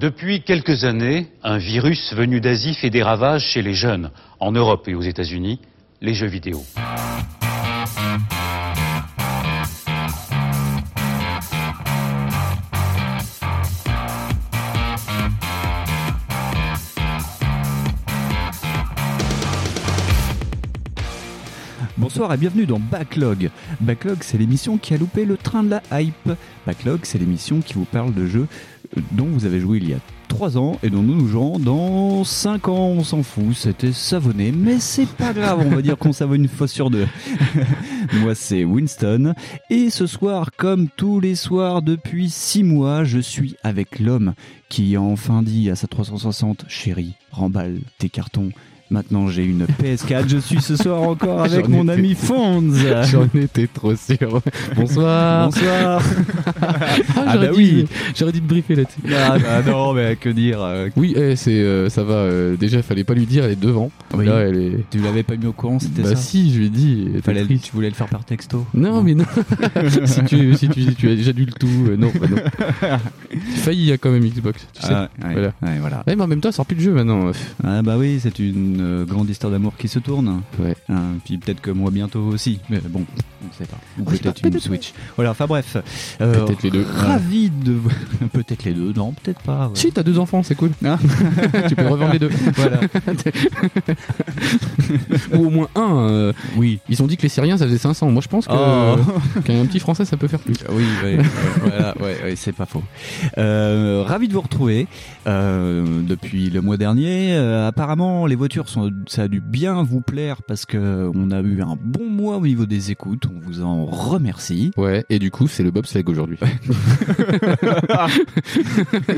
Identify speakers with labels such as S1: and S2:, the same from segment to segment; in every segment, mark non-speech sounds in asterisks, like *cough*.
S1: Depuis quelques années, un virus venu d'Asie fait des ravages chez les jeunes, en Europe et aux États-Unis, les jeux vidéo.
S2: Bonsoir et bienvenue dans Backlog. Backlog, c'est l'émission qui a loupé le train de la hype. Backlog, c'est l'émission qui vous parle de jeux euh, dont vous avez joué il y a 3 ans et dont nous nous jouons dans 5 ans. On s'en fout, c'était savonné, mais c'est pas grave, on va dire qu'on savonne une fois sur deux. *laughs* Moi, c'est Winston. Et ce soir, comme tous les soirs depuis 6 mois, je suis avec l'homme qui a enfin dit à sa 360 Chérie, remballe tes cartons. Maintenant, j'ai une PS4. Je suis ce soir encore avec
S3: J'en ai
S2: mon
S3: été-
S2: ami Fonz.
S3: *laughs* J'en étais trop sûr. Euh. Bonsoir.
S2: Bonsoir.
S3: Ah,
S2: Ah
S3: j'aurais
S2: bah oui.
S3: dû- J'aurais dû te briefer là-dessus.
S2: *laughs* Ah, bah non, mais que dire euh,
S3: Oui, eh, c'est, euh, ça va. euh, déjà, fallait pas lui dire, elle est devant.
S2: Oui.
S3: Là, elle est.
S2: Tu l'avais pas mis au courant, c'était
S3: Bah
S2: ça
S3: si, je lui ai dit. elle était
S2: Fallait-
S3: triste.
S2: Tu voulais le faire par texto
S3: Non, *laughs* mais non. si tu, si tu, tu as déjà dû le tout, euh, non, *laughs* bah non. Failli, hein, quand même Xbox. Tu sais.
S2: Ah, ouais, ouais,
S3: Voilà.
S2: ouais, voilà.
S3: Ouais, mais en même temps, ça sort plus de jeu maintenant. euh.
S2: Ah bah oui, c'est une euh, grande histoire d'amour qui se tourne.
S3: Ouais.
S2: Hein, puis peut-être que moi bientôt aussi. Mais bon, on ne sait pas. Ou
S3: sait
S2: peut-être
S3: pas,
S2: une
S3: peut-être.
S2: Switch. Voilà, enfin bref. Euh,
S3: Peut-être les deux.
S2: Ravi de... *laughs* peut-être les deux, non, peut-être pas. ouais.
S3: Si, t'as deux enfants, c'est cool.
S2: Hein
S3: *laughs* tu peux revendre les deux.
S2: voilà.
S3: Ou au moins un. euh,
S2: Oui.
S3: ils ont dit que les Syriens, ça faisait 500. Moi, je pense que, euh,
S2: Oh.
S3: qu'un petit Français, ça peut faire plus.
S2: Ah Oui, oui, oui, voilà, ouais, ouais, c'est pas faux. Euh, ravi de vous retrouver. Euh, depuis le mois dernier, euh, apparemment, les voitures, sont, ça a dû bien vous plaire parce que on a eu un bon mois au niveau des écoutes. On vous en remercie.
S3: Ouais, et du coup, c'est le bobsleigh *laughs* aujourd'hui. *laughs*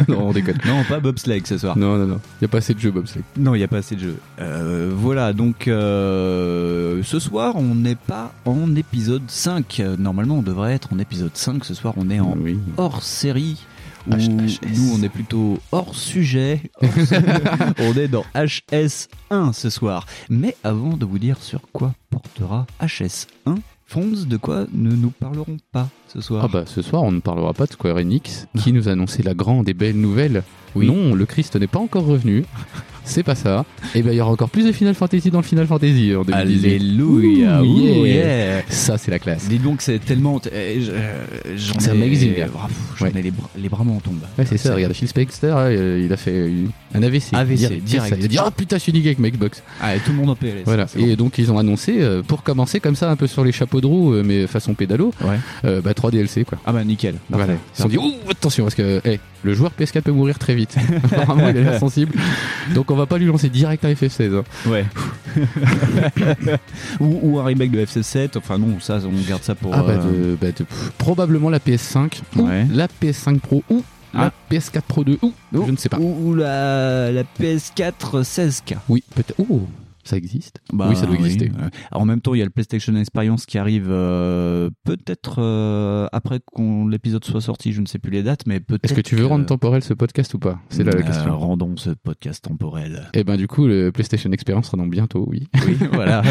S3: non, on déconne.
S2: Non, pas bobsleigh ce soir.
S3: Non, non, non. Y a pas assez de jeux bobsleigh.
S2: Non, il n'y a pas assez de jeux. Euh, voilà, donc euh, ce soir, on n'est pas en épisode 5. Euh, Normalement, on devrait être en épisode 5. Ce soir, on est en
S3: Oui.
S2: hors série. Où
S3: HHS.
S2: nous, on est plutôt hors
S3: *laughs*
S2: sujet. on est dans HS1 ce soir. Mais avant de vous dire sur quoi portera HS1, Fonz, de quoi ne nous parlerons pas ce soir
S3: Ah bah, ce soir, on ne parlera pas de Square Enix, qui nous annonçait la grande et belle nouvelle.
S2: Oui.
S3: Non, le Christ n'est pas encore *laughs* revenu. C'est pas ça. Et ben, il y aura encore plus de Final Fantasy dans le Final Fantasy en 2018.
S2: Alléluia!
S3: Ouh,
S2: ouh,
S3: yeah.
S2: yeah.
S3: Ça, c'est la classe.
S2: Dis donc, c'est tellement. eh, je- euh, J'en
S3: C'est
S2: ai.
S3: un magazine, bien.
S2: Ah, pff, J'en
S3: Ouais.
S2: ai les bras, les bras m'en tombent.
S3: Ouais, c'est ça, regarde, Phil Spector, euh, il a fait euh, un AVC.
S2: AVC, direct.
S3: ça. Il a dit, ah putain, je suis ligué avec ma Xbox.
S2: Ah, et tout le monde en PLS.
S3: Voilà.
S2: c'est
S3: Et donc ils ont annoncé, euh, pour commencer comme ça, un peu sur les chapeaux de roue, euh, mais façon pédalo,
S2: bon. Ouais.
S3: euh, bah, 3 DLC quoi.
S2: Ah bah nickel.
S3: Voilà. Ils se sont dit, ouh, attention, parce que eh, le joueur PS4 peut mourir
S2: *laughs*
S3: très vite. Apparemment, il a l'air sensible. Donc, on va pas lui lancer direct un FF16. hein.
S2: Ouais. *laughs* ou, ou un remake de FC7. Enfin, non, ça, on garde ça pour.
S3: Ah, bah,
S2: euh,
S3: de- bah, de- pff, probablement la PS5, ou
S2: Ouais.
S3: la PS5 Pro, ou
S2: Ah.
S3: la PS4 Pro 2, ou
S2: Oh.
S3: je ne sais pas.
S2: Ou, ou la, la PS4 16K.
S3: Oui, peut-être. Oh, ça existe.
S2: Bah,
S3: oui, ça doit exister.
S2: ouais. Alors, en même temps, il y a le PlayStation Experience qui arrive euh, peut-être euh, après qu'on l'épisode soit sorti. Je ne sais plus les dates, mais peut-être.
S3: Est-ce que tu veux rendre temporel ce podcast ou pas C'est là la
S2: Euh,
S3: question.
S2: rendons ce podcast temporel.
S3: Et ben du coup, le PlayStation Experience sera donc bientôt, oui. *laughs*
S2: Oui, *laughs* voilà.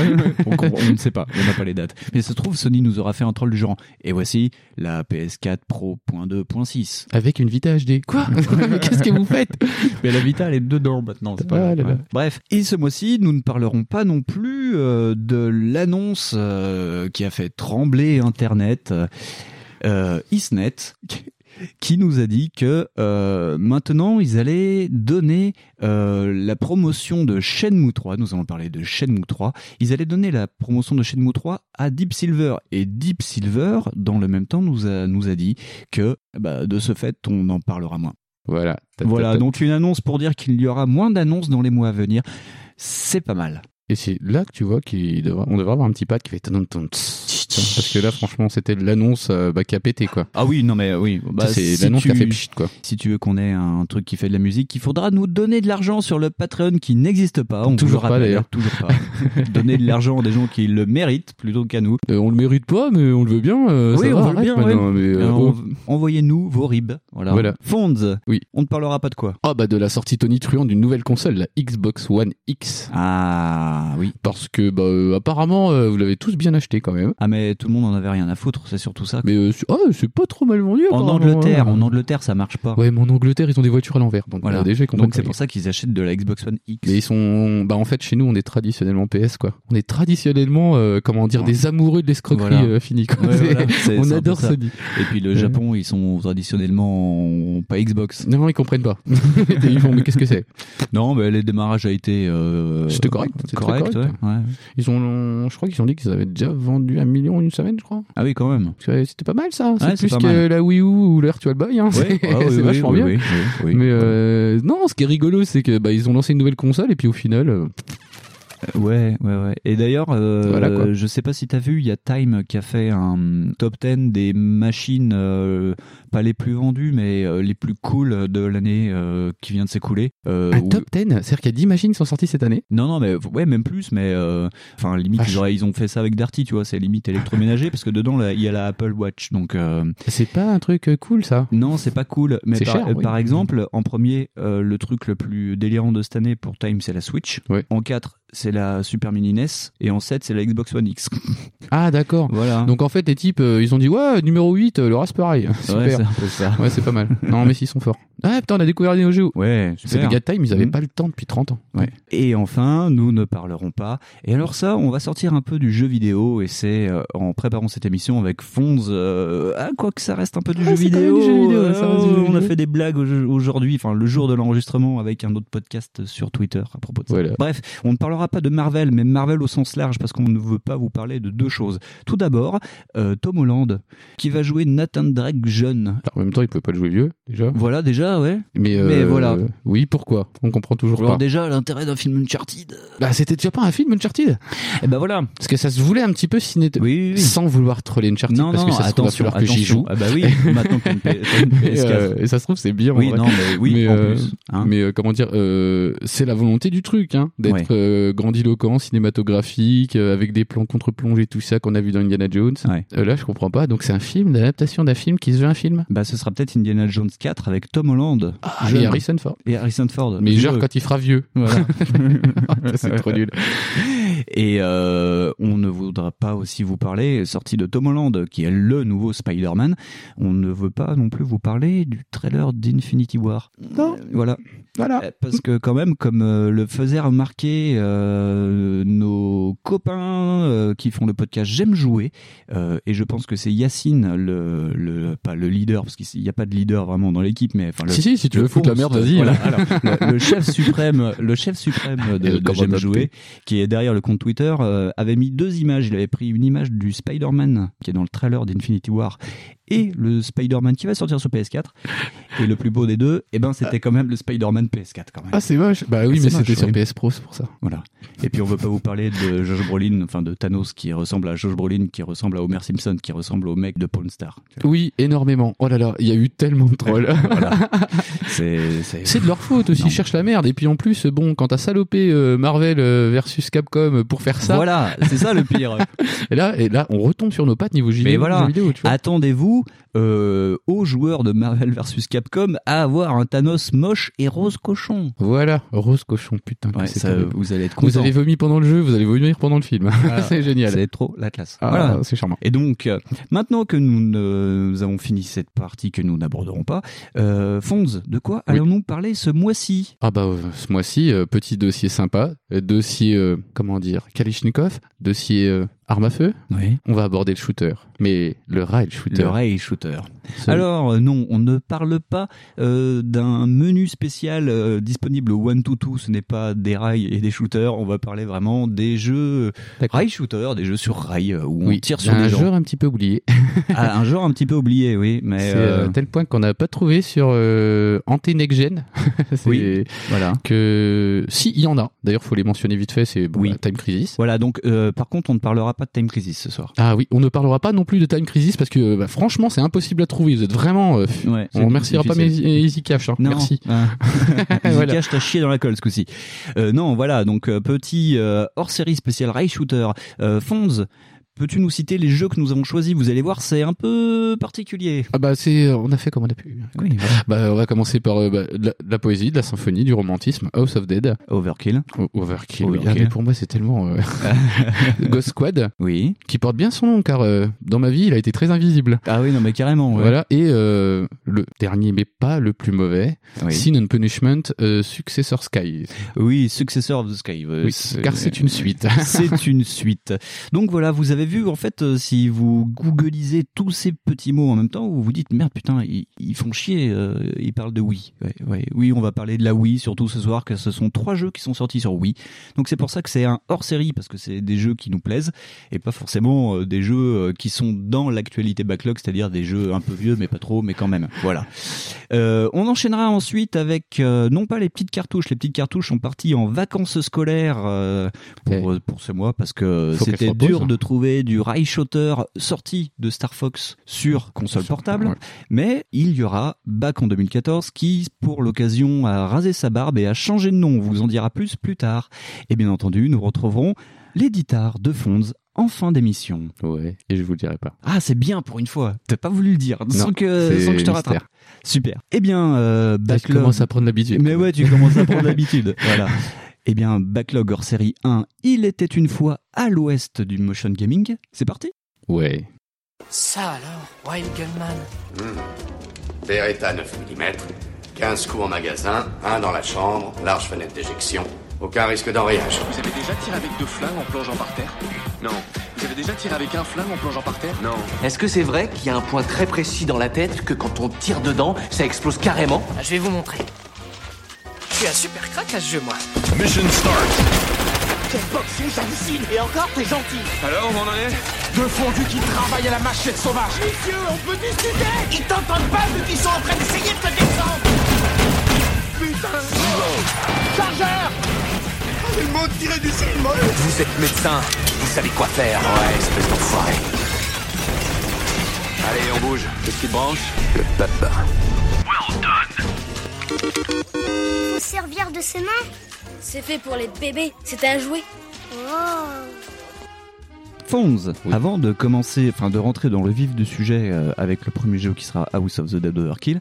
S2: on, comprend- on ne sait pas, on n'a pas les dates. Mais ça se trouve, Sony nous aura fait un troll du genre. Et voici la PS4 Pro.2.6.
S3: Avec une Vita HD.
S2: *laughs*
S3: Quoi *laughs* Mais Qu'est-ce que vous faites
S2: Mais la Vita, elle est dedans maintenant.
S3: c'est pas grave. Ouais.
S2: Bref, et ce mois-ci, nous ne parlerons pas non plus euh, de l'annonce euh, qui a fait trembler Internet, euh, Isnet, qui nous a dit que euh, maintenant, ils allaient donner euh, la promotion de Shenmue 3. Nous allons parler de Shenmue 3. Ils allaient donner la promotion de Shenmue 3 à Deep Silver. Et Deep Silver, dans le même temps, nous a, nous a dit que bah, de ce fait, on en parlera moins.
S3: Voilà. Ta- ta-
S2: Voilà,
S3: ta-
S2: donc une annonce pour dire qu'il y aura moins d'annonces dans les mois à venir. C'est pas mal.
S3: Et c'est là que tu vois qu'on devra, on devrait avoir un petit pad qui fait tadam, tadam, tss, tss, tss. parce que là franchement c'était l'annonce euh, bah, qui a pété quoi.
S2: Ah oui, non mais oui. Bah,
S3: Ça, c'est
S2: si,
S3: l'annonce qui a fait
S2: tu,
S3: pchit quoi.
S2: si tu veux qu'on ait un truc qui fait de la musique, il faudra nous donner de l'argent sur le Patreon qui n'existe pas. On vous
S3: Toujours
S2: le
S3: pas,
S2: rappelle, hein.
S3: d'ailleurs.
S2: Toujours pas. *laughs* donner de l'argent à des gens qui le méritent plutôt qu'à nous.
S3: Euh, on le mérite pas mais on le veut bien. euh,
S2: Oui,
S3: ça
S2: on
S3: va,
S2: veut le
S3: arrête
S2: bien,
S3: maintenant, mais, euh,
S2: Alors,
S3: oh.
S2: Envoyez-nous vos ribs. Voilà.
S3: Voilà.
S2: Fonds.
S3: Oui.
S2: On ne parlera pas de quoi.
S3: Ah bah de la sortie tonitruante d'une nouvelle console, la Xbox One X.
S2: Ah oui.
S3: Ah, Parce que bah, euh, apparemment euh, vous l'avez tous bien acheté quand même.
S2: Ah mais mais tout le monde en avait rien à foutre, c'est surtout ça.
S3: Mais euh, c'est- ah, c'est pas trop mal vendu.
S2: En
S3: apparemment,
S2: Angleterre,
S3: ouais.
S2: en Angleterre, ça marche pas.
S3: Ouais, mais en Angleterre, ils ont des voitures à l'envers. Donc,
S2: Voilà.
S3: euh, déjà, ils comprennent
S2: Donc c'est
S3: pas.
S2: pour ça qu'ils achètent de la Xbox One X.
S3: Mais ils sont. Bah, en fait, chez nous, on est traditionnellement PS, quoi. On est traditionnellement, euh, comment dire,
S2: Ouais.
S3: des amoureux de l'escroquerie
S2: Voilà.
S3: euh, finie, quoi.
S2: *laughs* Ouais,
S3: C'est-
S2: voilà, c'est-
S3: *laughs* On
S2: c'est un
S3: adore
S2: peu ça.
S3: Sony.
S2: Et puis le
S3: Ouais.
S2: Japon, ils sont traditionnellement pas Xbox.
S3: Non, ils comprennent pas. *laughs* ils font, mais qu'est-ce que c'est
S2: Non, mais le démarrage a été. euh,
S3: C'était correct, c'était très
S2: Correct,
S3: correct.
S2: ouais, ouais.
S3: Ils ont, je crois qu'ils ont dit qu'ils avaient déjà vendu un million en une semaine, je crois.
S2: Ah oui, quand même.
S3: C'est- C'était pas mal ça. C'est
S2: Ouais, c'est
S3: plus
S2: pas
S3: que
S2: mal.
S3: la Wii U ou l'Airtual Boy. Hein.
S2: Ouais,
S3: *laughs* *laughs* c'est
S2: ah oui,
S3: c'est
S2: oui,
S3: vachement
S2: oui,
S3: bien.
S2: oui, oui, oui.
S3: Mais euh, non, ce qui est rigolo, c'est que bah, ils ont lancé une nouvelle console et puis au final, euh,
S2: Ouais, ouais, ouais. Et d'ailleurs, euh,
S3: Voilà, quoi.
S2: je sais pas si t'as vu, il y a Time qui a fait un mm, top 10 des machines, euh, pas les plus vendues, mais euh, les plus cool de l'année euh, qui vient de s'écouler. Euh,
S3: un
S2: où-
S3: top 10 C'est-à-dire qu'il y a 10 machines qui sont sorties cette année.
S2: Non, non, mais ouais, même plus, mais euh, enfin, limite,
S3: Vache. Ah.
S2: ils, auraient- ils ont fait ça avec Darty, tu vois, c'est limite électroménager, parce que dedans, là, il y a la Apple Watch, donc. euh,
S3: C'est pas un truc euh, cool ça.
S2: Non, c'est pas cool. Mais
S3: C'est
S2: par,
S3: cher,
S2: euh,
S3: oui.
S2: par exemple, en premier, euh, le truc le plus délirant de cette année pour Time, c'est la Switch.
S3: Ouais.
S2: En 4, c'est la Super Mini NES. Et en 7, c'est la Xbox One X. *laughs*
S3: Ah d'accord.
S2: voilà.
S3: Donc en fait, les types, euh, ils ont dit ouais, numéro 8, euh, le Raspberry. Super.
S2: Hein. ouais, c'est un peu ça.
S3: Ouais, c'est pas mal. Non, mais s'ils sont forts. Ah putain, on a découvert les Neo Geo.
S2: Ouais,
S3: C'est
S2: super.
S3: Mega Time, ils avaient
S2: Mhm.
S3: pas le temps depuis 30 ans.
S2: Ouais. Et enfin, nous ne parlerons pas. Et alors ça, on va sortir un peu du jeu vidéo. Et c'est euh, en préparant cette émission avec Fonz. euh, ah, quoi que ça reste un peu du,
S3: Ah,
S2: jeu,
S3: c'est quand même
S2: vidéo.
S3: du jeu vidéo,
S2: euh,
S3: ça reste du jeu
S2: on a
S3: vidéo.
S2: fait des blagues au- aujourd'hui, enfin le jour de l'enregistrement avec un autre podcast sur Twitter à propos de ça.
S3: Voilà.
S2: Bref, on ne parlera pas de Marvel, mais Marvel au sens large, parce qu'on ne veut pas vous parler de deux choses. Tout d'abord, euh, Tom Holland, qui va jouer Nathan Drake jeune.
S3: Alors, en même temps, ils pouvaient pas le jouer vieux déjà.
S2: Voilà déjà, ouais.
S3: Mais, euh,
S2: Mais voilà.
S3: Oui, pourquoi On comprend toujours
S2: Alors
S3: pas.
S2: déjà, l'intérêt d'un film Uncharted.
S3: Bah, c'était déjà pas un film Uncharted
S2: Et ben voilà.
S3: Parce que ça se voulait un petit peu ciné
S2: Oui, oui, oui.
S3: sans vouloir troller Uncharted
S2: Non,
S3: parce
S2: non,
S3: que
S2: non,
S3: ça se trouve,
S2: attention,
S3: il va falloir que j'y
S2: attention.
S3: joue.
S2: Ah bah oui, *laughs* maintenant que t'as une P- t'as une
S3: Et,
S2: PS4.
S3: euh, et ça se trouve c'est bien. en
S2: oui,
S3: vrai.
S2: non, mais oui,
S3: Mais,
S2: en
S3: euh,
S2: plus. hein.
S3: Mais euh, comment dire, euh, c'est la volonté du truc, hein, d'être
S2: Ouais.
S3: euh, grandiloquent, cinématographique, euh, avec des plans contre-plongés, tout ça qu'on a vu dans Indiana Jones.
S2: Ouais.
S3: Euh, là, je comprends pas. Donc c'est un film, l'adaptation d'un film qui se veut un film.
S2: Bah, ce sera peut-être Indiana Jones 4 avec Tom Holland
S3: Ah,
S2: jeune.
S3: et Harrison Ford.
S2: et Harrison Ford.
S3: Mais genre
S2: Vieux.
S3: quand il
S2: *laughs*
S3: fera vieux. *laughs*
S2: Voilà.
S3: Ça, c'est trop nul.
S2: Et euh, on ne voudra pas aussi vous parler, sorti de Tom Holland, qui est le nouveau Spider-Man, on ne veut pas non plus vous parler du trailer d'Infinity War. Euh,
S3: Non.
S2: Voilà.
S3: Voilà.
S2: Euh, Parce que quand même, comme euh, le faisaient remarquer euh, nos copains euh, qui font le podcast J'aime jouer, euh, et je pense que c'est Yacine, le, le- pas le leader, parce qu'il n'y a pas de leader vraiment dans l'équipe, mais enfin le...
S3: Si si, si tu
S2: le
S3: veux foutre la
S2: host,
S3: merde, vas-y. hein.
S2: voilà, voilà. le, le chef suprême, le chef suprême
S3: Et
S2: de,
S3: le
S2: de J'aime
S3: commandant
S2: jouer, qui est derrière le compte Twitter, euh, avait mis deux images. Il avait pris une image du Spider-Man qui est dans le trailer d'Infinity War et le Spider-Man qui va sortir sur PS4. Et le plus beau des deux, eh ben c'était quand même le Spider-Man PS4 quand même.
S3: Ah c'est moche. Bah oui,
S2: C'est
S3: mais
S2: moche,
S3: c'était sur
S2: oui.
S3: PS Pro, c'est pour ça.
S2: Voilà. Et puis on veut pas vous parler de Josh Brolin, enfin de Thanos qui ressemble à Josh Brolin, qui ressemble à Homer Simpson, qui ressemble au mec de Pawn Star.
S3: Oui, énormément. Oh là là, il y a eu tellement de trolls.
S2: Voilà. C'est c'est-
S3: *laughs* C'est de leur faute aussi,
S2: Non.
S3: ils cherchent la merde. Et puis en plus, bon, quand t'as salopé euh, Marvel euh, versus Capcom pour faire ça,
S2: Voilà, c'est ça le pire.
S3: et là, et là, on retombe sur nos pattes niveau jeu
S2: Mais
S3: vidéo.
S2: voilà. Ah.
S3: jeu vidéo, tu vois.
S2: Attendez-vous euh, aux joueurs de Marvel vs Capcom à avoir un Thanos moche et rose cochon.
S3: Voilà, Rose Cochon, putain. que
S2: Ouais,
S3: c'est
S2: ça,
S3: terrible.
S2: vous allez être
S3: vous
S2: content.
S3: avez vomi pendant le jeu, vous allez vomir pendant le film.
S2: Voilà.
S3: *laughs* c'est génial.
S2: C'est trop la classe.
S3: Ah,
S2: Voilà.
S3: C'est charmant.
S2: Et donc, euh, maintenant que nous, ne- nous avons fini cette partie que nous n'aborderons pas, euh, Fonz, de quoi
S3: Oui.
S2: allons-nous parler ce mois-ci
S3: Ah bah euh, ce mois-ci, euh, petit dossier sympa, euh, dossier, euh, comment dire, Kalishnikov, dossier euh, arme à feu.
S2: Oui.
S3: On va aborder le shooter, mais le rail shooter.
S2: Le Ray Shooter.
S3: Ce-
S2: Alors, euh, non, on ne parle pas euh, d'un menu spécial euh, disponible au One to Two. Ce n'est pas des rails et des shooters. On va parler vraiment des jeux
S3: D'accord.
S2: rail shooter, des jeux sur rail euh, où on
S3: oui,
S2: tire sur
S3: un
S2: des gens.
S3: jeu un petit peu oublié.
S2: Ah, un genre un petit peu oublié, oui. Mais
S3: *laughs* C'est
S2: euh,
S3: à tel point qu'on n'a pas trouvé sur euh, Antenex Gen. *laughs* C'est
S2: Oui. voilà.
S3: Que si il y en a. D'ailleurs, faut les mentionner vite fait. C'est bon,
S2: Oui.
S3: bah, Time Crisis.
S2: Voilà, donc euh, par contre, on ne parlera pas de Time Crisis ce soir.
S3: Ah oui, on ne parlera pas non plus de Time Crisis parce que bah, franchement, c'est impossible à trouver. Vous êtes vraiment. euh, f-
S2: Ouais,
S3: on remerciera pas mes Easy Cash. hein.
S2: Non.
S3: Merci. *laughs*
S2: Ah. Easy
S3: Voilà.
S2: Cash t'a chié dans la colle ce coup-ci. Euh, non, voilà, donc euh, petit hors série spécial Ray Shooter. Euh, Fonz, peux-tu nous citer les jeux que nous avons choisis Vous allez voir, c'est un peu particulier.
S3: Ah bah c'est, on a fait comme on a pu.
S2: Oui,
S3: Bah on va commencer par euh, bah, de, la, de la poésie, de la symphonie, du romantisme, House of Dead,
S2: Overkill.
S3: O-
S2: Overkill.
S3: Overkill. Regardez, pour moi c'est tellement euh, *laughs* Ghost Squad
S2: Oui.
S3: qui porte bien son nom car euh, dans ma vie il a été très invisible.
S2: Ah oui, non, mais carrément. ouais.
S3: Voilà et euh, le dernier mais pas le plus mauvais,
S2: Oui.
S3: Sin and Punishment, euh, Successor Sky.
S2: Oui, Successor of the Sky. euh,
S3: Oui, car c'est une suite.
S2: *laughs* C'est une suite. Donc voilà, vous avez vu, en fait, euh, si vous googlisez tous ces petits mots en même temps, vous vous dites, merde, putain, ils, ils font chier, euh, ils parlent de Wii. Ouais, ouais. Oui, on va parler de la Wii, surtout ce soir, que ce sont trois jeux qui sont sortis sur Wii. Donc c'est pour ça que c'est un hors-série, parce que c'est des jeux qui nous plaisent, et pas forcément euh, des jeux euh, qui sont dans l'actualité backlog, c'est-à-dire des jeux un peu vieux, mais pas trop, mais quand même. Voilà. Euh, on enchaînera ensuite avec, euh, non pas les petites cartouches, les petites cartouches sont parties en vacances scolaires euh, pour, pour ce mois parce que
S3: Faut qu'elle se
S2: c'était
S3: repose.
S2: dur de trouver du rail shooter sorti de Star Fox sur console portable.
S3: Ouais.
S2: Mais il y aura Back en 2014 qui, pour l'occasion, a rasé sa barbe et a changé de nom. On vous en dira plus plus tard. Et bien entendu, nous retrouverons les guitares de Fonz en fin d'émission.
S3: Ouais, et je vous le dirai pas.
S2: Ah, c'est bien pour une fois. T'as pas voulu le dire sans
S3: Non,
S2: que,
S3: c'est
S2: sans que je te
S3: mystère.
S2: rattrape. Super. Eh bien, euh,
S3: Je
S2: Backlog.
S3: commence à prendre l'habitude.
S2: Mais ouais, tu commences à
S3: *laughs*
S2: prendre l'habitude. Voilà. Eh bien, Backlog hors série 1, il était une fois à l'ouest du motion gaming. C'est parti
S3: Ouais.
S4: Ça alors, Wild Gunman
S5: Hmm. Beretta 9 mm, 15 coups en magasin, un dans la chambre, large fenêtre d'éjection, aucun risque d'enrayage.
S6: Vous avez déjà tiré avec deux flingues en plongeant par terre Non. Vous avez déjà tiré avec un flingue en plongeant par terre Non.
S7: Est-ce que c'est vrai qu'il y a un point très précis dans la tête que quand on tire dedans, ça explose carrément
S4: Ah, Je vais vous montrer. Je suis un super crack à ce jeu, moi.
S6: Mission start
S4: Quelle boxe j'hallucine Et encore, t'es gentil
S6: Alors, on en est
S4: Deux fondus qui travaillent à la machette sauvage Messieurs, on peut discuter Ils t'entendent pas vu qu'ils sont en train d'essayer de te descendre Putain Chargeur
S7: Vous êtes médecin, vous savez quoi faire. Ouais, espèce d'enfoiré.
S6: Allez, on bouge. Qu'est-ce qui te branche
S8: faut servir de ses mains
S9: C'est fait pour les bébés, c'est à jouer.
S8: Oh
S2: Fonz,
S3: Oui.
S2: avant de commencer, enfin de rentrer dans le vif du sujet euh, avec le premier jeu qui sera House of the Dead Overkill,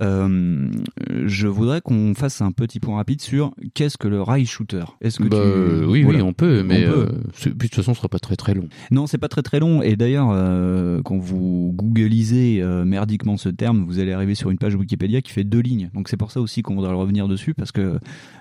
S2: euh, je voudrais qu'on fasse un petit point rapide sur qu'est-ce que le rail shooter. Est-ce que
S3: Bah,
S2: tu...
S3: Oui,
S2: Voilà.
S3: oui, on peut, mais
S2: euh, On peut.
S3: euh, c'est- puis de toute façon, ce sera pas très très long.
S2: Non, c'est pas très très long. Et d'ailleurs, euh, quand vous googlisez euh, merdiquement ce terme, vous allez arriver sur une page Wikipédia qui fait deux lignes. Donc c'est pour ça aussi qu'on voudrait le revenir dessus parce que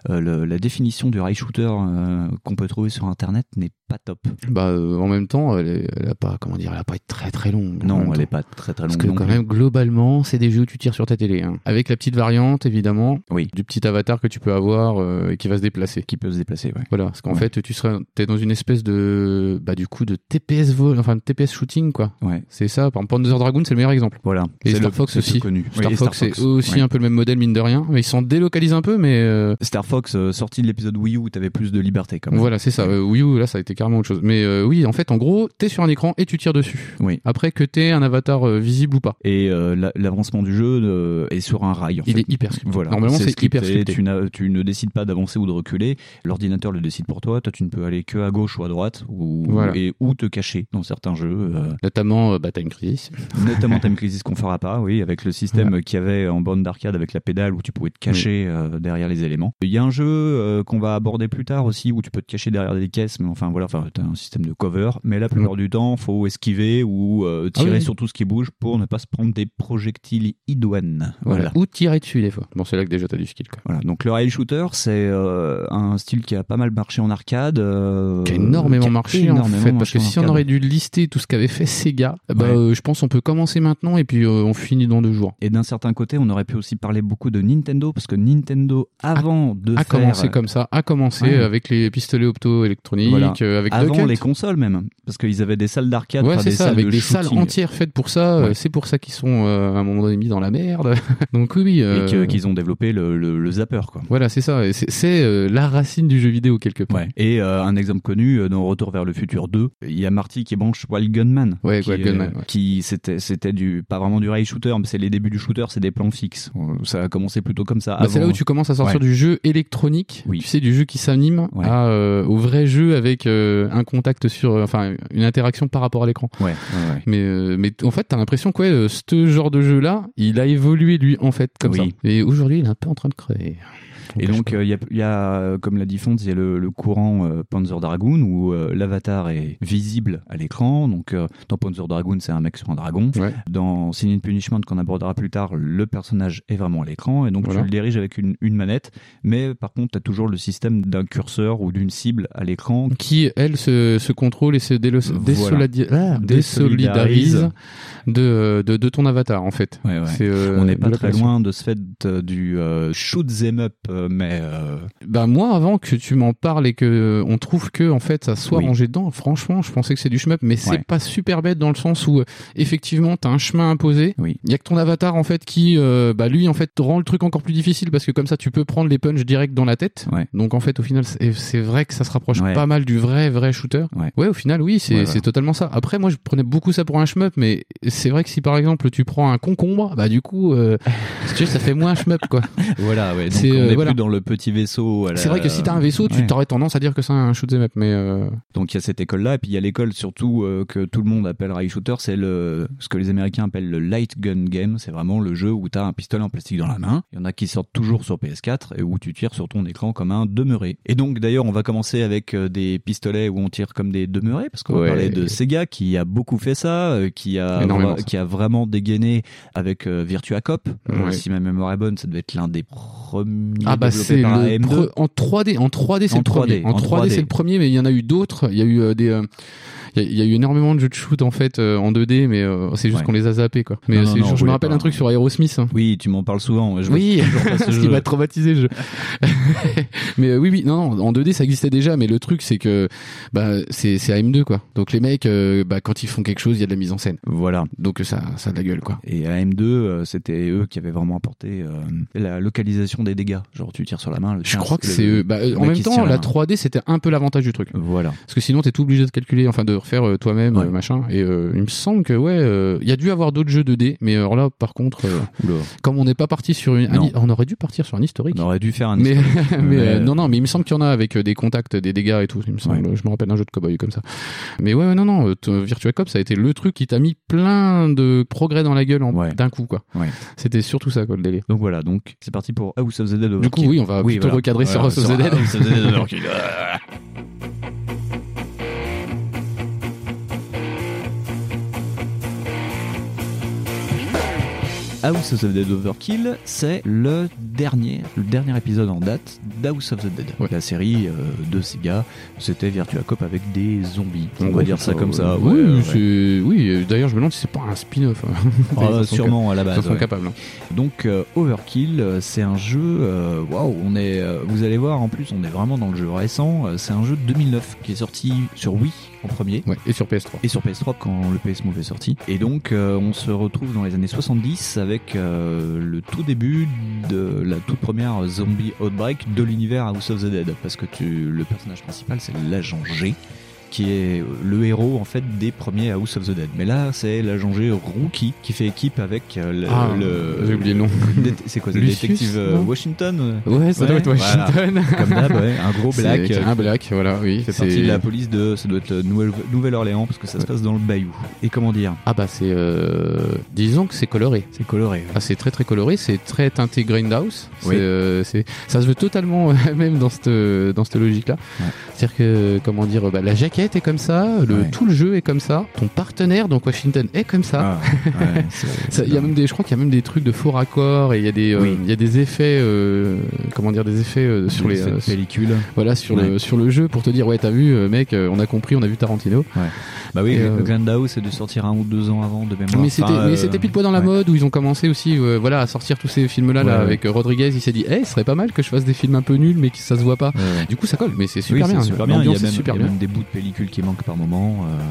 S2: euh, le- la définition du rail shooter euh, qu'on peut trouver sur internet n'est pas top.
S3: Bah, euh, en même temps, elle, est- elle a pas, comment dire, elle a pas été très très longue. En même
S2: Non, elle
S3: temps.
S2: n'est pas très très
S3: Parce
S2: longue.
S3: que
S2: non
S3: quand
S2: plus.
S3: même, globalement, c'est des jeux où tu tires sur ta télé. hein. Avec la petite variante, évidemment,
S2: Oui.
S3: du petit avatar que tu peux avoir euh, et qui va se déplacer.
S2: Qui peut se déplacer, ouais.
S3: Voilà, parce qu'en
S2: Ouais.
S3: fait, tu serais, t'es dans une espèce de, bah, du coup, de TPS vol, enfin, de TPS shooting, quoi.
S2: Ouais.
S3: C'est ça. Par exemple, Panzer Dragoon, c'est le meilleur exemple.
S2: Voilà.
S3: Et
S2: C'est
S3: Star
S2: le-
S3: Fox
S2: c'est le plus
S3: aussi.
S2: Connu.
S3: Star,
S2: Oui,
S3: Fox, c'est eux aussi
S2: ouais.
S3: un peu le même modèle, mine de rien. Mais ils s'en délocalisent un peu, mais euh,
S2: Star Fox, euh, sorti de l'épisode Wii U, où t'avais plus de liberté quand même.
S3: Voilà, c'est ça. Euh, Wii U, là, ça a été carrément autre chose. Mais euh, oui, en fait, en gros, t'es sur un écran et tu tires dessus.
S2: Oui.
S3: Après que t'aies un avatar euh, visible ou pas.
S2: Et euh, la- l'avancement du jeu euh, est sur un rail. En
S3: Il
S2: fait.
S3: est hyper scripté.
S2: Voilà.
S3: Normalement, c'est
S2: scripté,
S3: hyper scripté.
S2: Tu, n'as- tu ne décides pas d'avancer ou de reculer. L'ordinateur le décide pour toi. Toi, tu ne peux aller que à gauche ou à droite ou,
S3: Voilà.
S2: et, ou te cacher dans certains jeux. euh,
S3: Notamment, euh, bah, t'as une crise.
S2: notamment Time Crisis qu'on fera pas, oui, avec le système qu'il y avait en borne d'arcade avec la pédale où tu pouvais te cacher euh, derrière les éléments. Il y a un jeu euh, qu'on va aborder plus tard aussi où tu peux te cacher derrière des caisses, mais enfin voilà, enfin, t'as un système de cover, mais la plupart du temps, faut esquiver ou euh, tirer
S3: Ah oui.
S2: sur tout ce qui bouge pour ne pas se prendre des projectiles idoines.
S3: Voilà. Ou tirer dessus, des fois. Bon, c'est là que déjà t'as du skill, quoi.
S2: Voilà, donc le rail shooter, c'est euh, un style qui a pas mal marché en arcade. euh,
S3: Qui a énormément
S2: qui a
S3: marché
S2: énormément
S3: en fait, parce
S2: marché
S3: que
S2: en
S3: si on
S2: arcade.
S3: aurait dû lister tout ce qu'avait fait Sega, bah,
S2: Ouais.
S3: euh, je pense on peut commencer maintenant et puis euh, on finit dans deux jours.
S2: Et d'un certain côté, on aurait pu aussi parler beaucoup de Nintendo, parce que Nintendo, avant de
S3: À
S2: faire...
S3: commencer Ah, comme ça, à commencer
S2: Ouais.
S3: avec les pistolets opto-électroniques,
S2: Voilà.
S3: euh, avec
S2: avant
S3: Duck Hunt.
S2: les consoles même, parce qu'ils avaient des salles d'arcade,
S3: Ouais,
S2: enfin,
S3: c'est
S2: des
S3: ça,
S2: salles
S3: avec
S2: de
S3: des
S2: shooting,
S3: salles entières faites pour ça. euh,
S2: Ouais.
S3: C'est pour ça qu'ils sont euh, à un moment donné mis dans la merde. *laughs* Donc oui, oui.
S2: et que-
S3: euh,
S2: qu'ils ont développé le, le- le zapper, quoi.
S3: Voilà, c'est ça. Et c'est- C'est euh, la racine du jeu vidéo quelque part.
S2: Ouais. Et euh, un exemple connu euh, dans Retour vers le futur 2, il y a Marty qui branche Wild Gunman.
S3: Ouais,
S2: qui, euh,
S3: Wild Gunman, ouais.
S2: qui c'était c'était du pas vraiment du rail shooter, mais c'est les débuts du shooter, c'est des plans fixes. Euh, Ça a commencé plutôt comme ça.
S3: Bah, c'est
S2: avant-
S3: là où tu commences à sortir
S2: Ouais.
S3: du jeu électronique,
S2: Oui.
S3: tu sais, du jeu qui s'anime
S2: Ouais.
S3: à, euh, au vrai jeu avec euh, un contact sur, enfin enfin, une interaction par rapport à l'écran.
S2: Ouais, ouais, ouais.
S3: Mais, euh, mais t- en fait, t'as l'impression que ouais, euh, ce genre de jeu-là, il a évolué lui, en fait, comme
S2: Oui.
S3: ça. Et aujourd'hui, il est un peu en train de créer.
S2: Et donc, euh, il y a- il y, a, euh, comme l'a dit Fonz, il y a le, le courant euh, Panzer Dragoon où euh, l'avatar est visible à l'écran. Donc, euh, dans Panzer Dragoon, c'est un mec sur un dragon.
S3: Ouais.
S2: Dans Sin and Punishment, qu'on abordera plus tard, le personnage est vraiment à l'écran. Et donc,
S3: Voilà.
S2: tu le diriges avec une, une manette. Mais par contre, tu as toujours le système d'un curseur ou d'une cible à l'écran.
S3: qui, elle, se, se contrôle et se délo-
S2: Voilà.
S3: désoladi- ah,
S2: Désolidarise.
S3: désolidarise de, de, de ton avatar, en fait.
S2: Ouais, ouais.
S3: C'est, euh,
S2: On n'est pas
S3: de la
S2: très
S3: passion.
S2: loin de ce fait euh, du euh, shoot them up, euh, mais euh,
S3: Bah moi, avant que tu m'en parles et que euh, on trouve que en fait ça soit
S2: Oui.
S3: rangé dedans, franchement, je pensais que c'est du shmup, mais c'est
S2: Ouais.
S3: pas super bête dans le sens où euh, effectivement t'as un chemin imposé.
S2: Oui.
S3: Il y a que ton avatar en fait qui, euh, bah lui en fait rend le truc encore plus difficile parce que comme ça tu peux prendre les punches direct dans la tête.
S2: Ouais.
S3: Donc en fait au final c'est c'est vrai que ça se rapproche
S2: Ouais.
S3: pas mal du vrai vrai shooter.
S2: Ouais.
S3: au final oui c'est
S2: Ouais, ouais.
S3: c'est totalement ça. Après moi je prenais beaucoup ça pour un shmup, mais c'est vrai que si par exemple tu prends un concombre, bah du coup euh, *laughs* tu sais, ça fait moins un shmup quoi.
S2: voilà, ouais. Donc,
S3: C'est,
S2: on
S3: euh,
S2: n'est
S3: voilà.
S2: plus dans le petit vaisseau. à la-
S3: C'est vrai que si t'as un vaisseau, tu
S2: Ouais.
S3: t'aurais tendance à dire que c'est un shoot'em up, mais euh,
S2: Donc il y a cette école-là, et puis il y a l'école surtout euh, que tout le monde appelle rail shooter, c'est le ce que les Américains appellent le light gun game. C'est vraiment le jeu où t'as un pistolet en plastique dans la main. Il y en a qui sortent toujours sur PS4 et où tu tires sur ton écran comme un demeuré. Et donc d'ailleurs on va commencer avec euh, des pistolets où on tire comme des demeurés parce qu'on va
S3: Ouais.
S2: parlait de Sega qui a beaucoup fait ça, euh, qui a
S3: Énormément, ça.
S2: qui a vraiment dégainé avec euh, Virtua Cop. Euh,
S3: Ouais.
S2: Si ma mémoire est bonne, ça devait être l'un des premiers
S3: ah bah
S2: développés
S3: c'est
S2: par
S3: le
S2: AM2.
S3: pre- en 3D, en 3D c'est
S2: En
S3: le premier,
S2: 3D,
S3: en 3D c'est le premier, mais il y en a eu d'autres. Il y a eu euh, des, euh, il y, a- il y a eu énormément de jeux de shoot en fait euh, en 2D, mais euh, c'est juste
S2: Ouais.
S3: qu'on les a zappés quoi. Mais
S2: Non,
S3: euh,
S2: non,
S3: c'est
S2: non,
S3: genre,
S2: on
S3: je me
S2: voulait
S3: rappelle
S2: pas.
S3: un truc sur Aerosmith. hein.
S2: Oui, tu m'en parles souvent. Je me
S3: *laughs* Oui,
S2: souviens pas de
S3: ce
S2: ce
S3: qui
S2: jeu.
S3: m'a
S2: *laughs*
S3: traumatisé le jeu. mais euh, oui, oui, non, non, en 2D ça existait déjà, mais le truc c'est que bah c'est c'est AM2 quoi. Donc les mecs, euh, bah quand ils font quelque chose, il y a de la mise en scène.
S2: Voilà.
S3: Donc ça, ça a de la gueule quoi.
S2: Et AM2, euh, c'était eux qui avaient vraiment apporté euh, la localisation des dégâts. Genre, tu tires sur la main. le
S3: Je
S2: chien,
S3: crois que
S2: le-
S3: c'est eux. Bah, euh,
S2: le mec
S3: en même
S2: qui se tient
S3: temps,
S2: la
S3: la
S2: main.
S3: 3D c'était un peu l'avantage du truc.
S2: Voilà.
S3: Parce que sinon, t'es tout obligé de calculer, enfin de refaire euh, toi-même,
S2: Ouais.
S3: euh, machin. Et euh, il me semble que ouais, euh, il y a dû avoir d'autres jeux 2D, mais alors là, par contre, euh, comme on n'est pas parti sur une, un
S2: Non.
S3: hi- on aurait dû partir sur un historique.
S2: On aurait dû faire un.
S3: Mais, *laughs* mais
S2: Mais-
S3: euh, non, non, mais il me semble qu'il y en a avec euh, des contacts, des dégâts et tout. Il me semble, je me rappelle un jeu de cowboy comme ça. Mais ouais, ouais, non, non, euh, t- Virtua Cop, ça a été le truc qui t'a mis plein de progrès dans la gueule en-
S2: Ouais.
S3: d'un coup, quoi.
S2: Ouais.
S3: C'était surtout ça, quoi, le délire.
S2: Donc voilà, donc c'est parti pour House of the Dead.
S3: Du coup, oui, on va plutôt recadrer sur House of the Dead.
S2: House of the Dead
S3: *laughs*
S2: Overkill. House of the Dead Overkill, c'est le dernier, le dernier épisode en date d'House of the Dead.
S3: Ouais.
S2: La série euh, de Sega, c'était Virtua Cop avec des zombies. On
S3: En
S2: va
S3: gros,
S2: dire
S3: c'est
S2: ça comme ça.
S3: Euh, Oui,
S2: ouais, ouais.
S3: c'est- oui. euh, D'ailleurs, je me demande si c'est pas un spin-off. hein.
S2: Ah,
S3: *laughs* Ils en sont
S2: sûrement à la
S3: Ils en
S2: base.
S3: sont
S2: ouais.
S3: capables. hein.
S2: Donc euh, Overkill, euh, c'est un jeu. euh, Waouh, on est. euh, vous allez voir, en plus, on est vraiment dans le jeu récent. Euh, c'est un jeu de 2009 qui est sorti sur Wii en premier.
S3: Ouais, et sur PS3.
S2: Et sur PS3 quand le PS Move est sorti. Et donc euh, on se retrouve dans les années 70 avec euh, le tout début de la toute première zombie outbreak de l'univers House of the Dead. Parce que tu, le personnage principal c'est l'agent G qui est le héros en fait des premiers House of the Dead. Mais là c'est l'agent G Rookie qui fait équipe avec euh, le,
S3: Ah,
S2: le-
S3: j'ai oublié le nom.
S2: Dé- c'est quoi, c'est le
S3: Lucius,
S2: détective euh,
S3: non
S2: Washington
S3: Ouais, ça
S2: Ouais,
S3: doit être
S2: voilà.
S3: Washington.
S2: euh, Comme d'hab,
S3: *laughs*
S2: ouais, un gros
S3: C'est-
S2: black.
S3: c'est
S2: euh,
S3: Un black, voilà, oui.
S2: qui fait
S3: c'est-
S2: partie de la police de, ça doit être le Nouvelle- Nouvelle-Orléans parce que ça se
S3: Ouais.
S2: passe dans le Bayou. Et comment dire
S3: Ah bah c'est... euh, Disons que c'est coloré.
S2: C'est coloré.
S3: Ah, c'est très très coloré, c'est très teinté grindhouse. C'est,
S2: Oui.
S3: euh, c'est- ça se veut totalement *laughs* euh, même dans cette dans cette logique là.
S2: Ouais.
S3: C'est-à-dire que comment dire, bah, la jaquette est comme ça, le
S2: Ouais.
S3: tout le jeu est comme ça, ton partenaire donc Washington est comme ça.
S2: Ah, ouais,
S3: Ah, Ça, il y a même des, je crois qu'il y a même des trucs de faux raccords et il y a des, euh,
S2: Oui.
S3: il y a des effets, euh, comment dire, des effets euh, sur les, euh, sur-
S2: pellicules.
S3: voilà, sur
S2: Ouais.
S3: le sur le jeu pour te dire ouais t'as vu euh, mec, euh, on a compris, on a vu Tarantino.
S2: Bah oui,
S3: Et,
S2: le
S3: euh,
S2: Grindhouse est de sortir un ou deux ans avant de mémoire.
S3: mais c'était
S2: Enfin,
S3: mais
S2: euh,
S3: c'était pile poil dans la
S2: ouais.
S3: mode où ils ont commencé aussi euh, voilà à sortir tous ces films là là
S2: Ouais,
S3: avec euh, Rodriguez, il s'est dit eh ce serait pas mal que je fasse des films un peu nuls mais que ça se voit pas.
S2: Ouais, ouais.
S3: Du coup ça colle mais c'est
S2: Oui,
S3: super
S2: c'est
S3: bien.
S2: super bien. Il y a
S3: L'ambiance est
S2: même,
S3: super
S2: il y a
S3: bien.
S2: même des bouts de pellicule qui manquent par moment. euh,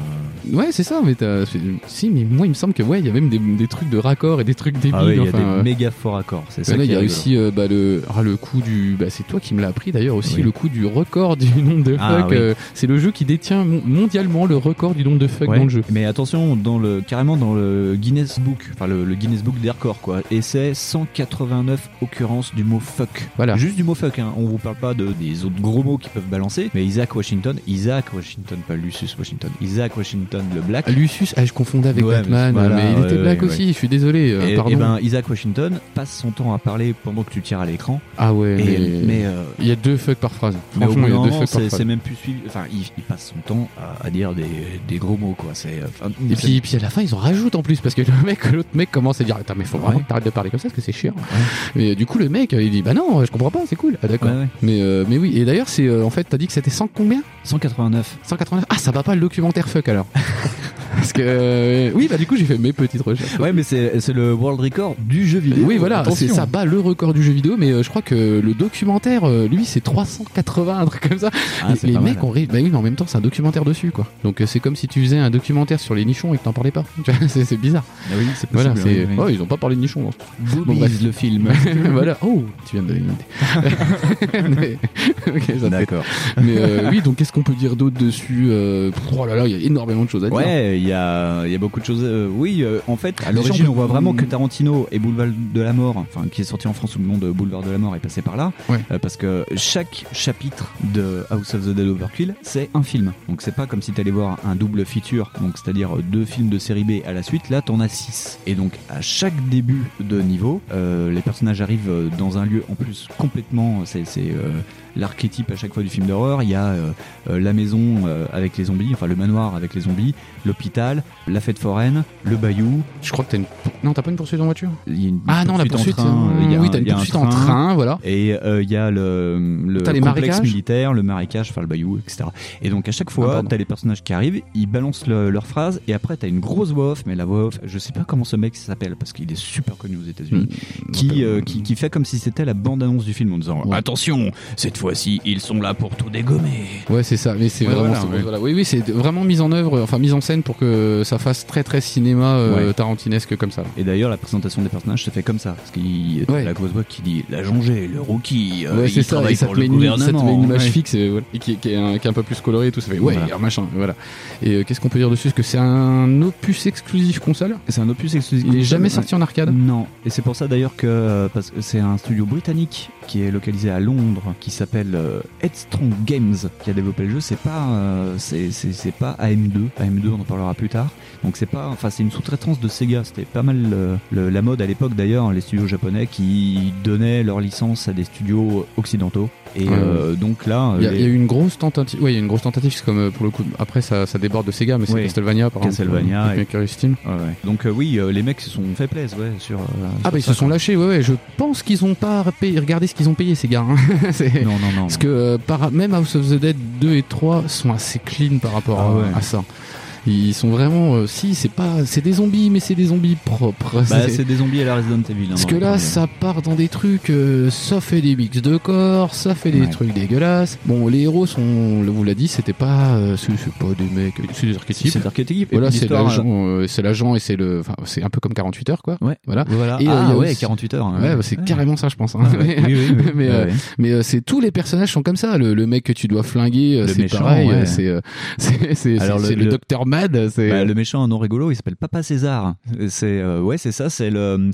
S3: Ouais c'est ça mais t'as- c'est- si mais moi il me semble que ouais il y a même des, des trucs de raccords et des trucs débiles.
S2: Ah ouais, il y a
S3: enfin,
S2: des
S3: euh,
S2: méga forts accords. C'est ça
S3: Là,
S2: qui
S3: il y
S2: est
S3: a
S2: rigolo.
S3: aussi euh, bah, le, ah, le coup du. Bah, c'est toi qui me l'as appris d'ailleurs aussi,
S2: Oui.
S3: le coup du record du nombre de
S2: Ah,
S3: fuck.
S2: oui.
S3: euh, c'est le jeu qui détient mon- mondialement le record du millions de fuck
S2: Ouais.
S3: dans le jeu.
S2: Mais attention, dans le, carrément dans le Guinness Book, enfin le, le Guinness Book des records quoi. Et c'est 189 occurrences du mot fuck.
S3: Voilà.
S2: Juste du mot fuck, hein. on vous parle pas de, des autres gros mots qui peuvent balancer. Mais Isaac Washington, Isaac Washington, pas Lucius Washington, Isaac Washington le black.
S3: Lucius, ah, je confondais avec
S2: Ouais, mais
S3: Batman, mais,
S2: voilà,
S3: il était
S2: ouais,
S3: black
S2: ouais,
S3: aussi, je suis désolé, euh,
S2: et,
S3: pardon.
S2: et ben Isaac Washington passe son temps à parler pendant que tu tires à l'écran.
S3: ah ouais,
S2: Et-
S3: mais...
S2: mais euh,
S3: il y a deux fuck par phrase.
S2: mais au bout
S3: Franchement, il y
S2: d'un
S3: a deux
S2: moment,
S3: fuck par
S2: c'est c'est
S3: phrase.
S2: même plus suivi. Enfin, il, il passe son temps à, à dire des, des gros mots quoi. C'est euh, enfin,
S3: Et puis, puis à la fin, ils en rajoutent en plus parce que le mec, l'autre mec commence à dire Attends, mais faut vraiment
S2: Ouais.
S3: que t'arrêtes de parler comme ça parce que c'est chiant. Mais euh, du coup, le mec, euh, il dit Bah non, je comprends pas, c'est cool. Ah d'accord.
S2: Ouais, ouais.
S3: Mais, euh, mais oui, et d'ailleurs, c'est euh, en fait, t'as dit que c'était 100 combien
S2: 189.
S3: 189 Ah, ça va pas le documentaire fuck alors *laughs* Parce que. euh, oui, bah du coup, j'ai fait mes petites recherches.
S2: Ouais, mais c'est c'est le world record du jeu vidéo.
S3: Oui, voilà, c'est-
S2: Attention.
S3: ça bat le record du jeu vidéo, mais euh, je crois que le documentaire, euh, lui, c'est 380, un truc comme ça.
S2: Ah, c'est
S3: les les
S2: pas mal.
S3: mecs ont ri. Bah oui, mais en même temps, c'est un documentaire dessus, quoi. Donc euh, c'est comme si tu faisais un documentaire sur les nichons et que t'en parlais pas. Tu vois, *laughs* c'est c'est bizarre.
S2: Ah oui, c'est
S3: Voilà,
S2: possible.
S3: c'est.
S2: oui, oui.
S3: Oh, ils ont pas parlé de nichons. dans ce
S2: Boobies,
S3: bon, bref.
S2: le film.
S3: *laughs* voilà. Oh, tu viens de donner une idée. *laughs* Mais- ok, *laughs* ça fait.
S2: D'accord.
S3: Mais euh, oui, donc qu'est-ce qu'on peut dire d'autre dessus Euh, pff, Oh là là, il y a énormément de choses à dire.
S2: Ouais, il y a, il y a beaucoup de choses. euh, oui, euh, en fait, à l'origine,
S3: gens
S2: on voit
S3: peuvent-
S2: vraiment que Tarantino et Boulevard de la Mort, enfin, qui est sorti en France sous le nom de Boulevard de la Mort, est passé par là.
S3: Ouais.
S2: Euh, parce que chaque chapitre de House of the Dead Overkill, c'est un film. Donc, c'est pas comme si t'allais voir un double feature, donc c'est-à-dire euh, deux films de série B à la suite. Là, t'en as six. Et donc, à chaque début de niveau, euh, les personnages arrivent euh, dans un lieu en plus complètement. C'est. c'est, euh, L'archétype à chaque fois du film d'horreur, il y a euh, euh, la maison euh, avec les zombies, enfin le manoir avec les zombies, l'hôpital, la fête foraine, le bayou.
S3: Je crois que t'as une. Non, t'as pas une poursuite en voiture
S2: Il y a une
S3: Ah non, la
S2: poursuite
S3: poursuite.
S2: en train,
S3: euh,
S2: il y a un-
S3: oui, t'as une
S2: il y a un
S3: poursuite en train, voilà.
S2: Et euh, il y a le, le
S3: T'as les
S2: complexe
S3: marécages
S2: militaire, le marécage, enfin le bayou, etc. Et donc à chaque
S3: Ah,
S2: fois,
S3: pardon.
S2: t'as les personnages qui arrivent, ils balancent le- leurs phrases, et après t'as une grosse voix off, mais la voix off, je sais pas comment ce mec s'appelle, parce qu'il est super connu aux
S3: Hmm.
S2: États-Unis, qui, euh, qui, qui fait comme si c'était la bande-annonce du film en disant
S3: Ouais.
S2: Attention, cette fois-ci, ils sont là pour tout dégommer.
S3: Ouais, c'est ça, mais c'est
S2: Ouais,
S3: vraiment.
S2: voilà,
S3: c'est-
S2: ouais.
S3: voilà. Oui, oui, c'est vraiment mise en œuvre, euh, enfin mise en scène pour que ça fasse très très cinéma euh,
S2: Ouais.
S3: tarantinesque comme ça.
S2: Et d'ailleurs, la présentation des personnages se fait comme ça. Parce qu'il
S3: Ouais.
S2: la grosse voix qui dit la jongée, le rookie, euh,
S3: ouais,
S2: il
S3: c'est ça,
S2: travaille
S3: et ça
S2: pour
S3: te,
S2: le
S3: met une, ça te
S2: gouvernement.
S3: met une image
S2: Ouais.
S3: fixe et, voilà, et qui, qui est un, qui est un peu plus colorée et tout. Ça fait ouais,
S2: Voilà.
S3: un machin, voilà. Et euh, qu'est-ce qu'on peut dire dessus Est-ce que c'est un opus exclusif console
S2: C'est un opus exclusif.
S3: Il est jamais
S2: Ouais.
S3: sorti en arcade
S2: Non, et c'est pour ça d'ailleurs que euh, parce que c'est un studio britannique qui est localisé à Londres, qui s'appelle euh, Headstrong Games, qui a développé le jeu. C'est pas, euh, c'est c'est- c'est pas AM2. AM2, on en parlera plus tard. Donc c'est pas, enfin c'est une sous-traitance de Sega. C'était pas mal euh, le- la mode à l'époque d'ailleurs, hein, les studios japonais qui donnaient leur licence à des studios occidentaux. Et
S3: Ouais,
S2: euh, donc là,
S3: Il y, a,
S2: les-
S3: il y a eu une grosse tentative. Ouais, il y a eu une grosse tentative. C'est comme euh, pour le coup. Après, ça, ça déborde de Sega, mais c'est
S2: Oui.
S3: Castlevania, par
S2: Castlevania
S3: exemple.
S2: et-
S3: Curious Steam.
S2: Ouais, ouais. Donc euh, oui, euh, les mecs se sont fait plaisir, ouais, sur. euh,
S3: Ah
S2: sur
S3: bah ils
S2: ça,
S3: se sont
S2: quoi.
S3: lâchés. Ouais, ouais. Je pense qu'ils ont pas payé. Regardez ce qu'ils ont payé, ces gars. hein. *laughs* C'est-
S2: Non, non, non.
S3: Parce que euh, par, même House of the Dead 2 et 3 sont assez clean par rapport
S2: Ah
S3: à-
S2: ouais.
S3: à, ça. Ils sont vraiment. euh, si, c'est pas. C'est des zombies, mais c'est des zombies
S2: Bah,
S3: propres. C'est-
S2: c'est des zombies à la Resident Evil. hein,
S3: Parce
S2: dans
S3: que
S2: le
S3: là,
S2: premier.
S3: ça part dans des trucs, euh, ça fait des mix de corps, ça fait des
S2: Ouais.
S3: trucs dégueulasses. Bon, les héros sont, on vous l'a dit, c'était pas, euh, c'est c'est pas des mecs, c'est des archétypes.
S2: C'est archétype. Et
S3: Voilà,
S2: puis
S3: c'est
S2: l'histoire,
S3: l'agent, euh, c'est l'agent et c'est le, enfin, c'est un peu comme 48 heures, quoi.
S2: euh, Ouais.
S3: Voilà.
S2: Voilà.
S3: Et, euh,
S2: ah
S3: il y a
S2: ouais,
S3: aussi-
S2: 48 heures.
S3: Ouais, bah, c'est carrément ça, je pense. hein.
S2: Ah ouais. *laughs*
S3: *laughs*
S2: Oui, oui, *laughs* oui.
S3: Mais,
S2: Ouais,
S3: euh,
S2: ouais.
S3: Mais euh, c'est tous les personnages sont comme ça. Le, le mec que tu dois flinguer, euh,
S2: Le
S3: c'est
S2: méchant,
S3: pareil. euh,
S2: ouais.
S3: C'est euh, *laughs* c'est c'est-
S2: Alors,
S3: c'est-
S2: le-
S3: c'est le
S2: le-
S3: docteur Mad. C'est
S2: Bah, le méchant non rigolo, il s'appelle Papa César. Et C'est euh, ouais, c'est ça, c'est le euh,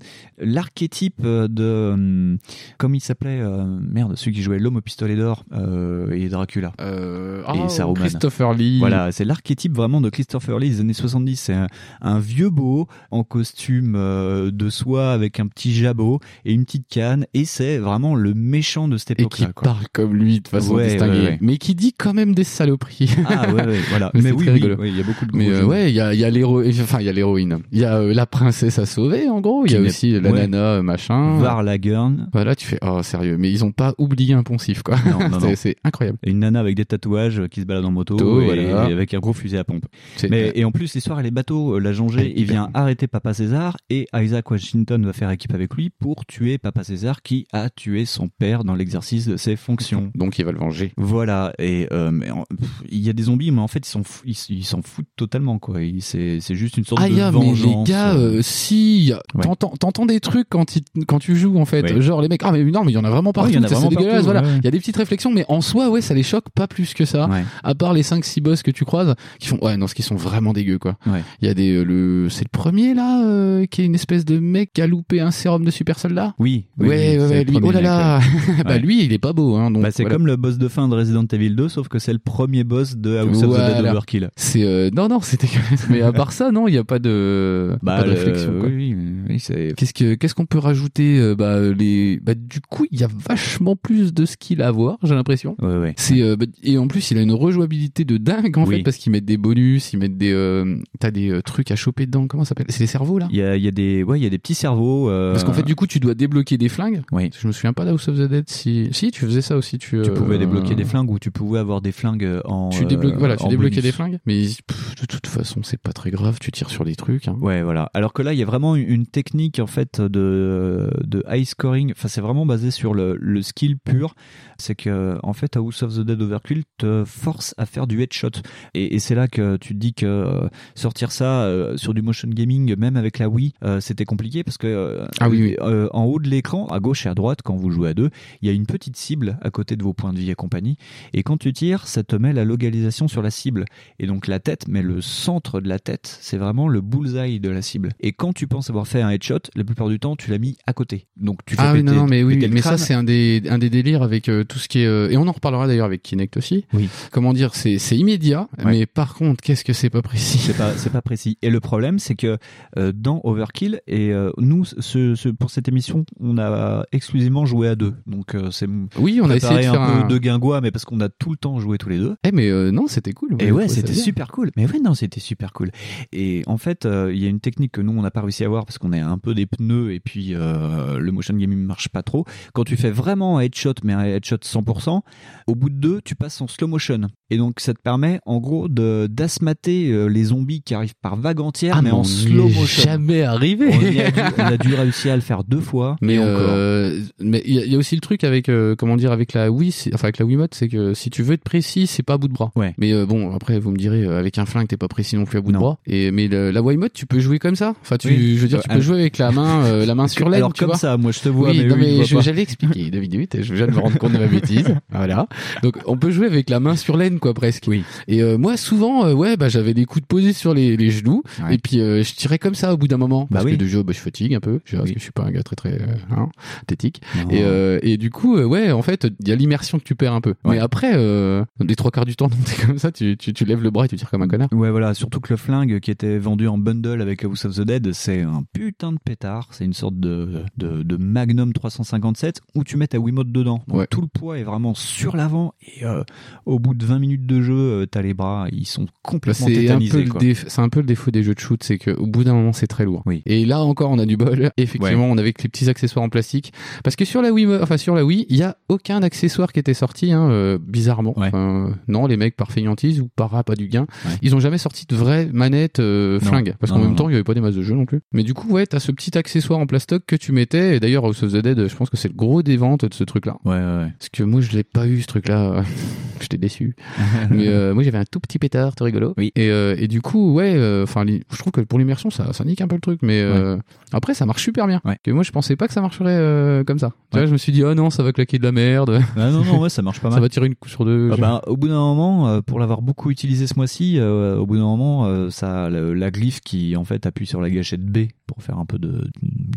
S2: l'archétype euh, de euh, comme il s'appelait euh, merde, celui qui jouait l'homme au pistolet d'or euh, et Dracula.
S3: euh,
S2: et
S3: oh,
S2: Saruman.
S3: Christopher Lee.
S2: Voilà, c'est l'archétype vraiment de Christopher Lee des années 70. C'est un, un vieux beau en costume euh, de soie avec un petit jabot et une petite canne. Et c'est vraiment le méchant de cette
S3: Et qui
S2: époque-là. quoi.
S3: parle comme lui de façon
S2: Ouais,
S3: distinguée,
S2: ouais, ouais.
S3: mais qui dit quand même des saloperies. *laughs*
S2: Ah ouais, ouais, voilà.
S3: Mais
S2: Mais,
S3: c'est
S2: oui,
S3: très
S2: oui,
S3: rigolo.
S2: oui, il y a beaucoup de
S3: Mais
S2: gros
S3: euh,
S2: jeux.
S3: ouais, il y a, il y a l'héro- enfin il y a l'héroïne, il y a euh, la princesse à sauver en gros, il y a
S2: Qui n'est-
S3: aussi la
S2: ouais.
S3: nana euh, machin.
S2: Var Lagern,
S3: Voilà, tu fais oh sérieux, mais ils ont pas oublié un poncif quoi.
S2: Non, non,
S3: *laughs* C'est-
S2: non.
S3: C'est incroyable.
S2: une nana avec des tatouages qui se balade en moto
S3: Moto,
S2: et,
S3: voilà. euh,
S2: et avec un gros fusil à pompe.
S3: C'est-
S2: Mais, et en plus, l'histoire, elle est bateau. Euh, La Jongée, il vient arrêter Papa César et Isaac Washington va faire équipe avec lui pour tuer Papa César qui a tué son père dans l'exercice de ses fonctions.
S3: Donc ils veulent venger.
S2: Voilà, et euh, mais en- pff, il y a des zombies, mais en fait ils s'en fou- ils s- ils s'en foutent totalement, quoi. Il- C'est c'est juste une sorte
S3: Ah
S2: de
S3: ya, mais les
S2: vengeance.
S3: gars, euh, si y a-
S2: Ouais.
S3: t'entends t'entends des trucs quand il- quand tu joues en fait,
S2: Ouais.
S3: genre les mecs ah mais non mais il y en a vraiment partout,
S2: il y en a
S3: ça, c'est
S2: vraiment
S3: dégueulasse,
S2: partout,
S3: voilà. Il
S2: ouais.
S3: y a des petites réflexions, mais en soi ouais ça les choque pas plus que ça.
S2: Ouais.
S3: À part les 5-6 boss que tu croises, qui font ouais non ce qui sont vraiment dégueux quoi. Il
S2: Ouais.
S3: y a des euh, le c'est le premier là euh, qui est une espèce de mec qui a loupé un sérum de super soldat.
S2: Oui, oui,
S3: Ouais, ouais,
S2: oui, c'est
S3: ouais,
S2: le
S3: lui.
S2: premier
S3: Oh là
S2: mec, ouais.
S3: là. *laughs* bah,
S2: Ouais.
S3: lui, il est pas beau, hein. Donc,
S2: Bah, c'est
S3: voilà.
S2: comme le boss de fin de Resident Evil 2, sauf que c'est le premier boss de House of the Dead
S3: Voilà.
S2: Overkill.
S3: C'est, euh, non, non, c'était, mais à part ça, non, il n'y a pas de, pas de
S2: Bah, le-
S3: réflexion, quoi.
S2: oui, oui, oui, c'est.
S3: Qu'est-ce que qu'est-ce qu'on peut rajouter euh, bah, les bah, du coup il y a vachement plus de skills à avoir j'ai l'impression
S2: Ouais, ouais.
S3: c'est euh, bah, et en plus il a une rejouabilité de dingue en
S2: Oui.
S3: fait parce qu'ils mettent des bonus ils mettent des euh, t'as des euh, trucs à choper dedans comment ça s'appelle c'est les cerveaux là
S2: Il y a, il y a des, ouais, il y a des petits cerveaux. euh,
S3: parce qu'en fait du coup tu dois débloquer des flingues
S2: Oui.
S3: je me souviens pas d'House of the Dead si si tu faisais ça aussi tu
S2: tu pouvais
S3: euh,
S2: débloquer des flingues ou tu pouvais avoir des flingues en.
S3: tu
S2: euh,
S3: débloques voilà tu
S2: en
S3: débloquais
S2: bonus.
S3: des flingues mais pff, de toute façon c'est pas très grave tu tires sur des trucs hein.
S2: Ouais, voilà. Alors que là, il y a vraiment une- une technique en fait de, de high scoring. Enfin, c'est vraiment basé sur le, le skill pur. C'est que en fait, House of the Dead Overkill te force à faire du headshot. Et, et c'est là que tu te dis que euh, sortir ça euh, sur du motion gaming, même avec la Wii, euh, c'était compliqué parce que euh,
S3: Ah oui, oui.
S2: euh, en haut de l'écran, à gauche et à droite, quand vous jouez à deux, il y a une petite cible à côté de vos points de vie et compagnie. Et quand tu tires, ça te met la localisation sur la cible. Et donc la tête, mais le centre de la tête, c'est vraiment le bullseye de la cible. Et quand tu penses avoir fait un headshot, la plupart du temps, tu l'as mis à côté. Donc tu fais
S3: ah oui,
S2: péter-
S3: non, non, mais oui,
S2: péter le
S3: mais ça
S2: crâne.
S3: c'est un des un des délires avec euh, tout ce qui est euh, et on en reparlera d'ailleurs avec Kinect aussi.
S2: Oui.
S3: Comment dire, c'est c'est immédiat,
S2: Ouais.
S3: mais par contre, qu'est-ce que c'est pas précis
S2: C'est pas, c'est pas précis. Et le problème, c'est que euh, dans Overkill, et euh, nous, ce- ce- pour cette émission, on a exclusivement joué à deux. Donc euh, c'est
S3: Oui, on a essayé de
S2: préparé
S3: faire
S2: un peu
S3: un.
S2: de guingois, mais parce qu'on a tout le temps joué tous les deux.
S3: Eh mais euh, non, c'était cool.
S2: Et ouais,
S3: je trouvais ça
S2: c'était
S3: bien.
S2: super cool. Mais ouais, non, c'était super cool. Et en fait, euh, il y a une technique que nous, on n'a pas réussi à avoir parce qu'on est un peu des pneus et puis euh, le motion gaming marche pas trop. Quand tu fais vraiment un headshot, mais un headshot 100%, au bout de deux, tu passes en slow motion. Et donc, ça te permet, en gros, de d'asmater euh, les zombies qui arrivent par vague entière,
S3: Ah,
S2: mais en
S3: on n'y
S2: slow
S3: est
S2: motion.
S3: Jamais arrivé.
S2: On, y a dû, on a dû réussir à le faire deux fois.
S3: *laughs* Mais
S2: et encore.
S3: euh, mais il y, a- il y a aussi le truc avec euh, comment dire avec la Wii, c'est- enfin avec la Wiimote, c'est que si tu veux être précis, c'est pas à bout de bras.
S2: Ouais.
S3: Mais euh, bon, après vous me direz euh, avec un flingue t'es pas précis non plus à bout de
S2: Non.
S3: bras. Et mais le- la Wiimote, tu peux jouer comme ça. Enfin, tu,
S2: Oui.
S3: je veux dire, tu
S2: Euh,
S3: peux
S2: ah,
S3: jouer avec la main,
S2: *laughs*
S3: euh, la main sur l'aile,
S2: Alors,
S3: tu
S2: comme
S3: vois.
S2: ça, moi, je te vois,
S3: oui,
S2: mais,
S3: non,
S2: eux, ils
S3: Ah, mais
S2: te voient
S3: je-
S2: pas.
S3: j'allais *laughs* expliquer deux minutes, je viens de me rendre compte de ma *laughs* bêtise. Voilà. Donc on peut jouer avec la main sur l'aine quoi presque.
S2: Oui.
S3: Et euh, moi souvent euh, ouais bah j'avais des coups de posés sur les, les genoux
S2: Ouais.
S3: et puis euh, je tirais comme ça au bout d'un moment
S2: Bah
S3: parce que
S2: oui.
S3: de jeu bah, je fatigue un peu, je, parce
S2: Oui.
S3: que je suis pas un gars très très euh, hein, athlétique.
S2: Non.
S3: Et, euh, et du coup euh, ouais en fait il y a l'immersion que tu perds un peu.
S2: Ouais.
S3: Mais après euh, les trois quarts du temps *laughs* t'es comme ça tu, tu tu lèves le bras et tu tires comme un connard.
S2: Ouais, voilà, surtout que le flingue qui était vendu en bundle avec House of the Dead, c'est un putain de pétard. C'est une sorte de, de, de Magnum 357 où tu mets ta Wiimote dedans. Donc
S3: Ouais.
S2: tout le poids est vraiment sur l'avant et euh, au bout de 20 minutes de jeu, euh, t'as les bras, ils sont
S3: Bah,
S2: complètement
S3: C'est un, peu
S2: tétanisés.
S3: le
S2: quoi.
S3: déf- c'est un peu le défaut des jeux de shoot, c'est qu'au bout d'un moment c'est très lourd.
S2: Oui.
S3: Et là encore on a du bol. Effectivement, on avait que les petits accessoires en plastique. Parce que sur la Wii, euh, enfin sur la Wii, il y a aucun accessoire qui était sorti, hein, euh, bizarrement.
S2: Ouais.
S3: Enfin, euh, non, les mecs par feignantise ou par pas du gain,
S2: Ouais.
S3: ils ont jamais sorti de vraie manette euh,
S2: Non.
S3: flingue. Parce
S2: Non,
S3: qu'en
S2: non,
S3: même temps
S2: non.
S3: il y avait pas des masses de jeux non plus. Mais du coup ouais, t'as ce petit accessoire en plastoc que tu mettais. Et d'ailleurs House of the Dead, je pense que c'est le gros des ventes de ce truc-là.
S2: Ouais, ouais,
S3: Parce que moi je l'ai pas eu ce truc-là. *laughs* J'étais *laughs* déçu
S2: ouais.
S3: mais euh, moi j'avais un tout petit pétard tout rigolo
S2: Oui.
S3: et, euh, et du coup ouais euh, enfin li- je trouve que pour l'immersion ça, ça nique un peu le truc mais euh, après ça marche super bien
S2: Ouais.
S3: que moi je pensais pas que ça marcherait euh, comme ça tu
S2: Ouais.
S3: vois je me suis dit oh non ça va claquer de la merde
S2: Ah non, non, ouais, ça
S3: *laughs*
S2: marche pas
S3: ça
S2: mal.
S3: va tirer une coup sur deux
S2: Ah
S3: Je-
S2: ben, au bout d'un moment, euh, pour l'avoir beaucoup utilisé ce mois-ci, euh, au bout d'un moment, euh, ça, le- la glyphe qui en fait appuie sur la gâchette B pour faire un peu de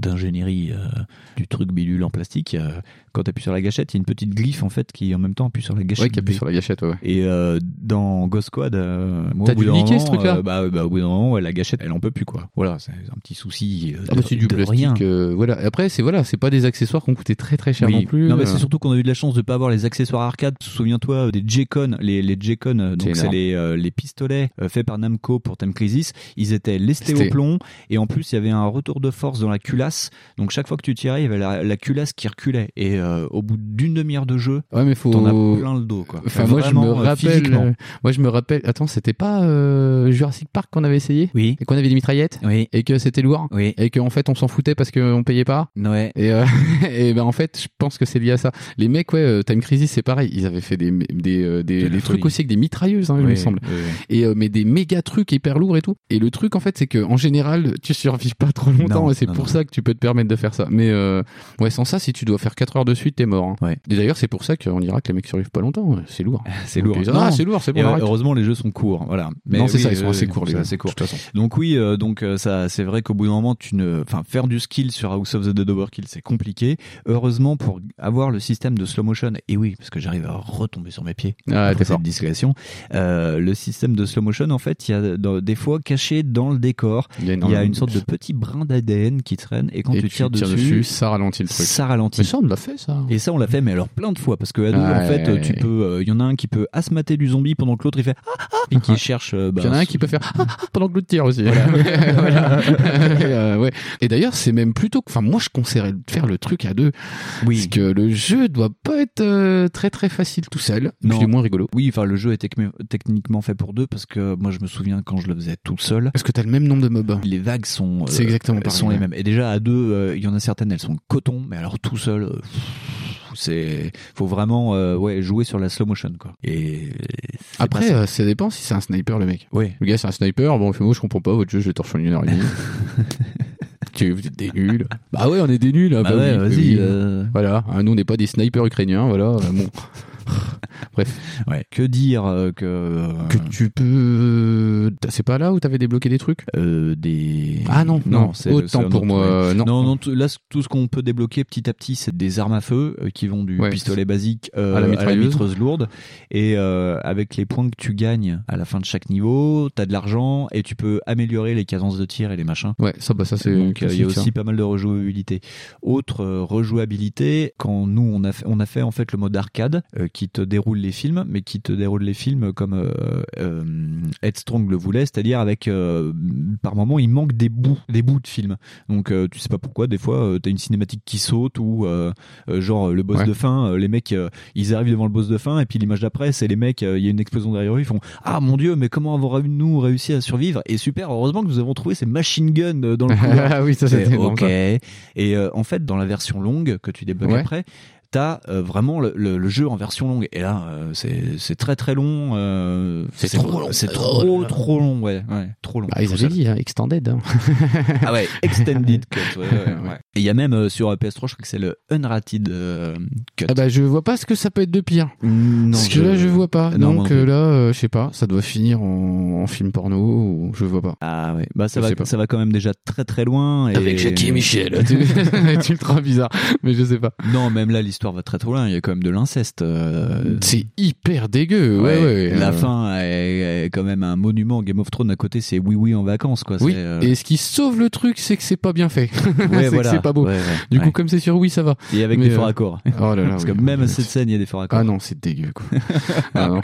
S2: d'ingénierie euh, du truc bidule en plastique. euh, quand tu appuies sur la gâchette, il y a une petite glyphe en fait qui en même temps appuie sur la gâchette
S3: ouais qui appuie
S2: B.
S3: sur la gâchette ouais, ouais.
S2: Et euh, dans Ghost Squad, euh, moi,
S3: T'as
S2: au bout
S3: dû
S2: d'un
S3: niquer ce
S2: moment,
S3: truc-là
S2: euh, bah, bah, au bout d'un moment, ouais, la gâchette, elle en peut plus quoi. Voilà, c'est un petit souci. euh,
S3: Ah bah,
S2: de,
S3: c'est du
S2: de rien.
S3: plastique euh, voilà Et après c'est voilà c'est pas des accessoires qui ont coûté très très cher
S2: Oui.
S3: non plus
S2: mais
S3: Euh,
S2: c'est surtout qu'on a eu de la chance de pas avoir les accessoires arcade. Souviens-toi euh, des J-Con, les, les J-Con, euh,
S3: C'est
S2: donc c'est
S3: énorme.
S2: les, euh, les pistolets euh, faits par Namco pour Time Crisis. Ils étaient lestés
S3: C'était-
S2: au plomb et en plus il y avait un retour de force dans la culasse. Donc chaque fois que tu tirais, il y avait la, la culasse qui reculait. Et euh, au bout d'une demi-heure de jeu,
S3: Ouais, mais faut.
S2: t'en as plein le dos. Quoi.
S3: Enfin, moi, je
S2: Vraiment,
S3: me
S2: euh,
S3: rappelle.
S2: physiquement.
S3: euh, Moi, je me rappelle. Attends, c'était pas euh, Jurassic Park qu'on avait essayé
S2: Oui,
S3: et qu'on avait des mitraillettes
S2: oui,
S3: et que c'était lourd
S2: oui.
S3: et qu'en fait, on s'en foutait parce qu'on payait pas.
S2: Ouais.
S3: Et, euh, *laughs* et ben en fait, je pense que c'est lié à ça. Les mecs, ouais, euh, Time Crisis, c'est pareil. Ils avaient fait des des, euh, des,
S2: De la
S3: des trucs
S2: folie.
S3: aussi avec des mitrailleuses, hein, il me
S2: Oui,
S3: semble.
S2: oui, oui.
S3: Et euh, mais des méga trucs hyper lourds et tout. Et le truc en fait, c'est que en général, tu survis pas trop longtemps.
S2: Non,
S3: et c'est
S2: non,
S3: pour
S2: non.
S3: ça que tu peux te permettre de faire ça. Mais euh, ouais, sans ça, si tu dois faire 4 heures de suite, t'es mort. hein.
S2: Ouais.
S3: Et d'ailleurs, c'est pour ça qu'en Irak, les mecs survivent pas longtemps. ouais. C'est lourd.
S2: C'est lourd.
S3: Donc, ils disent,
S2: Non,
S3: Ah, c'est lourd, c'est bon.
S2: et,
S3: on
S2: euh,
S3: arrête.
S2: heureusement, les jeux sont courts. Voilà. Mais
S3: non, c'est
S2: oui,
S3: ça. Ils sont
S2: euh,
S3: assez courts. les
S2: c'est
S3: gars,
S2: assez court.
S3: De toute façon.
S2: Donc oui, euh, donc euh, ça, c'est vrai qu'au bout d'un moment, tu ne, enfin, faire du skill sur House of the Dead Overkill, c'est compliqué. Heureusement, pour avoir le système de slow motion, et oui, parce que j'arrive à retomber sur mes pieds
S3: Ah,
S2: après
S3: d'accord.
S2: cette discrétion, euh, le système de slow motion, en fait, il y a dans- des fois caché dans le décor, il y a une sorte de petit brin d'ADN qui traîne, et quand
S3: Et
S2: tu, tires, dessus,
S3: ça ralentit le truc.
S2: ça
S3: Mais
S2: ralentit.
S3: ça, on l'a fait, ça.
S2: Et ça, on l'a hein. fait, mais alors plein de fois, parce que à nous, en
S3: Ouais,
S2: fait,
S3: ouais,
S2: tu
S3: ouais.
S2: peux, euh, il y en a un qui peut asmater du zombie pendant que l'autre il fait ah ah, et qui cherche. euh, bah,
S3: Puis il y en a un qui
S2: *laughs*
S3: peut faire Ah, ah pendant que l'autre tire aussi. *laughs* Voilà. et euh, ouais. Et d'ailleurs, c'est même plutôt. Enfin, moi, je conseillerais de faire le truc à deux. Parce
S2: oui.
S3: que le jeu doit pas être euh, très très facile tout seul.
S2: Non.
S3: C'est moins rigolo.
S2: Oui, enfin le jeu est techmi- techniquement fait pour deux parce que moi je me souviens quand je le faisais tout seul,
S3: Parce que t'as le même nombre de mobs.
S2: les vagues sont euh,
S3: C'est exactement pareil.
S2: sont les mêmes. Et déjà à deux, euh, il y en a certaines elles sont coton, mais alors tout seul, euh, pff, c'est faut vraiment euh, ouais jouer sur la slow motion quoi. Et c'est pas
S3: Après,
S2: ça.
S3: euh, ça dépend si c'est un sniper, le mec.
S2: oui.
S3: Le gars, c'est un sniper. Bon, il fait, moi, je comprends pas votre jeu, je vais torcher une heure et
S2: *laughs*
S3: demie. tu vous êtes des nuls. Bah ouais, on est des nuls. ah,
S2: Bah
S3: bah
S2: ouais,
S3: oui,
S2: vas-y.
S3: oui, oui.
S2: euh,
S3: Voilà. Ah, Nous, on n'est pas des snipers ukrainiens. Voilà. Euh, Bon.
S2: ouais. Que dire euh, que, euh,
S3: Que tu peux. C'est pas là où t'avais débloqué des trucs
S2: euh, des
S3: Ah non, non,
S2: c'est c'est
S3: autant
S2: un
S3: pour
S2: autre,
S3: moi.
S2: ouais.
S3: euh, Non,
S2: Non, non, tout- là, c- tout ce qu'on peut débloquer petit à petit, c'est des armes à feu euh, qui vont du
S3: Ouais,
S2: pistolet basique euh,
S3: à
S2: à,
S3: la
S2: la
S3: mitrailleuse.
S2: mitreuse lourde. Et euh, avec les points que tu gagnes à la fin de chaque niveau, t'as de l'argent et tu peux améliorer les cadences de tir et les machins.
S3: Ouais, ça, bah, ça c'est.
S2: Donc euh, il y a
S3: classique, ça.
S2: aussi pas mal de rejouabilité. Autre euh, rejouabilité, quand nous on a fait, on a fait en fait le mode arcade euh, qui te déroule les films, mais qui te déroule les films comme euh, euh, Headstrong le voulait, c'est-à-dire avec euh, par moment il manque des bouts, des bouts de films. Donc euh, tu sais pas pourquoi des fois euh, t'as une cinématique qui saute ou euh, euh, genre le boss
S3: Ouais.
S2: de fin, euh, les mecs euh, ils arrivent devant le boss de fin et puis l'image d'après c'est les mecs, euh, il y a une explosion derrière eux, ils font ah mon dieu, mais comment avons-nous réussi à survivre Et super, heureusement que nous avons trouvé ces machine guns euh, dans
S3: *laughs*
S2: le couloir.
S3: ah oui, ça
S2: C'est
S3: c'était bon,
S2: ok.
S3: ça.
S2: Et euh, en fait, dans la version longue que tu débloques
S3: Ouais.
S2: après, t'as euh, vraiment le, le- le jeu en version longue. Et là, euh, c'est c'est très très long. euh,
S3: C'est trop long.
S2: C'est
S3: Oh
S2: trop
S3: là là.
S2: trop long. Ouais, ouais, trop long.
S3: Bah, ils
S2: Tout
S3: avaient
S2: seul.
S3: dit, hein, extended. hein.
S2: Ah ouais,
S3: *laughs*
S2: extended cut. ouais, ouais, ouais.
S3: Ouais.
S2: Et il y a même euh, sur euh, PS3, je crois que c'est le unrated euh, cut.
S3: Ah bah, je vois pas ce que ça peut être de pire.
S2: non,
S3: Parce que là, je vois pas.
S2: Non, moi
S3: Donc
S2: non
S3: euh,
S2: plus.
S3: là, euh, je sais pas, ça doit finir en, en film porno ou je vois pas.
S2: Ah ouais, bah ça
S3: Je
S2: va,
S3: sais pas.
S2: ça va quand même déjà très très loin. Et...
S10: Avec Jackie et
S3: *laughs*
S10: Michel.
S3: c'est ultra bizarre, mais je sais pas.
S2: *laughs* Non, même là l'histoire va très trop loin. Il y a quand même de l'inceste. euh,
S3: C'est hyper dégueu. Ouais, ouais.
S2: La
S3: euh,
S2: fin est, est quand même un monument. Game of Thrones à côté, c'est oui oui en vacances quoi.
S3: Oui.
S2: C'est, euh,
S3: Et *laughs* ce qui sauve le truc, c'est que c'est pas bien fait. *laughs*
S2: ouais,
S3: c'est que
S2: voilà.
S3: c'est pas beau.
S2: Ouais, ouais,
S3: Du
S2: ouais.
S3: coup, comme c'est sur oui, ça va.
S2: et avec
S3: mais,
S2: des forts
S3: euh,
S2: accords.
S3: Oh là là.
S2: Parce
S3: oui.
S2: que même à cette scène, il y a des forts accords.
S3: Ah non, c'est dégueu
S2: *laughs*
S3: quoi. Ah non.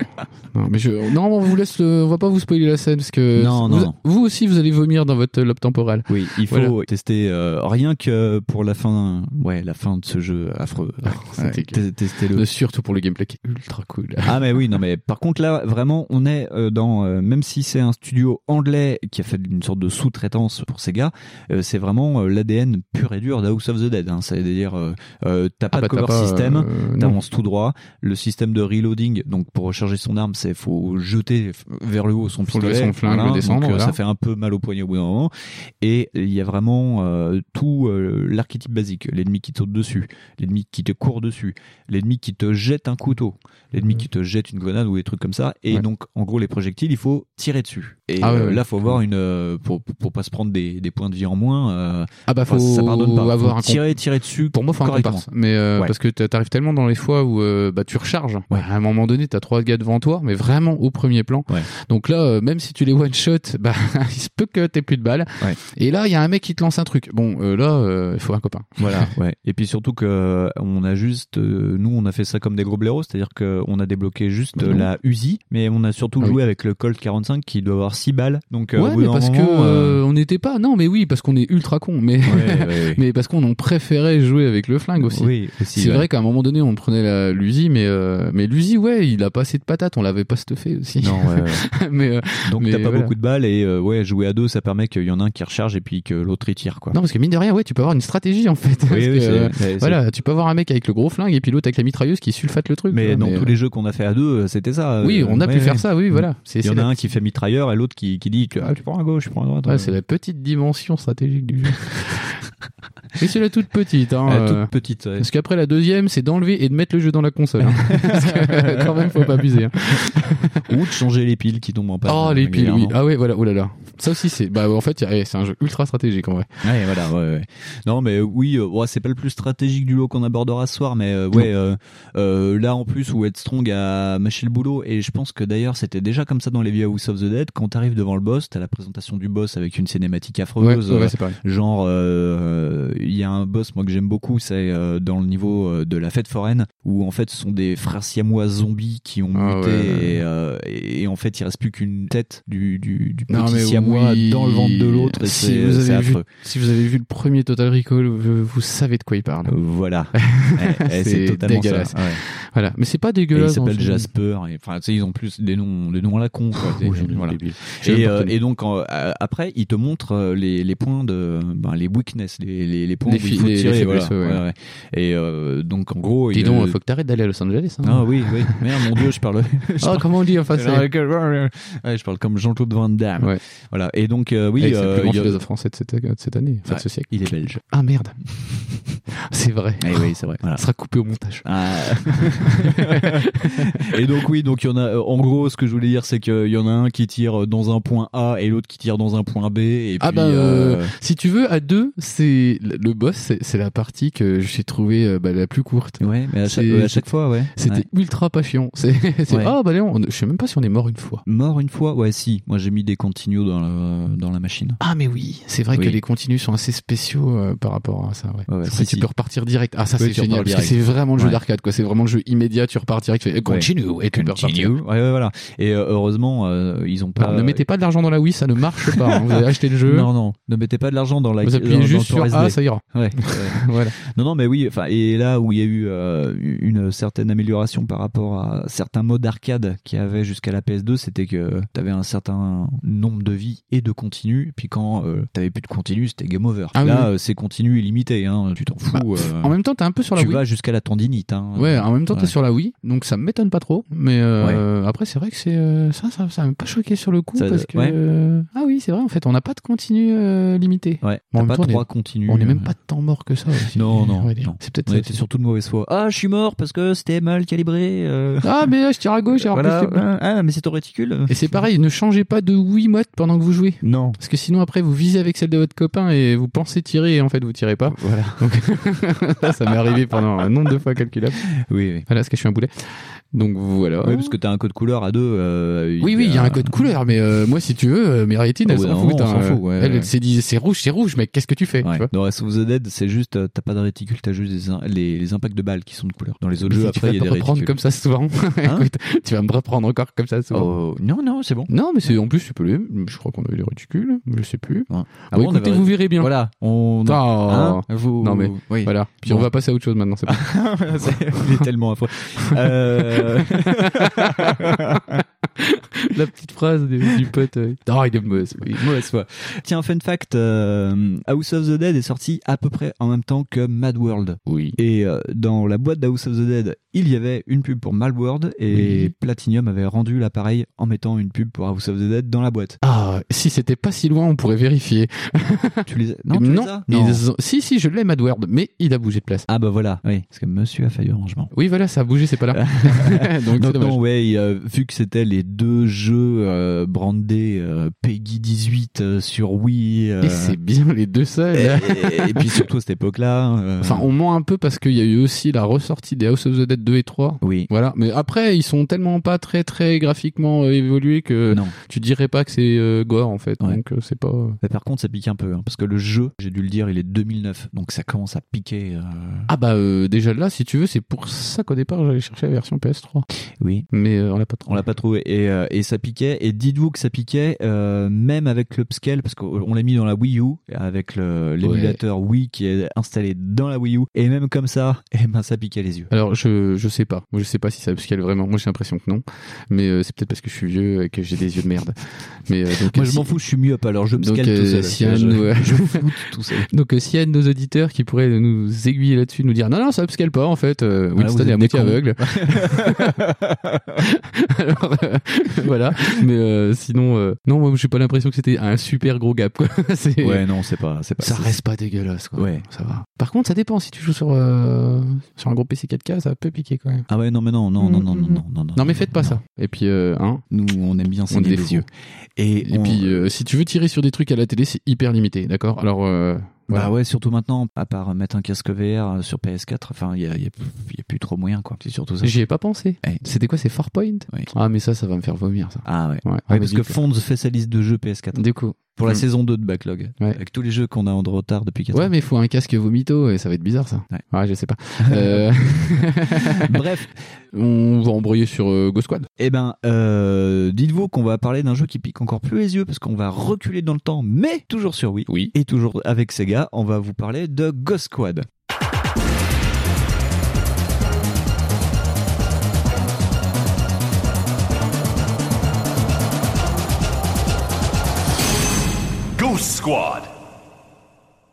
S3: Non, mais je... non, on vous laisse le... on va pas vous spoiler la scène parce que
S2: Non,
S3: vous...
S2: non, non.
S3: vous aussi vous allez vomir dans votre lobe temporal.
S2: Oui, il faut
S3: Voilà.
S2: tester euh, rien que pour la fin, ouais, la fin de ce jeu affreux.
S3: c'est dégueu.
S2: te- Testez-le.
S3: Mais Euh, Surtout pour le gameplay qui est ultra cool.
S2: Ah mais oui, non mais par contre là vraiment on est euh, dans euh, même si c'est un studio anglais qui a fait une sorte de sous-traitance pour ces gars, euh, c'est vraiment euh, l'ADN pur et dur d'House of the Dead. Hein, C'est-à-dire euh, euh, t'as pas
S3: Ah bah,
S2: de cover
S3: t'as pas,
S2: system,
S3: euh, non.
S2: t'avances tout droit. Le système de reloading, donc pour recharger son arme, c'est faut jeter f- vers le haut son
S3: Faut
S2: pistolet,
S3: lever son flingue, le
S2: donc,
S3: descendre,
S2: euh,
S3: voilà.
S2: ça fait un peu mal au poignet au bout d'un moment. Et il y a vraiment euh, tout euh, l'archétype basique, l'ennemi qui te saute dessus, l'ennemi qui te court dessus, l'ennemi qui te jette un couteau, l'ennemi qui te jette une grenade ou des trucs comme ça. Et
S3: Ouais.
S2: donc en gros les projectiles, il faut tirer dessus. Et
S3: Ah ouais,
S2: euh,
S3: ouais.
S2: là, faut avoir une euh, pour pour pas se prendre des, des points de vie en moins. euh,
S3: Ah bah faut
S2: enfin, ça pardonne pas.
S3: avoir
S2: Faut
S3: un
S2: tirer tirer dessus.
S3: Pour moi, faut un
S2: correctement.
S3: comparse. Mais euh,
S2: Ouais.
S3: parce que t'a- t'arrives tellement dans les fois où euh, bah tu recharges.
S2: Ouais.
S3: À un moment donné, t'as trois gars devant toi, mais vraiment au premier plan.
S2: Ouais.
S3: Donc là, euh, même si tu les one shot, *laughs* bah il se peut que t'aies plus de balles.
S2: Ouais. *laughs*
S3: Et là, il y a un mec qui te lance un truc. Bon, euh, là, euh, il faut un copain.
S2: Voilà, ouais. Et puis surtout que euh, on a juste, euh, nous, on a fait ça comme des gros blaireaux, c'est-à-dire qu'on a débloqué juste
S3: Bah
S2: euh,
S3: non.
S2: la Uzi, mais on a surtout
S3: Ah
S2: joué avec le Colt 45 qui doit avoir 6 balles. Donc, euh, au
S3: ouais,
S2: bout
S3: mais
S2: d'un
S3: parce que
S2: moment, euh,
S3: euh, on n'était pas. Non, mais oui, parce qu'on est ultra con. Mais *laughs*
S2: ouais, ouais, ouais.
S3: mais parce qu'on en préférait jouer avec le flingue aussi.
S2: Oui, aussi,
S3: C'est
S2: ouais.
S3: vrai qu'à un moment donné, on prenait la- l'Uzi, mais euh, mais l'Uzi, ouais, il a pas assez de patates. On l'avait pas stuffé aussi.
S2: Non, ouais, ouais.
S3: *laughs* mais euh,
S2: Donc
S3: Mais
S2: t'as pas
S3: voilà.
S2: beaucoup de balles et euh, ouais jouer à deux ça permet qu'il y en a un qui recharge et puis que l'autre il tire quoi.
S3: non, parce que mine de rien, ouais, tu peux avoir une stratégie en fait. Parce
S2: oui, oui,
S3: que,
S2: c'est-
S3: euh,
S2: mais c'est-
S3: voilà, tu peux avoir un mec avec le gros flingue et puis l'autre avec la mitrailleuse qui sulfate le truc.
S2: Mais
S3: quoi,
S2: dans tous
S3: euh,
S2: les jeux qu'on a fait à deux, euh, c'était ça.
S3: Oui,
S2: euh,
S3: on a
S2: ouais,
S3: pu faire
S2: ouais.
S3: ça, oui, voilà. C'est
S2: Il y
S3: c'est
S2: en a
S3: la-
S2: un qui fait mitrailleur et l'autre qui, qui dit que, ah, tu prends à gauche, tu prends à droite.
S3: ouais, c'est la petite dimension
S2: *laughs*
S3: stratégique du jeu. Et c'est la toute petite. Hein,
S2: Ah,
S3: euh,
S2: toute petite. ouais.
S3: Parce qu'après la deuxième, c'est d'enlever et de mettre le jeu dans la
S2: *laughs*
S3: console. hein. Parce que, quand même, faut pas abuser. hein.
S2: Ou de changer les piles qui tombent en panne.
S3: oh, les piles, oui.
S2: régulièrement.
S3: Ah ouais, voilà, oh là là. Ça aussi, c'est. Bah, en fait, y a- eh, c'est un jeu ultra stratégique en vrai.
S2: Ouais, voilà, ouais, ouais. Non, mais oui, euh, ouais, c'est pas le plus stratégique du lot qu'on abordera ce soir, mais euh, ouais, euh, euh, là en plus où Headstrong a mâché le boulot, et je pense que d'ailleurs c'était déjà comme ça dans les vieux House of the Dead, quand t'arrives devant le boss, t'as la présentation du boss avec une cinématique affreuse, euh,
S3: c'est pareil.
S2: Genre, euh, il y a un boss, moi, que j'aime beaucoup, c'est euh, dans le niveau euh, de la fête foraine, où en fait, ce sont des frères siamois zombies qui ont
S3: Ah
S2: muté,
S3: ouais.
S2: et, euh, et, et en fait, il reste plus qu'une tête du, du, du
S3: Non,
S2: petit
S3: mais
S2: siamois
S3: oui.
S2: dans le ventre de l'autre, et
S3: Si
S2: c'est-
S3: vous
S2: c'est
S3: avez vu-
S2: affreux.
S3: Si vous avez vu le premier Total Recall, vous, vous savez de quoi il
S2: Ah
S3: parle. *laughs*
S2: Voilà. Eh, eh,
S3: C'est
S2: c'est totalement
S3: dégueulasse.
S2: ça. Ouais.
S3: Voilà. Mais c'est pas
S2: Et il
S3: dégueulasse.
S2: s'appelle
S3: en fait.
S2: Jasper. et Enfin, tu sais, ils ont plus des noms, des noms à la con. quoi. C'est-
S3: j'en ai
S2: voilà.
S3: débile. J'aime
S2: Et,
S3: pas
S2: euh,
S3: tellement.
S2: et donc en- euh, après, il te montre euh, les, les points de ben, les weakness, les, les, les points
S3: Les
S2: où il
S3: fi-
S2: faut
S3: les- les
S2: tirer.
S3: faiblesses,
S2: voilà.
S3: ouais.
S2: Ouais, ouais. Et euh, donc en gros,
S3: Dis
S2: il,
S3: donc,
S2: euh,
S3: faut que t'arrêtes d'aller à Los Angeles. hein.
S2: ah oui,
S3: *laughs*
S2: oui. Merde, mon dieu, je parle. je
S3: Ah,
S2: parle-
S3: comment on dit en face
S2: C'est vrai que- Ouais, je parle comme Jean-Claude Van Damme.
S3: Ouais.
S2: Voilà. Et donc euh, oui,
S3: Oui, c'est le
S2: euh,
S3: plus grand
S2: il y a-
S3: philosophe français de cette, de cette année, enfin de ce siècle.
S2: il est belge.
S3: Ah merde. *laughs* c'est vrai.
S2: Eh oui, c'est vrai. Voilà.
S3: *laughs* Ça sera coupé au montage.
S2: Ah. *laughs* et donc oui, donc il y en a. euh, En gros, ce que je voulais dire, c'est qu'il y en a un qui tire euh, dans un point A et l'autre qui tire dans un point B. Et
S3: Ah
S2: puis,
S3: bah,
S2: euh,
S3: euh, si tu veux, à deux, c'est le boss, c'est c'est la partie que j'ai trouvée euh, bah, la plus courte.
S2: ouais, mais à chaque,
S3: c'est-
S2: à chaque fois, ouais.
S3: C'était
S2: Ouais.
S3: ultra pas chiant. *laughs* C'est c'est-
S2: Ouais.
S3: ah bah Léon, on- je sais même pas si on est mort une fois.
S2: Mort une fois, ouais, si. Moi, j'ai mis des continues dans la, dans la machine.
S3: Ah mais oui, c'est vrai
S2: Oui.
S3: que les continues sont assez spéciaux euh, par rapport à ça. Ouais.
S2: Ouais, ouais,
S3: C'est
S2: si,
S3: vrai que tu
S2: si.
S3: peux repartir direct. Ah ça
S2: Oui,
S3: c'est
S2: tu
S3: génial
S2: repars
S3: parce que c'est
S2: direct.
S3: vraiment le jeu
S2: Ouais.
S3: d'arcade quoi. C'est vraiment le jeu immédiat. Tu repars direct. Tu fais eh, continue et tu peux repartir.
S2: Ouais, ouais, voilà. Et euh, heureusement, euh, ils ont pas.
S3: Alors, ne mettez pas de l'argent dans la Wii, ça ne marche pas. hein. Vous
S2: *laughs*
S3: avez acheté le jeu.
S2: Non, non, ne mettez pas de l'argent dans la.
S3: Vous appuyez
S2: dans- dans
S3: juste
S2: le
S3: sur
S2: port
S3: A,
S2: SD.
S3: ça ira. *laughs*
S2: Ouais.
S3: Voilà.
S2: Non, non, mais oui. Enfin, et là où il y a eu euh, une certaine amélioration par rapport à certains modes arcade qu'il y avait jusqu'à la PS2, c'était que t'avais un certain nombre de vies et de continues. Puis quand euh, t'avais plus de continues, c'était game over.
S3: Ah
S2: là,
S3: oui.
S2: euh, c'est continu illimité. Hein, tu t'en fous.
S3: Bah,
S2: euh,
S3: En même temps, t'es un peu sur la
S2: tu
S3: Wii.
S2: vas jusqu'à la tendinite. Hein.
S3: Ouais, en même temps, t'es
S2: Ouais.
S3: sur la Wii, donc ça m'étonne pas trop. Mais euh, après, c'est vrai que c'est euh, ça, ça, ça m'a pas choqué sur le coup
S2: Ça-
S3: parce que
S2: ouais.
S3: euh, ah oui, c'est vrai. En fait, on n'a pas de continu euh, limité.
S2: Ouais.
S3: Mais en
S2: T'as
S3: même
S2: pas
S3: temps, on est-
S2: trois continues.
S3: On est même pas de temps mort que ça. aussi,
S2: Non, Oh
S3: on
S2: non,
S3: va dire.
S2: non.
S3: C'est peut-être
S2: On
S3: ça
S2: était
S3: aussi.
S2: surtout de mauvaise foi. Ah, je suis mort parce que c'était mal calibré. euh.
S3: Ah mais là, je tire à gauche. alors
S2: Voilà.
S3: plus, c'est bon.
S2: Ah, mais c'est ton réticule.
S3: Et c'est pareil, ne changez pas de Wii Wiimote pendant que vous jouez.
S2: *laughs* Non.
S3: Parce que sinon après vous visez avec celle de votre copain et vous pensez tirer et en fait vous tirez pas.
S2: Voilà.
S3: *laughs* Ça, ça m'est arrivé pendant un nombre de fois calculable.
S2: Oui, oui.
S3: Voilà, parce que je suis un boulet. Donc voilà.
S2: Oui, parce que t'as un code couleur à deux. euh,
S3: Oui, oui, il y a un code couleur, mais euh, moi, si tu veux, euh, mes rétines,
S2: Ah
S3: elles
S2: ouais,
S3: s'en
S2: non,
S3: foutent.
S2: on
S3: hein.
S2: s'en fout, ouais,
S3: Elles,
S2: ouais.
S3: c'est dit, c'est rouge, c'est rouge, mec, qu'est-ce que tu fais tu
S2: Ouais.
S3: vois
S2: Dans Last of the Dead, c'est juste, euh, t'as pas de réticule, t'as juste des in- les, les impacts de balles qui sont de couleur. Dans les autres
S3: Mais
S2: jeux,
S3: si
S2: après, il
S3: tu
S2: y a
S3: vas me
S2: des
S3: reprendre
S2: réticules.
S3: comme ça souvent. *laughs*
S2: Hein
S3: Écoute, tu vas me reprendre encore comme ça souvent.
S2: Oh, non, non, c'est bon.
S3: Non, mais c'est en plus, c'est pas les. Je crois qu'on a eu les réticules, je sais plus.
S2: Ouais.
S3: bon,
S2: Avant, Ah on
S3: écoutez,
S2: avait-
S3: vous verrez bien.
S2: Voilà, on.
S3: Oh.
S2: Hein vous... *laughs*
S3: Non, mais-
S2: oui.
S3: Voilà. Puis
S2: Bon.
S3: on va passer à autre chose maintenant. c'est bon.
S2: *laughs* C'est- il est tellement affreux. Euh,
S3: *laughs* La petite phrase du, du pote. euh, Oh, il est mauvais.
S2: *laughs* Oui, mauvaise foi. Tiens, fun fact, euh, House of the Dead est sorti à peu près en même temps que Mad World.
S3: Oui.
S2: Et euh, dans la boîte d'House of the Dead, il y avait une pub pour Mad World et
S3: Oui.
S2: Platinum avait rendu l'appareil en mettant une pub pour House of the Dead dans la boîte.
S3: Ah, si c'était pas si loin, on pourrait vérifier.
S2: tu les as Non, tu les as
S3: ils ont- si, si, je l'ai, Madward, mais il a bougé de place.
S2: Ah bah voilà, oui, parce que monsieur a failli au rangement.
S3: *laughs* Oui, voilà, ça a bougé, c'est pas là. Donc, c'est
S2: Donc
S3: dommage.
S2: non, ouais, il, euh, vu que c'était les deux jeux euh, brandés euh, Peggy 18 euh, sur Wii. euh,
S3: Et c'est bien les deux seuls.
S2: et, et- et puis surtout à cette époque-là. euh,
S3: *laughs* Enfin, on ment un peu parce qu'il y a eu aussi la ressortie des House of the Dead 2 et 3.
S2: oui.
S3: Voilà, mais après ils sont tellement pas très très graphiquement euh, évolués que
S2: Non.
S3: tu dirais pas que c'est euh, gore en fait.
S2: Ouais.
S3: Donc euh, c'est pas
S2: Mais par contre, ça pique un peu, hein, parce que le jeu, j'ai dû le dire, il est 2009, donc ça commence à piquer. euh,
S3: Ah bah euh, déjà là si tu veux, c'est pour ça qu'au départ j'allais chercher la version PS3.
S2: Oui.
S3: Mais euh, on l'a pas
S2: On l'a pas trouvé et, euh, et ça piquait et dites-vous que ça piquait euh, même avec l'upscale parce qu'on l'a mis dans la Wii U avec le- l'émulateur Wii qui est installé dans la Wii U et même comme ça *laughs* et ben ça piquait les yeux.
S3: Alors je je sais pas. Moi je sais pas si ça upscale vraiment. Moi j'ai l'impression que non. Mais euh, c'est peut-être parce que je suis vieux et que j'ai des yeux de merde. Mais euh, donc
S2: Moi
S3: euh,
S2: je m'en
S3: si-
S2: fous, je suis myope alors je
S3: Donc,
S2: upscale
S3: euh,
S2: tout seul.
S3: si
S2: Je-
S3: un de nous-
S2: je, je floute *laughs* tout seul.
S3: *laughs* Donc euh, s'il y a de nos auditeurs qui pourraient nous aiguiller là-dessus, nous dire non non ça upscale pas en fait, euh,
S2: Voilà,
S3: Winston
S2: Ah, vous
S3: est à
S2: êtes
S3: moitié
S2: des cons. *laughs*
S3: aveugle. Alors euh, voilà, mais euh, sinon euh, non moi j'ai pas l'impression que c'était un super gros gap quoi. *laughs* C'est-
S2: Ouais non c'est pas c'est pas
S3: Bah, ça
S2: c'est-
S3: reste pas dégueulasse quoi.
S2: Ouais.
S3: ça va. Par contre ça dépend si tu joues sur euh, sur un gros PC 4K ça peut piquer quand même.
S2: Ah ouais non mais non non non non non non non.
S3: Mm, Non mais faites pas ça. Et puis euh, hein.
S2: Nous on aime bien
S3: On est
S2: saigner
S3: des fous.
S2: les yeux. Et,
S3: Et
S2: on-
S3: puis euh, si tu veux tirer sur des trucs à la télé c'est hyper limité d'accord. Alors euh, voilà.
S2: Bah ouais, surtout maintenant, à part mettre un casque VR sur PS4, enfin, il y a, il y a- il y a plus trop moyen, quoi. C'est surtout ça.
S3: J'y ai pas pensé.
S2: Ouais.
S3: C'était quoi, c'est Farpoint
S2: Ouais.
S3: Ah, mais ça, ça va me faire vomir, ça.
S2: Ah ouais.
S3: Ouais,
S2: Ouais,
S3: Ah,
S2: parce
S3: mais
S2: que
S3: du
S2: Fonds fait sa liste de jeux PS4
S3: coup- du coup.
S2: hein, pour la
S3: Mm.
S2: saison 2 de Backlog,
S3: Ouais.
S2: avec tous les jeux qu'on a en retard depuis 4
S3: Ouais, mais *laughs* faut un casque vomito et ça va être bizarre, ça.
S2: Ouais.
S3: Ouais, je sais *laughs* pas. Euh,
S2: *laughs* Bref,
S3: on va embrouiller sur euh, Ghost Squad.
S2: eh ben, euh, dites-vous qu'on va parler d'un jeu qui pique encore plus les yeux parce qu'on va reculer dans le temps, mais toujours sur Wii.
S3: Oui.
S2: Et toujours avec Sega, on va vous parler de Ghost Squad.
S5: Ghost Squad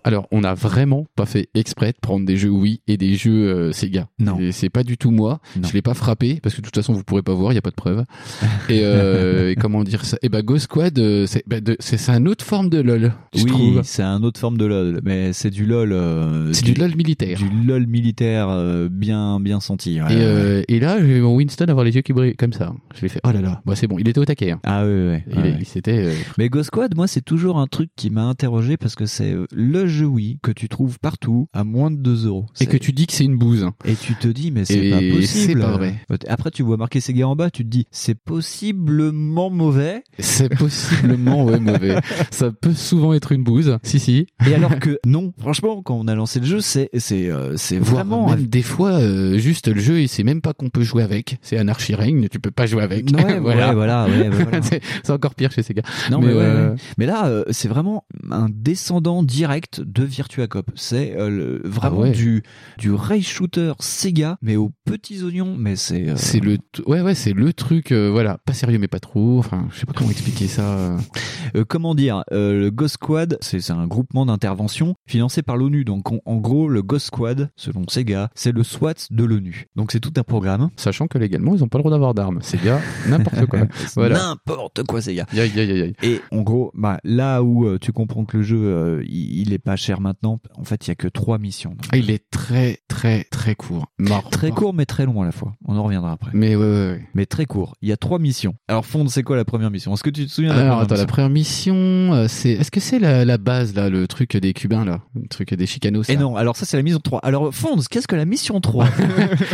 S3: Alors, on a vraiment pas fait exprès de prendre des jeux Wii et des jeux euh, Sega.
S2: Non.
S3: Et c'est pas du tout moi.
S2: Non.
S3: Je l'ai pas frappé parce que de toute façon, vous pourrez pas voir, il y a pas de preuve. et, euh, et comment dire ça Et bah, Ghost Squad, euh, c'est bah, de- c'est- c'est une autre forme de LOL, je
S2: oui,
S3: trouve.
S2: c'est un autre forme de LOL, mais c'est du LOL. euh,
S3: C'est du LOL militaire.
S2: Du LOL militaire euh, bien, bien senti. ouais,
S3: Et,
S2: ouais.
S3: euh, et là, j'ai vu mon Winston avoir les yeux qui brillent comme ça. Je l'ai fait. Oh là là. Bon, c'est bon. Il était au taquet. hein.
S2: Ah ouais, ouais,
S3: Il,
S2: ouais, ouais.
S3: il s'était. euh,
S2: Mais Ghost Squad, moi, c'est toujours un truc qui m'a interrogé parce que c'est le jeu Wii que tu trouves partout à moins de 2 euros.
S3: Et que tu dis que c'est une bouse. hein.
S2: Et tu te dis, mais c'est
S3: Et
S2: pas
S3: c'est
S2: possible. Euh,
S3: pas vrai.
S2: Après, tu vois marquer Sega en bas, tu te dis, c'est possiblement mauvais.
S3: C'est possiblement ouais, mauvais. *laughs* Ça peut souvent être une bouse. Si si.
S2: Et alors
S3: *laughs*
S2: que non, franchement, quand on a lancé le jeu, c'est c'est euh, c'est
S3: Voire
S2: vraiment
S3: même des fois, euh, juste le jeu, il sait même pas qu'on peut jouer avec. C'est Anarchy Reign, tu peux pas jouer avec.
S2: Ouais,
S3: *laughs* voilà.
S2: ouais, voilà, ouais, ouais, voilà.
S3: *laughs* c'est c'est encore pire chez Sega.
S2: Non, mais,
S3: Mais,
S2: ouais,
S3: euh,
S2: ouais. Mais là, euh, c'est vraiment un descendant direct de Virtua Cop. C'est euh, le- vraiment
S3: Ah ouais.
S2: du, du rail shooter Sega, mais aux petits oignons. Mais c'est. euh,
S3: C'est le, t- ouais ouais, c'est le truc, euh, voilà, pas sérieux mais pas trop. Enfin, je sais pas comment expliquer ça. euh.
S2: euh, comment dire euh, Le Ghost Squad, c'est c'est un groupement d'intervention financé par l'ONU. Donc en- en gros, le Ghost Squad, selon Sega, c'est le SWAT de l'ONU. Donc c'est tout un programme.
S3: Sachant que légalement, ils ont pas le droit d'avoir d'armes. *laughs* Sega, n'importe quoi. voilà.
S2: N'importe quoi, Sega.
S3: Aïe, aïe, aïe, aïe.
S2: Et en gros, bah, là où euh, tu comprends que le jeu, euh, il, il est pas cher maintenant, en fait, il y a que trois missions.
S3: Ah, Il est très, très, très court. Mort.
S2: Très
S3: Mort.
S2: court, mais très long à la fois. On en reviendra après.
S3: Mais ouais, ouais, ouais.
S2: Mais très court. Il y a trois missions. Alors, Fond, c'est quoi la première mission Est-ce que tu te souviens de la
S3: Alors
S2: première
S3: Ah, attends, la
S2: mission
S3: première mission, euh, c'est. Est-ce que c'est la, la base là, le truc des Cubains là, le truc des Chicanos
S2: Eh
S3: là
S2: non, alors ça, c'est la mission 3. Alors, Fond, qu'est-ce que la mission
S3: *laughs*
S2: 3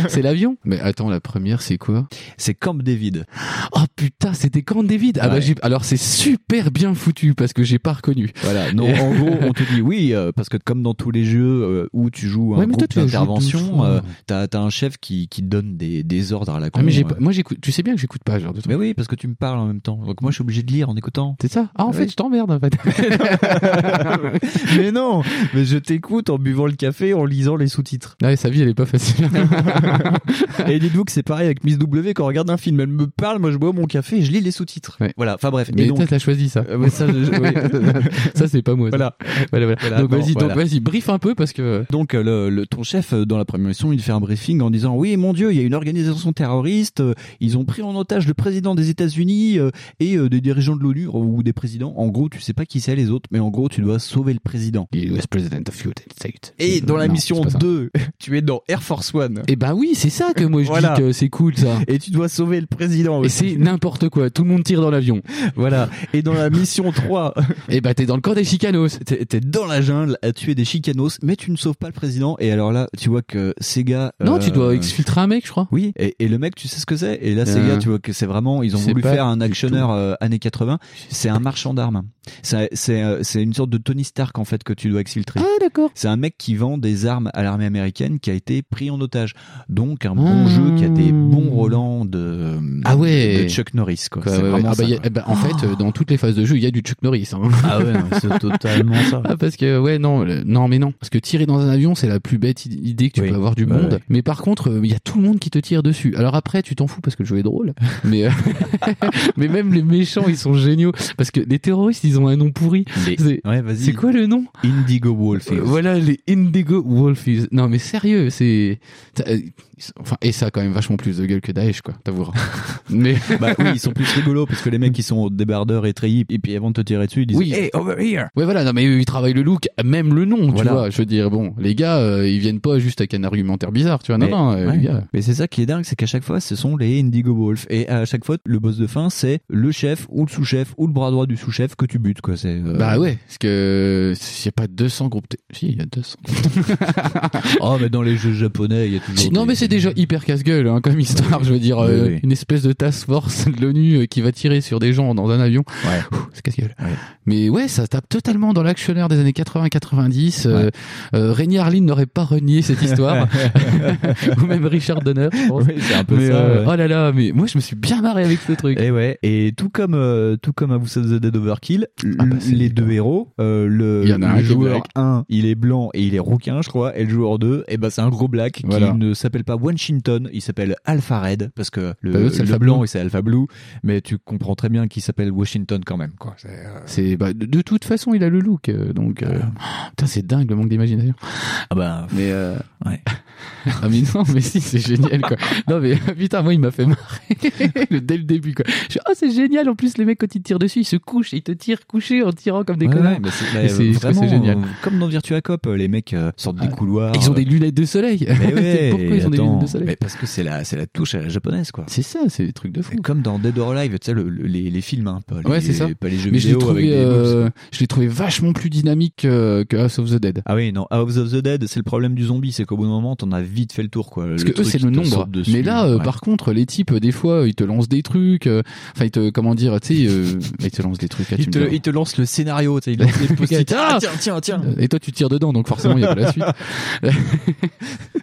S3: C'est l'avion. Mais attends, la première, c'est quoi
S2: C'est Camp David.
S3: Oh putain, c'était Camp David. Ah bah,
S2: Ouais.
S3: j'ai- alors c'est super bien foutu parce que j'ai pas reconnu.
S2: Voilà. Non, en gros, on te dit oui, euh, parce que comme dans tous les jeux euh, où tu joues un
S3: Ouais, mais toi,
S2: groupe
S3: tu as joué douze
S2: d'intervention,
S3: fois.
S2: euh, t'as t'as un chef qui, qui te donne des, des ordres à la con.
S3: Ah, mais j'ai
S2: euh.
S3: pas- moi j'écoute. Tu sais bien que j'écoute pas ce genre de truc.
S2: Mais oui, parce que tu me parles en même temps. Donc moi, je suis obligé de lire en
S3: *laughs*
S2: écoutant.
S3: C'est ça Ah en
S2: Ah
S3: fait,
S2: oui.
S3: je t'emmerde en fait. *laughs*
S2: mais non, mais je t'écoute en buvant le café, en lisant les sous-titres.
S3: Ouais, sa vie elle est pas facile. *laughs*
S2: Et dites-vous que c'est pareil avec Miss W quand on regarde un film, elle me parle, moi je bois mon café et je lis les sous-titres.
S3: Ouais.
S2: Voilà, enfin bref. *laughs*
S3: mais
S2: et
S3: toi
S2: donc,
S3: t'as choisi ça.
S2: Euh, ouais, ça, je- oui.
S3: *laughs* ça c'est pas moi. ça.
S2: voilà.
S3: Voilà, voilà.
S2: Voilà. Voilà,
S3: donc
S2: bon,
S3: vas-y,
S2: voilà.
S3: donc vas-y, brief un peu parce que.
S2: Donc euh, le, le- ton chef euh, dans la première mission, il fait un briefing en disant oui mon Dieu il y a une organisation terroriste, euh, ils ont pris en otage le président des États-Unis euh, et euh, des dirigeants de l'ONU ou des présidents. En gros tu sais pas qui c'est les autres, mais en gros tu dois sauver le président.
S3: US President of United States.
S2: Et dans la
S3: Non,
S2: mission
S3: c'est pas ça.
S2: 2, *laughs* tu es dans Air Force One
S3: Eh ben oui, c'est ça que moi je
S2: Voilà. Oh,
S3: dis que c'est
S2: *laughs*
S3: cool ça.
S2: et tu dois sauver le président.
S3: Et c'est n'importe quoi, tout le monde tire dans l'avion.
S2: Voilà. Et dans la mission 3,
S3: Et bah t'es dans le camp des chicanos.
S2: *laughs* t'es t'es dans la jungle à tuer des chicanos, mais tu ne sauves pas le président. Et alors là, tu vois que Sega.
S3: Non,
S2: euh,
S3: tu dois exfiltrer un mec, je crois.
S2: Oui, et, et le mec, tu sais ce que c'est Et là,
S3: Euh,
S2: Sega, tu vois que c'est vraiment, ils ont
S3: je sais
S2: voulu
S3: pas
S2: faire un
S3: du
S2: actionneur
S3: tout.
S2: euh, années 80. C'est un marchand d'armes. C'est c'est, euh, c'est une sorte de Tony Stark en fait que tu dois exfiltrer.
S3: Ah, d'accord.
S2: C'est un mec qui vend des armes à l'armée américaine qui a été pris en otage. Donc un bon
S3: Ah.
S2: jeu qui a des bons Roland de,
S3: Mmh. Ah ouais.
S2: de Chuck Norris quoi.
S3: Ouais,
S2: C'est
S3: ouais, ouais.
S2: vraiment
S3: Ah
S2: ça,
S3: bah,
S2: hein.
S3: y a-
S2: quoi.
S3: *laughs* eh ben, en fait, euh, dans toutes les phases de jeu, il y a du Chuck Norris. hein. *laughs*
S2: Ah ouais, non, c'est totalement ça.
S3: Ah, parce que ouais non le- non mais non parce que tirer dans un avion c'est la plus bête i- idée que tu
S2: Oui.
S3: peux avoir du
S2: Ouais,
S3: monde
S2: ouais.
S3: mais par contre euh, il y a tout le monde qui te tire dessus alors après tu t'en fous parce que le jeu est drôle *laughs* mais euh, mais même les méchants ils sont géniaux parce que les terroristes ils ont un nom pourri c'est
S2: Ouais, vas-y.
S3: c'est quoi le nom
S2: Indigo Wolf.
S3: Euh, Voilà les Indigo Wolfies. Non mais sérieux, c'est t'as- euh, ils sont- enfin et ça a quand même vachement plus de gueule que Daesh quoi, t'avoueras. *laughs* mais
S2: Bah oui, ils sont plus rigolos parce que les mecs ils sont débardeurs et treillis et puis avant de te tirer dessus, ils disent Eh,
S3: Oui.
S2: Hey, over here.
S3: ouais voilà, non mais eux, ils travaillent le look, même le nom,
S2: Voilà.
S3: tu vois, je veux dire bon, les gars, euh, ils viennent pas juste avec un argumentaire bizarre, tu vois.
S2: Mais-
S3: non non, euh,
S2: ouais.
S3: les gars.
S2: Mais c'est ça qui est dingue, c'est qu'à chaque fois, ce sont les Indigo Wolf. Et à chaque fois, le boss de fin, c'est le chef ou le sous-chef ou le bras droit du sous-chef que tu butes, quoi. C'est, euh,
S3: Bah ouais, parce que s'il n'y a pas 200 groupes... t- Si, il y a 200.
S2: *laughs* Oh, mais dans les jeux japonais, il y a toujours.
S3: Non
S2: des-
S3: mais c'est déjà hyper casse-gueule hein, comme histoire, je veux dire,
S2: Oui,
S3: euh,
S2: oui.
S3: une espèce de task force de l'ONU euh, qui va tirer sur des gens dans un avion.
S2: Ouais. *laughs*
S3: Ouh, c'est casse-gueule.
S2: Ouais.
S3: Mais ouais, ça tape totalement dans l'actionnaire des années 80-90. Euh, euh, Rémi Harlin n'aurait pas renié cette *laughs* histoire. Ou même Richard Donner. je pense.
S2: Ouais, c'est un peu
S3: Mais,
S2: ça.
S3: euh,
S2: ouais.
S3: Oh là là, mais moi je me suis bien marré avec ce truc.
S2: Et ouais, et tout comme euh, tout comme House of the Dead Overkill, l-
S3: Ah bah, c'est
S2: les
S3: bizarre.
S2: deux héros, euh, le,
S3: Il y en a
S2: le
S3: un qui est
S2: joueur
S3: black.
S2: 1, il est blanc et il est rouquin, je crois, et le joueur 2, et ben c'est un gros black
S3: Voilà.
S2: qui ne s'appelle pas Washington, il s'appelle Alpha Red parce que le,
S3: Bah, l'autre, c'est
S2: le
S3: Alpha
S2: blanc
S3: Blue.
S2: et c'est Alpha Blue, mais tu comprends très bien qu'il s'appelle Washington quand même quoi. C'est, euh,
S3: C'est bah, de, de toute façon il a le look euh, donc euh, putain c'est dingue le manque d'imagination
S2: Ah bah
S3: mais
S2: ouais.
S3: *laughs* Ah mais non, mais si, c'est génial quoi. Non mais *laughs* putain, moi il m'a fait marrer *laughs* le- dès le début quoi. Je suis, oh c'est génial. En plus les mecs quand ils te tirent dessus, ils se couchent et ils te tirent couché en tirant comme des
S2: Ouais,
S3: connards.
S2: ouais, mais c'est,
S3: Et c'est- je trouve
S2: vraiment,
S3: que c'est génial.
S2: euh, Comme dans Virtua Cop, les mecs euh, sortent des
S3: Ah,
S2: couloirs.
S3: Ils ont
S2: euh,
S3: des lunettes de soleil. *laughs*
S2: mais ouais,
S3: Pourquoi ils ont des
S2: attends,
S3: lunettes de soleil
S2: Mais parce que c'est la c'est la touche à la japonaise quoi.
S3: C'est ça, c'est des trucs de fou.
S2: C'est comme dans Dead or Alive, tu sais, le- le- les, les films, hein, pas, les,
S3: Ouais, c'est ça.
S2: pas les jeux
S3: Mais je l'ai
S2: vidéo avec
S3: trouvé,
S2: des
S3: euh,
S2: boobs.
S3: je l'ai trouvé vachement plus dynamique euh, que House of the Dead.
S2: Ah oui, non, House of the Dead, c'est le problème du zombie, c'est qu'au bout d'un moment, t'en as vite fait le tour, quoi.
S3: Parce que eux,
S2: truc,
S3: c'est
S2: il
S3: le
S2: te
S3: nombre.
S2: saute dessus,
S3: Mais là, euh,
S2: ouais.
S3: par contre, les types, des fois, ils te lancent des trucs. euh, Enfin, ils te, comment dire, tu sais, euh, *laughs* ils te lancent des trucs. là, tu
S2: il
S3: me
S2: te,
S3: diras.
S2: il te lance le scénario,
S3: *laughs*
S2: tu sais, il lance les post-it.
S3: Ah
S2: Ah, tiens, tiens, tiens.
S3: Euh, Et toi, tu tires dedans, donc forcément, il y a pas la suite. *laughs*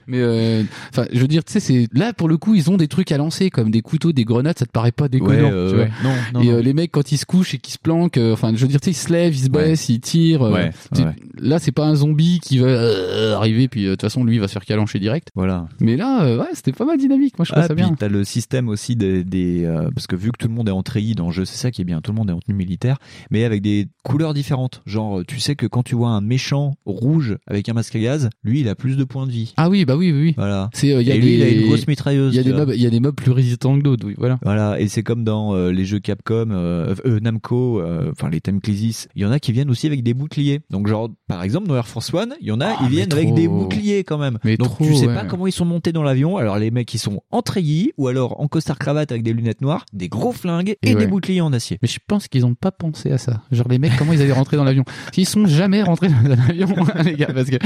S3: Mais euh, enfin, je veux dire, tu sais, c'est là pour le coup, ils ont des trucs à lancer, comme des couteaux, des grenades. Ça te paraît pas déconnant,
S2: Ouais, euh,
S3: tu vois.
S2: ouais. Non, non,
S3: et
S2: non.
S3: euh, les mecs quand ils se couchent et qu'ils se planquent, euh, enfin je veux dire, tu sais, ils se lèvent, ils se
S2: Ouais.
S3: baissent, ils tirent. euh,
S2: Ouais,
S3: tu-
S2: ouais.
S3: Là, c'est pas un zombie qui va euh, arriver, puis euh, de toute façon, lui, il va se faire calancher direct.
S2: Voilà.
S3: Mais là, euh, ouais, c'était pas mal dynamique. Moi, je trouve
S2: Ah,
S3: ça
S2: puis
S3: bien.
S2: t'as le système aussi des, des euh, parce que vu que tout le monde est en treillis dans le jeu, c'est ça qui est bien. Tout le monde est en tenue militaire, mais avec des couleurs différentes. Genre, euh, tu sais que quand tu vois un méchant rouge avec un masque à gaz, lui, il a plus de points de vie.
S3: Ah oui, bah oui, oui. oui.
S2: Voilà.
S3: C'est, euh, il y a
S2: et
S3: des,
S2: lui, il a une grosse mitrailleuse.
S3: il y a
S2: tu
S3: des
S2: vois.
S3: mobs, il y a des mobs plus résistants que d'autres. Oui, voilà.
S2: Voilà, et c'est comme dans euh, les jeux Capcom, euh, euh, Namco, euh, enfin les Temclisis, il y en a qui viennent aussi avec des boucliers. Donc genre, par exemple, dans Air Force One, il y en a,
S3: Ah,
S2: ils viennent
S3: mais
S2: avec
S3: trop.
S2: des boucliers quand même.
S3: Mais
S2: Donc
S3: trop,
S2: tu sais
S3: ouais.
S2: pas comment ils sont montés dans l'avion. Alors les mecs, ils sont en treillis, ou alors en costard-cravate avec des lunettes noires, des gros flingues et,
S3: Et
S2: des
S3: ouais.
S2: boucliers en acier.
S3: Mais je pense qu'ils n'ont pas pensé à ça. Genre les mecs, comment ils allaient rentrer dans l'avion S'ils sont jamais rentrés dans un avion, *laughs* les gars, parce que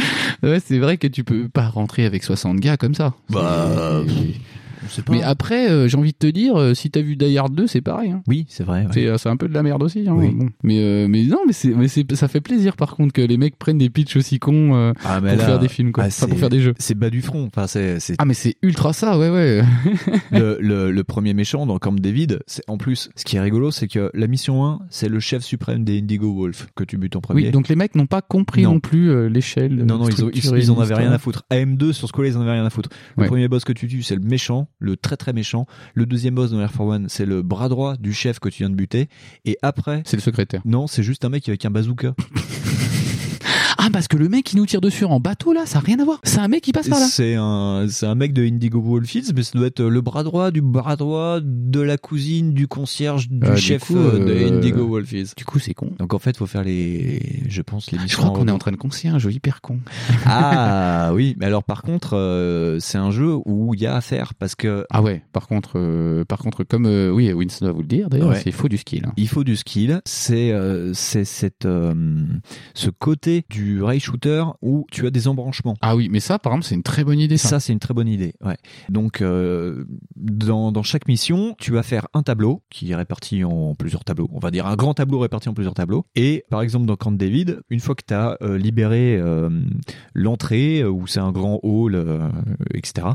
S3: ouais, c'est vrai que tu peux pas rentrer avec 60 gars comme ça.
S2: Bah,
S3: C'est-
S2: Je sais
S3: Mais après, euh, j'ai envie de te dire, euh, si t'as vu Die Hard 2, c'est pareil. hein.
S2: Oui, c'est vrai. ouais.
S3: C'est euh, c'est un peu de la merde aussi. hein.
S2: Oui.
S3: Bon. Mais, euh, mais non, mais, c'est- mais c'est- ça fait plaisir par contre que les mecs prennent des pitchs aussi cons euh,
S2: Ah, mais
S3: pour
S2: là,
S3: faire des films, quoi.
S2: ah,
S3: Enfin, pour
S2: c'est-
S3: faire des jeux.
S2: C'est bas du front. Enfin, c'est c'est
S3: Ah mais c'est ultra ça, ouais ouais. Ah,
S2: le, le, le premier méchant dans Camp David, c'est en plus, ce qui est rigolo, c'est que la mission 1, c'est le chef suprême des Indigo Wolf que tu butes en premier.
S3: Oui, donc les mecs n'ont pas compris
S2: Non.
S3: non, plus euh, l'échelle. euh,
S2: non, non, ils, ont- ils-
S3: structurée
S2: ils en
S3: de
S2: avaient rien
S3: l'histoire.
S2: à foutre. AM2, sur ce coup-là, ils en avaient rien à foutre. Le
S3: Ouais.
S2: premier boss que tu tues, c'est le méchant, le très très méchant. Le deuxième boss dans Air Force One, c'est le bras droit du chef que tu viens de buter. Et après,
S3: C'est le secrétaire.
S2: non, c'est juste un mec avec un bazooka.
S3: Ah, parce que le mec qui nous tire dessus en bateau là, ça n'a rien à voir. C'est un mec qui passe par là.
S2: C'est un, c'est un mec de Indigo Wolfields, mais ça doit être euh, le bras droit du bras droit de la cousine, du concierge, du
S3: Euh, du
S2: chef
S3: coup,
S2: euh, de
S3: euh,
S2: Indigo Wolfields.
S3: Du coup, c'est con. Ah,
S2: Donc en fait, faut faire les, je pense les
S3: Je
S2: missions.
S3: crois qu'on est en train de concierge, un jeu hyper con.
S2: Ah oui, mais alors par contre, euh, c'est un jeu où il y a à faire parce que
S3: Ah ouais, par contre, euh, par contre comme euh, oui, Winston va vous le dire d'ailleurs,
S2: Ouais.
S3: c'est faux du skill. hein.
S2: il faut du skill. C'est euh, c'est cette euh, ce côté du rail shooter où tu as des embranchements.
S3: Ah oui, mais ça, par exemple, c'est une très bonne idée. Ça.
S2: Ça, c'est une très bonne idée. Ouais. Donc, euh, dans, dans chaque mission, tu vas faire un tableau qui est réparti en plusieurs tableaux. On va dire un grand tableau réparti en plusieurs tableaux. Et par exemple, dans Camp David, une fois que tu as libéré euh, l'entrée, euh, où c'est un grand hall, euh, etc.,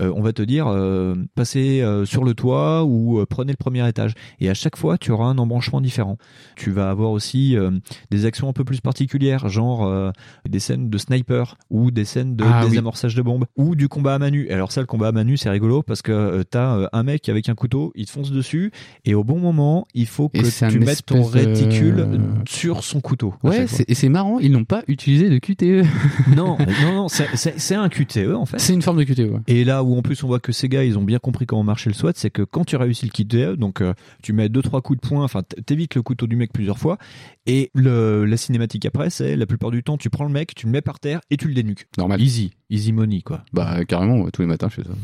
S2: euh, on va te dire euh, passez euh, sur le toit ou euh, prenez le premier étage. Et à chaque fois, tu auras un embranchement différent. Tu vas avoir aussi euh, des actions un peu plus particulières, genre euh, des scènes de sniper ou des scènes de
S3: Ah oui.
S2: désamorçage de bombes ou du combat à manu. Alors ça, le combat à manu, c'est rigolo parce que euh, t'as euh, un mec avec un couteau, il te fonce dessus et au bon moment, il faut
S3: Et c'est
S2: que tu
S3: un
S2: mettes ton
S3: espèce de-
S2: réticule euh, sur son couteau. à
S3: Ouais,
S2: chaque fois.
S3: c'est- et c'est marrant, ils n'ont pas utilisé de E. QTE.
S2: non, non, non, c'est- c'est c'est un QTE en fait.
S3: c'est une forme de QTE. ouais.
S2: Et là où en plus on voit que ces gars ils ont bien compris comment marchait le SWAT, c'est que quand tu réussis le kit DE, donc euh, tu mets deux trois coups de poing, enfin t- t'évites le couteau du mec plusieurs fois, et le, la cinématique après c'est la plupart du temps tu prends le mec, tu le mets par terre et tu le dénuques.
S3: Normal.
S2: Easy, easy money quoi.
S3: Bah carrément, ouais, tous les matins
S2: *laughs*
S3: je fais ça.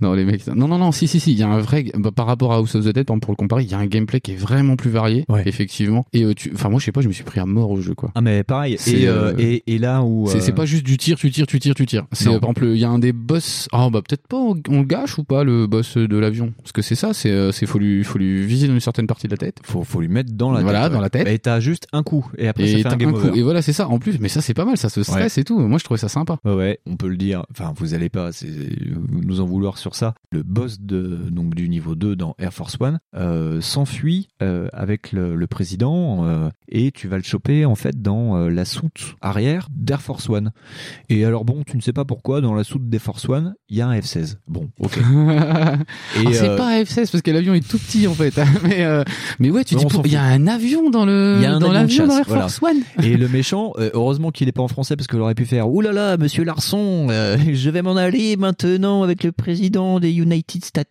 S3: non les mecs, non non non, si si si, il y a un vrai, bah, par rapport à House of the Dead, par exemple, pour le comparer, il y a un gameplay qui est vraiment plus varié,
S2: Ouais.
S3: effectivement. Et euh, tu, enfin moi je sais pas, je me suis pris à mort au jeu quoi.
S2: Ah mais pareil.
S3: C'est,
S2: Et, euh,
S3: euh,
S2: et, et là où
S3: C'est
S2: euh,
S3: c'est pas juste du tir, tu tires, tu tires, tu tires. C'est
S2: Non.
S3: euh, par exemple, il y a un des boss. Ah bah peut-être pas, on on le gâche ou pas le boss de l'avion Parce que c'est ça, c'est euh, c'est faut lui faut lui viser dans une certaine partie de la tête.
S2: faut, faut lui mettre dans la
S3: Voilà,
S2: tête.
S3: dans la tête.
S2: Et t'as juste un coup et après ça
S3: Et
S2: fait
S3: t'as
S2: un game
S3: un coup.
S2: over.
S3: Et voilà, c'est ça. En plus, mais ça c'est pas mal, ça se stresse et tout. Moi je trouvais ça sympa.
S2: Ouais, ouais, on peut le dire. Enfin, vous allez pas c'est- euh, nous en vouloir sur ça. Le boss de, donc, du niveau 2 dans Air Force One euh, s'enfuit euh, avec le, le président euh, et tu vas le choper en fait dans euh, la soute arrière d'Air Force One. Et alors, bon, tu ne sais pas pourquoi, dans la soute d'Air Force One, il y a un F-16. Bon,
S3: *laughs*
S2: ok. Et,
S3: Ah, c'est
S2: euh,
S3: pas un F-16 parce que l'avion est tout petit en fait. *laughs* mais euh, mais ouais, tu
S2: Mais
S3: dis
S2: on s'en
S3: pour- il y a un avion dans le
S2: Il y a un avion
S3: dans
S2: de
S3: l'avion dans
S2: chasse,
S3: Air Force One.
S2: Et le méchant, euh, heureusement qu'il n'est pas en français parce qu'il aurait pu faire Ouh là là, monsieur Larson, euh, je vais m'en aller maintenant avec le président des United States.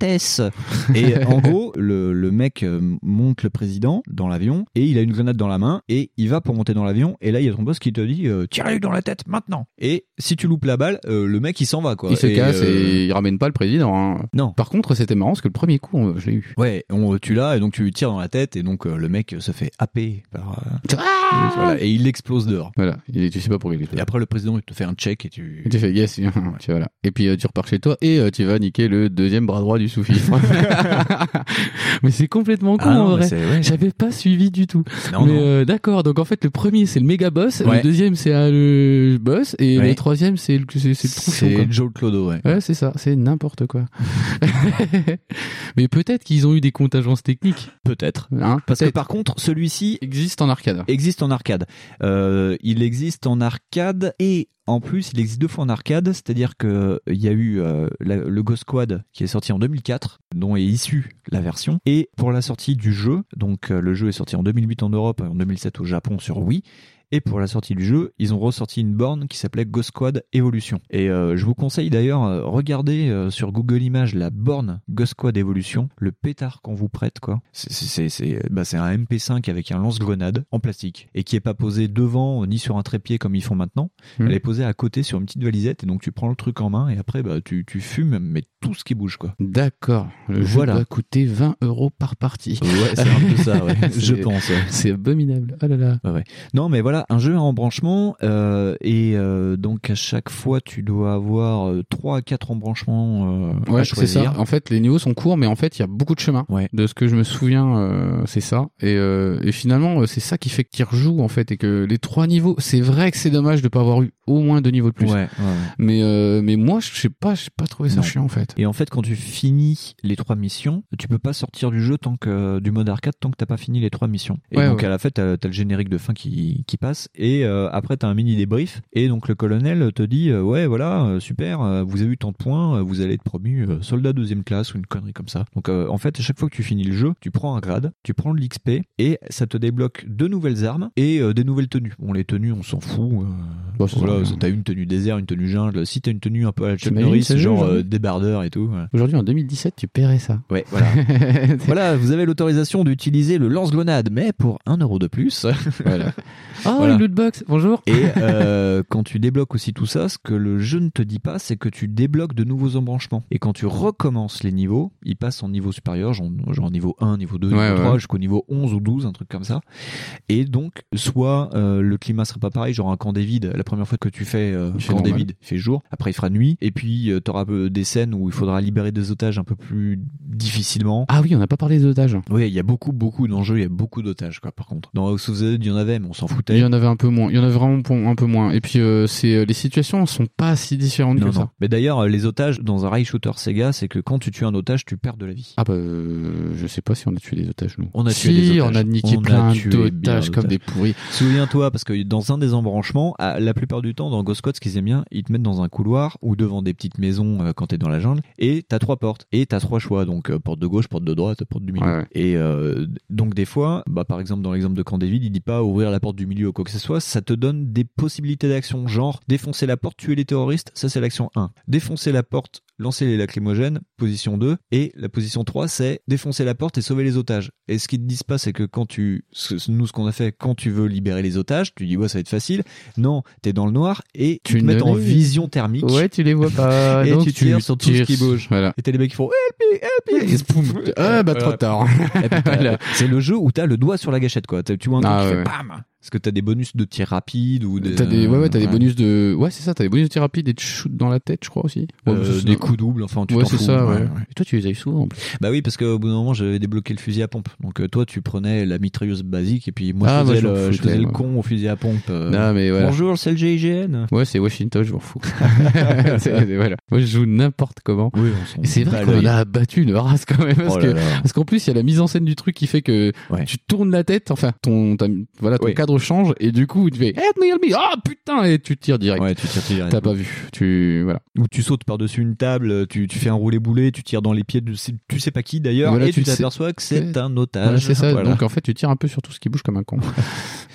S2: Et en
S3: *laughs*
S2: gros, le, le mec euh, monte le président dans l'avion et il a une grenade dans la main et il va pour monter dans l'avion. Et là, il y a ton boss qui te dit euh, Tire-lui dans la tête maintenant. Et si tu loupes la balle, euh, le mec il s'en va quoi.
S3: Il se
S2: Et,
S3: casse
S2: euh,
S3: et il ramène pas le président. hein.
S2: Non.
S3: Par contre, c'était marrant parce que le premier coup, on- je l'ai eu.
S2: Ouais, on tu l'as et donc tu lui tires dans la tête et donc euh, le mec se fait happer par. euh, voilà, et il explose dehors.
S3: Voilà, il est- tu sais pas pourquoi il est
S2: Et
S3: là.
S2: après le président il te fait un check et tu.
S3: Et Tu fais yes, *laughs* tu vois, voilà. Et puis euh, tu repars chez toi et euh, tu vas niquer le deuxième bras droit
S2: *laughs*
S3: du sous-fifre. *laughs* mais c'est complètement con
S2: Ah non,
S3: en
S2: mais
S3: vrai.
S2: c'est- ouais,
S3: J'avais pas suivi du tout.
S2: Non,
S3: mais
S2: non.
S3: euh, d'accord, donc en fait le premier c'est le méga boss,
S2: Ouais.
S3: le deuxième c'est euh, le boss et
S2: Ouais.
S3: le troisième c'est le c'est c'est le tronchon, quoi.
S2: C'est Joe Clodo, ouais.
S3: Ouais, c'est ça, c'est n'importe quoi. *laughs* Mais peut-être qu'ils ont eu des contingences techniques.
S2: Peut-être.
S3: Hein,
S2: Parce que
S3: peut-être.
S2: par contre, celui-ci
S3: existe en arcade.
S2: existe en arcade. Euh, il existe en arcade et en plus, il existe deux fois en arcade, c'est-à-dire que il y a eu euh, la- le Ghost Squad qui est sorti en 2004, dont est issue la version, et pour la sortie du jeu, donc euh, le jeu est sorti en 2008 en Europe, en 2007 au Japon sur Wii. Et pour la sortie du jeu, ils ont ressorti une borne qui s'appelait Ghost Squad Evolution. Et euh, je vous conseille d'ailleurs, euh, regardez euh, sur Google Images la borne Ghost Squad Evolution, le pétard qu'on vous prête, quoi. C'est- C'est c'est- bah, c'est un MP5 avec un lance-grenade en plastique et qui est pas posé devant euh, ni sur un trépied comme ils font maintenant.
S3: Mhm.
S2: Elle est posée à côté sur une petite valisette et donc tu prends le truc en main et après bah, tu, tu fumes mais tout ce qui bouge, quoi.
S3: D'accord. Le
S2: Voilà.
S3: jeu doit coûter 20 euros par partie.
S2: Ouais, c'est un peu ça, ouais. *laughs* je
S3: C'est-
S2: pense. ouais.
S3: *laughs* C'est abominable. Oh là là.
S2: Non, mais voilà, un jeu à embranchement, euh, et euh, donc à chaque fois, tu dois avoir 3 à 4 embranchements euh, à
S3: Ouais, c'est
S2: choisir.
S3: ça. En fait, les niveaux sont courts, mais en fait, il y a beaucoup de chemins.
S2: Ouais.
S3: De ce que je me souviens, euh, c'est ça. Et, euh, et finalement, euh, c'est ça qui fait qu'ils rejouent, en fait, et que les trois niveaux, c'est vrai que c'est dommage de pas avoir eu au moins deux niveaux de plus.
S2: Ouais, ouais, ouais.
S3: Mais, euh, mais moi, je sais pas, j'ai pas trouvé ça
S2: Non.
S3: chiant, en fait.
S2: Et en fait, quand tu finis les trois missions, tu peux pas sortir du jeu tant que du mode arcade tant que t'as pas fini les trois missions. Et
S3: Ouais,
S2: donc
S3: ouais.
S2: à la fin, t'as t'as le générique de fin qui, qui passe. passe et euh, après t'as un mini débrief et donc le colonel te dit euh, ouais voilà euh, super euh, vous avez eu tant de points euh, vous allez être promu euh, soldat deuxième classe ou une connerie comme ça donc euh, en fait à chaque fois que tu finis le jeu tu prends un grade tu prends de l'XP et ça te débloque de nouvelles armes et euh, des nouvelles tenues bon les tenues on s'en fout euh,
S3: Bah, ça
S2: voilà,
S3: sert à rien.
S2: t'as une tenue désert une tenue jungle si t'as une tenue un peu à la Chuck
S3: T'imagines,
S2: Norris
S3: c'est
S2: genre
S3: joli,
S2: euh,
S3: hein.
S2: débardeur et tout ouais.
S3: Aujourd'hui, en 2017, tu paierais ça.
S2: Ouais, voilà.
S3: *laughs*
S2: *laughs* voilà, vous avez l'autorisation d'utiliser le lance-grenade, mais pour un euro de plus.
S3: Voilà. Oh,
S2: Voilà.
S3: une loot box, bonjour.
S2: Et euh, *laughs* quand tu débloques aussi tout ça, ce que le jeu ne te dit pas, c'est que tu débloques de nouveaux embranchements. Et quand tu recommences les niveaux, ils passent en niveau supérieur, genre, genre niveau 1, niveau 2,
S3: Ouais,
S2: niveau
S3: ouais.
S2: 3, jusqu'au niveau 11 ou 12, un truc comme ça. Et donc, soit euh, le climat sera pas pareil, genre un camp des vides, la première fois que tu fais euh,
S3: Il fait
S2: camp des
S3: normal.
S2: vides, il fait jour, après il fera nuit, et puis tu auras des scènes où il faudra libérer des otages un peu plus difficilement.
S3: Ah oui, on n'a pas parlé des otages.
S2: Oui, il y a beaucoup, beaucoup d'enjeux, il y a beaucoup d'otages, quoi, par contre. Dans House of the Dead, il y en avait, mais on s'en
S3: Il
S2: foutait.
S3: y en avait un peu moins. Il y en avait vraiment po- un peu moins. Et puis, euh, c'est euh, les situations sont pas si différentes
S2: Non,
S3: que
S2: non.
S3: ça.
S2: Mais d'ailleurs, euh, les otages dans un rail shooter Sega, c'est que quand tu tues un otage, tu perds de la vie.
S3: Ah bah, euh, je sais pas si on a tué des otages, nous.
S2: On a
S3: si,
S2: tué des otages.
S3: on a niqué
S2: On a
S3: plein
S2: tué bien
S3: d'otages
S2: d'otages.
S3: comme des pourris.
S2: Souviens-toi, parce que dans un des embranchements, à- la plupart du temps, dans Ghost Squad, ce qu'ils aiment bien, ils te mettent dans un couloir ou devant des petites maisons euh, quand t'es dans la jungle, et t'as trois portes, et t'as trois choix, donc euh, porte de gauche, porte de droite, porte du milieu.
S3: Ouais, ouais.
S2: Et euh, donc des fois, bah, par exemple dans l'exemple de Camp David, il dit pas ouvrir la porte du milieu ou quoi que ce soit, ça te donne des possibilités d'action, genre défoncer la porte, tuer les terroristes, ça c'est l'action 1. Défoncer la porte, lancer les lacrymogènes, position 2. Et la position 3 c'est défoncer la porte et sauver les otages. Et ce qu'ils te disent pas c'est que quand tu... ce- ce- nous ce qu'on a fait, quand tu veux libérer les otages, tu dis ouais ça va être facile. Non, t'es dans le noir et tu,
S3: Tu
S2: te mets
S3: ne
S2: en
S3: les-
S2: vision thermique.
S3: Ouais, tu les vois pas.
S2: *laughs* Et
S3: donc
S2: tu tires sur tout ce
S3: tires.
S2: qui bouge. *laughs*
S3: Voilà.
S2: Et t'as les mecs qui font help me, help me.
S3: Et poum.
S2: *laughs*
S3: Ah bah, trop
S2: Voilà.
S3: tard. *laughs*
S2: Et puis, t'as-
S3: Voilà.
S2: euh, C'est le jeu où t'as le doigt sur la gâchette, quoi. T'as- Tu vois un truc
S3: Ah,
S2: qui fait
S3: ouais.
S2: bam Parce que t'as des bonus de tir rapide ou des.
S3: T'as des, ouais, ouais, t'as des
S2: ouais.
S3: bonus de, ouais, c'est ça, t'as des bonus de tir rapide et de shoot dans la tête, je crois aussi. Ouais,
S2: Euh,
S3: ça, c'est
S2: des
S3: dans-
S2: coups doubles, enfin tu
S3: Ouais,
S2: t'en
S3: c'est
S2: fous,
S3: ça, ouais.
S2: ouais.
S3: Et toi, tu les as eu souvent, en plus.
S2: Bah oui, parce qu'au bout d'un moment, j'avais débloqué le fusil à pompe. Donc euh, toi, tu prenais la mitrailleuse basique et puis moi,
S3: Ah,
S2: je,
S3: moi,
S2: faisais
S3: je m'en
S2: le, je
S3: foutais,
S2: faisais le
S3: moi. Ah,
S2: con au fusil à pompe. euh,
S3: Non, mais voilà.
S2: Bonjour, c'est le GIGN.
S3: Ouais, c'est Washington, je m'en fous. *laughs* C'est- voilà. Moi, je joue n'importe comment.
S2: Oui,
S3: Et c'est vrai qu'on a abattu une race quand même *laughs*
S2: Oh
S3: parce que parce qu'en plus il y a la mise en scène du truc qui fait que
S2: Ouais.
S3: tu tournes la tête enfin ton ta- voilà ton
S2: Oui.
S3: cadre change et du coup tu fais help me help me ah putain et tu tires direct
S2: Ouais, tu tires, tu tires.
S3: t'as pas vu tu voilà
S2: Ou tu sautes par-dessus une table, tu, tu fais un roulé-boulet, tu tires dans les pieds de c'est- tu sais pas qui d'ailleurs,
S3: Voilà,
S2: et tu
S3: tu sais-
S2: t'aperçois que Ah, c'est
S3: Ouais.
S2: un
S3: Voilà,
S2: otage.
S3: c'est ça
S2: Voilà.
S3: donc en fait tu tires un peu sur tout ce qui bouge
S2: *laughs*
S3: comme un con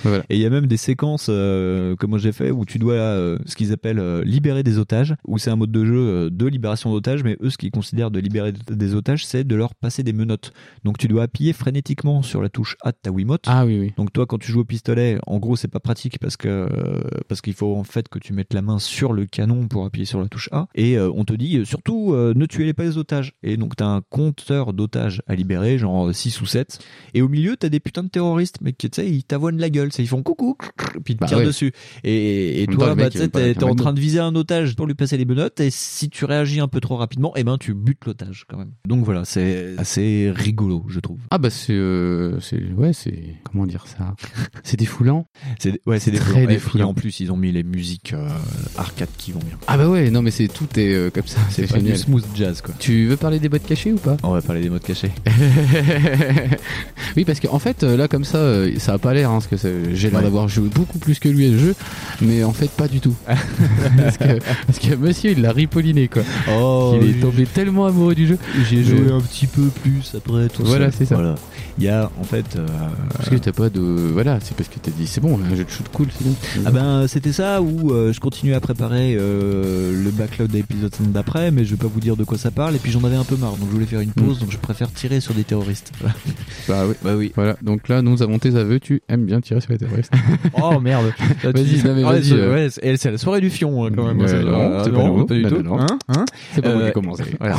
S3: voilà
S2: Et il y a même des séquences, euh, comme moi j'ai fait, où tu dois euh, ce qu'ils appellent euh, libérer des otages, où c'est un mode de jeu euh, de libération d'otages, mais eux, ce qu'ils considèrent de libérer des otages, c'est de leur passer des menottes. Donc tu dois appuyer frénétiquement sur la touche A de ta Wiimote.
S3: ah oui oui
S2: Donc toi, quand tu joues au pistolet, en gros, c'est pas pratique parce que euh, parce qu'il faut en fait que tu mettes la main sur le canon pour appuyer sur la touche A. Et euh, on te dit euh, surtout euh, ne tuez pas les otages. Et donc t'as un compteur d'otages à libérer, genre 6 ou 7. Et au milieu, t'as des putains de terroristes, mais qui tu sais, ils t'avoinent la gueule, c'est ils font coucou, puis ils te
S3: Bah
S2: tirent
S3: ouais.
S2: dessus. Et, et
S3: En même temps,
S2: toi,
S3: le
S2: bah,
S3: mec,
S2: tu
S3: il veut
S2: sais,
S3: pas
S2: t'es
S3: avec un
S2: t'es en
S3: McDo.
S2: train de viser un otage pour lui passer les menottes. Et si tu réagis un peu trop rapidement, eh ben tu butes l'otage quand même. Donc voilà, c'est assez rigolo, je trouve.
S3: ah bah c'est euh, c'est ouais c'est comment dire ça c'est défoulant
S2: C'est ouais, c'est des hein.
S3: Très
S2: plans. Et puis,
S3: défoulant.
S2: en plus, ils ont mis les musiques euh, arcade qui vont bien.
S3: ah bah ouais non mais c'est tout est euh, comme ça c'est
S2: Pas du
S3: génial
S2: smooth jazz quoi.
S3: tu veux parler des boîtes cachées ou pas
S2: On va parler des modes cachés.
S3: *laughs* oui, parce qu'en fait, euh, là, comme ça, euh, ça a pas l'air, hein, parce que ça- j'ai l'air
S2: Ouais.
S3: d'avoir joué beaucoup plus que lui à ce jeu, mais en fait, pas du *laughs* tout. parce, que, parce que monsieur, il l'a ripolliné, quoi.
S2: *laughs* Oh,
S3: il est tombé tellement amoureux du jeu.
S2: j'ai
S3: joué
S2: un petit peu plus après tout
S3: Voilà, c'est ça.
S2: Il y a en fait. euh,
S3: Parce que t'as pas de. Voilà, c'est parce que t'as dit, c'est bon, un jeu de shoot cool, c'est bien.
S2: Ah ben c'était ça où euh, je continuais à préparer euh, le backlog d'épisodes d'après, mais je vais pas vous dire de quoi ça parle. Et puis j'en avais un peu marre, donc je voulais faire une pause, donc je préfère tirer sur des terroristes. Voilà.
S3: Bah oui.
S2: Bah oui.
S3: Voilà, donc là, nous avons tes aveux, tu aimes bien tirer sur les *laughs* terroristes.
S2: *laughs* Oh *laughs* merde. Là, tu- Ah
S3: Vas-y, non, mais
S2: Ouais,
S3: vas-y,
S2: c'est-
S3: euh.
S2: ouais, c'est elle, c'est la soirée du fion hein, quand même.
S3: Ouais,
S2: C'est-
S3: non,
S2: ah,
S3: c'est pas
S2: non,
S3: nouveau.
S2: pas du
S3: Non,
S2: tout.
S3: non, non.
S2: Hein Hein
S3: C'est pas moi
S2: Euh,
S3: qui ai *laughs* commencé.
S2: *laughs* voilà.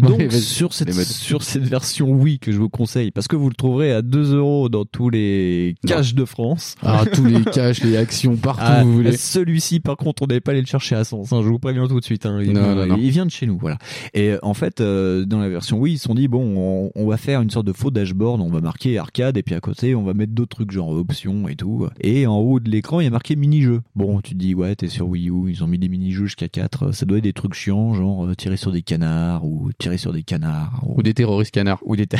S3: Bon,
S2: Donc
S3: allez, vas-y,
S2: sur cette,
S3: les modes.
S2: sur cette version Wii que je vous conseille, parce que vous le trouverez à 2 euros dans tous les caches de France.
S3: Ah, tous les caches, les actions, partout
S2: Ah,
S3: où vous voulez.
S2: Celui-ci, par contre, on n'avait pas allé le chercher à Sens. hein, je vous préviens tout de suite. hein, il,
S3: Non, non, non.
S2: il vient de chez nous, voilà. Et euh, en fait, euh, dans la version Wii, ils se sont dit bon, on, on va faire une sorte de faux dashboard. On va marquer arcade et puis à côté, on va mettre d'autres trucs genre options et tout. Et en haut de l'écran, il y a marqué mini-jeu. Bon, tu te dis ouais, t'es sur Wii U. Ils ont mis des mini-jeux jusqu'à 4 Ça doit être des trucs chiants, genre euh, tirer sur des canards ou tirer sur des canards
S3: Ou des terroristes canards.
S2: ou des ta-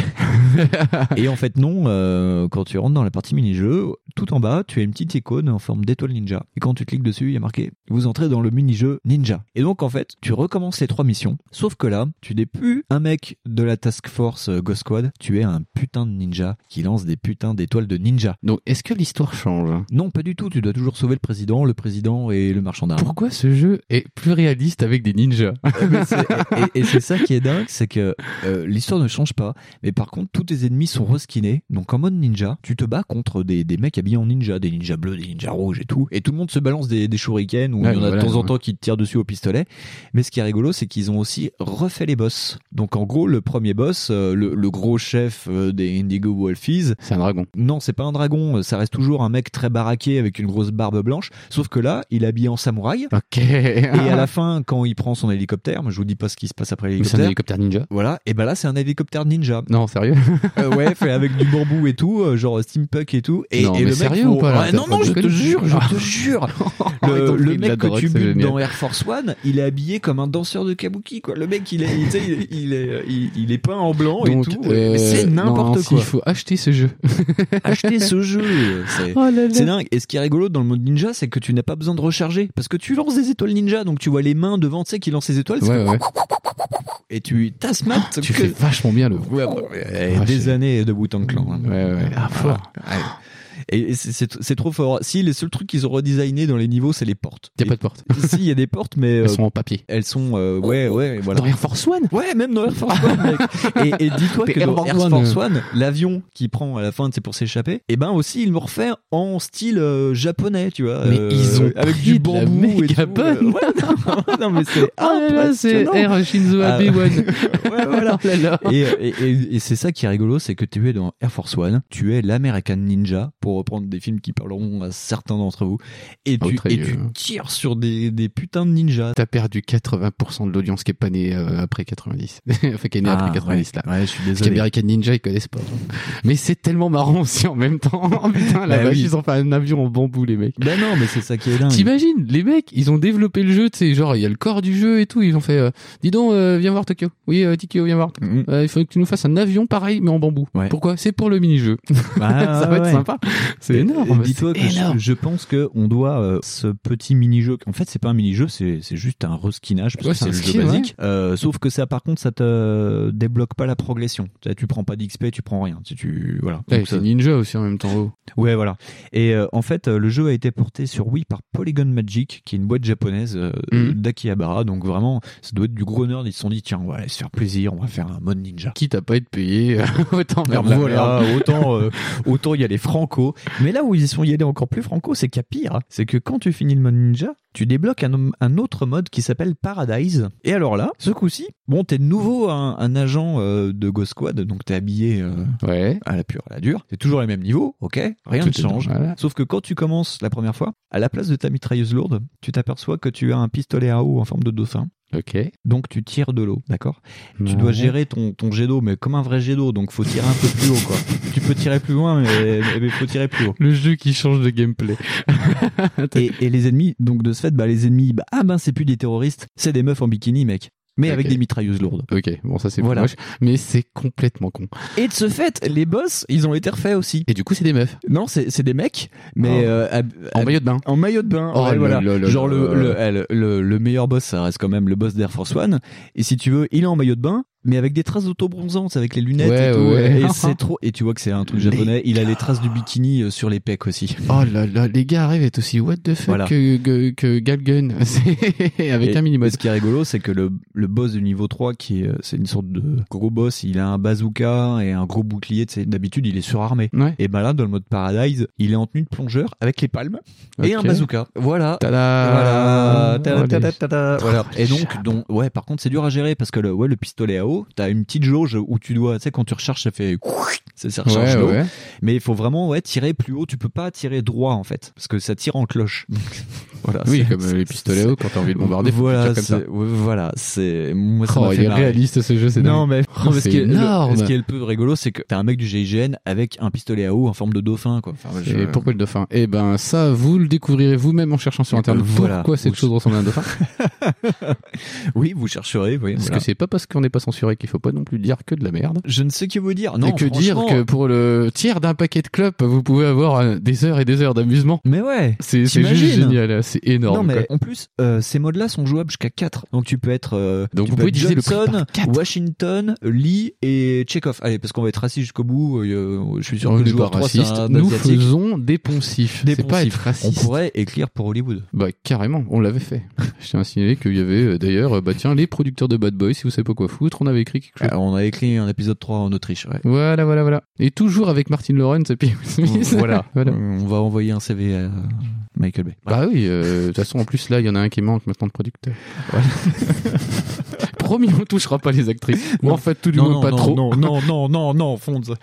S2: et en fait non, euh, quand tu rentres dans la partie mini-jeu, tout en bas, tu as une petite icône en forme d'étoile ninja. Et quand tu cliques dessus, il y a marqué Vous entrez dans le mini-jeu ninja. Et donc, en fait, tu recommences les trois missions. Sauf que là, tu n'es plus un mec de la task force euh, Ghost Squad, tu es un putain de ninja qui lance des putains d'étoiles de ninja.
S3: Donc, est-ce que l'histoire change
S2: Non, pas du tout, tu dois toujours sauver le président, le président et le marchand d'armes.
S3: Pourquoi ce jeu est plus réaliste avec des ninjas
S2: Euh, mais c'est- et et c'est ça qui est dingue, c'est que euh, l'histoire ne change pas, mais par contre, tous tes ennemis sont reskinés. Donc en mode ninja, tu te bats contre des, des mecs habillés en ninja, des ninjas bleus, des ninjas rouges et tout. Et tout le monde se balance des, des shurikens ou
S3: Ouais,
S2: il y en a
S3: voilà,
S2: de temps en
S3: ouais.
S2: temps qui te tirent dessus au pistolet. Mais ce qui est rigolo, c'est qu'ils ont aussi refait les boss. Donc en gros, le premier boss, euh, le, le gros chef euh, des Indigo Wolfies,
S3: C'est un dragon.
S2: non, c'est pas un dragon, ça reste toujours un mec très baraqué avec une grosse barbe blanche. Sauf que là, il est habillé en samouraï.
S3: Ok.
S2: Et à
S3: *laughs*
S2: la fin, quand il prend son hélicoptère, moi, je vous dis pas ce qui se passe après
S3: C'est un
S2: l'hélicoptère.
S3: hélicoptère ninja
S2: Voilà, et ben là c'est un hélicoptère ninja.
S3: Non, sérieux
S2: Euh, ouais, fait avec du bambou et tout, euh, genre steampunk et tout. Et,
S3: Non,
S2: et
S3: mais
S2: le mec
S3: sérieux
S2: faut-
S3: ou pas, Ah. là
S2: Ouais, Non, non, je te
S3: T'as-
S2: jure, je te
S3: *laughs*
S2: jure.
S3: Ils
S2: Le,
S3: t'ont
S2: le
S3: pris de la
S2: mec que
S3: drogue,
S2: tu
S3: c'est
S2: butes
S3: génial.
S2: dans Air Force One, il est habillé comme un danseur de kabuki, quoi. Le mec, il est, il, tu sais, il, il est, il, il est peint en blanc
S3: Donc,
S2: et tout.
S3: euh,
S2: Mais c'est
S3: non,
S2: n'importe
S3: si,
S2: quoi.
S3: Il faut acheter ce jeu.
S2: Acheter ce jeu, c'est. C'est dingue. Et ce qui est rigolo dans le mode ninja, c'est que tu n'as pas besoin de recharger. Parce que tu lances des étoiles ninja, donc tu vois les mains devant, tu sais, qui lancent les étoiles. c'est
S3: Ouais,
S2: comme-
S3: ouais.
S2: Et tu tasses mat. *laughs*
S3: Tu fais vachement bien le. Ouais,
S2: Et des années de Wu-Tang Clan. hein.
S3: ouais. Ah, fort.
S2: Ouais. Et et c'est- c'est c'est trop fort. Si, les seuls trucs qu'ils ont redesigné dans les niveaux, c'est les portes.
S3: Y a pas de porte.
S2: Et- si, il y a des portes, mais euh,
S3: Elles sont en papier.
S2: elles sont, euh, ouais, ouais, voilà.
S3: Dans Air Force One
S2: Ouais, même dans Air Force One, mec. *laughs* Et, et dis-toi
S3: Mais
S2: que
S3: Air
S2: dans
S3: Force
S2: Air
S3: One,
S2: Force One, l'avion qui prend à la fin, c'est pour s'échapper. Et ben aussi, ils l'ont refait en style euh, japonais, tu vois.
S3: Mais
S2: euh,
S3: ils ont
S2: avec
S3: pris
S2: du
S3: de la
S2: bambou et
S3: méga
S2: tout, euh,
S3: bonne.
S2: ouais, non, *laughs* non, mais Ah, c'est
S3: Ah,
S2: impressionnant.
S3: Air Shinzo
S2: Ah,
S3: Abe One.
S2: Ouais, *laughs* voilà.
S3: Oh là là.
S2: Et, et- et- et c'est ça qui est rigolo, c'est que tu es dans Air Force One, tu es l'American Ninja, pour reprendre des films qui parleront à certains d'entre vous, et
S3: Oh,
S2: tu,
S3: très
S2: et
S3: vieux.
S2: tu tires sur des, des putains de ninjas.
S3: T'as perdu 80% de l'audience qui est pas née euh, après 90. *laughs* enfin, qui est née après 90, là.
S2: Ah, Ouais, je suis
S3: Parce
S2: désolé.
S3: qu'American Ninja, ils connaissent pas. Mais c'est tellement marrant aussi en même temps. *laughs* Oh, Putain, la
S2: Bah
S3: vache,
S2: oui.
S3: ils ont fait un avion en bambou, les mecs.
S2: Ben non, mais c'est ça qui est dingue.
S3: T'imagines, les mecs, ils ont développé le jeu, tu sais, genre, il y a le corps du jeu et tout, ils ont fait, euh, dis donc, euh, viens voir Tokyo. Oui, euh, Tokyo, viens voir.
S2: Mhm.
S3: Euh, il faut que tu nous fasses un avion pareil, mais en bambou.
S2: Ouais.
S3: Pourquoi C'est pour le mini-jeu.
S2: *laughs* Ah,
S3: *laughs* ça va
S2: ouais.
S3: être sympa. Bah, C'est
S2: Et-
S3: énorme.
S2: et Dis-toi
S3: c'est
S2: que je,
S3: énorme.
S2: je pense que on doit euh, ce petit mini-jeu. En fait, c'est pas un mini-jeu, c'est c'est juste un reskinage parce
S3: Ouais,
S2: que
S3: c'est
S2: c'est le
S3: un skin,
S2: jeu basique. Euh, sauf que ça, par contre, ça te débloque pas la progression. Tu- Tu prends pas d'XP, tu prends rien. Tu, tu- voilà.
S3: Ouais,
S2: Donc ça-
S3: c'est ninja aussi en même temps. oh.
S2: Ouais, voilà. Et euh, en fait, euh, le jeu a été porté sur Wii par Polygon Magic, qui est une boîte japonaise euh,
S3: Mhm.
S2: d'Akihabara. Donc vraiment, ça doit être du gros nerd. Ils se sont dit, tiens, on va aller se faire plaisir, on va faire un mode ninja.
S3: Quitte à pas être payé, euh, *laughs* autant faire de la merde.
S2: Voilà, autant
S3: *laughs*
S2: euh, autant il y a les franco. Mais là où ils sont y allés encore plus franco, c'est qu'il y a pire. C'est que quand tu finis le mode ninja, tu débloques un, homme- un autre mode qui s'appelle Paradise. Et alors là, ce coup-ci, bon, t'es de nouveau un, un agent euh, de Ghost Squad, donc t'es habillé euh,
S3: Ouais.
S2: à la pure, à la dure. C'est toujours les mêmes niveaux, ok Rien ne
S3: Tout est dans-
S2: change.
S3: voilà.
S2: Sauf que quand tu commences la première fois, à la place de ta mitrailleuse lourde, tu t'aperçois que tu as un pistolet à eau en forme de dauphin.
S3: Ok.
S2: Donc tu tires de l'eau, d'accord tu dois gérer ton, ton jet d'eau, mais comme un vrai jet d'eau, donc faut tirer un peu plus haut, quoi. tu peux tirer plus loin, mais, mais faut tirer plus haut.
S3: Le jeu qui change de gameplay.
S2: Et, et les ennemis, donc de ce fait, bah, les ennemis, bah, ah ben c'est plus des terroristes, c'est des meufs en bikini, mec. Mais avec
S3: Ok.
S2: des mitrailleuses lourdes.
S3: Ok, bon ça c'est
S2: Voilà.
S3: moche, mais c'est complètement con.
S2: Et de ce fait, les boss, ils ont été refaits aussi.
S3: Et du coup c'est des meufs
S2: Non, c'est c'est des mecs, mais
S3: Oh.
S2: euh, ab-
S3: en
S2: ab-
S3: maillot de bain.
S2: en maillot de bain.
S3: Oh,
S2: ouais,
S3: le-
S2: voilà.
S3: le- le-
S2: Genre le,
S3: le-
S2: le, eh, le- le- le meilleur boss, ça reste quand même le boss d'Air Force One. Et si tu veux, il est en maillot de bain, mais avec des traces d'autobronzance, avec les lunettes
S3: Ouais,
S2: et tout.
S3: ouais.
S2: Et c'est trop. Et tu vois que c'est un truc
S3: Les
S2: japonais. Il a les traces du bikini euh, sur les pecs aussi.
S3: Oh là là, les gars arrivent à être aussi what the fuck
S2: Voilà.
S3: que, que, que Galgun *laughs* C'est- avec
S2: Et-
S3: un minimum.
S2: mais Ce qui est rigolo, c'est que le, le boss du niveau 3, qui est, euh, c'est une sorte de gros boss, il a un bazooka et un gros bouclier. tu sais, D'habitude, il est surarmé.
S3: Ouais.
S2: Et ben là, dans le mode Paradise, il est en tenue de plongeur avec les palmes et un
S3: Ok.
S2: bazooka. Voilà.
S3: Tada
S2: Voilà. Ta- ta- ta- ta- ta- voilà.
S3: Euh, Oh, les
S2: Et donc, donc, ouais, par contre, c'est dur à gérer parce que le, ouais, le pistolet à eau, t'as une petite jauge où tu dois, tu sais, quand tu recharges, ça fait, *laughs* ça, ça recharge
S3: Ouais,
S2: l'eau.
S3: ouais.
S2: Mais il faut vraiment, ouais, tirer plus haut. Tu peux pas tirer droit, en fait, parce que ça tire en cloche. *laughs* Voilà,
S3: Oui,
S2: c'est-
S3: comme euh, les pistolets hauts, quand t'as envie de bombarder, faut
S2: voilà,
S3: dire comme ça.
S2: c'est- ouais, voilà, c'est moi ça
S3: Oh,
S2: m'a
S3: il
S2: fait
S3: est
S2: marrer.
S3: réaliste ce jeu, c'est
S2: Non,
S3: dingue.
S2: mais
S3: Oh,
S2: non, mais ce,
S3: c'est
S2: qui est, le-
S3: énorme.
S2: ce qui est le peu rigolo, c'est que t'as un mec du GIGN avec un pistolet à eau en forme de dauphin, quoi. Enfin, je-
S3: Et pourquoi le dauphin Eh ben, ça, vous le découvrirez vous-même en cherchant sur internet
S2: Voilà.
S3: pourquoi cette
S2: Vous-
S3: chose ressemble à un dauphin.
S2: Oui, vous chercherez. Oui,
S3: Parce
S2: voilà.
S3: que c'est pas parce qu'on n'est pas censuré qu'il faut pas non plus dire que de la merde.
S2: Je ne sais que vous dire. Non,
S3: et que dire
S2: franchement,
S3: que pour le tiers d'un paquet de clopes, vous pouvez avoir euh, des heures et des heures d'amusement.
S2: Mais ouais.
S3: C'est c'est juste
S2: T'imagines
S3: génial, hein, c'est énorme.
S2: non, mais
S3: quoi.
S2: en plus, euh, ces modes-là sont jouables jusqu'à 4 Donc tu peux être. euh,
S3: Donc
S2: tu
S3: vous
S2: peux
S3: pouvez
S2: être
S3: diviser le prix par
S2: Johnson,
S3: quatre.
S2: Washington, Lee et Chekhov. Allez, parce qu'on va être raciste jusqu'au bout. euh, je suis sûr
S3: On
S2: que le
S3: n'est
S2: joueur
S3: pas
S2: 3 c'est
S3: raciste,
S2: un
S3: nous
S2: asiatique.
S3: faisons des poncifs.
S2: Des
S3: C'est pas
S2: poncifs.
S3: être
S2: On
S3: raciste.
S2: pourrait écrire pour Hollywood.
S3: Bah carrément, on l'avait fait. *laughs* Je tiens à signaler qu'il y avait euh, d'ailleurs, euh, bah tiens, les producteurs de Bad Boy, si vous savez pas quoi foutre, on avait écrit quelque chose.
S2: Ah, on a écrit un épisode 3 en Autriche. Ouais.
S3: Voilà, voilà, voilà. Et toujours avec Martin Lawrence et puis Will Smith.
S2: voilà.
S3: *laughs* voilà.
S2: On va envoyer un CV à Michael Bay.
S3: Bah oui, euh, de toute façon, en plus là, il y en a un qui manque maintenant de producteur. Voilà. *laughs* Promis, on touchera pas les actrices. Ou
S2: Non.
S3: en fait, tout du moins pas trop.
S2: Non, non, non, non, non, Fonz.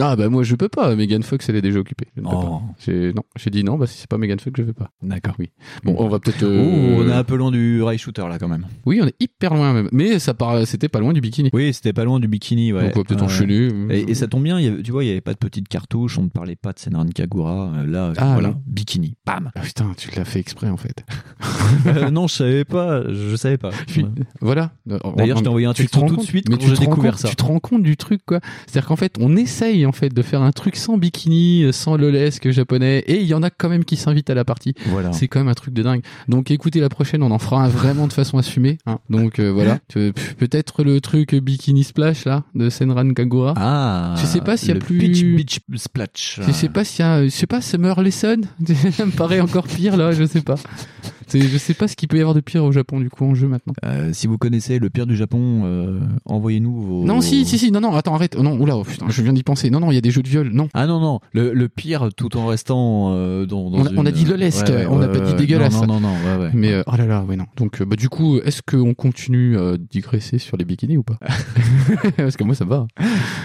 S3: Ah bah moi je peux pas, Megan Fox elle est déjà occupée. Je ne peux
S2: Oh.
S3: pas. J'ai non, j'ai dit non, bah si c'est pas Megan Fox je vais pas.
S2: D'accord.
S3: Oui. Bon, on va peut-être.
S2: Oh,
S3: euh,
S2: on est un peu loin du rail shooter là quand même.
S3: Oui, on est hyper loin même. Mais ça part, c'était pas loin du bikini.
S2: Oui, c'était pas loin du bikini. Ouais.
S3: Donc on va peut-être
S2: Ouais.
S3: enchaîner.
S2: Et, et ça tombe bien, il y avait- tu vois, il n'y avait pas de petites cartouches, on ne parlait pas de Senan Kagura. euh, Là,
S3: Ah,
S2: voilà,
S3: non.
S2: bikini,
S3: *laughs*
S2: bam.
S3: Ah, putain, tu l'as fait exprès en fait.
S2: Euh, non, je savais pas, je savais *laughs* pas.
S3: Puis-
S2: Ouais.
S3: *laughs* Voilà.
S2: D'ailleurs, je t'ai envoyé un
S3: Tu te
S2: texto
S3: rends
S2: tout de
S3: compte-
S2: suite
S3: mais
S2: quand
S3: tu
S2: j'ai
S3: te rends
S2: découvert
S3: compte-
S2: ça.
S3: Tu te rends compte du truc quoi. C'est-à-dire qu'en fait, on essaye en fait de faire un truc sans bikini, euh, sans lolesque japonais, et il y en a quand même qui s'invitent à la partie.
S2: Voilà.
S3: C'est quand même un truc de dingue. Donc écoutez la prochaine, on en fera un vraiment de façon assumée. hein. Donc
S2: *laughs*
S3: euh, voilà, Euh, p- peut-être le truc euh, bikini splash là de Senran Kagura.
S2: Ah,
S3: Je sais pas s'il y a
S2: le
S3: plus-
S2: Pitch Beach Splatch.
S3: Je sais pas si euh, je sais pas Summer Lesson, *laughs* ça me paraît encore pire là, je sais pas. C'est- Je sais pas ce qu'il peut y avoir de pire au Japon du coup en jeu maintenant.
S2: Euh, si vous connaissez le pire du Japon, euh, envoyez-nous vos.
S3: Non si si si non non attends arrête non oula oh, putain je viens d'y penser non non il y a des jeux de viol non
S2: Ah non, non, le, le pire tout en restant euh, dans, dans
S3: On a- on a
S2: une-
S3: dit lolesque,
S2: Ouais, ouais,
S3: on
S2: ouais,
S3: a pas
S2: ouais,
S3: dit
S2: ouais.
S3: dégueulasse.
S2: Non, non, non, non, ouais, ouais.
S3: mais euh, oh là là ouais non donc euh, bah du coup est-ce qu'on continue euh, digresser sur les bikinis ou pas *laughs* parce que moi ça me va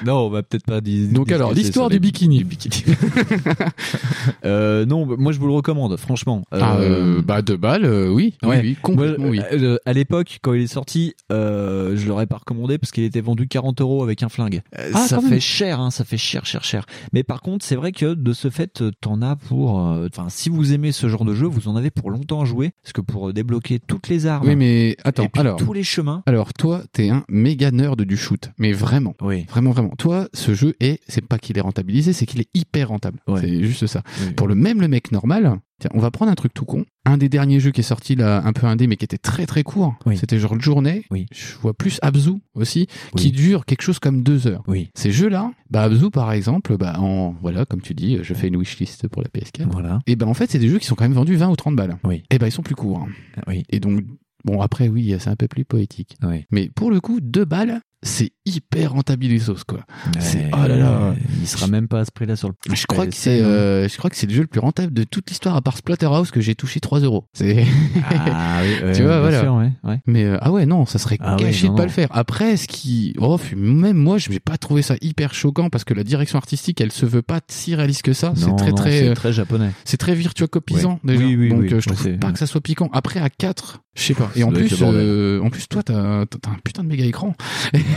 S2: Non, on va peut-être pas dis-
S3: donc alors
S2: discuter
S3: l'histoire
S2: sur
S3: du
S2: les-
S3: bikini *laughs*
S2: Euh, non, bah, moi je vous le recommande, franchement.
S3: Ah,
S2: Euh,
S3: euh, bah deux balles, euh, oui, oui,
S2: Ouais.
S3: oui,
S2: moi,
S3: complètement oui.
S2: euh, à l'époque, quand il est sorti, euh, je l'aurais pas recommandé parce qu'il était vendu 40 euros avec un flingue. Euh,
S3: Ah,
S2: ça
S3: quand
S2: fait
S3: même.
S2: cher, hein, ça fait cher, cher, cher. Mais par contre, c'est vrai que de ce fait, euh, t'en as pour. euh, Enfin, si vous aimez ce genre de jeu, vous en avez pour longtemps à jouer parce que pour euh, débloquer toutes les armes,
S3: Oui, mais attends,
S2: et puis
S3: alors,
S2: tous les chemins.
S3: alors toi, t'es un méga nerd du shoot, mais vraiment.
S2: Oui.
S3: Vraiment, vraiment. Toi, ce jeu est, c'est pas qu'il est rentabilisé, c'est qu'il est hyper rentable.
S2: Ouais.
S3: C'est juste ça. Pour le même le mec normal, tiens, on va prendre un truc tout con. Un des derniers jeux qui est sorti là, un peu indé, mais qui était très très court.
S2: Oui.
S3: C'était genre journée.
S2: Oui.
S3: Je vois plus Abzu aussi,
S2: Oui.
S3: qui dure quelque chose comme deux heures.
S2: Oui.
S3: Ces jeux-là, bah Abzu par exemple, bah en voilà, comme tu dis, je fais une wishlist pour la PS4.
S2: Voilà.
S3: Et ben en fait, c'est des jeux qui sont quand même vendus 20 ou 30 balles.
S2: Oui.
S3: Et ben ils sont plus courts.
S2: Ah Oui.
S3: Et donc, bon, après, oui, c'est un peu plus poétique.
S2: Oui.
S3: Mais pour le coup, deux balles, c'est hyper rentabilisos, quoi. C'est- oh là là.
S2: Il sera même pas à ce prix-là sur le.
S3: Je crois que c'est, euh, je crois que c'est le jeu le plus rentable de toute l'histoire, à part Splatterhouse, que j'ai touché 3 euros. C'est- *laughs*
S2: *laughs* Ah oui. ouais,
S3: Tu vois,
S2: bien
S3: voilà.
S2: sûr, ouais, ouais.
S3: Mais, euh, ah ouais, non, ça serait
S2: Ah
S3: gâché
S2: oui,
S3: de
S2: non,
S3: pas
S2: non.
S3: le faire. Après, ce qui, oh, puis même moi, je n'ai pas trouvé ça hyper choquant parce que la direction artistique, elle se veut pas si réaliste que ça. C'est
S2: Non,
S3: très,
S2: non,
S3: très,
S2: c'est
S3: euh,
S2: très japonais.
S3: c'est très virtuocopisant
S2: Oui.
S3: déjà.
S2: Oui, oui,
S3: Donc
S2: oui.
S3: euh, je
S2: Ouais,
S3: trouve
S2: c'est-
S3: pas que ça soit piquant. Après à 4, je sais pas. Et
S2: Ça
S3: en
S2: doit être
S3: plus,
S2: le bordel.
S3: euh, en plus toi t'as t'as un putain de méga écran. *laughs*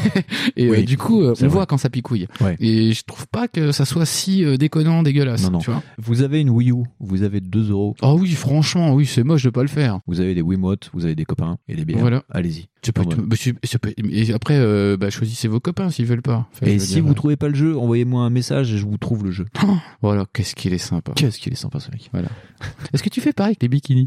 S3: et
S2: Oui,
S3: euh, du coup, euh, on
S2: c'est vrai.
S3: voit quand ça picouille.
S2: Ouais.
S3: Et je trouve pas que ça soit si euh, déconnant, dégueulasse.
S2: Non, non.
S3: Tu vois
S2: Vous avez une Wii U, vous avez 2 euros,
S3: oh oui, franchement, oui, c'est moche de pas le faire.
S2: vous avez des Wiimotes, vous avez des copains et des bières.
S3: Voilà.
S2: Allez-y.
S3: Tu peux-
S2: Ah, voilà.
S3: mais tu- ça peut- et après, euh, bah, choisissez vos copains s'ils veulent pas. Enfin, je
S2: Et
S3: veux
S2: si
S3: dire,
S2: vous
S3: euh,
S2: trouvez pas le jeu, envoyez-moi un message et je vous trouve le jeu.
S3: voilà, qu'est-ce qu'il est sympa.
S2: Qu'est-ce qu'il est sympa ce mec.
S3: Est-ce que tu fais pareil avec les bikinis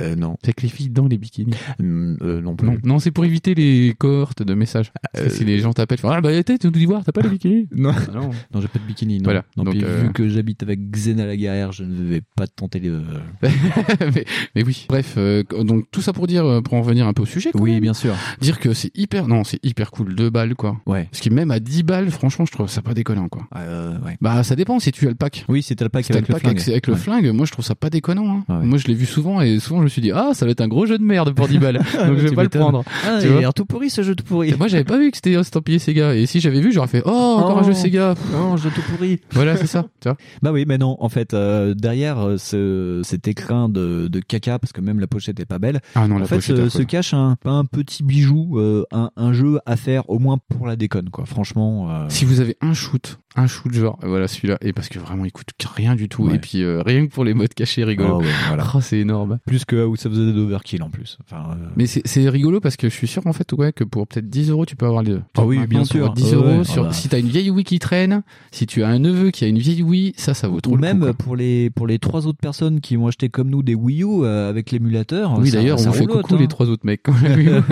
S2: Euh, non.
S3: Avec les filles dans les bikinis
S2: Mm, euh, non plus.
S3: Non, non, c'est pour éviter les cohortes de messages. Parce que
S2: euh,
S3: si les gens t'appellent, ils font, ah bah t'es, tu dis voir, t'as pas les bikinis
S2: Non.
S3: Ah non.
S2: Non, j'ai pas de bikini. Non.
S3: Voilà.
S2: Non,
S3: Donc,
S2: puis
S3: euh,
S2: vu que j'habite avec Xena la guerrière, je ne vais pas tenter les. euh,
S3: *laughs* mais, mais oui. Bref, euh, donc tout ça pour dire, euh, pour en revenir un peu au sujet. quand
S2: Oui,
S3: même.
S2: bien sûr.
S3: Dire que c'est hyper, non, c'est hyper cool, 2 balles quoi.
S2: Ouais.
S3: Parce que même à 10 balles, franchement, je trouve ça pas déconnant quoi.
S2: Euh, ouais.
S3: Bah ça dépend si tu as le pack.
S2: Oui, c'était le pack
S3: Si t'as
S2: avec le
S3: pack avec,
S2: flingue.
S3: avec le
S2: Ouais.
S3: flingue, moi je trouve ça pas déconnant. hein.
S2: Ah ouais.
S3: Moi je l'ai vu souvent et souvent je me suis dit ah ça va être un gros jeu de merde pour
S2: *laughs*
S3: 10 balles, donc je vais
S2: Tu
S3: pas le
S2: m'étonnes.
S3: prendre.
S2: Ah,
S3: tu
S2: il
S3: vois.
S2: a l'air tout pourri ce jeu tout pourri.
S3: Et moi j'avais pas vu que c'était oh, estampillé Sega et si j'avais vu j'aurais fait oh encore un
S2: Oh.
S3: jeu Sega.
S2: Non, jeu tout pourri.
S3: Voilà c'est ça. Tu vois.
S2: Bah oui, mais non, en fait, euh, derrière euh, ce, cet écrin de, de caca, parce que même la pochette est pas belle,
S3: Ah non
S2: en
S3: la
S2: fait, euh,
S3: pochette.
S2: se,
S3: affreuse.
S2: se cache un, un petit bijou, euh, un, un jeu à faire, au moins pour la déconne, quoi. Franchement, euh,
S3: Si vous avez un shoot, un shoot genre euh, voilà celui-là et parce que vraiment il coûte rien du tout
S2: Ouais.
S3: et puis euh, rien que pour les modes cachés
S2: ah
S3: rigolos.
S2: ouais,
S3: *laughs*
S2: voilà.
S3: Oh, c'est énorme.
S2: Plus que House of the Dead Overkill en plus. Enfin, euh,
S3: Mais c'est- c'est rigolo parce que je suis sûr en fait ouais, que pour peut-être 10 euros tu peux avoir les deux.
S2: Ah oui,
S3: Maintenant,
S2: bien
S3: pour
S2: sûr.
S3: 10
S2: Ah
S3: euros
S2: ouais.
S3: sur,
S2: Ah bah.
S3: si t'as une vieille Wii qui traîne, si tu as un neveu qui a une vieille Wii, ça ça vaut trop
S2: ou
S3: le
S2: même euh,
S3: coup, quoi.
S2: pour les pour les trois autres personnes qui ont acheté comme nous des Wii U euh, avec l'émulateur.
S3: Oui
S2: ça-
S3: d'ailleurs
S2: ça
S3: on fait
S2: roulotte,
S3: coucou
S2: hein.
S3: les trois autres mecs. quand
S2: *laughs*
S3: même.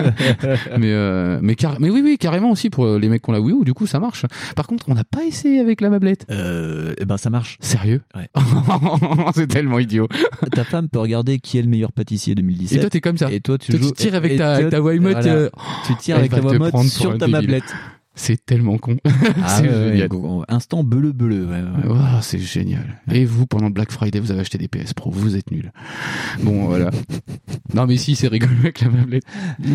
S3: mais euh, mais car- mais oui oui carrément aussi pour euh, les mecs qui ont la Wii U du coup ça marche. Par contre on n'a pas essayé avec la mablette.
S2: Euh, eh ben ça marche.
S3: Sérieux
S2: Ouais.
S3: *laughs* C'est tellement idiot.
S2: Ta femme peut regarder qui est le meilleur pâtissier 2017.
S3: Et toi t'es comme ça.
S2: Et toi, tu
S3: Toi,
S2: joues.
S3: tu tires avec
S2: et
S3: ta,
S2: toi,
S3: ta Wiimote,
S2: voilà,
S3: euh,
S2: tu tires
S3: elle
S2: avec
S3: va
S2: ta
S3: te
S2: Wiimote
S3: prendre pour un
S2: sur ta
S3: débile.
S2: mablette.
S3: c'est tellement con. *laughs* C'est
S2: ouais,
S3: génial.
S2: go- instant bleu bleu.
S3: *laughs* Oh, c'est génial. Et vous, pendant le Black Friday, vous avez acheté des PS Pro, vous êtes nuls. Bon,
S2: *laughs*
S3: voilà. Non, mais si, c'est rigolo avec la mablette.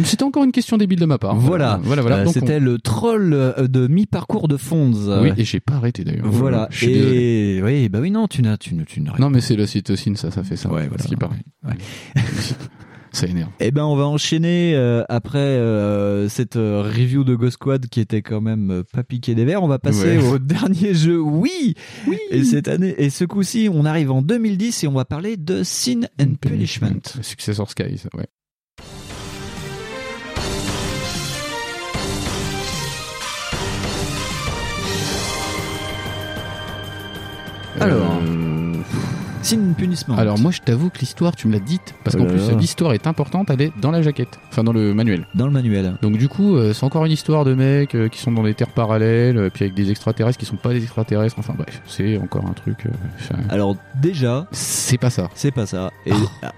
S3: C'était encore une question débile de ma part.
S2: Voilà.
S3: Voilà, voilà.
S2: Euh,
S3: Donc, on-
S2: C'était le troll euh, de mi-parcours de Fonz.
S3: Oui, et j'ai pas arrêté d'ailleurs.
S2: Voilà.
S3: Je suis désolé.
S2: Et oui, bah oui, non, tu n'as, tu ne, tu n'arrêtes
S3: Non, mais c'est la cytocine, ça, ça fait ça.
S2: Ouais, voilà.
S3: Ce qui paraît.
S2: Ouais.
S3: ça énerve.
S2: Eh ben, on va enchaîner euh, après euh, cette euh, review de Ghost Squad qui était quand même euh, pas piqué des verres. On va passer
S3: Ouais.
S2: au *laughs* dernier jeu. Oui. Et cette année, et ce coup-ci, on arrive en 2010 et on va parler de Sin and Punishment.
S3: Le Successor Sky, ça, ouais.
S2: Alors.
S3: Euh,
S2: Sin Punishment.
S3: Alors moi je t'avoue que l'histoire tu me l'as dite parce
S2: Oh
S3: qu'en
S2: là
S3: plus
S2: là.
S3: l'histoire est importante elle est dans la jaquette enfin dans le manuel
S2: dans le manuel.
S3: donc du coup euh, c'est encore une histoire de mecs euh, qui sont dans des terres parallèles euh, puis avec des extraterrestres qui sont pas des extraterrestres enfin bref c'est encore un truc euh, enfin,
S2: Alors déjà,
S3: c'est pas ça
S2: c'est pas ça. Et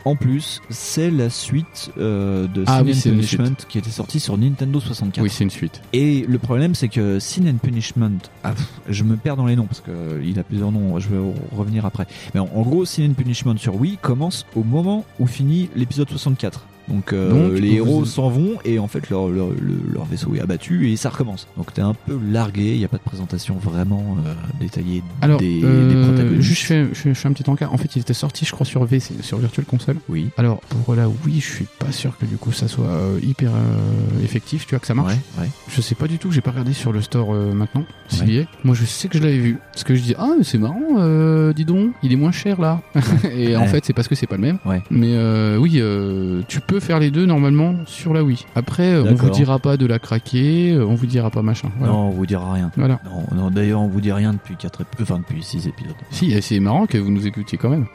S2: en plus, c'est la suite euh, de
S3: Ah
S2: Sin
S3: oui,
S2: and
S3: c'est une
S2: Punishment qui était sortie sur Nintendo 64.
S3: oui c'est une suite
S2: Et le problème, c'est que Sin and Punishment, ah, pff, je me perds dans les noms parce que euh, il a plusieurs noms. Je vais en revenir après. Mais en, en gros, Sin and Punishment sur Wii commence au moment où finit l'épisode 64. Donc, euh,
S3: Donc,
S2: les
S3: vous-
S2: héros s'en vont et en fait leur, leur, le- leur vaisseau est abattu et ça recommence. Donc t'es un peu largué, il n'y a pas de présentation vraiment euh, détaillée
S3: alors
S2: des,
S3: euh,
S2: des protagonistes.
S3: juste, je, fais, je- je fais un petit encart en fait il était sorti je crois sur VC sur Virtual Console
S2: Oui.
S3: alors pour la Wii je suis pas sûr que du coup ça soit euh, hyper euh, effectif tu vois que ça marche
S2: Ouais, ouais.
S3: Je sais pas du tout, j'ai pas regardé sur le store euh, maintenant, s'il y est. Moi je sais que je l'avais vu. Parce que je dis, ah mais c'est marrant, euh, dis donc, il est moins cher là. *laughs* et en
S2: Ouais.
S3: fait c'est parce que c'est pas le même.
S2: Ouais.
S3: Mais euh, oui, euh, tu peux faire les deux normalement sur la Wii. Après, euh, on
S2: D'accord.
S3: vous dira pas de la craquer, euh, on vous dira pas machin. Voilà.
S2: Non, on vous dira rien.
S3: Voilà.
S2: Non, non, d'ailleurs, on vous dit rien depuis quatre ép- enfin depuis 6 épisodes.
S3: Si, et c'est marrant que vous nous écoutiez quand même.
S2: *laughs*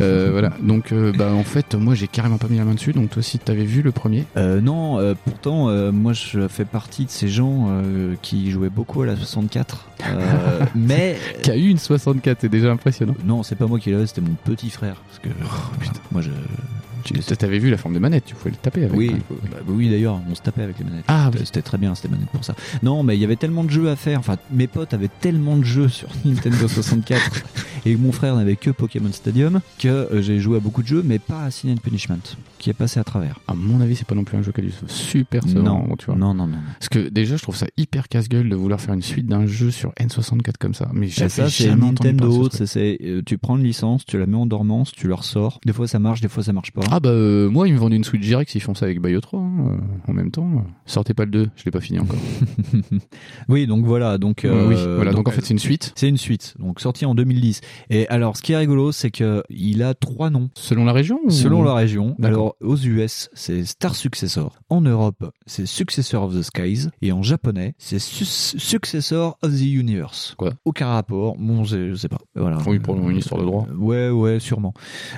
S3: Euh, voilà. Donc, euh, bah, en fait, moi, j'ai carrément pas mis la main dessus. Donc, toi aussi, t'avais vu le premier.
S2: Euh, non, euh, pourtant, euh, moi, je fais partie de ces gens euh, qui jouaient beaucoup à la 64.
S3: *laughs*
S2: euh, mais euh,
S3: Qui a eu une 64, c'est déjà impressionnant.
S2: non, c'est pas moi qui l'avais, c'était mon petit frère. Parce que
S3: Oh, putain.
S2: moi, je.
S3: Tu- T'avais vu la forme des manettes, tu pouvais le taper avec.
S2: Oui,
S3: hein.
S2: bah, oui d'ailleurs, on se tapait avec les manettes.
S3: Ah, oui.
S2: C'était très bien, c'était manette pour ça. Non, mais il y avait tellement de jeux à faire. Enfin, mes potes avaient tellement de jeux sur *laughs* Nintendo 64 et mon frère n'avait que Pokémon Stadium que euh, j'ai joué à beaucoup de jeux, mais pas à Sin and Punishment, qui est passé à travers.
S3: À mon avis, c'est pas non plus un jeu qui a dû se super se vendre, tu vois.
S2: non, non, non.
S3: Parce que déjà, je trouve ça hyper casse-gueule de vouloir faire une suite d'un jeu sur N64 comme ça. Mais
S2: Et
S3: j'avais
S2: ça, c'est
S3: jamais entendu parler de
S2: Nintendo.
S3: ce truc.
S2: c'est- c'est, euh, tu prends une licence, tu la mets en dormance, tu la ressors. Des fois, ça marche, des fois, ça marche pas.
S3: Ah bah euh, moi ils me vendent une Switch direct s'ils font ça avec Bayo 3 hein, euh, en même temps. euh. Sortez pas le 2, je l'ai pas fini encore.
S2: *laughs* oui, donc voilà. Donc, euh,
S3: oui, voilà, donc, en fait c'est une suite
S2: c'est une suite. Donc sorti en 2010. Et alors, ce qui est rigolo, c'est que il a trois noms.
S3: selon la région ou-
S2: Selon la région, alors
S3: D'accord.
S2: aux US, c'est Star Successor. En Europe, c'est Successor of the Skies. Et en japonais, c'est Su- Successor of the Universe.
S3: Quoi
S2: Aucun rapport. Bon, je, je sais pas. Voilà.
S3: Oui, pour une histoire de droit.
S2: Euh, Ouais, ouais, sûrement.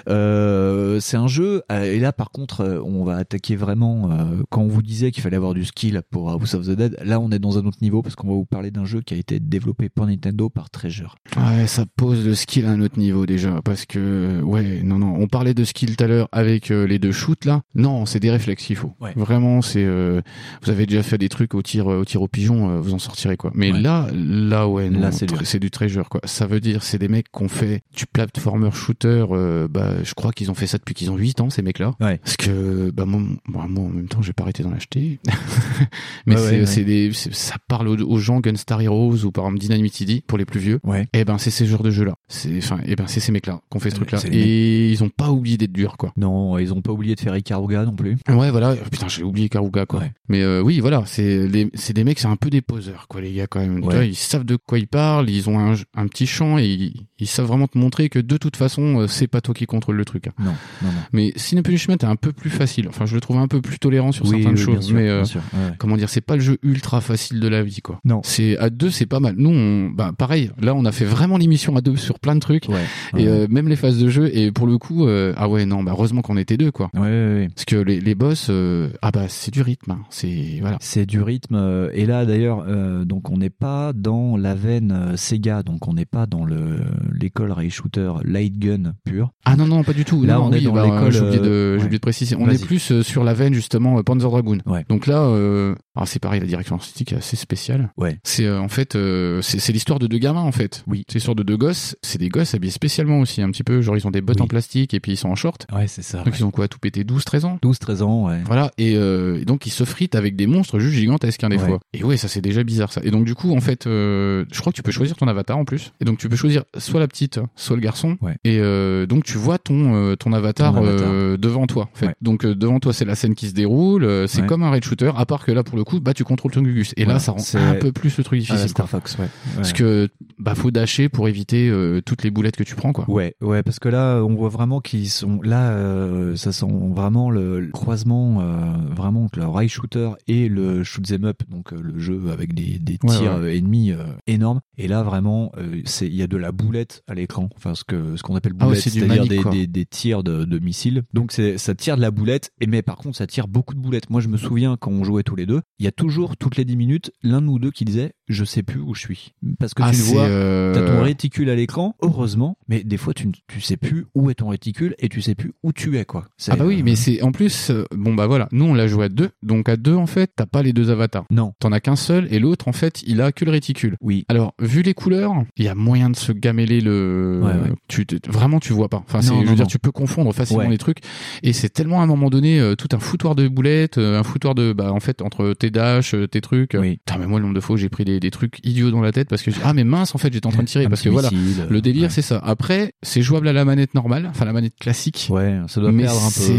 S2: Euh, c'est un jeu euh, et là par contre, euh, on va attaquer vraiment. euh, quand on vous disait qu'il fallait avoir du skill pour euh, House of the Dead, là on est dans un autre niveau parce qu'on va vous parler d'un jeu qui a été développé par Nintendo par Treasure.
S3: Ouais, ça pose le skill à un autre niveau déjà, parce que ouais, non, non, on parlait de skill tout à l'heure avec euh, les deux shoots là. Non, c'est des réflexes qu'il faut.
S2: Ouais.
S3: Vraiment, c'est euh, vous avez déjà fait des trucs au tir, euh, au tir au pigeon, euh, vous en sortirez quoi. Mais
S2: Ouais.
S3: là, là ouais, non,
S2: Là, c'est
S3: tr-
S2: dur.
S3: c'est du treasure quoi. Ça veut dire, c'est des mecs qu'on fait du platformer shooter. euh, bah, je crois qu'ils ont fait ça depuis qu'ils ont 8 ans ces mecs là.
S2: Ouais.
S3: Parce que bah moi, bah, moi, en même temps, j'ai pas arrêté d'en acheter. *laughs* Mais
S2: Ouais,
S3: c'est,
S2: ouais, ouais.
S3: c'est des, c'est- ça parle aux, aux gens Gunstar Heroes ou par exemple Dynamite ID pour les plus vieux.
S2: Ouais.
S3: Eh ben c'est ces genres de jeux là. C'est enfin eh ben c'est ces mecs là qu'on fait ce
S2: Ouais,
S3: truc là
S2: c'est les
S3: et ils ont pas oublié d'être durs quoi.
S2: Non, ils ont pas oublié de faire Ikaruga non plus.
S3: Ouais voilà, putain, j'ai oublié Karuga quoi.
S2: Ouais.
S3: Mais euh, oui, voilà, c'est les- c'est des mecs, c'est un peu des poseurs quoi les gars quand même. Tu
S2: Ouais.
S3: vois, ils savent de quoi ils parlent, ils ont un, un petit champ et ils, ils savent vraiment te montrer que de toute façon, euh, c'est pas toi qui contrôle le truc. hein.
S2: Non, non, non.
S3: Mais Sin Punishment est un peu plus facile. Enfin, je le trouve un peu plus tolérant sur
S2: Oui,
S3: certaines
S2: oui,
S3: choses,
S2: bien sûr,
S3: mais euh,
S2: bien sûr, ouais, ouais.
S3: comment dire, c'est pas le jeu ultra facile de la vie quoi.
S2: Non.
S3: C'est à deux, c'est pas mal. Nous, on, bah pareil, là on a fait vraiment l'émission à deux sur plein de trucs.
S2: *laughs* Ouais,
S3: Et
S2: ouais.
S3: euh, même les phases de jeu, et pour le coup, euh, ah ouais, non, bah heureusement qu'on était deux, quoi.
S2: Ouais, ouais, ouais.
S3: Parce que les, les boss, euh, ah bah c'est du rythme, hein. c'est voilà.
S2: C'est du rythme. euh, Et là, d'ailleurs, euh, donc on n'est pas dans la veine euh, Sega, donc on n'est pas dans le l'école Ray Shooter Light Gun pure.
S3: Ah non non pas du tout.
S2: Là,
S3: Non,
S2: on
S3: non,
S2: est
S3: oui,
S2: dans
S3: bah,
S2: l'école,
S3: J'ai oublié, de-
S2: euh,
S3: j'ai
S2: ouais.
S3: oublié de préciser. On
S2: Vas-y.
S3: est plus euh, sur la veine justement euh, Panzer Dragoon.
S2: Ouais.
S3: Donc là, euh, alors c'est pareil, la direction artistique est assez spéciale.
S2: Ouais.
S3: C'est euh, en fait, euh, c'est c'est l'histoire de deux gamins en fait.
S2: Oui.
S3: C'est l'histoire de deux gosses. C'est des gosses habillés spécialement aussi un petit peu. Genre ils ont des bottes
S2: Oui. Ah
S3: en plastique et puis ils sont en short.
S2: Ouais, c'est ça.
S3: Donc ils ont quoi tout pété 12-13 ans.
S2: 12-13 ans, ouais.
S3: Voilà, et, euh, et donc ils se fritent avec des monstres juste gigantesques, hein, des
S2: Ouais.
S3: fois. Et ouais, ça c'est déjà bizarre ça. Et donc du coup, en fait, euh, je crois que tu peux choisir ton avatar en plus. Et donc tu peux choisir soit la petite, soit le garçon.
S2: Ouais.
S3: Et euh, donc tu vois ton euh, ton avatar,
S2: Ton avatar.
S3: euh, devant toi. En fait.
S2: Ouais.
S3: Donc euh, devant toi, c'est la scène qui se déroule. euh, c'est
S2: Ouais.
S3: comme un raid shooter, à part que là pour le coup, bah tu contrôles ton gugus. Et là,
S2: Ouais,
S3: ça rend
S2: c'est-
S3: un peu plus le truc
S2: Ah,
S3: difficile. quoi.
S2: Star Fox, ouais.
S3: Parce que bah faut dasher pour éviter euh, toutes les boulettes que tu prends quoi.
S2: Ouais, ouais, parce que là, on voit vraiment qu'ils sont là, euh, ça sent vraiment le, le croisement, euh, vraiment entre le rail shooter et le shoot 'em up, donc euh, le jeu avec des, des
S3: Ouais,
S2: tirs
S3: ouais.
S2: euh, ennemis euh, énormes. Et là, vraiment, euh, c'est il y a de la boulette à l'écran, enfin ce que ce qu'on appelle
S3: Ah ouais,
S2: boulette,
S3: c'est du
S2: c'est-à-dire
S3: manique,
S2: des,
S3: quoi.
S2: des, des tirs de, de missiles. Donc c'est ça tire de la boulette, et mais par contre, ça tire beaucoup de boulettes. Moi, je me souviens quand on jouait tous les deux, il y a toujours toutes les 10 minutes l'un ou deux qui disait, je sais plus où je suis, parce que
S3: Ah,
S2: tu le
S3: c'est,
S2: vois.
S3: euh,
S2: T'as ton réticule à l'écran, heureusement, mais des fois tu, ne- tu sais plus où est ton réticule et tu sais plus où tu es quoi. C'est,
S3: Ah bah oui,
S2: euh,
S3: mais c'est en plus euh, bon bah voilà, nous on l'a joué à deux, donc à deux en fait, t'as pas les deux avatars.
S2: non,
S3: T'en as qu'un seul et l'autre en fait, il a que le réticule.
S2: oui,
S3: Alors, vu les couleurs, il y a moyen de se gameler le
S2: Ouais, ouais.
S3: tu te- vraiment tu vois pas. Enfin, c'est-
S2: Non,
S3: je veux
S2: non,
S3: dire
S2: non.
S3: tu peux confondre facilement
S2: Ouais.
S3: les trucs et c'est tellement à un moment donné euh, tout un foutoir de boulettes, euh, un foutoir de bah en fait entre tes dashs, euh, tes trucs.
S2: oui.
S3: Putain, mais moi le nombre de fois où j'ai pris des, des trucs idiots dans la tête parce que j'ai- ah mais mince en fait, j'étais en train de tirer
S2: *laughs* Un
S3: parce
S2: petit
S3: que voilà,
S2: missile, euh,
S3: le délire
S2: ouais.
S3: c'est ça. Après, c'est jouable à la manette normale, enfin la manette classique
S2: Ouais, ça doit
S3: mais
S2: perdre un
S3: c'est
S2: peu.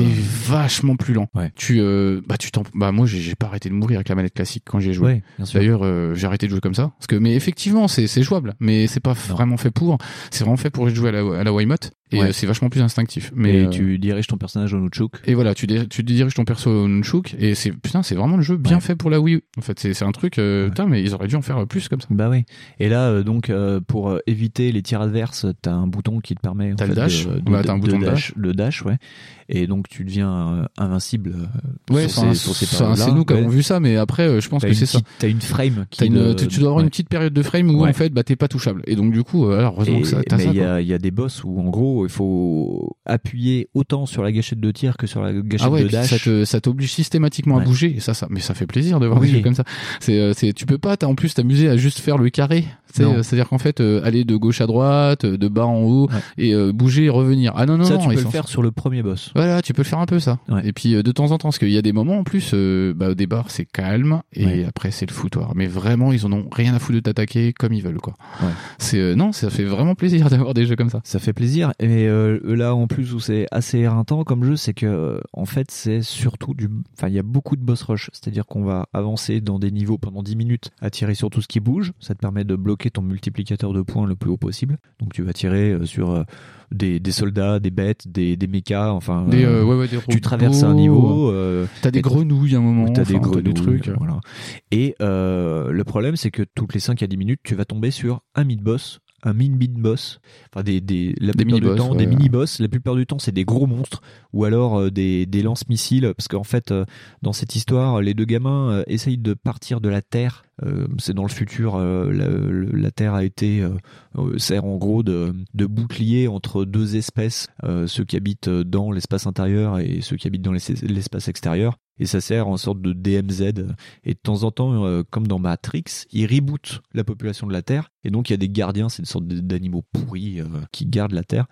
S3: vachement plus lent.
S2: Ouais.
S3: Tu euh, bah tu t'en bah moi j'ai- j'ai pas arrêté de mourir avec la manette classique quand j'ai joué.
S2: Ouais, bien sûr.
S3: D'ailleurs, euh, j'ai arrêté de jouer comme ça. Parce que, mais effectivement, c'est c'est jouable, mais c'est pas vraiment fait pour. C'est vraiment fait pour jouer à la, à la Wiimote, et
S2: Ouais.
S3: euh, c'est vachement plus instinctif. Mais
S2: Mais
S3: euh,
S2: tu diriges ton personnage au Nunchuk.
S3: et voilà, tu, dé- tu diriges ton perso au Nunchuk, et c'est putain, c'est vraiment le jeu bien
S2: Ouais.
S3: fait pour la Wii. U. En fait, c'est c'est un truc. euh,
S2: Ouais.
S3: Putain, mais ils auraient dû en faire plus comme ça.
S2: Bah oui. Et là, euh, donc, euh, pour euh, éviter les tirs adverses, t'as un bouton qui te permet. en
S3: T'as le
S2: fait,
S3: dash.
S2: de- de-
S3: Bah, t'as un bouton de
S2: Le dash, ouais. Et donc, tu deviens euh, invincible. euh,
S3: Ouais,
S2: sur
S3: enfin,
S2: ces- sur ces
S3: c'est
S2: périodes-là.
S3: c'est nous qui
S2: Ouais.
S3: avons vu ça, mais après, euh, je pense
S2: T'as
S3: que
S2: une
S3: c'est ça.
S2: petite- T'as une frame. qui
S3: T'as une,
S2: ne-
S3: tu, tu dois avoir
S2: Ouais.
S3: une petite période de frame où
S2: Ouais.
S3: en fait, bah t'es pas touchable. Et donc du coup, euh, alors heureusement
S2: Et-
S3: que ça, t'as
S2: mais
S3: ça.
S2: il y,
S3: quoi.
S2: a- il y a des boss où en gros il faut appuyer autant sur la gâchette de tir que sur la gâchette
S3: Ah ouais,
S2: de
S3: puis ça
S2: dash.
S3: te- ça t'oblige systématiquement à
S2: Ouais.
S3: bouger et ça ça mais ça fait plaisir de voir
S2: Oui.
S3: des jeux comme ça. C'est euh, c'est tu peux pas t'as en plus t'amuser à juste faire le carré, tu sais,
S2: Non.
S3: euh, c'est-à-dire qu'en fait euh, aller de gauche à droite, euh, de bas en haut
S2: Ouais.
S3: et euh, bouger et revenir. Ah non non,
S2: Ça,
S3: non,
S2: tu
S3: ils
S2: peux le
S3: sont-
S2: faire sur le premier boss.
S3: Voilà, tu peux le faire un peu ça.
S2: Ouais.
S3: Et puis euh, de temps en temps, parce qu'il y a des moments en plus, euh, bah, au départ c'est calme et
S2: Ouais.
S3: après c'est le foutoir. Mais vraiment, ils en ont rien à foutre de t'attaquer comme ils veulent quoi.
S2: Ouais.
S3: C'est euh, non, ça fait vraiment plaisir *laughs* d'avoir des jeux comme ça.
S2: Ça fait plaisir. Et euh, là en plus où c'est assez éreintant comme jeu, c'est que euh, en fait c'est surtout du. Enfin il y a beaucoup de boss rush, c'est-à-dire qu'on va avancer dans des niveaux pendant 10 minutes à tirer sur tout ce qui bouge. Ça te permet de bloquer ton multiplicateur de points le plus haut possible. Donc tu vas tirer euh, sur euh, des, des soldats, des bêtes, des, des mechas, enfin.
S3: Des,
S2: euh,
S3: euh, ouais, ouais, des
S2: tu
S3: robots,
S2: traverses un niveau. euh,
S3: T'as des
S2: Et t'as-
S3: grenouilles à un moment.
S2: où t'as des
S3: enfin,
S2: gros
S3: des trucs.
S2: Et euh, le problème, c'est que toutes les 5 à 10 minutes, tu vas tomber sur un mid-boss un mini boss. Enfin, des, des, la plupart du
S3: Des mini-boss,
S2: temps,
S3: ouais,
S2: des
S3: ouais.
S2: mini-boss. La plupart du temps, c'est des gros monstres ou alors euh, des, des lance-missiles. Parce qu'en fait, euh, dans cette histoire, les deux gamins euh, essayent de partir de la Terre. Euh, c'est dans le futur, euh, la, le- la Terre a été euh, euh, sert en gros de, de bouclier entre deux espèces, euh, ceux qui habitent dans l'espace intérieur et ceux qui habitent dans l'es- l'espace extérieur. Et ça sert en sorte de DMZ. Et de temps en temps, euh, comme dans Matrix, ils rebootent la population de la Terre. Et donc il y a des gardiens, c'est une sorte d'animaux pourris euh, qui gardent la Terre.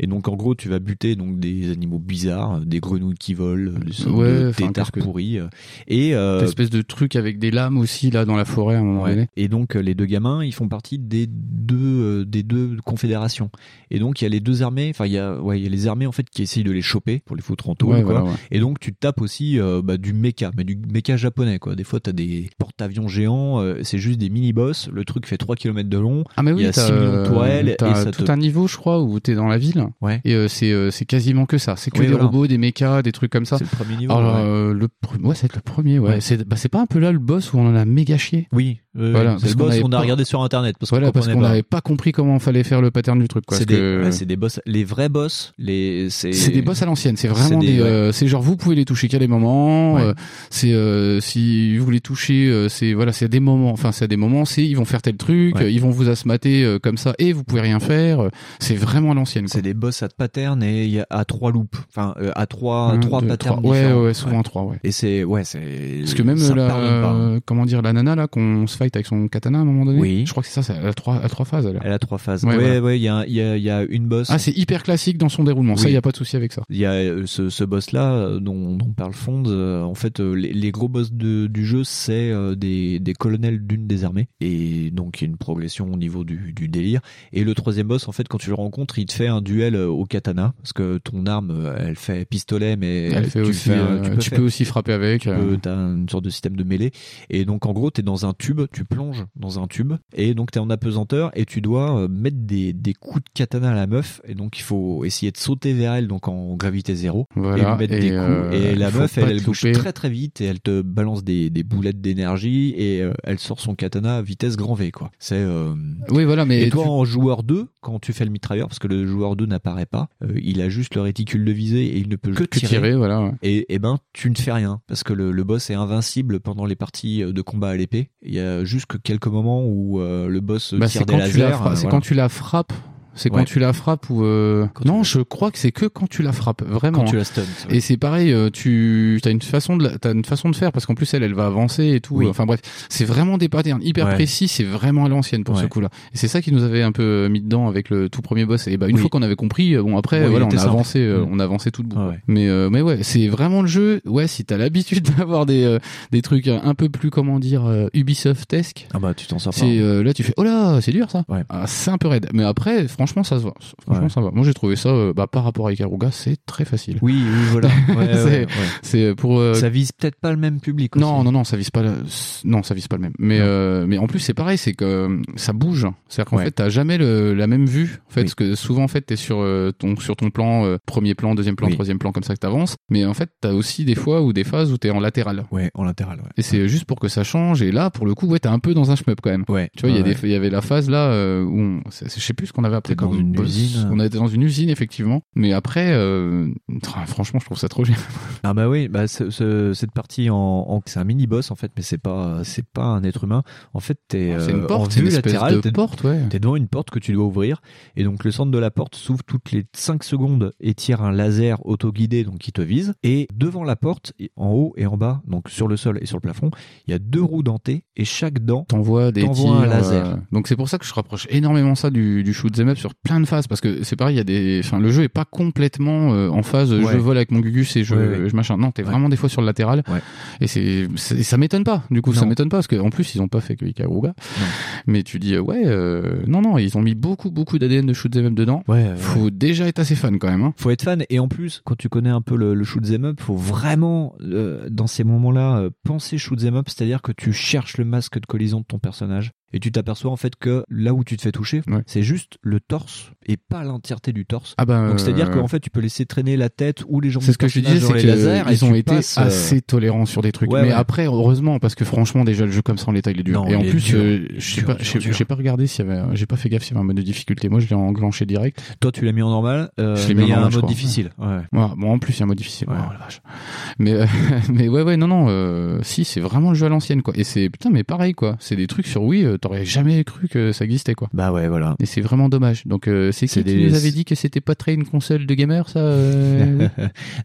S2: Et donc en gros, tu vas buter donc des animaux bizarres, des grenouilles qui volent, des sortes
S3: Ouais,
S2: de
S3: enfin,
S2: têtards
S3: qu'est-ce que-
S2: pourris. euh, Et euh,
S3: Cette espèce de truc avec des lames aussi, là, dans la forêt, à un moment
S2: Ouais.
S3: donné.
S2: Et donc euh, les deux gamins, ils font partie des deux euh, des deux confédérations. Et donc il y a les deux armées, enfin il y a ouais, il y a les armées en fait qui essayent de les choper pour les foutre en tôle
S3: Ouais,
S2: quoi.
S3: voilà, ouais.
S2: Et donc tu tapes aussi euh, bah, du méca, mais du méca japonais quoi. Des fois t'as des porte-avions géants, euh, c'est juste des mini-boss, le truc fait 3 km de long.
S3: Ah mais
S2: Il y
S3: oui,
S2: a
S3: t'as,
S2: six millions de toiles
S3: euh,
S2: et
S3: t'as
S2: ça
S3: tout
S2: te-
S3: un niveau, je crois, où t'es dans la ville.
S2: Ouais.
S3: Et euh, c'est euh, c'est quasiment que ça. C'est que
S2: Oui,
S3: des
S2: voilà.
S3: robots, des mechas, des trucs comme ça.
S2: C'est le premier niveau.
S3: Alors,
S2: ouais.
S3: euh, le pre- ouais, c'est le premier. Ouais.
S2: Ouais.
S3: C'est bah, c'est pas un peu là le boss où on en a méga chié.
S2: Oui, euh,
S3: Voilà,
S2: c'est
S3: parce
S2: le
S3: qu'on
S2: boss
S3: avait
S2: qu'on a
S3: pas-
S2: regardé sur internet parce
S3: Voilà,
S2: qu'on
S3: parce
S2: comprenait
S3: qu'on
S2: pas.
S3: n'avait pas compris comment fallait faire le pattern du truc. quoi,
S2: C'est
S3: parce
S2: des,
S3: que-
S2: ouais, c'est des boss, les vrais boss, les c'est
S3: C'est des boss à l'ancienne, c'est vraiment
S2: c'est
S3: des,
S2: des-
S3: euh, c'est genre vous pouvez les toucher qu'à des moments,
S2: Ouais.
S3: euh, c'est euh, si vous les touchez, euh, c'est voilà, c'est à des moments, enfin c'est à des moments, c'est ils vont faire tel truc,
S2: Ouais.
S3: euh, ils vont vous asmater euh, comme ça et vous pouvez rien faire, euh, c'est vraiment à l'ancienne. quoi.
S2: C'est des boss à pattern et il y a à trois loops, enfin euh, à trois
S3: Un,
S2: trois
S3: deux,
S2: patterns
S3: Mmh, trois. Ouais,
S2: différents.
S3: ouais, souvent trois, ouais.
S2: Et c'est ouais, c'est
S3: Parce que même
S2: ça
S3: la,
S2: pardonne pas, hein.
S3: euh, comment dire, la nana là qu'on se fight avec son katana à un moment donné.
S2: Oui.
S3: Je crois que c'est ça, c'est à trois, à trois phases. elle.
S2: elle a trois phases.
S3: Ouais,
S2: Ouais,
S3: voilà.
S2: ouais, il y a il y a il y a une boss.
S3: Ah, c'est hyper classique dans son déroulement. Ça,
S2: Oui.
S3: il y a pas de souci avec ça.
S2: il y a euh, ce, ce boss là dont, dont parle Fond en fait euh, les, les gros boss de- du jeu c'est euh, des, des colonels d'une des armées et donc il y a une progression au niveau du, du délire et le troisième boss en fait quand tu le rencontres il te fait un duel euh, au katana parce que ton arme euh, elle fait pistolet mais
S3: Elle fait
S2: tu,
S3: aussi,
S2: fais, euh,
S3: euh,
S2: tu peux,
S3: tu,
S2: faire-
S3: peux aussi frapper avec.
S2: tu
S3: euh,
S2: peux- t'as une sorte de système de mêlée et donc en gros t'es dans un tube tu plonges dans un tube et donc t'es en apesanteur et tu dois euh, mettre des, des coups de katana à la meuf et donc il faut essayer de sauter vers elle donc en gravité zéro
S3: voilà.
S2: et lui mettre des coups.
S3: euh,
S2: et la
S3: faut
S2: meuf,
S3: pas
S2: elle,
S3: te
S2: elle bouge
S3: louper.
S2: très très vite et elle te balance des, des boulettes d'énergie et euh, elle sort son katana à vitesse grand V, quoi. C'est. euh,
S3: Oui, voilà, mais
S2: Et, toi,
S3: tu-
S2: en joueur 2, quand tu fais le mitrailleur, parce que le joueur 2 n'apparaît pas, euh, il a juste le réticule de visée et il ne peut
S3: que
S2: tirer.
S3: tirer, voilà. ouais.
S2: Et, et ben, tu ne fais rien parce que le, le boss est invincible pendant les parties euh, de combat à l'épée. Il y a juste que quelques moments où euh, le boss
S3: Bah,
S2: tire
S3: c'est
S2: des
S3: quand,
S2: lasers.
S3: tu la fra-
S2: euh,
S3: c'est
S2: voilà.
S3: quand tu la frappes. C'est quand
S2: Ouais.
S3: tu la frappes ou euh,
S2: Quand tu
S3: non,
S2: la-
S3: je crois que c'est que quand tu la frappes, vraiment. hein.
S2: Quand tu la stunnes.
S3: Et c'est pareil, euh, tu as une façon de la- t'as une façon de faire parce qu'en plus elle elle va avancer et tout.
S2: Oui.
S3: Enfin bref, c'est vraiment des patterns hyper
S2: Ouais.
S3: précis, c'est vraiment à l'ancienne pour ce
S2: Ouais.
S3: coup-là. Et c'est ça qui nous avait un peu euh, mis dedans avec le tout premier boss. Et bah une
S2: Oui.
S3: fois qu'on avait compris, euh, bon après
S2: Oui, il
S3: voilà, on
S2: était
S3: a
S2: simple.
S3: avancé, euh,
S2: Mm.
S3: on a avancé tout debout.
S2: Ah
S3: quoi.
S2: ouais.
S3: Mais euh, mais ouais, c'est vraiment le jeu. Ouais, si t'as l'habitude *laughs* d'avoir des euh, des trucs euh, un peu plus comment dire euh, Ubisoft-esque.
S2: Ah bah, tu t'en sors pas.
S3: C'est euh, là tu fais oh là c'est dur ça
S2: Ouais.
S3: Ah, c'est un peu raide mais après franchement ça se voit franchement
S2: Ouais.
S3: ça va moi j'ai trouvé ça euh, bah, par rapport à Ikaruga c'est très facile
S2: Oui, oui, voilà. Ouais, *laughs* ouais,
S3: C'est-
S2: ouais.
S3: c'est euh, pour euh,
S2: Ça vise peut-être pas le même public. aussi.
S3: non non non ça vise pas le- non ça vise pas le même mais
S2: Non.
S3: euh, mais en plus c'est pareil c'est que euh, ça bouge c'est à dire qu'en
S2: Ouais.
S3: fait t'as jamais le- la même vue en fait
S2: Oui.
S3: parce que souvent en fait t'es sur euh, ton sur ton plan euh, premier plan deuxième plan
S2: Oui.
S3: troisième plan comme ça que t'avances mais en fait t'as aussi des fois ou des phases où t'es en latéral
S2: Ouais, en latéral, ouais.
S3: et c'est juste pour que ça change et là pour le coup ouais t'es un peu dans un shmup quand même
S2: Ouais,
S3: Tu vois, il y a
S2: ouais.
S3: des- il y avait la phase là euh, où on, c'est- c'est- je sais plus ce qu'on avait après
S2: T'es dans
S3: comme
S2: une
S3: boss.
S2: usine.
S3: On était dans une usine effectivement, mais après, euh, tra- franchement, je trouve ça trop génial.
S2: Ah bah oui, bah ce- ce- cette partie en, en- c'est un mini boss en fait, mais c'est pas c'est pas un être humain. En fait, t'es
S3: Ah, c'est
S2: euh,
S3: une
S2: en
S3: porte, c'est une
S2: vue
S3: espèce
S2: latérale,
S3: de
S2: t'es,
S3: porte, ouais.
S2: t'es devant une porte que tu dois ouvrir, et donc le centre de la porte s'ouvre toutes les 5 secondes et tire un laser autoguidé donc qui te vise. Et devant la porte, et- en haut et en bas, donc sur le sol et sur le plafond, il y a deux roues dentées et chaque dent
S3: T'envoies des
S2: T'envoies
S3: tirs,
S2: un laser.
S3: euh, donc c'est pour ça que je rapproche énormément ça du, du shoot 'em up sur plein de phases parce que c'est pareil, il y a des, enfin le jeu est pas complètement euh, en phase. euh, Je
S2: Ouais.
S3: vole avec mon gugus et je,
S2: Ouais, ouais.
S3: je machin. Non, t'es
S2: Ouais.
S3: vraiment des fois sur le latéral.
S2: Ouais.
S3: Et c'est, c'est- ça m'étonne pas. Du coup, ça
S2: Non.
S3: m'étonne pas parce que en plus ils ont pas fait que Ikaruga. Mais tu dis euh, ouais, euh, non non, ils ont mis beaucoup beaucoup d'ADN de shoot 'em up dedans.
S2: Ouais, ouais.
S3: Faut déjà être assez fan quand même. Hein.
S2: Faut être fan et en plus quand tu connais un peu le, le shoot 'em up, faut vraiment euh, dans ces moments-là euh, penser shoot 'em up, c'est-à-dire que tu cherches le masque de collision de ton personnage et tu t'aperçois en fait que là où tu te fais toucher,
S3: Ouais.
S2: c'est juste le torse et pas l'entièreté du torse.
S3: Ah ben,
S2: Donc c'est-à-dire
S3: euh,
S2: qu'en fait tu peux laisser traîner la tête ou les jambes
S3: c'est
S2: du
S3: ce que je te
S2: personnage
S3: disais,
S2: dans
S3: c'est
S2: les
S3: qu'ils
S2: lasers et
S3: ont
S2: tu
S3: été
S2: passes, euh,
S3: assez tolérants sur des trucs.
S2: ouais,
S3: mais
S2: ouais.
S3: après, heureusement, parce que franchement, déjà le jeu comme ça, en l'état, il est dur.
S2: Non,
S3: et en
S2: il est
S3: plus,
S2: dur,
S3: euh,
S2: il est
S3: je sais
S2: dur,
S3: pas,
S2: dur,
S3: j'ai
S2: dur.
S3: j'ai pas regardé s'il y avait, j'ai pas fait gaffe s'il y avait un mode de difficulté. Moi, je l'ai enclenché direct.
S2: Toi tu l'as mis en normal, euh,
S3: Je l'ai mis
S2: mais
S3: en
S2: il y a
S3: normal,
S2: un
S3: je
S2: mode
S3: crois.
S2: difficile. Ouais.
S3: Ouais, bon, en plus, il y a un mode difficile.
S2: Ouais.
S3: Oh, la vache. Mais, euh, *laughs* mais ouais, ouais, non, non. euh, si, c'est vraiment le jeu à l'ancienne, quoi. Et c'est, putain, mais pareil, quoi. C'est des trucs sur Wii, euh, t'aurais jamais cru que ça existait, quoi.
S2: Bah ouais voilà.
S3: Et c'est vraiment dommage. Donc, euh, c'est qui
S2: C'est
S3: qui
S2: des-
S3: nous avait dit que c'était pas très une console de gamer,
S2: *laughs*
S3: ça euh,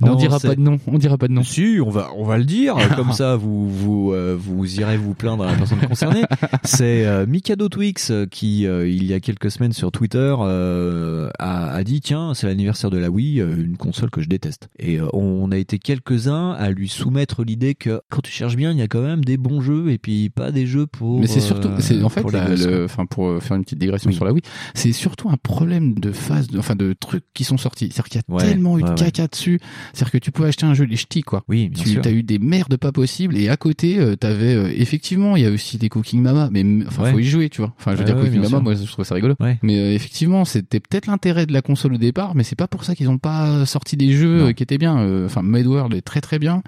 S3: On
S2: Non,
S3: dira
S2: c'est-
S3: pas de nom. On dira pas de nom.
S2: Si, on va, on va le
S3: *laughs*
S2: dire. Comme ça, vous, vous, euh, vous irez vous plaindre à la personne concernée. C'est euh, Mikado Twix euh, qui, euh, il y a quelques semaines sur Twitter, euh, a, a dit tiens, c'est l'anniversaire de la Wii, euh, une console que je déteste. Et euh, on a été quelques-uns à lui soumettre l'idée que quand tu cherches bien, il y a quand même des bons jeux et puis pas des jeux pour.
S3: Mais c'est
S2: euh,
S3: surtout, c'est en fait,
S2: pour les
S3: la-
S2: gosses,
S3: le-
S2: quoi.
S3: enfin pour euh, faire une petite digression
S2: Oui.
S3: sur la Wii, c'est surtout un problème de phase, de- enfin de trucs qui sont sortis. C'est-à-dire qu'il y a
S2: Ouais,
S3: tellement eu de
S2: ouais,
S3: caca dessus, c'est-à-dire que tu pouvais acheter un jeu les ch'tis quoi.
S2: Oui, bien
S3: Tu
S2: sûr.
S3: as eu des merdes pas possibles et à côté euh, t'avais euh, effectivement il y a aussi des Cooking Mama mais m- enfin
S2: Ouais.
S3: faut y jouer tu vois enfin je veux
S2: Ouais,
S3: dire
S2: ouais,
S3: Cooking
S2: bien
S3: Mama
S2: sûr.
S3: moi je trouve ça rigolo
S2: Ouais.
S3: mais euh, effectivement c'était peut-être l'intérêt de la console au départ mais c'est pas pour ça qu'ils ont pas sorti des jeux
S2: Non.
S3: euh, qui étaient bien Euh, enfin Mad World est très très bien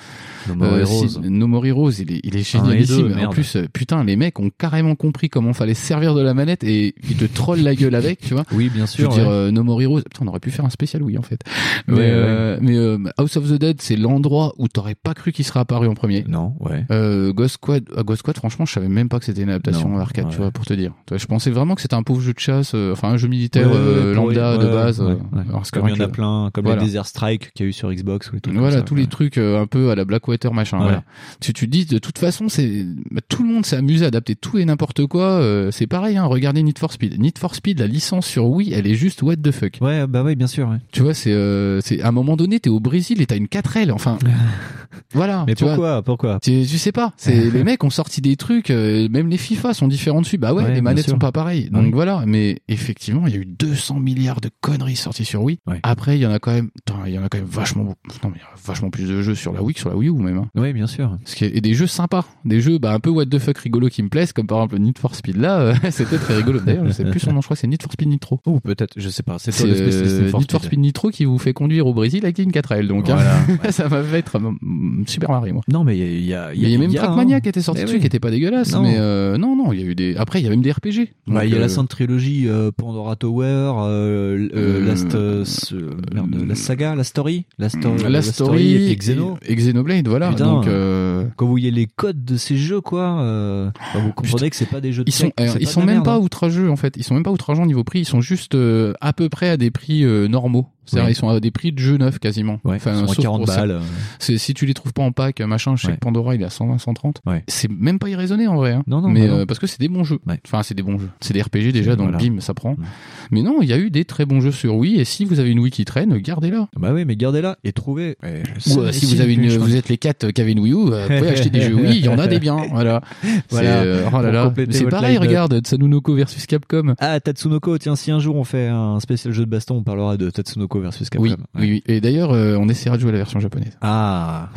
S2: No More
S3: euh,
S2: Heroes.
S3: si- No More Heroes, il est, il est
S2: Un et deux,
S3: génialissime. en
S2: merde.
S3: plus, euh, putain, les mecs ont carrément compris comment fallait se servir de la manette et ils te trollent la gueule avec, tu vois.
S2: Oui, bien
S3: Je veux
S2: *laughs* sûr.
S3: dire,
S2: ouais.
S3: euh, No More Heroes, putain, on aurait pu faire un spécial, oui, en fait. Mais,
S2: Ouais, ouais.
S3: euh, mais euh, House of the Dead, c'est l'endroit où t'aurais pas cru qu'il serait apparu en premier.
S2: Non, ouais.
S3: Euh, Ghost Squad, euh, Ghost Squad, franchement, je savais même pas que c'était une adaptation
S2: Non,
S3: arcade, tu
S2: ouais.
S3: vois, pour te dire. Tu vois, Je pensais vraiment que c'était un pauvre jeu de chasse, euh, enfin un jeu militaire
S2: Ouais, ouais,
S3: euh,
S2: ouais,
S3: lambda
S2: ouais,
S3: de
S2: ouais,
S3: base.
S2: ouais,
S3: euh,
S2: ouais.
S3: alors c'est
S2: Comme il y en
S3: correct,
S2: a
S3: euh,
S2: plein, comme
S3: Voilà.
S2: les Desert Strike qu'il y a eu sur Xbox ou les trucs comme
S3: voilà
S2: ça,
S3: tous
S2: ouais.
S3: les trucs euh, un peu à la Blackwater machin
S2: Ouais.
S3: voilà. tu tu te dis de toute façon c'est bah, tout le monde s'est amusé à adapter tout et n'importe quoi euh, c'est pareil hein, regardez Need for Speed Need for Speed la licence sur Wii elle est juste what the fuck
S2: Ouais, bah ouais, bien sûr. ouais.
S3: tu vois c'est euh, c'est à un moment donné t'es au Brésil et t'as une 4L enfin voilà
S2: Mais
S3: Ah, tu vois.
S2: pourquoi Pourquoi
S3: Tu, tu sais pas,
S2: *laughs*
S3: c'est les mecs ont sorti des trucs, euh, même les FIFA sont différents dessus. Bah ouais,
S2: Ouais,
S3: les
S2: bien
S3: manettes
S2: sûr.
S3: sont pas pareilles. Donc
S2: Ouais.
S3: voilà, mais effectivement, il y a eu 200 milliards de conneries sorties sur Wii.
S2: Ouais.
S3: Après, il y en a quand même, putain, il y en a quand même vachement beaucoup. Non, mais il y a vachement plus de jeux sur la Wii que sur la Wii U même. hein.
S2: Oui, bien sûr.
S3: Parce qu'il y a- et des jeux sympas, des jeux bah un peu what the fuck rigolo qui me plaisent comme par exemple Need for Speed là, euh, *laughs* c'était très rigolo. D'ailleurs, je sais plus son nom, je crois que c'est Need for Speed Nitro.
S2: Ou peut-être, je sais pas. C'est
S3: C'est
S2: toi le spécialiste
S3: euh,
S2: de Fort
S3: Need for
S2: Speed.
S3: Speed Nitro qui vous fait conduire au Brésil avec une 4L. Donc hein.
S2: Voilà.
S3: *laughs* ça m'a fait être mm, super marré moi.
S2: Non, mais il y a, il
S3: Il y a même
S2: il y a,
S3: Trackmania
S2: hein.
S3: qui était sorti
S2: Mais
S3: dessus,
S2: oui.
S3: qui était pas dégueulasse,
S2: Non.
S3: mais euh, non, non, il y a eu des. Après, il y a même des RPG.
S2: Bah,
S3: Donc,
S2: il y a
S3: euh,
S2: la sainte trilogie euh, Pandora Tower, euh, euh,
S3: Euh,
S2: Last, euh, ce- merde,
S3: euh,
S2: la saga, la story, la, sto-
S3: la,
S2: la
S3: story
S2: et puis Xeno.
S3: et- et Xenoblade, voilà.
S2: Putain.
S3: Donc, euh,
S2: Quand vous voyez les codes de ces jeux, quoi, euh, bah, vous comprenez que c'est pas des jeux de
S3: ils sont,
S2: tech,
S3: euh,
S2: c'est
S3: ils
S2: de
S3: sont
S2: la
S3: même
S2: merde,
S3: pas
S2: hein.
S3: outrageux en fait. Ils sont même pas outrageants niveau prix. Ils sont juste euh, à peu près à des prix euh, normaux. C'est-à-dire,
S2: Oui.
S3: ils sont à des prix de jeu neuf quasiment.
S2: Ouais,
S3: Enfin,
S2: ils sont à
S3: sauf pour
S2: 40
S3: ça.
S2: balles. euh.
S3: C'est si tu les trouves pas en pack, machin. Je sais
S2: Ouais.
S3: que Pandora il est à 120, 130.
S2: Ouais.
S3: C'est même pas irraisonné en vrai. hein.
S2: Non, non, bah
S3: mais
S2: non.
S3: euh, parce que c'est des bons jeux.
S2: Ouais.
S3: Enfin, c'est des bons jeux. C'est des RPG déjà, donc
S2: Voilà.
S3: bim, ça prend.
S2: Mm.
S3: Mais non, il y a eu des très bons jeux sur Wii. Et si vous avez une Wii qui traîne, gardez-la.
S2: Bah oui, mais gardez-la et trouvez.
S3: Ou euh, si vous avez une, vous êtes les quatre euh, qui avez une Wii U, euh, vous pouvez acheter des jeux Wii, il y en a
S2: *laughs*
S3: des biens, voilà.
S2: Voilà.
S3: C'est, euh, oh là
S2: Pour
S3: là.
S2: compléter
S3: C'est
S2: votre
S3: pareil,
S2: line-up.
S3: regarde, Tsanunoko versus Capcom.
S2: Ah, Tatsunoko, tiens, si un jour on fait un spécial jeu de baston, on parlera de Tatsunoko versus Capcom.
S3: Oui, oui, oui. Et d'ailleurs, euh, on essaiera de jouer à la
S2: *laughs*
S3: version japonaise.
S2: Ah.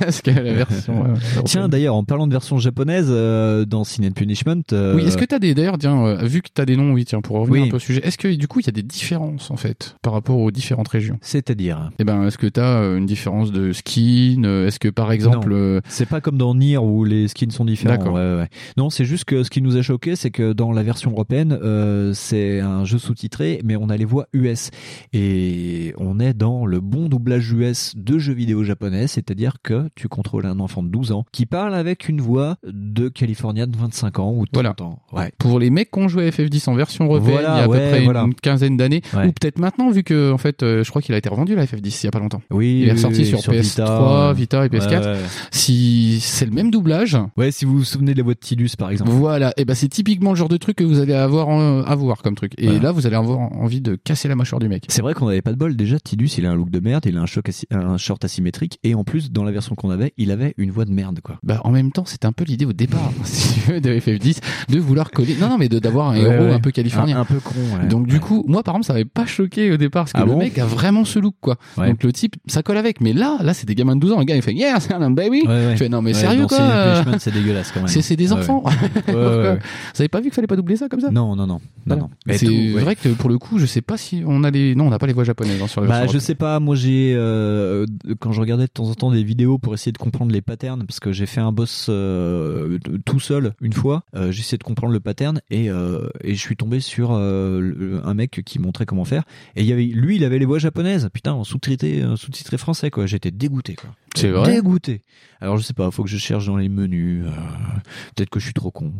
S3: Parce que la version. euh,
S2: Tiens,
S3: européenne.
S2: d'ailleurs, en parlant de version japonaise, euh, dans Sin and Punishment, euh,
S3: Oui, est-ce que t'as des d'ailleurs tiens euh, vu que t'as des noms oui tiens pour revenir
S2: Oui.
S3: un peu au sujet est-ce que du coup il y a des différences en fait par rapport aux différentes régions
S2: c'est-à-dire,
S3: Eh ben est-ce que t'as euh, une différence de skin euh, est-ce que par exemple euh,
S2: c'est pas comme dans Nier où les skins sont différents.
S3: D'accord.
S2: ouais, ouais, ouais. Non, c'est juste que ce qui nous a choqué, c'est que dans la version européenne, euh, c'est un jeu sous-titré, mais on a les voix US et on est dans le bon doublage US de jeux vidéo japonais, c'est-à-dire que tu contrôles un enfant de 12 ans qui parle avec une voix de Californien de 25 ans ou 30
S3: Voilà.
S2: ans. Ouais.
S3: pour les mecs qui ont joué à FF10 en version européenne
S2: Voilà,
S3: il y a à
S2: ouais,
S3: peu près
S2: voilà.
S3: une quinzaine d'années
S2: Ouais.
S3: ou peut-être maintenant vu que en fait euh, je crois qu'il a été revendu la FF10 il y a pas longtemps
S2: Oui,
S3: Il
S2: oui,
S3: est ressorti
S2: oui,
S3: sur,
S2: Vita,
S3: PS3, Vita,
S2: euh,
S3: et PS4.
S2: ouais, ouais, ouais.
S3: Si c'est le même doublage,
S2: Ouais, si vous vous souvenez de la voix de Tidus par exemple.
S3: voilà, et ben c'est typiquement le genre de truc que vous allez avoir en- à voir comme truc. Et
S2: Voilà.
S3: là, vous allez avoir envie de casser la mâchoire du mec.
S2: C'est vrai qu'on avait avait pas de bol. Déjà, Tidus, il a un look de merde, il a un, choc assi- un short asymétrique, et en plus, dans la version qu'on avait, il avait une voix de merde, quoi.
S3: Bah, en même temps, c'est un peu l'idée au départ, *laughs* si tu veux, de FF10, de vouloir coller. Non, non, mais de- d'avoir un
S2: Ouais,
S3: héros
S2: ouais.
S3: un peu
S2: Un,
S3: californien.
S2: un peu con. ouais.
S3: Donc du coup, moi par exemple, ça m'avait pas choqué au départ parce que
S2: Ah
S3: le
S2: bon
S3: mec a vraiment ce look quoi.
S2: Ouais.
S3: Donc le type, ça colle avec. Mais là, là c'est des gamins de 12 ans. Le gars il fait yeah, c'est un baby.
S2: Ouais, ouais.
S3: Tu fais non mais
S2: Ouais,
S3: sérieux
S2: dans
S3: quoi.
S2: Senior
S3: euh,
S2: Punishment, c'est dégueulasse quand même.
S3: C'est c'est des
S2: Ouais, ouais.
S3: enfants. *laughs*
S2: Ouais, ouais,
S3: Pourquoi
S2: ouais.
S3: Vous avez pas vu qu'il fallait pas doubler ça comme ça
S2: Non, non, non. non,
S3: Voilà.
S2: non.
S3: Mais c'est
S2: tout, ouais.
S3: vrai que pour le coup, je sais pas si on a les non, on n'a pas les voix japonaises hein, sur le.
S2: Bah,
S3: sur-
S2: je sais pas, moi j'ai. euh, quand je regardais de temps en temps des vidéos pour essayer de comprendre les patterns, parce que j'ai fait un boss euh, t- tout seul une fois, euh, j'ai essayé de comprendre le pattern et, euh, et je suis tombé sur euh, le- un mec qui montrait comment faire. Et il y avait, lui, il avait les voix japonaises, putain, en sous-traité, en sous-titré français, quoi. J'étais dégoûté, quoi.
S3: C'est vrai
S2: Dégoûté. Alors je sais pas, faut que je cherche dans les menus. euh, Peut-être que je suis trop con.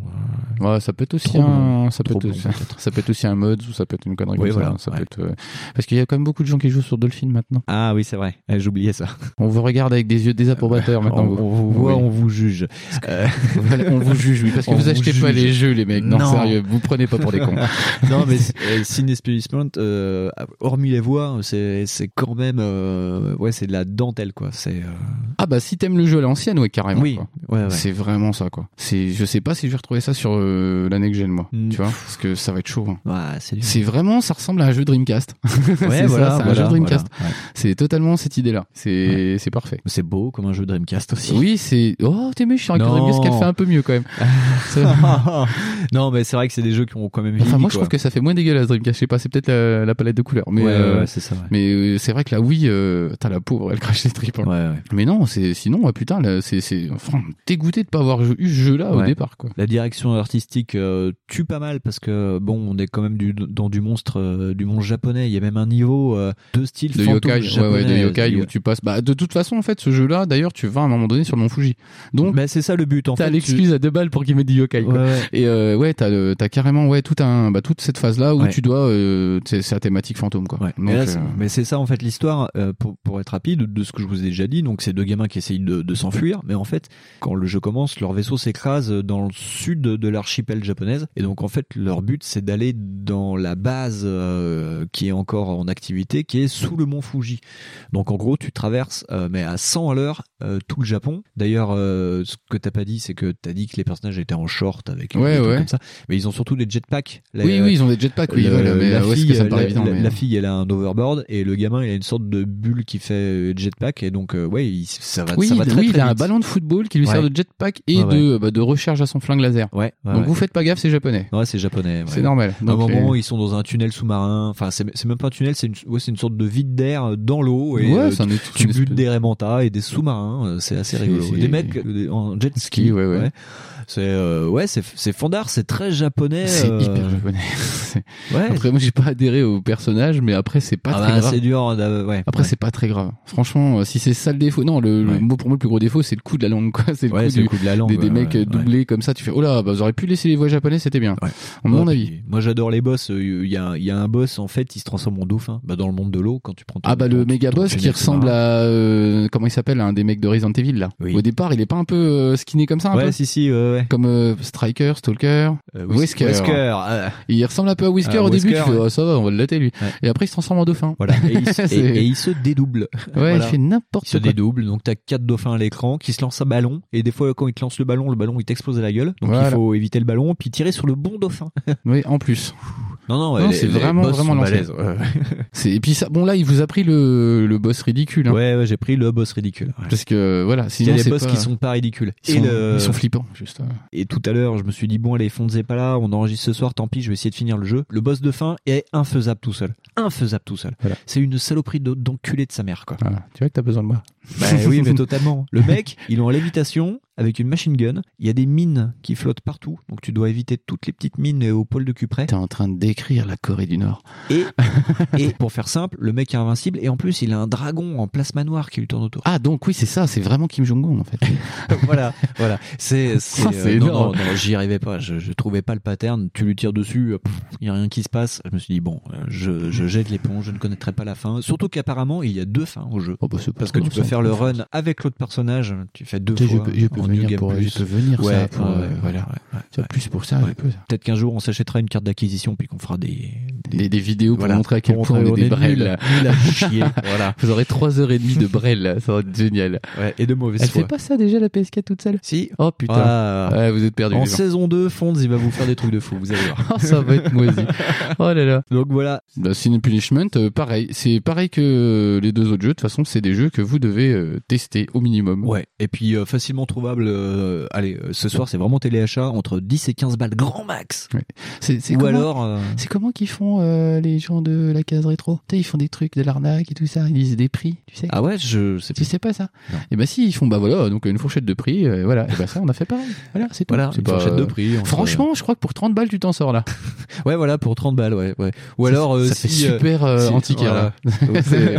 S3: Ouais, ça peut être aussi
S2: Trop
S3: un, ça peut
S2: Trop
S3: être,
S2: bon,
S3: ça, ça peut être aussi un mode ou ça peut être une connerie
S2: Oui,
S3: comme ça,
S2: voilà,
S3: hein, ça.
S2: ouais.
S3: peut être, euh, parce qu'il y a quand même beaucoup de gens qui jouent sur Dolphin maintenant.
S2: Ah oui, c'est vrai. Eh, J'oubliais ça.
S3: On vous regarde avec des yeux désapprobateurs
S2: On,
S3: maintenant. Euh, vous.
S2: on vous voit,
S3: Oui.
S2: on vous juge. Euh,
S3: Voilà, on vous juge, oui, parce que
S2: On
S3: vous
S2: vous
S3: achetez pas
S2: juge.
S3: les jeux, les mecs. Non,
S2: Non.
S3: sérieux, vous prenez pas pour des cons.
S2: non mais euh, Sin Experiment, euh, hormis les voix, c'est c'est quand même euh, ouais c'est de la dentelle quoi. C'est euh,
S3: *laughs* Ah bah si t'aimes le jeu à l'ancienne, Ah ouais, carrément.
S2: oui
S3: quoi.
S2: ouais ouais.
S3: C'est vraiment ça, quoi. C'est, je sais pas si je vais retrouver ça sur euh, l'année que j'ai de moi,
S2: Mm.
S3: tu vois, parce que ça va être chaud. hein.
S2: Ouais, Ah, c'est dur.
S3: *laughs* C'est vraiment, ça ressemble à un jeu Dreamcast. *laughs* c'est ça, c'est un jeu Dreamcast.
S2: voilà, ouais.
S3: C'est totalement cette idée-là. C'est, c'est parfait.
S2: C'est beau comme un jeu Dreamcast aussi.
S3: Oui, c'est. Oh, t'es méchant avec le
S2: Non.
S3: Dreamcast qu'elle fait un peu mieux quand même. *laughs* Ça-
S2: *laughs* non mais c'est vrai que c'est des jeux qui ont quand même.
S3: Enfin,
S2: vieilli,
S3: moi, je
S2: quoi.
S3: trouve que ça fait moins dégueulasse Dreamcast. Je sais pas, c'est peut-être la, la palette de couleurs, mais.
S2: ouais, ouais,
S3: euh,
S2: ouais, c'est ça. Ouais.
S3: Mais euh, c'est vrai que là, oui, euh, t'as la pauvre, elle crache les tripes. hein.
S2: Ouais, ouais.
S3: Mais non, c'est sinon, ah, putain, là, c'est c'est enfin, dégoûté de pas avoir eu ce jeu-là au
S2: Ouais.
S3: départ, quoi.
S2: La direction artistique euh, tue pas mal parce que bon, on est quand même du, dans du monstre, euh, du monstre japonais. Il y a même un niveau euh, de style
S3: De
S2: fantôme
S3: yokai, ouais, ouais, de
S2: japonais. euh,
S3: yokai où tu passes. Bah, de toute façon, en fait, ce jeu-là, d'ailleurs, tu vas à un moment donné sur le Mont Fuji. Donc,
S2: Mais c'est ça le but en
S3: t'as
S2: fait.
S3: l'excuse à deux balles pour qu'il mette du yokai.
S2: tu-
S3: Quoi.
S2: Ouais, ouais.
S3: Et euh, ouais, t'as le- t'as carrément ouais tout un bah toute cette phase là où
S2: Ouais.
S3: tu dois euh, c'est c'est la thématique fantôme quoi.
S2: Ouais.
S3: Donc,
S2: Et là,
S3: euh,
S2: c'est- Mais c'est ça en fait l'histoire, euh, pour, pour être rapide, de ce que je vous ai déjà dit. Donc c'est deux gamins qui essayent de, de s'enfuir, mais en fait, quand le jeu commence, leur vaisseau s'écrase dans le sud de l'archipel japonaise. Et donc en fait, leur but c'est d'aller dans la base euh, qui est encore en activité, qui est sous le mont Fuji. Donc en gros, tu traverses, euh, mais à 100 à l'heure, euh, tout le Japon. D'ailleurs, euh, ce que t'as pas dit, c'est que t'as dit que les personnages étaient en short avec les-
S3: Ouais,
S2: des trucs
S3: ouais.
S2: comme ça. Mais ils ont surtout des jetpacks. Les-
S3: oui oui ils ont des jetpacks oui, ils
S2: le-
S3: veulent, mais
S2: la,
S3: euh, ouais, c'est
S2: fille,
S3: que ça me paraît
S2: la-
S3: évident.
S2: la-
S3: mais-
S2: la fille, elle a un overboard et le gamin, il a une sorte de bulle qui fait euh, jetpack et donc euh, ouais, il- ça va,
S3: Oui,
S2: ça va
S3: il-
S2: très
S3: oui,
S2: très
S3: il a un
S2: vite.
S3: ballon de football qui lui
S2: Ouais.
S3: sert de jetpack et
S2: Ouais, ouais.
S3: de bah, de recharge à son flingue laser.
S2: Ouais, ouais,
S3: Donc
S2: ouais.
S3: vous faites pas gaffe, c'est japonais.
S2: Ouais, c'est japonais. ouais.
S3: C'est normal.
S2: À un
S3: Donc, euh,
S2: moment,
S3: les-
S2: ils sont dans un tunnel sous-marin. Enfin, c'est c'est même pas un tunnel, c'est une, ouais, c'est une sorte de vide d'air dans l'eau et
S3: ouais,
S2: euh,
S3: c'est un autre-
S2: tu
S3: une espèce-
S2: butes des raimentas et des sous-marins. euh, C'est assez
S3: C'est-
S2: rigolo.
S3: c'est-
S2: Des mecs euh, des- en jet ski.
S3: ouais, ouais.
S2: C'est euh, ouais, c'est c'est fandard, c'est très japonais.
S3: C'est
S2: euh,
S3: hyper japonais. *laughs* C'est-
S2: Ouais.
S3: Après, moi, j'ai pas adhéré au personnage, mais après, c'est pas
S2: Ah
S3: très
S2: bah,
S3: grave.
S2: c'est dur. d'a- Ouais.
S3: Après, c'est pas très grave. Franchement, euh, si c'est ça le défaut, non, le, le
S2: Ouais.
S3: mot pour moi, le plus gros défaut, c'est le coup de la langue, quoi. C'est le
S2: ouais,
S3: coup
S2: c'est le
S3: du-
S2: coup de la langue.
S3: des, des
S2: ouais,
S3: mecs
S2: ouais,
S3: euh,
S2: ouais.
S3: doublés comme ça. Tu fais, oh là, bah, vous auriez pu laisser les voix japonaises, c'était bien.
S2: Ouais.
S3: À mon
S2: Ouais,
S3: avis.
S2: puis, Moi j'adore les boss. Euh, Il y a, il y a un boss en fait, il se transforme en dauphin. Bah, dans le monde de l'eau, quand tu prends ton-
S3: Ah bah
S2: ton-
S3: le
S2: ton-
S3: méga
S2: ton
S3: boss qui
S2: tunnel
S3: ressemble
S2: sous-marin.
S3: à euh, comment il s'appelle un des mecs de Resident Evil là.
S2: Oui.
S3: Au départ il est pas un peu euh, skinné comme ça un
S2: Ouais,
S3: peu
S2: si, si, ouais, ouais.
S3: comme euh, Striker, Stalker.
S2: Euh,
S3: Whisker.
S2: ah,
S3: Il ressemble un peu à Whisker
S2: Ah,
S3: au début.
S2: Whisker,
S3: tu fais,
S2: ouais.
S3: oh, ça va on va le latter lui.
S2: Ouais.
S3: Et après il se transforme en dauphin.
S2: voilà. Et
S3: *laughs*
S2: il, se-
S3: C'est-
S2: et- et il se dédouble.
S3: Ouais
S2: Voilà.
S3: il fait n'importe
S2: Il se
S3: quoi.
S2: dédouble. Donc t'as quatre dauphins à l'écran qui se lancent un ballon. Et des fois, quand ils te lancent le ballon, le ballon il t'explose à la gueule. Donc
S3: Voilà.
S2: il faut éviter le ballon puis tirer sur le bon dauphin.
S3: Oui en plus.
S2: Non, non,
S3: Non,
S2: les-
S3: c'est
S2: les
S3: vraiment,
S2: boss
S3: vraiment
S2: sont
S3: lancé.
S2: balèzes, Ouais, *laughs*
S3: C'est et puis ça bon là il vous a pris le, le boss ridicule. hein.
S2: ouais, ouais, j'ai pris le boss ridicule. Ouais.
S3: Parce que voilà
S2: Il y
S3: sinon
S2: a des
S3: c'est
S2: boss
S3: pas-
S2: qui sont pas ridicules.
S3: ils
S2: et
S3: sont,
S2: le-
S3: ils sont flippants juste. euh.
S2: Et tout à l'heure, je me suis dit, bon, allez, Fonz est pas là, on enregistre ce soir, tant pis, je vais essayer de finir le jeu. Le boss de fin est infaisable tout seul. Infaisable tout seul.
S3: Voilà.
S2: C'est une saloperie de- d'enculé de sa mère, quoi.
S3: Voilà. Tu vois que t'as besoin *laughs* de moi.
S2: *laughs* Bah oui, mais totalement. Le mec, il est en lévitation avec une machine gun. Il y a des mines qui flottent partout, donc tu dois éviter toutes les petites mines euh, au pôle de Cupré. *laughs*
S3: T'es en train de décrire la Corée du Nord.
S2: Et, et pour faire simple, le mec est invincible et en plus, il a un dragon en plasma noir qui lui tourne autour.
S3: Ah donc oui c'est ça c'est vraiment Kim Jong Un en fait.
S2: *laughs* voilà, voilà.
S3: *laughs*
S2: C'est, c'est, euh,
S3: Ah, c'est
S2: non, non,
S3: énorme.
S2: non, j'y arrivais pas. Je, je trouvais pas le pattern. Tu lui tires dessus, euh, pff, il y a rien qui se passe. Je me suis dit bon, euh, je, je jette l'éponge. Je ne connaîtrai pas la fin. Surtout qu'apparemment, il y a deux fins au jeu.
S3: Oh, bah, c'est pas
S2: Parce que
S3: grave,
S2: tu peux
S3: ça.
S2: faire le run avec l'autre personnage. Tu fais deux
S3: Tu sais, Je
S2: fois.
S3: peux, je peux
S2: en New
S3: venir
S2: Game
S3: pour,
S2: Plus.
S3: je peux venir
S2: Ouais,
S3: ça pour,
S2: ouais,
S3: euh,
S2: ouais,
S3: voilà.
S2: ouais, ouais,
S3: Tu vois,
S2: ouais.
S3: Plus pour ça,
S2: Ouais.
S3: je peux ça.
S2: Peut-être qu'un jour on s'achètera une carte d'acquisition puis qu'on fera des,
S3: des, des vidéos pour
S2: Voilà.
S3: montrer à quel
S2: Pour
S3: point on est
S2: montrer
S3: des
S2: qu'on est nul,
S3: brels. *laughs*
S2: nul à chier. voilà.
S3: Vous aurez 3h30 de brel, ça va être génial.
S2: Ouais, et de mauvaise
S3: Elle
S2: foi.
S3: fait pas ça déjà la PS4 toute seule
S2: Si.
S3: Oh putain.
S2: Ah.
S3: Ouais, vous êtes perdus.
S2: en
S3: les gens.
S2: saison 2, Fonds, il va vous faire des trucs de fou, vous allez
S3: *laughs*
S2: voir. *laughs*
S3: Oh, ça va être moisi. Oh là là.
S2: Donc voilà,
S3: Bah, Sin and Punishment, euh, pareil. C'est pareil que euh, les deux autres jeux. De toute façon, c'est des jeux que vous devez euh, tester au minimum.
S2: Ouais, et puis euh, facilement trouvable. euh, allez, euh, ce soir, c'est vraiment téléachat entre 10 et 15 balles grand max.
S3: C'est c'est
S2: Ou
S3: comment-
S2: alors. euh,
S3: C'est comment qu'ils font euh, les gens de la case rétro Tu sais, Ils font des trucs, de l'arnaque et tout ça. Ils disent des prix, tu sais.
S2: Ah ouais, je sais
S3: Tu
S2: plus.
S3: sais pas ça
S2: Non.
S3: Et bah si, ils font bah voilà, donc une fourchette de prix, euh, voilà. Et bah ça, on a fait pareil. Voilà, c'est tout.
S2: Voilà,
S3: C'est
S2: une
S3: pas,
S2: fourchette
S3: euh,
S2: de prix. entre-
S3: Franchement, je crois que pour 30 balles, tu t'en sors là.
S2: Ouais, voilà, pour 30 balles, ouais. ouais. Ou alors, euh,
S3: ça,
S2: si.
S3: fait super euh,
S2: si-
S3: antiquaire là.
S2: *laughs* voilà. Ouais, c'est-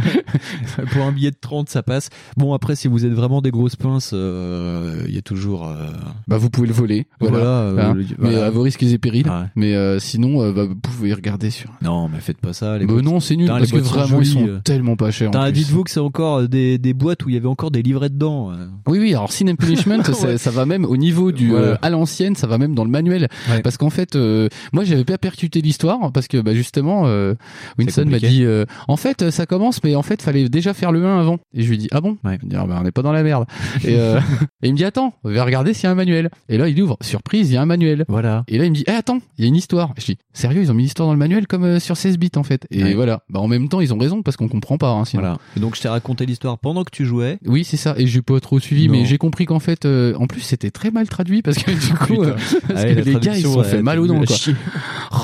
S3: *laughs*
S2: *laughs* pour un billet de 30, ça passe. Bon, après, si vous êtes vraiment des grosses pinces, euh, il y a toujours. euh,
S3: Bah vous pouvez le voler. Voilà.
S2: voilà. euh,
S3: Hein.
S2: le-
S3: Mais
S2: voilà.
S3: à vos risques et périls.
S2: Ah ouais.
S3: Mais euh, sinon, euh, bah, vous pouvez regarder sur.
S2: Non, mais faites pas ça. Les
S3: Bah
S2: boîtes.
S3: non, c'est nul
S2: Putain,
S3: parce
S2: les
S3: que
S2: boîtes sont
S3: vraiment ils
S2: jolies,
S3: sont
S2: euh.
S3: tellement pas chers. en
S2: Putain,
S3: plus.
S2: Dites-vous que c'est encore des, des boîtes où il y avait encore des livrets dedans. euh.
S3: Oui, oui. Alors, Sin and
S2: *laughs*
S3: Punishment, ça, ça va même au niveau du
S2: Voilà.
S3: euh, à l'ancienne, ça va même dans le manuel,
S2: Ouais.
S3: parce qu'en fait, euh, moi, j'avais pas percuté l'histoire parce que bah, justement, euh, Winston m'a
S2: compliqué.
S3: dit, euh, en fait, euh, ça commence, mais en fait, fallait déjà faire le 1 avant. Et je lui dis, ah bon
S2: Ouais.
S3: Il me dit, Ah, bah, on n'est pas dans la merde. et, *laughs* euh, et il me dit, attends, on va regarder s'il y a un manuel. Et là, il ouvre, surprise, il y a un manuel.
S2: Voilà.
S3: Et là, il me dit, eh, attends, il y a une histoire. Je dis, sérieux, ils ont mis l'histoire dans le manuel comme euh, sur 16 bits, en fait. Et
S2: Ouais.
S3: voilà. Bah, en même temps, ils ont raison parce qu'on comprend pas, hein, sinon.
S2: Voilà. Et donc, je t'ai raconté l'histoire pendant que tu jouais.
S3: *laughs* Oui, c'est ça. Et j'ai pas trop suivi,
S2: Non.
S3: mais j'ai compris qu'en fait, euh, en plus, c'était très mal traduit parce que du coup, euh, parce
S2: Ah Ouais,
S3: que
S2: la
S3: les gars, ils se
S2: traduction,
S3: sont
S2: elle
S3: fait
S2: a
S3: mal aux
S2: été
S3: dents.
S2: nulle à
S3: Quoi.
S2: chier.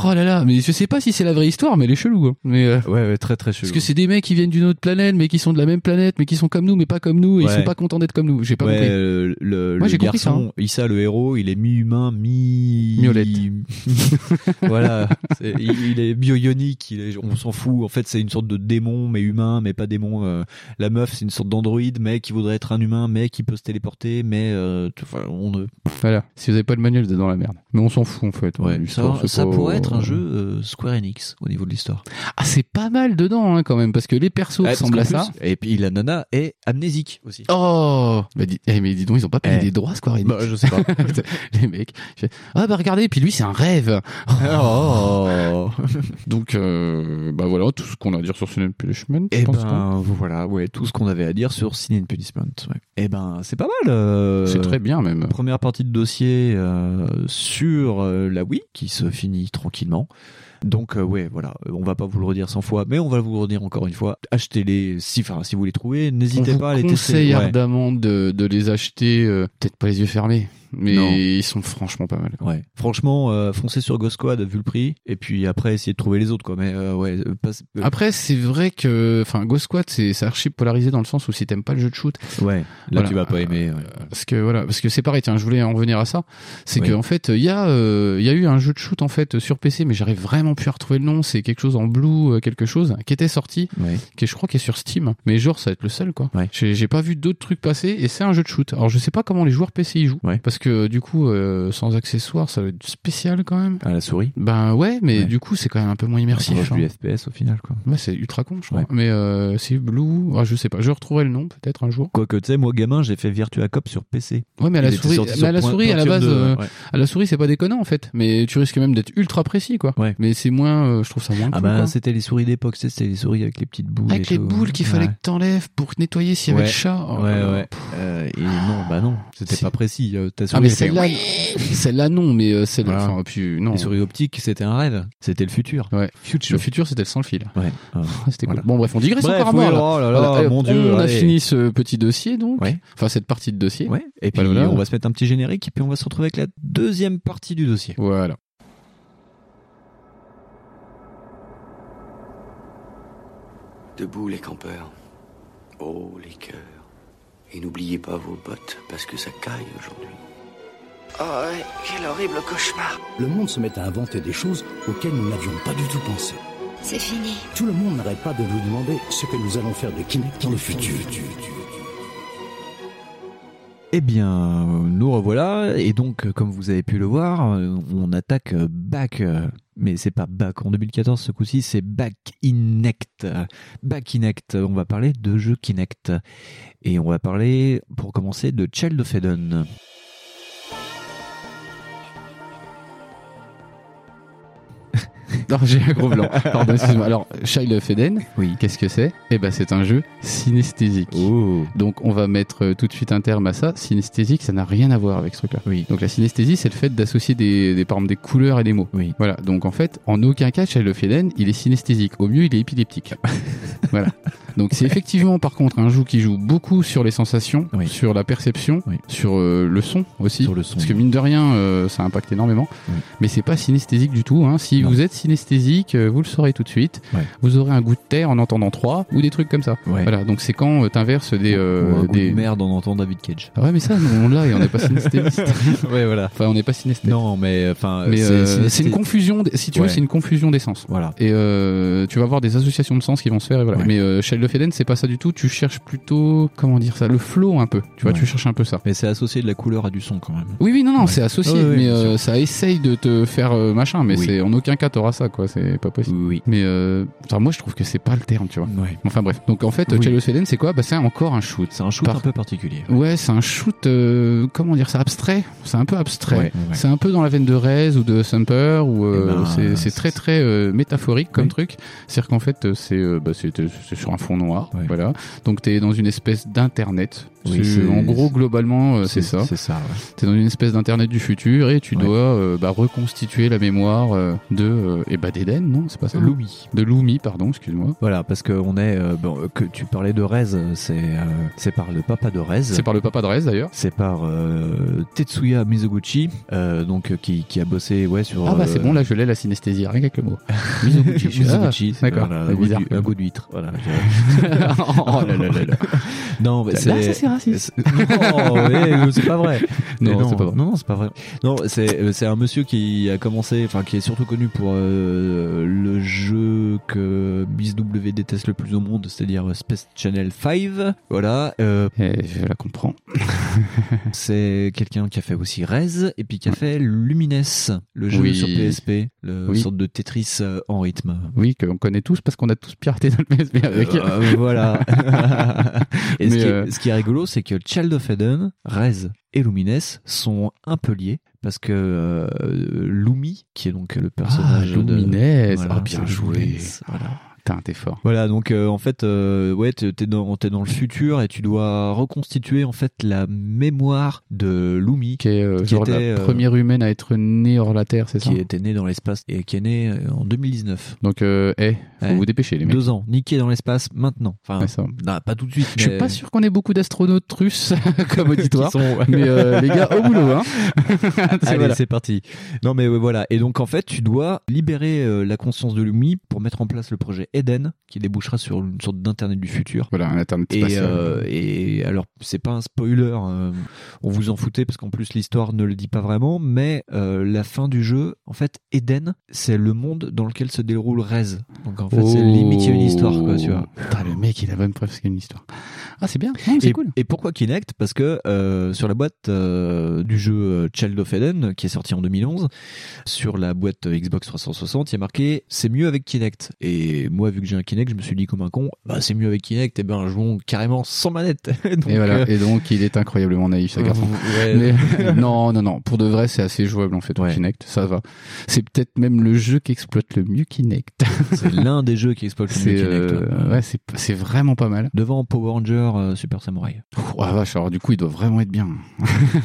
S3: Oh là là, mais je sais pas si c'est la vraie histoire, mais elle est chelou. hein. Mais euh,
S2: Ouais, ouais, très très
S3: parce
S2: chelou.
S3: que c'est des mecs qui viennent d'une autre planète, mais qui sont de la même planète, mais qui sont comme nous, mais pas comme nous, et ils
S2: Ouais.
S3: sont pas contents d'être comme nous. J'ai pas
S2: ouais,
S3: compris.
S2: euh, le,
S3: Moi,
S2: le
S3: j'ai compris ça, hein.
S2: garçon, Issa, le héros, il est mi-humain, mi...
S3: Miolette.
S2: *laughs* voilà. C'est- Il, il est bio-ionique, il est- on s'en fout. En fait, c'est une sorte de démon, mais humain, mais pas démon. euh. la meuf, c'est une sorte d'androïde, mais qui voudrait être un humain, mais qui peut se téléporter, mais... euh, tu- enfin, on ne...
S3: Voilà. Si vous avez pas le manuel, vous êtes dans la merde. Mais on s'en fout en fait. L'histoire,
S2: ça
S3: c'est
S2: ça
S3: pas-
S2: pourrait être un jeu euh, Square Enix, au niveau de l'histoire.
S3: Ah, c'est pas mal dedans hein, quand même, parce que les persos
S2: Ouais, parce
S3: ressemblent à
S2: qu'en
S3: ça.
S2: plus- Et puis la nana est amnésique aussi.
S3: Oh bah, dis, eh, mais dis donc, ils ont pas payé
S2: Eh.
S3: des droits, Square Enix.
S2: Bah, je sais pas.
S3: *laughs* les mecs. je fais, ah bah regardez, puis lui c'est un rêve.
S2: *laughs* oh.
S3: *laughs* Donc euh, bah voilà tout ce qu'on a à dire sur Sin and Punishment. je
S2: Et
S3: pense pas.
S2: ben voilà, ouais, tout ce qu'on avait à dire sur Sin and Punishment. Et ben c'est pas mal. euh,
S3: c'est très bien même.
S2: Première partie de dossier euh, sur euh, la Wii qui se finit tranquillement. Donc euh, ouais, voilà, euh, on va pas vous le redire 100 fois, mais on va vous le redire encore une fois. Achetez-les si, enfin, si vous les trouvez,
S3: On
S2: n'hésitez
S3: vous
S2: pas à les
S3: conseille
S2: tester. Ouais.
S3: ardemment de, de les acheter, euh, peut-être pas les yeux fermés, mais
S2: Non.
S3: ils sont franchement pas mal.
S2: Ouais. Franchement, euh, foncez sur Ghost Squad vu le prix, et puis après essayez de trouver les autres quoi. Mais euh, ouais, euh, pas- euh,
S3: Après c'est vrai que enfin Ghost Squad c'est c'est archi polarisé dans le sens où si t'aimes pas le jeu de shoot
S2: ouais. Là
S3: voilà. Euh,
S2: tu vas pas aimer. ouais.
S3: parce que voilà parce que c'est pareil tiens je voulais en revenir à ça c'est
S2: Oui.
S3: que en fait il y a euh, il y a eu un jeu de shoot en fait sur PC mais j'arrive vraiment plus à retrouver le nom c'est quelque chose en blue euh, quelque chose qui était sorti
S2: Ouais.
S3: qui est- je crois qui est sur Steam mais genre ça va être le seul quoi
S2: Ouais.
S3: j'ai j'ai pas vu d'autres trucs passer et c'est un jeu de shoot alors je sais pas comment les joueurs PC y jouent
S2: Ouais.
S3: parce que du coup euh, sans accessoires ça va être spécial quand même
S2: À la souris.
S3: ben ouais mais
S2: Ouais.
S3: du coup c'est quand même un peu moins
S2: On
S3: immersif
S2: approche
S3: hein.
S2: du FPS au final quoi.
S3: Ouais, c'est ultra con je crois
S2: Ouais.
S3: mais euh, c'est blue ah, je sais pas je retrouverai le nom peut-être un jour
S2: Quoique, tu sais, moi gamin, j'ai fait Virtua Cop sur PC.
S3: ouais mais à la
S2: Il était
S3: souris
S2: sorti
S3: mais
S2: sur
S3: à la
S2: point-
S3: souris à la
S2: Pentium
S3: base
S2: deux,
S3: euh,
S2: ouais.
S3: à la souris c'est pas déconnant en fait mais tu risques même d'être ultra précis quoi
S2: Ouais.
S3: mais c'est moins euh, je trouve ça moins
S2: Ah
S3: cool, quoi.
S2: bah, c'était les souris d'époque, tu sais, c'était les souris avec les petites boules.
S3: avec
S2: et
S3: les
S2: tout.
S3: boules qu'il fallait
S2: Ouais.
S3: que t'enlèves pour nettoyer s'il y avait
S2: Ouais.
S3: le chat Oh
S2: Ouais,
S3: là là.
S2: ouais. Euh, et non, bah non, c'était
S3: C'est-
S2: pas précis. euh, Ta
S3: Ah
S2: souris,
S3: mais
S2: elle fait-
S3: celle-là, celle-là non, mais euh, celle-là,
S2: Voilà.
S3: enfin puis non.
S2: les souris optiques, c'était un rêve. C'était le futur.
S3: Ouais. Le
S2: Future.
S3: futur c'était sans le fil. Ah,
S2: Ouais.
S3: C'était cool.
S2: Voilà.
S3: Bon bref, on digresse
S2: Bref,
S3: encore à
S2: oui,
S3: mort. là.
S2: oh là là,
S3: Voilà, euh,
S2: mon dieu.
S3: on a
S2: allez.
S3: fini ce petit dossier donc,
S2: Ouais.
S3: enfin cette partie de dossier.
S2: Ouais. Et puis,
S3: Voilà.
S2: on va se mettre un petit générique et puis on va se retrouver avec la deuxième partie du dossier.
S3: Voilà.
S5: Debout, les campeurs. Oh, les cœurs. Et n'oubliez pas vos bottes, parce que ça caille aujourd'hui.
S7: Oh, quel horrible cauchemar.
S4: Le monde se met à inventer des choses auxquelles nous n'avions pas du tout pensé.
S9: C'est fini.
S4: Tout le monde n'arrête pas de nous demander ce que nous allons faire de Kinect dans le futur.
S2: Eh bien, euh, nous revoilà. Et donc, euh, comme vous avez pu le voir, euh, on attaque euh, Back. euh, Mais c'est pas Back en 2014 ce coup-ci, c'est Back Inect. Euh, Back Inect, euh, on va parler de jeux Kinect. Et on va parler, pour commencer, de Child of Eden.
S3: *laughs* Non, j'ai un gros blanc. Pardon, excuse-moi. Alors, Child of Eden,
S11: Oui.
S3: qu'est-ce que c'est Eh ben, c'est un jeu synesthésique.
S11: Oh.
S3: Donc, on va mettre euh, tout de suite un terme à ça. Synesthésique, ça n'a rien à voir avec ce truc-là.
S11: Oui.
S3: Donc, la synesthésie, c'est le fait d'associer des, des, par exemple, des couleurs et des mots.
S11: Oui.
S3: Voilà. Donc, en fait, en aucun cas, Child of Eden, il est synesthésique. Au mieux, il
S11: *laughs*
S3: est épileptique. voilà. Donc, c'est effectivement, par contre, un jeu qui joue beaucoup sur les sensations,
S11: Oui.
S3: sur la perception,
S11: Oui.
S3: sur euh, le son aussi.
S11: Sur le son.
S3: Parce
S2: Mmh.
S3: que mine de rien, euh, ça impacte énormément.
S11: Oui.
S3: Mais c'est pas synesthésique du tout. Hein. Si
S11: Non.
S3: vous êtes synesthésique, euh, vous le saurez tout de suite.
S11: Ouais.
S3: Vous aurez un goût de terre en entendant trois ou des trucs comme ça.
S11: Ouais.
S3: Voilà. Donc c'est quand euh, t'inverses des, euh,
S2: Ou un goût de
S3: des...
S2: merde en entend David
S3: *laughs*
S2: Cage.
S3: Ah ouais, mais ça, nous, on l'a et on
S2: *laughs*
S3: n'est pas synesthésiste.
S2: ouais, voilà.
S3: enfin, on n'est pas synesthète.
S2: Non, mais enfin,
S3: Mais euh,
S2: c'est-
S3: c'est une confusion. des- Si tu
S2: Ouais.
S3: veux, c'est une confusion des sens.
S2: Voilà.
S3: Et euh, tu vas avoir des associations de sens qui vont se faire. Et voilà.
S2: Ouais.
S3: Mais euh, Child of Eden, c'est pas ça du tout. Tu cherches plutôt, comment dire ça, le flow un peu. Tu vois,
S2: Ouais.
S3: tu cherches un peu ça.
S2: Mais c'est associé de la couleur à du son quand même.
S3: Oui, oui, non, non,
S2: Ouais.
S3: c'est associé,
S2: Ouais, ouais,
S3: mais
S2: bien
S3: euh, ça essaye de te faire euh, machin, mais
S2: Oui.
S3: c'est en aucun cas t'auras ça, quoi, c'est pas possible.
S2: Oui.
S3: Mais euh, enfin, moi je trouve que c'est pas le terme, tu vois.
S2: Ouais.
S3: Enfin bref, donc en fait,
S2: Oui.
S3: Child of Eden, c'est quoi Bah c'est encore un shoot.
S2: C'est un shoot
S3: Par-
S2: un peu particulier.
S3: Ouais, c'est un shoot, euh, comment dire, c'est abstrait, c'est un peu abstrait.
S2: Ouais, ouais.
S3: C'est un peu dans la veine de Rez ou de Sumper, ou euh,
S2: Eh ben,
S3: c'est- c'est
S2: c'est-
S3: très très euh, métaphorique comme
S2: Oui.
S3: truc. C'est-à-dire qu'en fait, euh, c'est euh, bah, c'est- c'est sur un fond noir,
S2: Ouais.
S3: voilà. Donc t'es dans une espèce d'internet.
S2: Oui,
S3: C'est-
S2: c'est-
S3: en gros, globalement, euh, c'est ça.
S2: C'est ça, ouais.
S3: T'es dans une espèce d'internet du futur et tu
S2: Ouais.
S3: dois euh, bah, reconstituer la mémoire euh, de euh, eh bah, d'Eden, non C'est pas ça hein,
S2: Lumi.
S3: De Lumi, pardon, excuse-moi.
S2: Voilà, parce que on est. euh, bon, euh, que tu parlais de Rez, euh, c'est euh, c'est par le papa de Rez.
S3: C'est par le papa de Rez d'ailleurs.
S2: C'est par euh, Tetsuya Mizoguchi, euh, donc euh, qui, qui a bossé ouais sur.
S3: Ah bah c'est
S2: euh,
S3: bon, là je l'ai la synesthésie, rien qu'avec
S2: *laughs*
S3: le mot. *laughs*
S2: Mizoguchi.
S3: je- ah,
S2: Mizoguchi, c'est-
S3: d'accord,
S2: voilà,
S3: c'est
S2: un goût
S3: bizarre.
S2: d'hu- un goût d'huître. Voilà.
S3: oh là là là là.
S2: Non, mais
S3: Là, ça,
S2: c'est.
S3: c'est raciste.
S2: c'est- Non, mais c'est pas vrai.
S3: *laughs* Non,
S2: Mais
S3: c'est pas vrai.
S2: Non, non, c'est pas vrai. Non, c'est euh, c'est un monsieur qui a commencé, enfin qui est surtout connu pour euh, le jeu que Miss W déteste le plus au monde, c'est-à-dire euh, Space Channel 5. Voilà, euh,
S3: Eh, je la comprends.
S2: c'est quelqu'un qui a fait aussi Rez et puis qui a fait Lumines, le jeu
S3: Oui.
S2: sur PSP, le
S3: Oui.
S2: sorte de Tetris euh, en rythme.
S3: Oui, qu'on connaît tous parce qu'on a tous piraté dans le PSP avec.
S2: Euh, voilà. *laughs* et ce,
S3: Mais,
S2: qui est,
S3: euh,
S2: ce qui est rigolo, c'est que Child of Eden, Rez et Lumines sont un peu liés parce que euh, Lumi, qui est donc le
S3: Ah,
S2: personnage de
S3: Lumines,
S2: Voilà,
S3: ah bien
S2: c'est
S3: joué.
S2: Lumines, Voilà.
S3: Putain, t'es fort.
S2: Voilà, donc euh, en fait, euh, ouais, t'es t'es dans, t'es dans le futur et tu dois reconstituer en fait la mémoire de Lumi
S3: Qui est euh,
S2: Qui
S3: genre
S2: était,
S3: la
S2: euh,
S3: première humaine à être née hors la Terre, c'est ça
S2: qui était née dans l'espace et qui est née euh, en 2019.
S3: Donc, euh, eh, faut
S2: Ouais.
S3: vous dépêcher les mecs.
S2: Deux ans, niquée dans l'espace maintenant. Enfin,
S3: Ouais, ça.
S2: non, pas tout de suite.
S3: Je suis
S2: mais-
S3: pas sûr qu'on ait beaucoup d'astronautes russes *laughs* comme auditoire.
S2: Qui sont-
S3: Mais euh, les gars, au boulot, hein. *laughs* C'est
S2: Allez,
S3: voilà.
S2: c'est parti. Non, mais ouais, voilà. Et donc, en fait, tu dois libérer euh, la conscience de Lumi pour mettre en place le projet Eden, qui débouchera sur une sorte d'internet du futur.
S3: Voilà, un internet
S2: Et,
S3: spatial.
S2: euh, et alors, c'est pas un spoiler, euh, on vous en foutait parce qu'en plus l'histoire ne le dit pas vraiment, mais euh, la fin du jeu, en fait, Eden, c'est le monde dans lequel se déroule Rez. Donc en fait, c'est
S3: Oh.
S2: limite il y a une histoire, quoi, tu vois.
S3: Putain, le mec, il a même preuve qu'il y a une histoire. Ah, c'est bien. Non, c'est
S2: et,
S3: cool.
S2: et pourquoi Kinect Parce que euh, sur la boîte euh, du jeu euh, Child of Eden, qui est sorti en 2011, sur la boîte euh, Xbox 360, il y a marqué c'est mieux avec Kinect. Et moi, vu que j'ai un Kinect, je me suis dit comme un con, bah c'est mieux avec Kinect, et ben jouons carrément sans manette. *laughs* Donc,
S3: et voilà.
S2: euh,
S3: Et donc, il est incroyablement naïf, ce *laughs* garçon.
S2: ouais.
S3: Mais- non, non, non. Pour de vrai, c'est assez jouable en fait.
S2: Ouais.
S3: Kinect, ça va. C'est peut-être même le jeu qui exploite le mieux Kinect.
S2: C'est l'un des jeux qui exploite le
S3: *laughs* C'est
S2: mieux Kinect.
S3: euh,
S2: ouais.
S3: ouais, c'est c'est vraiment pas mal.
S2: Devant Power Ranger euh, Super Samurai.
S3: Pff, ah vache, alors du coup, il doit vraiment être bien. *laughs*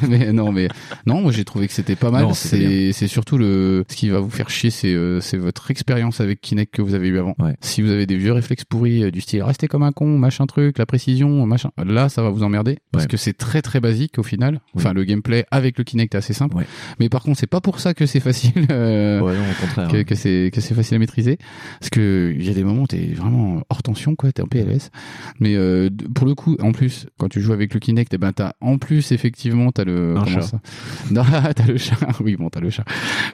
S3: mais non, mais non, moi j'ai trouvé que c'était pas mal.
S2: Non, c'était
S3: C'est c'est surtout le ce qui va vous faire chier, c'est euh, c'est votre expérience avec Kinect que vous avez eu avant.
S2: Ouais.
S3: Si vous avez des vieux réflexes pourris euh, du style restez comme un con, machin truc, la précision, machin, là ça va vous emmerder parce
S2: Ouais.
S3: que c'est très très basique au final. Enfin, le gameplay avec le Kinect est assez simple.
S2: Ouais.
S3: Mais par contre, c'est pas pour ça que c'est facile. euh,
S2: Ouais, non, au contraire.
S3: que, que c'est que c'est facile à maîtriser parce que il y a des moments où t'es vraiment hors tension quoi t'es en PLS mais euh, d- pour le coup en plus quand tu joues avec le Kinect eh ben t'as en plus effectivement t'as le
S2: Un
S3: comment
S2: chat.
S3: ça *laughs* non t'as le chat *laughs* oui bon t'as le chat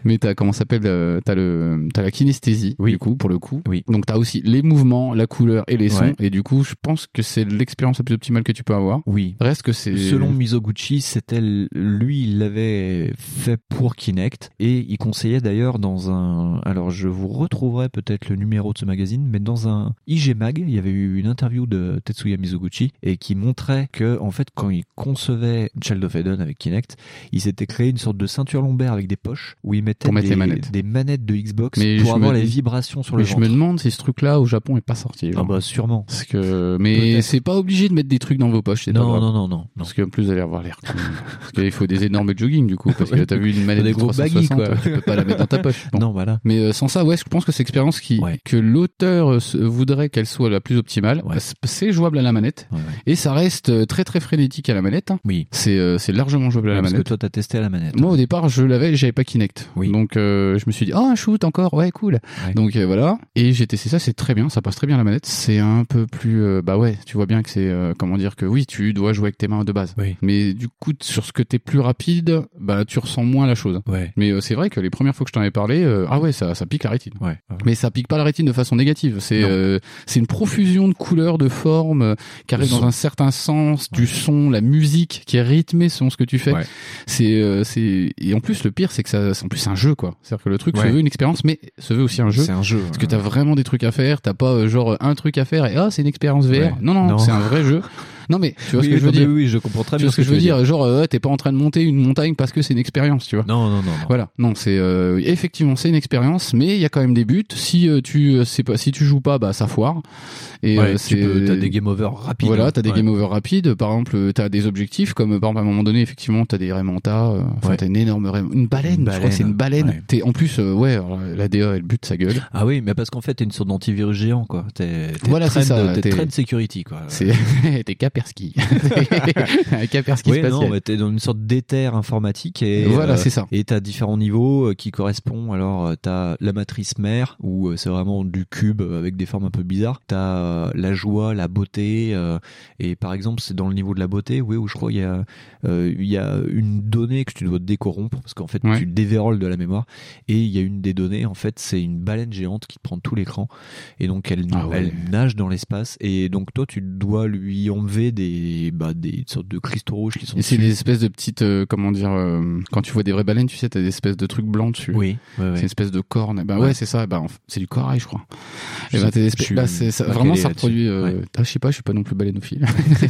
S3: mais t'as comment ça s'appelle euh, t'as le t'as la kinesthésie
S2: Oui.
S3: du coup pour le coup
S2: Oui.
S3: donc t'as aussi les mouvements, la couleur et les sons.
S2: Ouais.
S3: Et du coup, je pense que c'est l'expérience la plus optimale que tu peux avoir.
S2: Oui.
S3: Reste que c'est.
S2: Selon Mizoguchi, c'était l- lui, il l'avait fait pour Kinect et il conseillait d'ailleurs dans un. Alors, je vous retrouverai peut-être le numéro de ce magazine, mais dans un IG Mag, il y avait eu une interview de Tetsuya Mizoguchi et qui montrait que, en fait, quand il concevait Child of Eden avec Kinect, il s'était créé une sorte de ceinture lombaire avec des poches où il mettait
S3: Pour mettre
S2: des,
S3: les manettes.
S2: des manettes de Xbox
S3: Mais je
S2: pour avoir
S3: me-
S2: les vibrations sur
S3: Mais
S2: le
S3: je
S2: ventre.
S3: me demande si ce truc-là au Japon est pas sorti.
S2: Ah
S3: genre.
S2: bah sûrement.
S3: Parce que. Mais
S2: Peut-être.
S3: c'est pas obligé de mettre des trucs dans vos poches. c'est pas
S2: Non,
S3: grave.
S2: non, non, non, non.
S3: Parce qu'en plus, vous allez avoir l'air. con. Parce qu'il faut des énormes jogging du coup. Parce que t'as vu une manette
S2: Des
S3: de
S2: gros baggy,
S3: 360,
S2: quoi.
S3: tu peux pas la mettre dans
S2: *laughs*
S3: ta poche. Bon.
S2: Non, voilà.
S3: Mais euh, sans ça, ouais, je pense que c'est l'expérience qui
S2: Ouais.
S3: que l'auteur euh, se- voudrait qu'elle soit la plus optimale.
S2: Ouais.
S3: C'est- C'est jouable à la manette
S2: Ouais, ouais.
S3: et ça reste euh, très très frénétique à la manette. hein.
S2: Oui.
S3: C'est euh, c'est largement jouable à la
S2: Parce que
S3: manette.
S2: toi, t'as testé à la manette.
S3: Moi au départ, je l'avais, j'avais pas Kinect.
S2: Oui.
S3: Donc euh, je me suis dit "Oh, un shoot encore, ouais, cool."
S2: Ouais.
S3: Donc euh, voilà, et j'ai testé ça, c'est très bien, ça passe très bien à la manette, c'est un peu plus euh, bah ouais, tu vois bien que c'est euh, comment dire que oui, tu dois jouer avec tes mains de base.
S2: Oui.
S3: Mais du coup, t- sur ce que t'es plus rapide, bah tu ressens moins la chose.
S2: Ouais.
S3: Mais euh, c'est vrai que les premières fois que je t'en avais parlé, euh, ah ouais, ça ça pique la rétine.
S2: Ouais.
S3: Mais ça pique pas la rétine de façon négative. C'est
S2: Non.
S3: euh, c'est une profusion de couleurs, de formes euh, qui arrivent
S2: son.
S3: dans un certain sens, du son, la musique qui est rythmée selon ce que tu fais.
S2: Ouais.
S3: C'est euh, c'est et en plus le pire c'est que ça c'est en plus un jeu quoi. C'est-à-dire que le truc se
S2: Ouais.
S3: veut une expérience mais se veut aussi un jeu.
S2: C'est un jeu.
S3: Parce que t'as vraiment des trucs à faire, t'as pas euh, genre un truc à faire et ah c'est une expérience VR.
S2: Ouais.
S3: Non non,
S2: Non.
S3: c'est un vrai jeu. Non mais tu vois
S2: oui,
S3: ce que je
S2: non,
S3: veux
S2: mais
S3: dire.
S2: Oui, oui, je comprends très
S3: Tu
S2: bien
S3: vois ce que je veux dire. Genre euh, ouais, t'es pas en train de monter une montagne parce que c'est une expérience tu vois.
S2: Non, non, non. non.
S3: Voilà, non, c'est euh, effectivement c'est une expérience, mais il y a quand même des buts. Si euh, tu euh, c'est pas, si tu joues pas, bah ça foire. Et
S2: Ouais,
S3: euh,
S2: tu
S3: c'est-
S2: peux- t'as des game over rapides. hein.
S3: Voilà, t'as des
S2: Ouais.
S3: game over rapides. Par exemple, euh, t'as des objectifs comme euh, par exemple à un moment donné, effectivement, t'as des raimentas. euh, Enfin,
S2: Ouais.
S3: t'as une énorme raim- une baleine.
S2: Une
S3: je crois que c'est une
S2: baleine,
S3: baleine.
S2: ouais.
S3: T'es en plus, euh, ouais, alors, la DA elle bute sa gueule.
S2: Ah oui, mais parce qu'en fait, t'es une sorte d'antivirus géant, quoi. T'es t'es
S3: Voilà,
S2: trend-
S3: c'est ça,
S2: T'es
S3: t'es-
S2: trend security, quoi.
S3: C'est *laughs* t'es Kapersky,
S2: *laughs*
S3: un Kapersky
S2: Oui, non,
S3: spatial.
S2: mais t'es dans une sorte d'éther informatique et
S3: voilà,
S2: euh,
S3: c'est ça.
S2: et t'as différents niveaux euh, qui correspondent. Alors, euh, t'as la matrice mère, où euh, c'est vraiment du cube euh, avec des formes un peu bizarres. T'as euh, la joie, la beauté. euh, et par exemple, c'est dans le niveau de la beauté, oui, où je crois il y, a, euh, il y a une donnée que tu dois décorrompre, parce qu'en fait,
S3: Ouais.
S2: tu déverrouilles de la mémoire. Et il y a une des données, en fait, c'est une baleine géante qui te prend tout l'écran. Et donc, elle,
S3: Ah ouais.
S2: elle nage dans l'espace. Et donc, toi, tu dois lui enlever des, bah, des sortes de cristaux rouges qui sont
S3: Et c'est
S2: dessus.
S3: des espèces de petites, euh, comment dire, euh, quand tu vois des vraies baleines, tu sais, t'as des espèces de trucs blancs dessus.
S2: Oui, ouais, ouais.
S3: C'est une espèce de corne. Bah ouais,
S2: Ouais.
S3: c'est ça. Bah, en f- c'est du corail, je crois.
S2: Je
S3: Et
S2: sais-
S3: bah, t'es des
S2: je
S3: espèces-
S2: suis
S3: bah, c'est, ça-
S2: pas
S3: vraiment,
S2: calé
S3: ça
S2: là-dessus.
S3: reproduit. euh, *laughs*
S2: Ouais.
S3: ah, je sais pas, je suis pas non
S2: *laughs*
S3: plus baleineophile.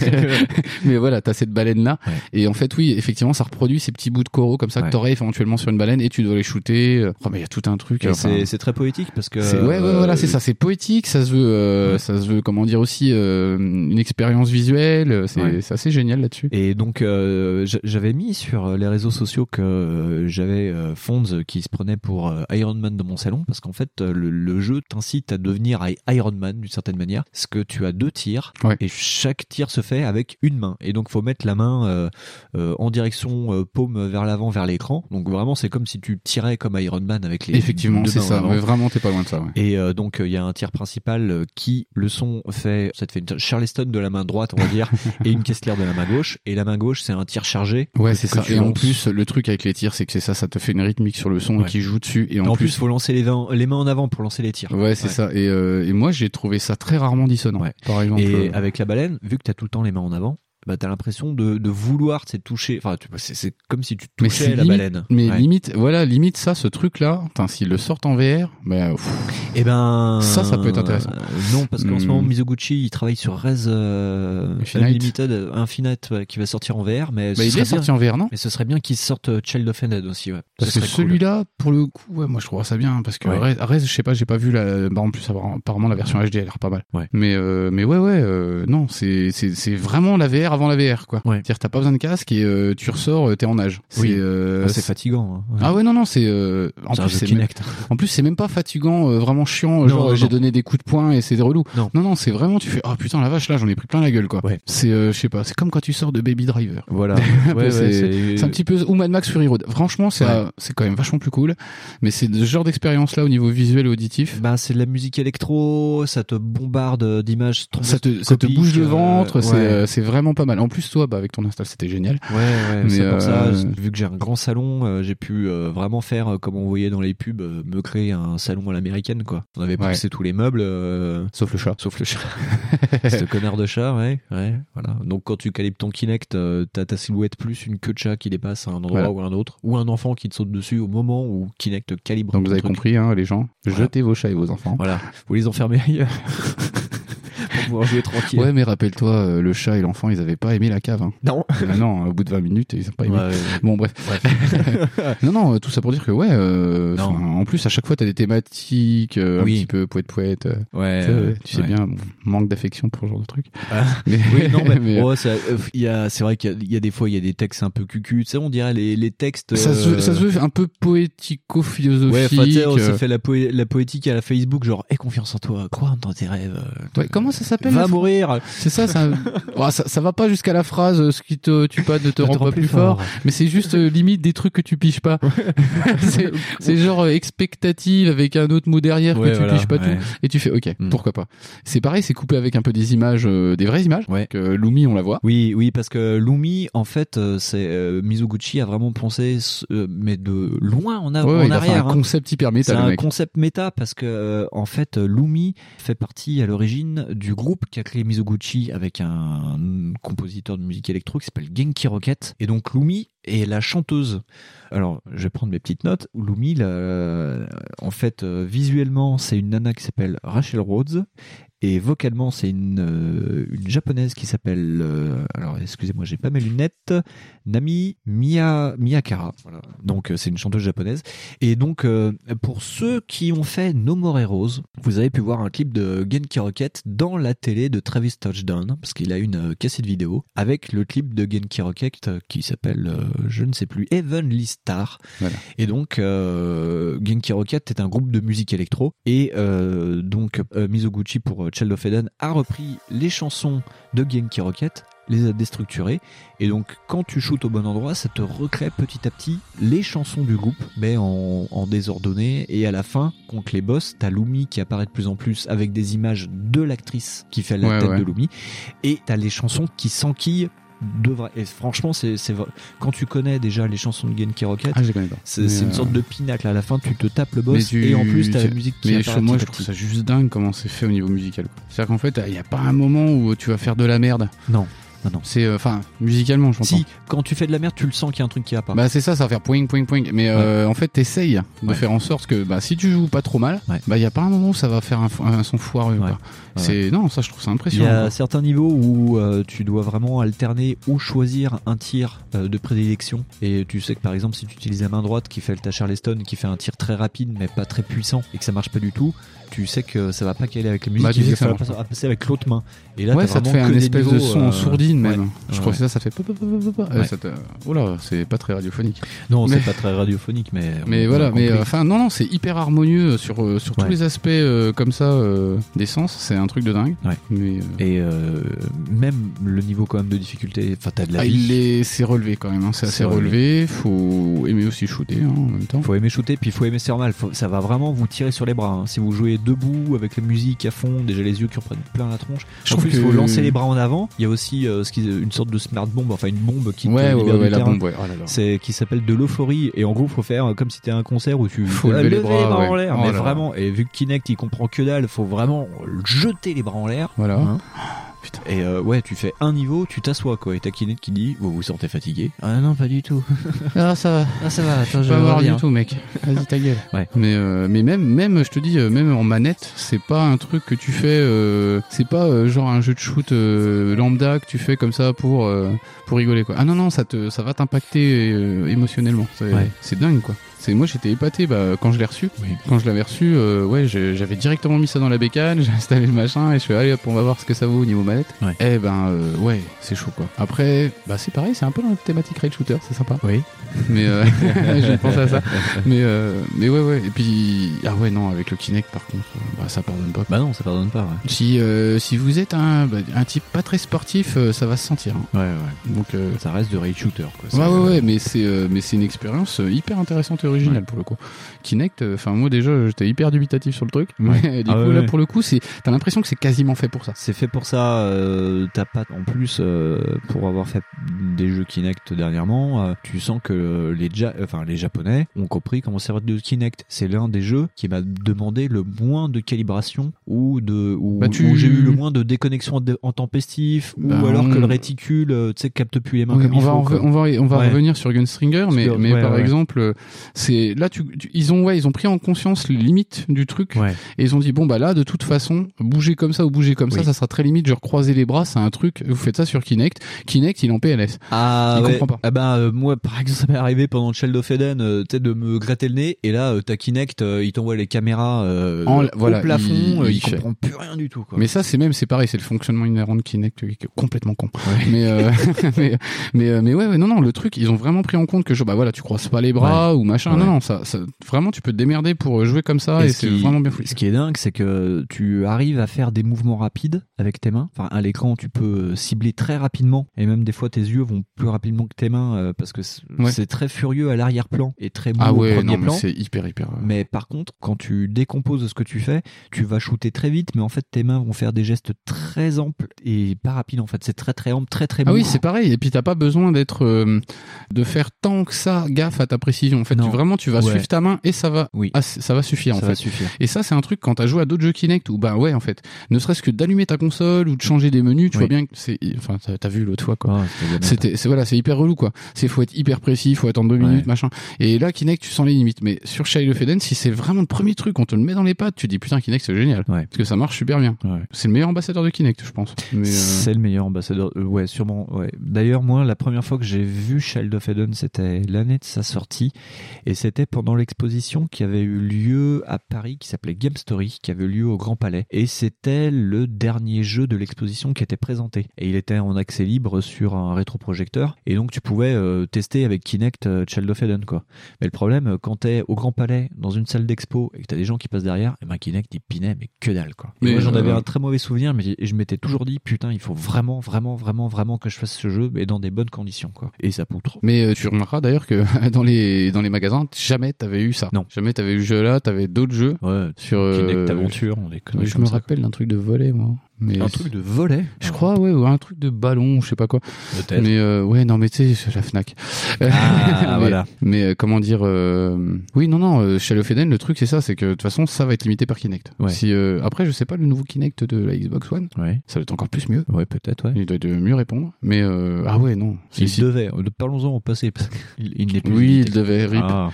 S3: *laughs* Mais voilà, t'as cette baleine là.
S2: Ouais.
S3: Et en fait, oui, effectivement, ça reproduit ces petits bouts de coraux comme ça
S2: Ouais.
S3: que t'aurais éventuellement sur une baleine et tu dois les shooter. Oh, mais il y a tout un *laughs* truc.
S2: Et
S3: enfin,
S2: c'est- c'est très poétique parce que.
S3: c'est- ouais, ouais,
S2: euh,
S3: voilà, c'est ça. C'est poétique, ça se veut, euh,
S2: Ouais.
S3: ça se veut, comment dire aussi, euh, une expérience visuelle. C'est,
S2: Ouais.
S3: c'est assez génial là-dessus.
S2: Et donc euh, j'a- j'avais mis sur les réseaux sociaux que euh, j'avais euh, Fonz qui se prenait pour euh, Iron Man dans mon salon parce qu'en fait euh, le, le jeu t'incite à devenir I- Iron Man d'une certaine manière parce que tu as deux tirs
S3: Ouais.
S2: et chaque tir se fait avec une main et donc faut mettre la main euh, euh, en direction euh, paume vers l'avant vers l'écran donc vraiment c'est comme si tu tirais comme Iron Man avec les
S3: Effectivement,
S2: deux
S3: c'est
S2: mains en
S3: ça.
S2: avant.
S3: Ouais, vraiment, t'es pas loin de ça. ouais.
S2: Et euh, donc euh, il y a un tir principal euh, qui le son fait ça te fait une Charleston de la main droite on va
S3: *laughs*
S2: dire et une Kessler de la main gauche et la main gauche c'est un tir chargé.
S3: Ouais, c'est
S2: que
S3: ça.
S2: tu
S3: Et en
S2: lances.
S3: plus, le truc avec les tirs, c'est que c'est ça, ça te fait une rythmique sur le son
S2: Ouais.
S3: qui joue dessus. Et en,
S2: En, plus, faut lancer les, vins- les mains en avant pour lancer les tirs.
S3: ouais, c'est
S2: Ouais.
S3: ça. Et, euh, et moi, j'ai trouvé ça très rarement dissonant.
S2: Ouais.
S3: Par exemple,
S2: Et
S3: euh,
S2: avec la baleine, vu que t'as tout le temps les mains en avant, bah t'as l'impression de, de vouloir c'est toucher. Enfin tu- c'est- c'est comme si tu
S3: Mais c'est
S2: touchais la
S3: limite-
S2: baleine.
S3: mais
S2: Ouais.
S3: limite, voilà, limite ça, ce truc-là. Putain, s'ils le sortent en VR, bah, pff,
S2: Eh ben
S3: Ça, ça peut être intéressant.
S2: euh, non, parce qu'en
S3: Hmm.
S2: ce moment, Mizoguchi, il travaille sur Res euh,
S3: Infinite.
S2: Unlimited, euh, Infinite, ouais, qui va sortir en VR, mais ce
S3: bah, il
S2: serait
S3: est
S2: bien.
S3: sorti en VR, non
S2: Mais ce serait bien qu'ils sortent euh, Child of Ended aussi, ouais.
S3: Parce
S2: Ce
S3: que
S2: serait cool.
S3: celui-là, pour le coup, ouais, moi je trouve ça bien parce que
S2: Ouais.
S3: Rez, Rez, je sais pas, j'ai pas vu la. Bah, en plus, apparemment la version HD elle a l'air pas mal.
S2: Ouais.
S3: Mais euh, mais ouais ouais, euh, non, c'est c'est c'est vraiment la VR avant la VR quoi.
S2: Ouais.
S3: C'est-à-dire t'as pas besoin de casque et euh, tu ressors, euh, t'es en âge.
S2: Oui.
S3: C'est euh,
S2: Ah, c'est fatigant. hein.
S3: Ah ouais non non c'est euh, en
S2: C'est un
S3: plus
S2: jeu
S3: c'est même,
S2: Kinect.
S3: en plus c'est même pas fatigant euh, vraiment chiant
S2: Non,
S3: euh, genre
S2: non,
S3: j'ai
S2: non.
S3: donné des coups de poing et c'est relou
S2: Non.
S3: non non c'est vraiment tu fais oh putain la vache là j'en ai pris plein la gueule quoi
S2: Ouais.
S3: c'est euh, je sais pas c'est comme quand tu sors de Baby Driver *laughs*
S2: Voilà.
S3: peu,
S2: ouais, ouais,
S3: c'est-
S2: c'est
S3: c'est un petit peu ou Mad Max Fury Road franchement c'est
S2: Ouais.
S3: euh, c'est quand même vachement plus cool mais c'est ce genre d'expérience là au niveau visuel et auditif
S2: Bah, c'est de la musique électro, ça te bombarde d'images
S3: ça te,
S2: tromboscopiques,
S3: ça te bouge le
S2: euh,
S3: ventre, c'est
S2: ouais.
S3: euh, c'est vraiment pas pas mal. En plus, toi, bah, avec ton install, c'était génial.
S2: Ouais, ouais, c'est
S3: Mais,
S2: pour ça.
S3: euh,
S2: j- Vu que j'ai un grand salon, euh, j'ai pu euh, vraiment faire, euh, comme on voyait dans les pubs, euh, me créer un salon à l'américaine, quoi. On avait
S3: Ouais.
S2: poussé tous les meubles, euh,
S3: Sauf le chat.
S2: sauf le *laughs* chat. Ce connard de chat, ouais, ouais, voilà. Donc quand tu calibres ton Kinect, euh, t'as ta silhouette plus une queue de chat qui dépasse à un endroit
S3: Voilà.
S2: ou à un autre, ou un enfant qui te saute dessus au moment où Kinect calibre.
S3: Donc
S2: ton
S3: vous avez
S2: truc.
S3: compris, hein, les gens,
S2: Voilà.
S3: jetez vos chats et vos enfants.
S2: Voilà, vous les enfermez ailleurs *laughs* pour pouvoir jouer tranquille.
S3: Ouais, mais rappelle-toi, euh, le chat et l'enfant, ils avaient pas aimé la cave. Hein.
S2: Non.
S3: Euh, non, au bout de 20 minutes, ils ont pas aimé.
S2: Ouais, ouais.
S3: Bon, bah, bref. non, non, euh, tout ça pour dire que, ouais, euh,
S2: Non.
S3: enfin, en plus, à chaque fois, t'as des thématiques euh,
S2: Oui.
S3: un petit peu poète-poète. euh,
S2: Ouais,
S3: tu sais,
S2: ouais,
S3: tu sais
S2: ouais.
S3: bien, mon manque d'affection pour ce genre de truc.
S2: Ah.
S3: Mais,
S2: Oui,
S3: *laughs*
S2: non, mais,
S3: mais, euh,
S2: ouais, ça, euh, il y a, c'est vrai qu'il y a- il y, a des fois, il y a des textes un peu cucu. Tu sais, on dirait les, les textes.
S3: ça, se,
S2: euh,
S3: ça se veut un peu poético-philosophique.
S2: Ouais, enfin, tu sais, on s'est
S3: euh,
S2: fait la, poé- la poétique à la Facebook, genre, aie confiance en toi, crois dans tes rêves. euh,
S3: ouais, comment ça s'appelle la
S2: Va
S3: phrase
S2: mourir,
S3: C'est ça, ça, *laughs* Oh, ça, ça va pas jusqu'à la phrase euh, ce qui te tue pas ne te
S2: Ne
S3: rend pas plus fort, mais c'est juste euh, limite des trucs que tu piges pas. *laughs*
S2: *laughs*
S3: c'est c'est genre euh, expectative avec un autre mot *laughs* derrière
S2: Ouais,
S3: que tu
S2: voilà,
S3: piges pas
S2: ouais.
S3: tout et tu fais OK,
S2: Hmm.
S3: pourquoi pas. C'est pareil, c'est coupé avec un peu des images euh, des vraies images
S2: Ouais.
S3: que Lumi on la voit.
S2: Oui, oui, parce que Lumi, en fait, euh, c'est euh, Mizoguchi a vraiment pensé, ce- euh, mais de loin en, av-
S3: Ouais,
S2: en
S3: ouais, il a fait un
S2: arrière. hein.
S3: concept hyper
S2: C'est
S3: métal, le
S2: un
S3: mec.
S2: concept méta parce que euh, en fait euh, Lumi fait partie à l'origine du groupe qui a créé Mizoguchi avec un, compositeur de musique électro qui s'appelle Genki Rocket et donc Lumi est la chanteuse. Alors je vais prendre mes petites notes. Lumi, la- en fait euh, visuellement c'est une nana qui s'appelle Rachel Rhodes et vocalement c'est une, euh, une japonaise qui s'appelle euh, alors excusez-moi j'ai pas mes lunettes Nami Miya Miyakara. Voilà. Donc euh, c'est une chanteuse japonaise. Et donc, euh, pour ceux qui ont fait No More Heroes, vous avez pu voir un clip de Genki Rocket dans la télé de Travis Touchdown, parce qu'il a une euh, cassette vidéo, avec le clip de Genki Rocket euh, qui s'appelle, euh, je ne sais plus, Heavenly Star.
S3: Voilà.
S2: Et donc, euh, Genki Rocket est un groupe de musique électro, et euh, donc euh, Mizoguchi pour euh, Child of Eden a repris les chansons de Genki Rocket, les a déstructurées, et donc, quand tu shootes au bon endroit, ça te recrée petit à petit les chansons du groupe, mais en, en désordonnée. Et à la fin, contre les boss, t'as Lumi qui apparaît de plus en plus avec des images de l'actrice qui fait la
S3: Ouais,
S2: tête
S3: ouais.
S2: de Lumi. Et t'as les chansons qui s'enquillent de vrai. Et franchement, c'est c'est vrai. quand tu connais déjà les chansons de Genki Rocket,
S3: Ah, je les connais pas.
S2: c'est
S3: Mais,
S2: c'est une
S3: euh,
S2: sorte de pinacle. À la fin, tu te tapes le
S3: mais
S2: boss
S3: tu-
S2: et en plus, t'as la
S3: tu-
S2: musique qui
S3: Mais
S2: apparaît
S3: je- moi,
S2: petit
S3: je
S2: à
S3: trouve
S2: petit.
S3: ça juste dingue comment c'est fait au niveau musical. quoi. C'est-à-dire qu'en fait, il n'y a pas un moment où tu vas faire de la merde.
S2: Non, non, non.
S3: C'est, euh, enfin, musicalement, je pense.
S2: Si, quand tu fais de la merde, tu le sens qu'il y a un truc qui apparaît.
S3: Bah c'est ça, ça va faire poing poing poing. Mais euh, en fait, t'essayes de
S2: Ouais.
S3: faire en sorte que bah si tu joues pas trop mal,
S2: Ouais.
S3: bah y a pas un moment où ça va faire un, fo- un son foireux. quoi.
S2: Ouais.
S3: C'est non, ça je trouve ça
S2: Il y
S3: impressionnant.
S2: a
S3: quoi.
S2: certains niveaux où euh, tu dois vraiment alterner ou choisir un tir euh, de prédilection. Et tu sais que par exemple, si tu utilises la main droite qui fait le ta Charleston, qui fait un tir très rapide mais pas très puissant et que ça marche pas du tout, tu sais que ça va pas caler avec la musique.
S3: Bah, tu
S2: il
S3: sais
S2: va
S3: que ça
S2: falloir
S3: marche
S2: passer- passer avec l'autre main. Et là,
S3: ouais,
S2: t'as
S3: ça te fait
S2: vraiment
S3: un
S2: que des
S3: espèce de
S2: niveaux,
S3: son en
S2: euh,
S3: sourdine même.
S2: ouais.
S3: Je
S2: Ouais.
S3: crois que ça, ça fait. pa- pa- pa- pa- pa- pa-
S2: Ouais.
S3: Ça te- Oh là, c'est pas très radiophonique.
S2: Non,
S3: Mais-
S2: c'est pas très radiophonique, mais.
S3: Mais
S2: on-
S3: voilà,
S2: on
S3: mais
S2: compris.
S3: euh, enfin non non, c'est hyper harmonieux sur euh, sur tous
S2: Ouais.
S3: les aspects euh, comme ça euh, des sens. C'est un truc de dingue.
S2: Ouais.
S3: Mais euh,
S2: Et euh, même le niveau quand même de difficulté, enfin t'as de la
S3: ah,
S2: vie.
S3: il est, c'est relevé quand même. hein, C'est
S2: C'est
S3: assez relevé. Faut aimer aussi shooter hein, en même temps.
S2: Faut aimer shooter, puis faut aimer se faire mal. Faut- ça va vraiment vous tirer sur les bras. hein. Si vous jouez debout avec la musique à fond, déjà les yeux qui en prennent plein la tronche.
S3: Je
S2: en
S3: trouve
S2: plus,
S3: que-
S2: faut lancer les bras en avant. Il y a aussi euh, ce qu'ils- une sorte de smart bomb, enfin une bombe qui
S3: ouais,
S2: te
S3: ouais,
S2: libère
S3: ouais,
S2: du
S3: la
S2: euh, terrain.
S3: bombe. Ouais. Oh là là.
S2: C'est qui s'appelle de l'euphorie et en gros faut faire euh, comme si t'es à un concert où tu
S3: Faut
S2: Ah,
S3: lever les bras,
S2: en
S3: ouais.
S2: l'air
S3: Oh
S2: mais
S3: là là.
S2: vraiment et vu que Kinect il comprend que dalle faut vraiment jeter les bras en l'air
S3: Voilà.
S2: Hein.
S3: Putain.
S2: et euh, ouais tu fais un niveau tu t'assois quoi et t'as Kinect qui dit vous vous sentez fatigué ah non pas du tout
S3: Ah ça va.
S2: ah ça va attends
S3: Pas voir du tout, mec. Vas-y ta gueule.
S2: *laughs* Ouais.
S3: Mais euh, mais même même je te dis euh, même en manette, c'est pas un truc que tu fais. euh, c'est pas euh, genre un jeu de shoot euh, lambda que tu fais comme ça pour euh, pour rigoler quoi. Ah non non, ça te ça va t'impacter euh, émotionnellement. C'est
S2: Ouais.
S3: c'est dingue quoi. C'est moi j'étais épaté bah, quand je l'ai reçu.
S2: Oui.
S3: Quand je l'avais reçu, euh, ouais, je- j'avais directement mis ça dans la bécane, *laughs* j'ai installé le machin et je fais allez hop, on va voir ce que ça vaut au niveau manette.
S2: Ouais.
S3: Eh ben euh, ouais, c'est chaud quoi. Après, bah c'est pareil, c'est un peu dans la thématique raid shooter, c'est sympa
S2: oui *laughs*
S3: mais euh, *laughs* j'ai pensé à ça mais euh, mais ouais ouais et puis ah ouais non avec le Kinect par contre euh, bah, ça pardonne pas
S2: bah non ça pardonne pas ouais.
S3: si euh, si vous êtes un bah, un type pas très sportif euh, ça va se sentir hein.
S2: Ouais, ouais.
S3: donc euh,
S2: Ça reste de raid shooter, quoi.
S3: ouais
S2: Ça-
S3: ouais ouais mais c'est euh, mais c'est une expérience euh, hyper intéressante et original pour le coup. Kinect, euh, enfin moi déjà j'étais hyper dubitatif sur le truc, mais *laughs* du
S2: Ah
S3: coup
S2: ouais,
S3: là
S2: ouais.
S3: pour le coup c'est, t'as l'impression que c'est quasiment fait pour ça.
S2: C'est fait pour ça. euh, T'as pas en plus euh, pour avoir fait des jeux Kinect dernièrement. euh, tu sens que les Ja- enfin les Japonais ont compris comment servir de Kinect. C'est l'un des jeux qui m'a demandé le moins de calibration ou de ou
S3: Bah, tu-
S2: où j'ai eu le moins de déconnexion en- en temps pestif ou
S3: Bah,
S2: alors
S3: on-
S2: que le réticule euh, tu sais capte plus les mains
S3: Ouais,
S2: comme
S3: on,
S2: il
S3: va
S2: faut.
S3: en re-
S2: quoi.
S3: on va on va
S2: Ouais.
S3: revenir sur Gunstringer, mais,
S2: Sur-
S3: mais
S2: ouais,
S3: par
S2: ouais.
S3: exemple, euh, c'est là tu, tu- ils ont ouais ils ont pris en conscience les limites du truc
S2: Ouais.
S3: et ils ont dit bon bah là de toute façon bouger comme ça ou bouger comme ça
S2: Oui.
S3: ça sera très limite genre croiser les bras c'est un truc vous faites ça sur Kinect Kinect il est en PLS
S2: Ah,
S3: Il
S2: ouais.
S3: comprend pas.
S2: Ah bah, euh, moi, par exemple, *laughs* ça m'est arrivé pendant le Shell of Eden, euh, tu sais, de me gratter le nez, et là, euh, ta Kinect, euh, il t'envoie les caméras euh,
S3: En-
S2: au
S3: voilà,
S2: plafond,
S3: il-
S2: euh, il,
S3: il fait.
S2: comprend plus rien du tout, quoi.
S3: mais ça c'est même c'est pareil c'est le fonctionnement inhérent de Kinect qui est complètement con mais, euh, *laughs* mais mais euh, mais ouais, ouais, non non le truc ils ont vraiment pris en compte que genre bah voilà tu croises pas les bras ou machin
S2: Ouais.
S3: non non ça, ça- vraiment tu peux te démerder pour jouer comme ça et,
S2: Et ce
S3: c'est
S2: qui-
S3: vraiment bien foutu
S2: Ce qui est dingue, c'est que tu arrives à faire des mouvements rapides avec tes mains. Enfin, à l'écran, tu peux euh, cibler très rapidement. Et même des fois, tes yeux vont plus rapidement que tes mains euh, parce que c'est
S3: Ouais.
S2: c'est très furieux à l'arrière-plan et très beau
S3: ah
S2: au
S3: ouais
S2: premier
S3: non mais
S2: plan.
S3: c'est hyper hyper euh,
S2: Mais par contre, quand tu décomposes ce que tu fais, tu vas shooter très vite, mais en fait, tes mains vont faire des gestes très amples et pas rapides. En fait, c'est très très ample, très très
S3: Ah
S2: mou.
S3: oui, c'est pareil. Et puis t'as pas besoin d'être, euh, de faire tant que ça gaffe à ta précision. En fait,
S2: Non.
S3: tu- vraiment, tu vas
S2: Ouais.
S3: suivre ta main et ça va,
S2: Oui.
S3: ah, c- ça va suffire
S2: ça
S3: en
S2: va
S3: fait.
S2: suffire.
S3: Et ça, c'est un truc quand t'as joué à d'autres jeux Kinect ou bah ouais, en fait, ne serait-ce que d'allumer ta console ou de changer des menus, tu
S2: Oui.
S3: vois bien que c'est, enfin, t'as t'as vu l'autre fois quoi.
S2: Ouais, c'était bien ça.
S3: C'était, c'est voilà, c'est hyper relou quoi. C'est faut être hyper précis, faut attendre deux
S2: Ouais.
S3: minutes, machin. Et là, Kinect, tu sens les limites. Mais sur Child of Eden, si c'est vraiment le premier truc, on te le met dans les pattes, tu te dis putain, Kinect, c'est génial,
S2: Ouais.
S3: parce que ça marche super bien.
S2: Ouais.
S3: C'est le meilleur ambassadeur de Kinect, je pense. Mais, euh,
S2: C'est le meilleur ambassadeur. Euh, ouais, sûrement. Ouais. D'ailleurs, moi, la première fois que j'ai vu Child of Eden, c'était l'année de sa sortie. Et c'était pendant l'exposition qui avait eu lieu à Paris, qui s'appelait Game Story, qui avait lieu au Grand Palais. Et c'était le dernier jeu de l'exposition qui était présenté. Et il était en accès libre sur un rétroprojecteur. Et donc, tu pouvais euh, tester avec Kinect euh, Child of Eden, quoi. Mais le problème, euh, quand t'es au Grand Palais, dans une salle d'expo, et que t'as des gens qui passent derrière, et ben Kinect, il pinait, mais que dalle, quoi. Et
S3: Mais,
S2: moi, j'en
S3: euh,
S2: avais un très mauvais souvenir, mais j- et je m'étais toujours dit, putain, il faut vraiment, vraiment, vraiment, vraiment que je fasse ce jeu, et dans des bonnes conditions, quoi. Et ça poutre.
S3: Mais euh, tu remarqueras d'ailleurs que *laughs* dans les dans les magasins, jamais t'avais eu ça.
S2: Non.
S3: Jamais t'avais eu ce jeu-là, t'avais d'autres jeux
S2: Ouais,
S3: sur. euh,
S2: Kinect Aventure, on les
S3: je-
S2: connaît
S3: je me rappelle d'un truc de volet, moi. Mais
S2: Un truc de volet
S3: Je crois, ouais, ou un truc de ballon, ou je sais pas quoi.
S2: Peut-être.
S3: Mais euh, ouais, non, mais tu sais, c'est la Fnac.
S2: Ah,
S3: *laughs* Mais-
S2: voilà.
S3: Mais euh, comment dire euh, Oui, non, non. euh, Shadow of Eden, le truc c'est ça, c'est que de toute façon, ça va être limité par Kinect.
S2: Ouais.
S3: Si euh, après, je sais pas le nouveau Kinect de la Xbox One,
S2: Ouais,
S3: ça va être encore plus mieux.
S2: ouais peut-être, ouais.
S3: Il doit être mieux répondre. Mais euh, ah ouais, non. Si,
S2: Il
S3: si.
S2: devait. Euh, Parlons-en au passé, parce qu'il il n'est plus.
S3: Oui, il
S2: limité.
S3: devait. rip.
S2: Ah.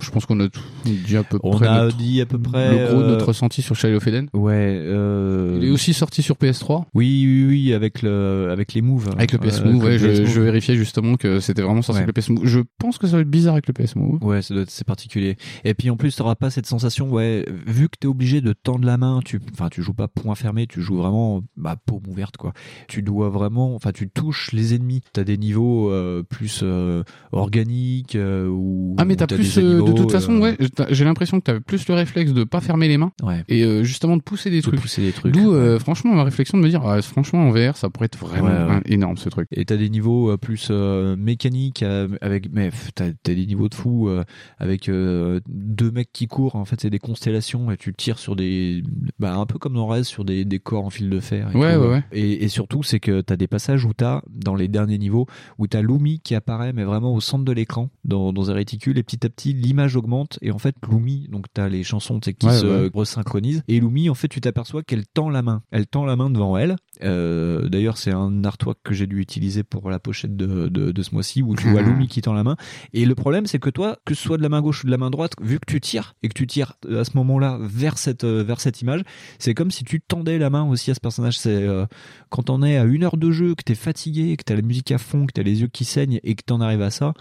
S3: Je pense qu'on a tout dit à peu
S2: On
S3: près.
S2: a
S3: notre-
S2: dit à peu près.
S3: le gros de
S2: euh,
S3: notre ressenti sur Shadow of Eden.
S2: Ouais, euh...
S3: Il est aussi sorti sur PS3
S2: Oui, oui, oui, avec le, avec les moves.
S3: avec le
S2: Euh,
S3: PS Move.
S2: le
S3: Ouais,
S2: PS
S3: je,
S2: Move.
S3: je vérifiais justement que c'était vraiment sorti
S2: Ouais.
S3: avec le PS Move. Je pense que ça va être bizarre avec le PS Move.
S2: Ouais, ça doit être c'est particulier. Et puis en plus, t'auras pas cette sensation, ouais, vu que t'es obligé de tendre la main, tu, enfin, tu joues pas point fermé, tu joues vraiment, bah, paume ouverte, quoi. Tu dois vraiment, enfin, tu touches les ennemis. T'as des niveaux euh, plus euh, organiques euh, ou.
S3: Ah mais t'as
S2: ou
S3: plus
S2: des
S3: euh, de
S2: animaux,
S3: toute façon
S2: euh,
S3: ouais t'as- j'ai l'impression que t'avais plus le réflexe de pas fermer les mains
S2: Ouais.
S3: et euh, justement de pousser des
S2: De
S3: trucs.
S2: pousser des trucs.
S3: D'où euh, franchement ma réflexion de me dire ah, franchement en VR ça pourrait être vraiment
S2: Ouais, ouais.
S3: un- énorme ce truc.
S2: Et t'as des niveaux euh, plus euh, mécaniques euh, avec mais pff, t'as t'as des niveaux de fou euh, avec euh, deux mecs qui courent en fait c'est des constellations et tu tires sur des bah, un peu comme dans Rez sur des, des corps en fil de fer et,
S3: Ouais,
S2: tout.
S3: ouais, ouais.
S2: Et, et surtout c'est que t'as des passages où t'as dans les derniers niveaux où t'as Lumi qui apparaît mais vraiment au centre de l'écran dans, dans un réticule et petit à petit l'image augmente et en fait Lumi donc t'as les chansons tu sais, qui
S3: Ouais,
S2: se
S3: ouais.
S2: resynchronisent et Lumi en fait tu t'aperçois qu'elle tend la main elle tend la main devant elle euh, D'ailleurs, c'est un artwork que j'ai dû utiliser pour la pochette de, de, de ce mois-ci où tu
S3: Mhm.
S2: vois Lumi qui tend la main. Et le problème, c'est que toi, que ce soit de la main gauche ou de la main droite, vu que tu tires et que tu tires euh, à ce moment-là vers cette, euh, vers cette image, c'est comme si tu tendais la main aussi à ce personnage. C'est euh, quand on est à une heure de jeu, que t'es fatigué, que t'as la musique à fond, que t'as les yeux qui saignent et que t'en arrives à ça.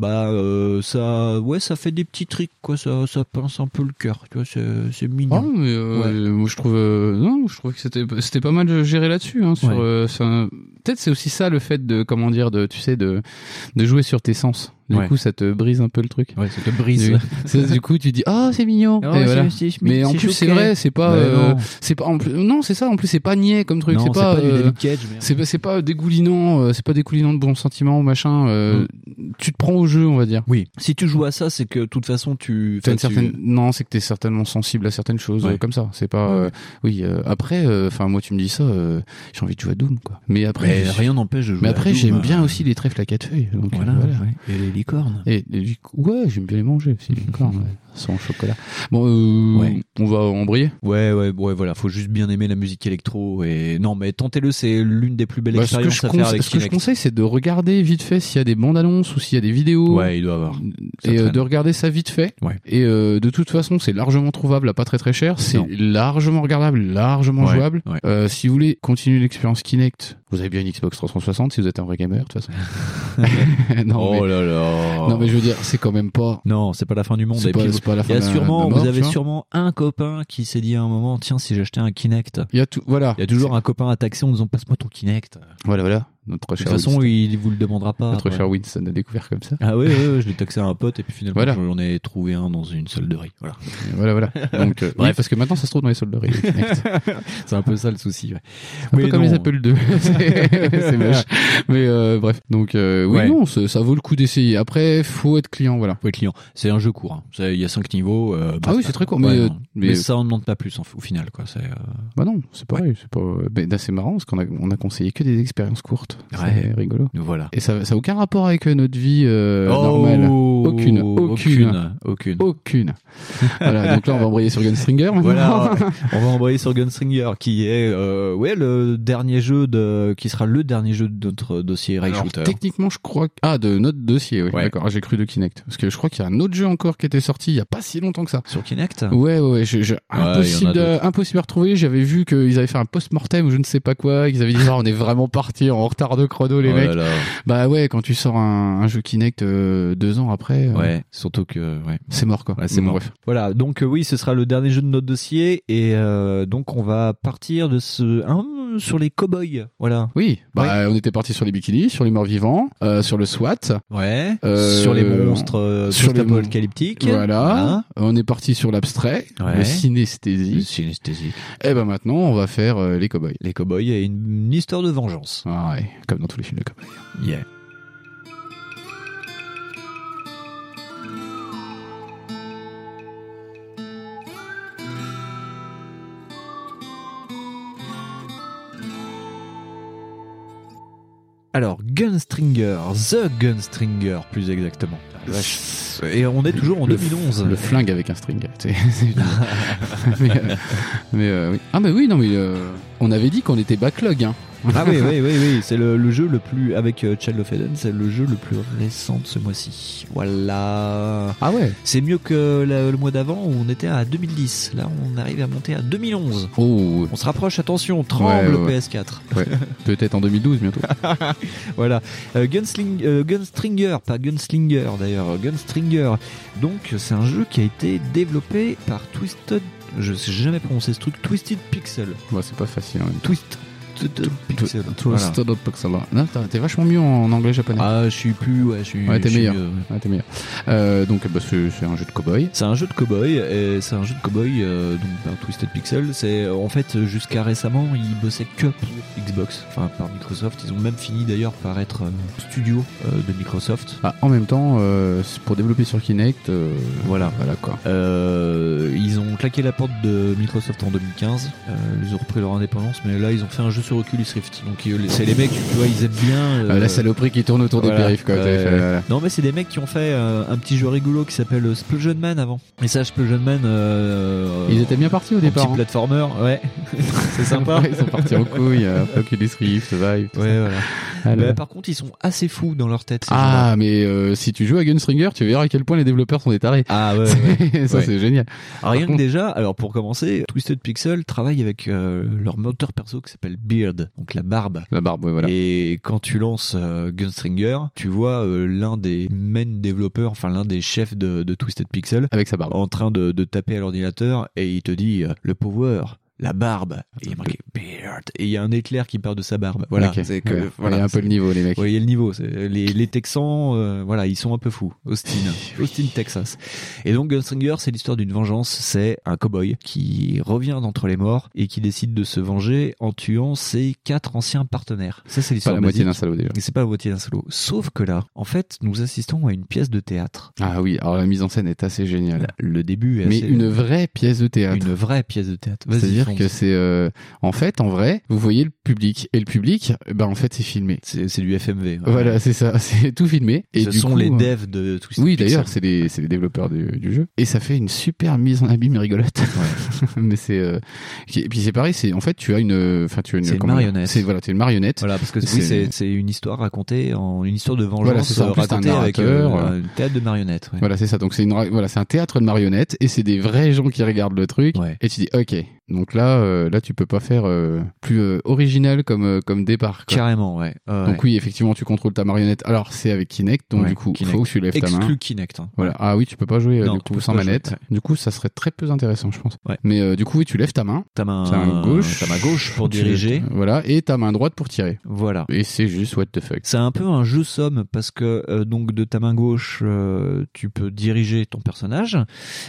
S2: Bah euh, ça, ouais, ça fait des petits tricks quoi. Ça, ça pince un peu le cœur. Tu vois, c'est c'est
S3: Ah,
S2: mignon.
S3: mais, euh, moi, je trouve euh, non je trouve que c'était c'était pas mal géré là-dessus hein, sur
S2: Ouais.
S3: euh, ça- peut-être c'est aussi ça le fait de comment dire de tu sais de de jouer sur tes sens. Du
S11: Ouais.
S3: coup, ça te brise un peu le truc.
S2: Ouais, ça te brise.
S3: Du, c'est- du coup, tu dis ah c'est mignon. Et voilà. Mais en plus, c'est vrai, c'est pas,
S2: Ouais,
S3: euh,
S2: non.
S3: c'est pas, en plus, non, c'est ça. En plus, c'est pas niais comme truc.
S2: Non,
S3: C'est pas,
S2: du
S3: euh,
S2: David Cage. merde.
S3: c'est pas, c'est pas dégoulinant. euh, c'est pas dégoulinant de bons sentiments ou machin. euh, Tu te prends au jeu, on va dire.
S2: Mm. Oui. Si tu joues à ça, c'est que de toute façon tu.
S3: T'as une
S2: enfin, tu-
S3: certaine... Non, c'est que t'es certainement sensible à certaines choses
S2: Ouais.
S3: euh, comme ça. C'est pas, euh, oui. euh, après, enfin, moi, tu me dis ça, euh, j'ai envie de jouer à Doom, quoi. Mais après,
S2: Mais
S3: je-
S2: rien n'empêche de jouer.
S3: mais
S2: à
S3: après,
S2: Doom,
S3: j'aime
S2: euh,
S3: bien aussi les trèfles à quatre feuilles. Donc,
S2: Voilà.
S3: euh, voilà.
S2: ouais. Et les licornes.
S3: Et, et du coup, ouais, j'aime bien les manger
S2: *laughs*
S3: aussi, les licornes, ouais. Sans chocolat. Bon, euh,
S2: Ouais.
S3: on va embrayer.
S2: Ouais, ouais, ouais, voilà. Faut juste bien aimer la musique électro et non, mais tentez-le, c'est l'une des plus belles
S3: Bah, ce que,
S2: expériences
S3: je
S2: à faire
S3: conse-
S2: avec
S3: ce que je
S2: Kinect.
S3: conseille, c'est de regarder vite fait s'il y a des bandes annonces ou s'il y a des vidéos.
S2: Ouais, il doit avoir. Ça
S3: Et euh,
S2: traîne.
S3: de regarder ça vite fait.
S2: Ouais.
S3: Et euh, de toute façon, c'est largement trouvable à pas très très cher. C'est
S2: Non.
S3: largement regardable, largement
S2: Ouais,
S3: jouable.
S2: ouais.
S3: Euh, si vous voulez continuer l'expérience Kinect, vous avez bien une Xbox 360 si vous êtes un vrai gamer de
S2: *laughs*
S3: toute façon. *laughs* non,
S2: oh
S3: mais,
S2: là là.
S3: non mais je veux dire, c'est quand même pas.
S2: Non, c'est pas la fin du monde.
S3: C'est
S2: Et
S3: pas,
S2: puis,
S3: c'est pas la
S2: il
S3: fin
S2: y a
S3: de la-
S2: sûrement,
S3: de la mort,
S2: vous avez
S3: tu vois.
S2: sûrement un copain qui s'est dit à un moment, tiens, si j'achetais un Kinect.
S3: Il y a tout, voilà.
S2: Il y a toujours un copain à taxer en disant, passe-moi ton Kinect.
S3: Voilà, voilà. Notre
S2: De
S3: cher
S2: toute façon,
S3: Winston.
S2: il vous le demandera pas.
S3: notre
S2: Ouais.
S3: cher Winston a découvert comme ça.
S2: Ah ouais, ouais, ouais, je l'ai taxé à un pote et puis finalement
S3: Voilà.
S2: j'en ai trouvé un dans une salle de riz. Voilà.
S3: Voilà, voilà. Donc, euh,
S2: Bref.
S3: oui, parce que maintenant, ça se trouve dans les solderies. le
S2: *laughs*
S3: Kinect.
S2: *laughs* C'est un peu ça le souci. Ouais.
S3: Un
S2: Mais
S3: peu comme
S2: non.
S3: les Apple II. c'est *laughs* c'est moche. Mais euh, bref. Donc, euh, oui,
S2: Ouais.
S3: non, ça, ça vaut le coup d'essayer. Après, faut être client, voilà.
S2: Faut être client. C'est un jeu court. hein. C'est- Il y a cinq niveaux. euh, basta.
S3: oui, c'est très court, mais, euh,
S2: non.
S3: mais-
S2: mais, ça on demande pas plus en- au final quoi. C'est, euh,
S3: Bah non, c'est pareil. C'est pas. Mais là, c'est marrant parce qu'on a, on a conseillé que des expériences courtes.
S2: Ouais.
S3: C'est rigolo.
S2: Voilà.
S3: Et ça, ça a aucun rapport avec euh, notre vie euh, normale.
S2: Oh,
S3: Aucune, aucune.
S2: aucune, aucune.
S3: Aucune. voilà. Donc là, on va embrayer sur Gunstringer.
S2: *laughs*
S3: maintenant. *laughs*
S2: Voilà, on va envoyer sur Gunstringer qui est euh, ouais le dernier jeu de qui sera le dernier jeu de notre dossier Ray
S3: Alors,
S2: Shooter.
S3: techniquement, je crois. que- Ah, de notre dossier. Oui.
S2: Ouais.
S3: D'accord. Ah, J'ai cru de Kinect parce que je crois qu'il y a un autre jeu encore qui était sorti il y a pas si longtemps que ça.
S2: Sur Kinect
S3: Ouais, ouais, ouais, je- je-
S2: Hein. il y en a
S3: impossible, de- impossible à retrouver. J'avais vu qu'ils avaient fait un post-mortem ou je ne sais pas quoi. et Qu'ils avaient dit, genre, on est vraiment parti en retard de chrono, les
S2: Oh là
S3: mecs.
S2: là.
S3: Bah ouais, quand tu sors un, un jeu Kinect euh, deux ans après, euh,
S2: Ouais, surtout que ouais.
S3: c'est mort, quoi.
S2: Ouais, c'est
S3: Bon,
S2: mort.
S3: bref.
S2: Voilà, donc euh, oui, ce sera le dernier jeu de notre dossier et euh, donc on va partir de ce hein, sur les cowboys. Voilà.
S3: Oui, bah, on était parti sur les bikinis, sur les morts vivants, euh, sur le SWAT.
S2: Ouais.
S3: Euh,
S2: sur les monstres euh,
S3: sur les mon-
S2: post-apocalyptiques. Hein
S3: Voilà. On est parti sur l'abstrait,
S2: Ouais.
S3: le
S2: Voilà.
S3: synesthésie.
S2: Synesthésie.
S3: Et ben maintenant, on va faire euh, les cowboys.
S2: Les cowboys et une, une histoire de vengeance.
S3: Ah ouais, comme dans tous les films de cowboys.
S2: Yeah. Alors, Gunstringer, The Gunstringer plus exactement. Ah, Et on est toujours en
S3: Le-
S2: 2011.
S3: Le flingue avec un string. tu sais, c'est- *laughs* mais euh, mais, euh, oui. Ah bah oui, non mais euh, on avait dit qu'on était backlog. Hein.
S2: Ah oui, oui, oui, oui. c'est le, le jeu le plus, avec euh, Child of Eden, c'est le jeu le plus récent de ce mois-ci. Voilà.
S3: *laughs* Ah ouais.
S2: C'est mieux que la- le mois d'avant où on était à 2010. Là, on arrive à monter à 2011.
S3: Oh,
S2: On se rapproche, attention, tremble
S3: Ouais, ouais, ouais.
S2: PS4.
S3: peut-être en 2012 bientôt.
S2: *laughs* Voilà. Euh, Gunsling- euh, Gunstringer, pas Gunslinger d'ailleurs, euh, Gunstringer. Donc, c'est un jeu qui a été développé par Twisted. Je sais jamais prononcer ce truc, Twisted Pixel.
S3: Moi c'est pas facile. Hein.
S2: Twist. Twisted Pixel. Voilà.
S3: Twisted Pixel. Non, t'as- t'es vachement mieux en anglais japonais.
S2: Ah, je suis plus. Ouais, je suis.
S3: Ouais, t'es
S2: je suis
S3: meilleur.
S2: mieux, ouais.
S3: Ah, t'es meilleur. Euh, donc bah, c'est c'est un jeu de cowboy.
S2: C'est un jeu de cowboy, et c'est un jeu de cowboy euh, donc par Twisted Pixel. C'est euh, en fait jusqu'à récemment ils bossaient que pour Xbox, enfin par Microsoft. Ils ont même fini d'ailleurs par être euh, studio euh, de Microsoft.
S3: Ah, en même temps, euh, c'est pour développer sur Kinect, euh,
S2: Voilà.
S3: voilà quoi.
S2: Euh, ils ont claqué la porte de Microsoft en 2015. euh, ils ont repris leur indépendance, mais là ils ont fait un jeu sur Oculus Rift. Donc ils- c'est les mecs, tu vois, ils aiment bien.
S3: Euh,
S2: euh,
S3: la saloperie qui tourne autour des
S2: voilà.
S3: périphes quoi. t'avais
S2: Ouais.
S3: fait, voilà.
S2: Non mais c'est des mecs qui ont fait euh, un petit jeu rigolo qui s'appelle euh, Splusion Man avant. Et ça Splusion Man euh,
S3: Ils étaient bien partis au
S2: Un
S3: départ.
S2: petit
S3: hein.
S2: platformer, ouais. *laughs* c'est sympa.
S3: *laughs* Ouais, ils sont partis en couille. Euh, Oculus Rift, Vive. tout
S2: Ouais, voilà.
S3: ça. Ah, là,
S2: Mais
S3: là.
S2: par contre, ils sont assez fous dans leur tête. ces gens-là.
S3: Ah, mais euh, si tu joues à Gunstringer, tu verras à quel point les développeurs sont des tarés.
S2: Ah ouais,
S3: *laughs*
S2: ouais.
S3: ça
S2: Ouais.
S3: c'est génial.
S2: Alors, Rien que
S3: contre-
S2: déjà, alors pour commencer, Twisted Pixel travaille avec euh, leur moteur perso qui s'appelle Beard, donc la barbe.
S3: La barbe, ouais, voilà.
S2: Et quand tu lances euh, Gunstringer, tu vois euh, l'un des main développeurs, enfin l'un des chefs de, de Twisted Pixel,
S3: Avec sa barbe.
S2: en train de, de taper à l'ordinateur et il te dit euh, le power la barbe. Et il y a marqué Beard. Et il y a un éclair qui part de sa barbe. Voilà.
S3: Ok.
S2: C'est que,
S3: Ouais.
S2: voilà,
S3: Ouais, un peu
S2: c'est-
S3: le niveau, les mecs.
S2: vous voyez le niveau. c'est- Les, les Texans, euh, voilà, ils sont un peu fous. Austin, Austin, Texas. Et donc Gunslinger, c'est l'histoire d'une vengeance. C'est un cowboy qui revient d'entre les morts et qui décide de se venger en tuant ses quatre anciens partenaires. Ça, c'est
S3: Pas
S2: l'histoire
S3: la moitié d'un
S2: basique.
S3: salaud déjà.
S2: Et c'est pas la moitié d'un solo. Sauf que là, en fait, nous assistons à une pièce de théâtre.
S3: Ah oui, alors la mise en scène est assez géniale.
S2: Le début est
S3: Mais
S2: assez-
S3: une vraie pièce de théâtre.
S2: une vraie pièce de théâtre. Vas-y,
S3: C'est-à-dire
S2: fonce.
S3: que c'est euh, en fait en vrai, vous voyez le public et le public, eh ben en fait c'est filmé.
S2: c'est c'est du FMV. ouais.
S3: Voilà, c'est ça, *laughs* c'est tout filmé. Et
S2: Ce
S3: du
S2: sont
S3: coup,
S2: les
S3: euh,
S2: devs de tout
S3: Oui, d'ailleurs, c'est les, c'est les développeurs du, du jeu. Et ça fait une super mise en abîme rigolote. *laughs* Mais c'est euh, et puis c'est pareil, c'est en fait tu as une, enfin tu as une,
S2: C'est une
S3: comment dire,
S2: marionnette.
S3: C'est voilà, tu es une marionnette.
S2: Voilà, parce que
S3: C'est-
S2: oui, c'est c'est une histoire racontée en une histoire de vengeance
S3: Voilà, c'est ça. En
S2: euh,
S3: plus, t'as un
S2: racontée avec euh,
S3: narrateur,
S2: une théâtre de marionnettes. ouais.
S3: Voilà, c'est ça. Donc c'est une ra- voilà, c'est un théâtre de marionnettes et c'est des vrais gens qui regardent le truc.
S2: Ouais.
S3: Et tu dis ok, donc là euh, là tu peux pas faire euh, plus euh, original comme euh, comme départ. quoi.
S2: Carrément, ouais. Ouais,
S3: Donc
S2: ouais.
S3: oui, effectivement, tu contrôles ta marionnette. Alors c'est avec Kinect, donc
S2: Ouais,
S3: du coup, il
S2: Kinect.
S3: faut que tu lèves ta main.
S2: Exclu Kinect. hein.
S3: Voilà. Ah oui, tu peux pas jouer euh,
S2: Non,
S3: du
S2: tu
S3: coup
S2: peux
S3: sans
S2: pas jouer,
S3: manette.
S2: ouais.
S3: Du coup, ça serait très peu intéressant, je pense.
S2: Ouais.
S3: Mais euh, du coup, oui, tu lèves ta main.
S2: Ta main,
S3: Ta main gauche.
S2: ta main Euh, gauche pour
S3: tu-
S2: diriger.
S3: Voilà, et ta main droite pour tirer.
S2: Voilà.
S3: Et c'est juste what the fuck.
S2: C'est un peu un jeu somme parce que euh, donc de ta main gauche euh, tu peux diriger ton personnage.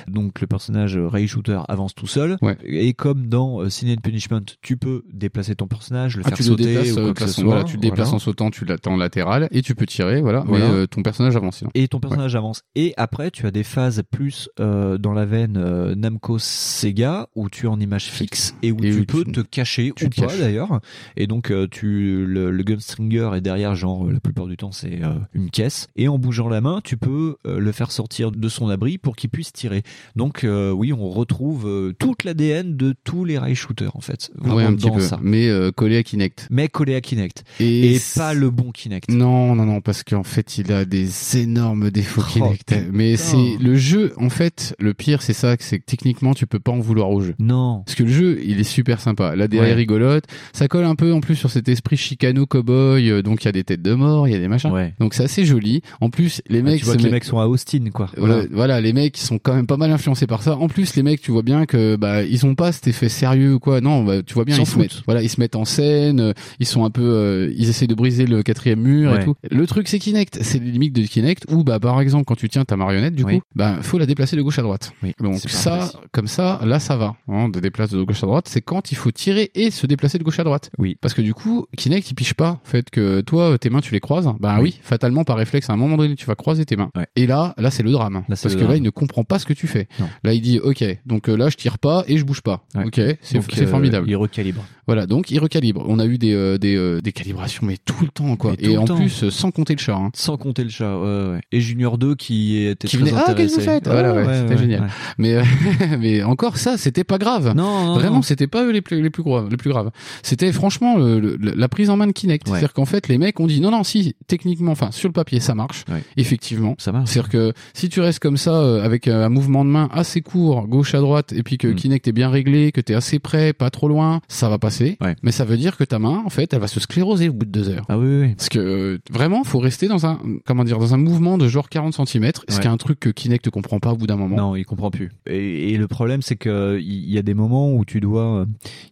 S2: Donc le personnage euh, Ray Shooter avance tout seul.
S3: Ouais.
S2: Et comme dans euh, Sin and Punishment, tu peux déplacer ton personnage, le
S3: Ah,
S2: faire
S3: tu le
S2: sauter ou
S3: déplaces, euh,
S2: quoi
S3: de
S2: que ce
S3: façon-
S2: soit.
S3: voilà, tu le déplaces
S2: Voilà.
S3: en sautant, tu l'attends en latéral et tu peux tirer, voilà.
S2: Voilà.
S3: Mais euh, ton personnage avance sinon.
S2: Et ton personnage avance. Et après, tu as des phases plus euh, dans la veine euh, Namco Sega où tu es en image fixe et où
S3: Et
S2: tu
S3: où
S2: peux
S3: tu-
S2: te cacher
S3: tu
S2: ou
S3: te
S2: pas
S3: caches.
S2: d'ailleurs. Et donc, euh, tu le, le gunstringer est derrière, genre euh, la plupart du temps c'est euh, une caisse. Et en bougeant la main, tu peux euh, le faire sortir de son abri pour qu'il puisse tirer. Donc euh, oui, on retrouve euh, toute l'ADN de tous les rail shooters en fait. Vraiment
S3: Ouais, un petit
S2: dans
S3: peu.
S2: ça.
S3: Mais euh, collé à Kinect.
S2: Mais collé à Kinect
S3: Et, Mm.
S2: et, pas le bon Kinect.
S3: Non, non, non, parce qu'en fait, il a des énormes défauts
S2: Oh,
S3: Kinect.
S2: putain.
S3: Mais c'est le jeu, en fait, le pire, c'est ça, c'est que techniquement, tu peux pas en vouloir au jeu.
S2: Non.
S3: Parce que le jeu, il est super sympa. La DA
S2: Ouais.
S3: est rigolote. Ça colle un peu en plus sur cet esprit chicano cowboy. euh, Donc il y a des têtes de mort, il y a des machins.
S2: Ouais.
S3: Donc c'est assez joli. En plus, les mecs,
S2: Ah, tu vois
S3: se
S2: que les
S3: mettent-
S2: mecs sont à Austin quoi.
S3: Ouais, Voilà. les mecs ils sont quand même pas mal influencés par ça. En plus, les mecs, tu vois bien que bah ils ont pas cet effet sérieux ou quoi. Non, bah, tu vois bien
S2: Ils
S3: ils,
S2: s'en
S3: se mettent,
S2: foutent.
S3: voilà, ils se mettent en scène. euh, Ils sont un peu, euh, ils essaient de briser le quatrième mur
S2: Ouais.
S3: et tout. Le truc c'est Kinect, c'est les limites de Kinect où bah par exemple quand tu tiens ta marionnette du
S2: Oui.
S3: coup, bah faut la déplacer de gauche à droite.
S2: Oui.
S3: Donc
S2: C'est pas
S3: ça,
S2: impossible.
S3: comme ça, là ça va. Hein, de déplacer de gauche à droite, c'est quand il faut tirer et se déplacer de gauche à droite.
S2: Oui.
S3: Parce que du coup, Kinect il piche pas. Fait que toi euh, tes mains tu les croises. Bah oui, fatalement par réflexe à un moment donné tu vas croiser tes mains.
S2: Ouais.
S3: Et là, là c'est le drame.
S2: Là, c'est
S3: Parce
S2: le
S3: que là,
S2: drame.
S3: il ne comprend pas ce que tu fais.
S2: Non.
S3: Là, il dit, OK, donc euh, là, je tire pas et je bouge pas.
S2: Ouais.
S3: OK, c'est
S2: Donc,
S3: c'est
S2: euh,
S3: formidable.
S2: Il recalibre.
S3: Voilà, donc il recalibre. On a eu des, euh, des, euh, des calibrations, mais tout le temps, quoi.
S2: Mais tout
S3: Et
S2: le
S3: en
S2: temps.
S3: plus, euh, sans compter le chat. hein.
S2: Sans compter le chat, ouais, ouais. Et Junior 2 qui était
S3: Qui
S2: très
S3: venait, ah,
S2: intéressé.
S3: qu'est-ce que vous faites Voilà, ouais, c'était génial.
S2: ouais.
S3: Mais, *laughs* euh, mais encore ça, c'était pas grave.
S2: Non, non,
S3: Vraiment,
S2: non.
S3: c'était pas eux les plus, les plus graves. Les plus graves. C'était franchement euh, le- le- la prise en main de Kinect.
S2: Ouais.
S3: C'est-à-dire qu'en fait, les mecs ont dit, non, non, si, techniquement, enfin, sur le papier, ça marche.
S2: Ouais.
S3: Effectivement,
S2: ça marche.
S3: C'est-à-dire que si tu restes comme ça, euh, avec euh, un mouvement de main assez court, gauche à droite, et puis que
S2: Mm.
S3: Kinect est bien réglé, que t'es assez près, pas trop loin, ça va passer.
S2: Ouais.
S3: Mais ça veut dire que ta main, en fait, elle va se scléroser au bout de deux heures.
S2: Ah oui, oui, oui.
S3: Parce que euh, vraiment, faut rester dans un comment dire dans un mouvement de genre 40 cm, ce
S2: Ouais.
S3: qui est un truc que Kinect ne comprend pas au bout d'un moment.
S2: Non, il comprend plus. Et, et le problème, c'est que il y a des moments où tu dois, euh,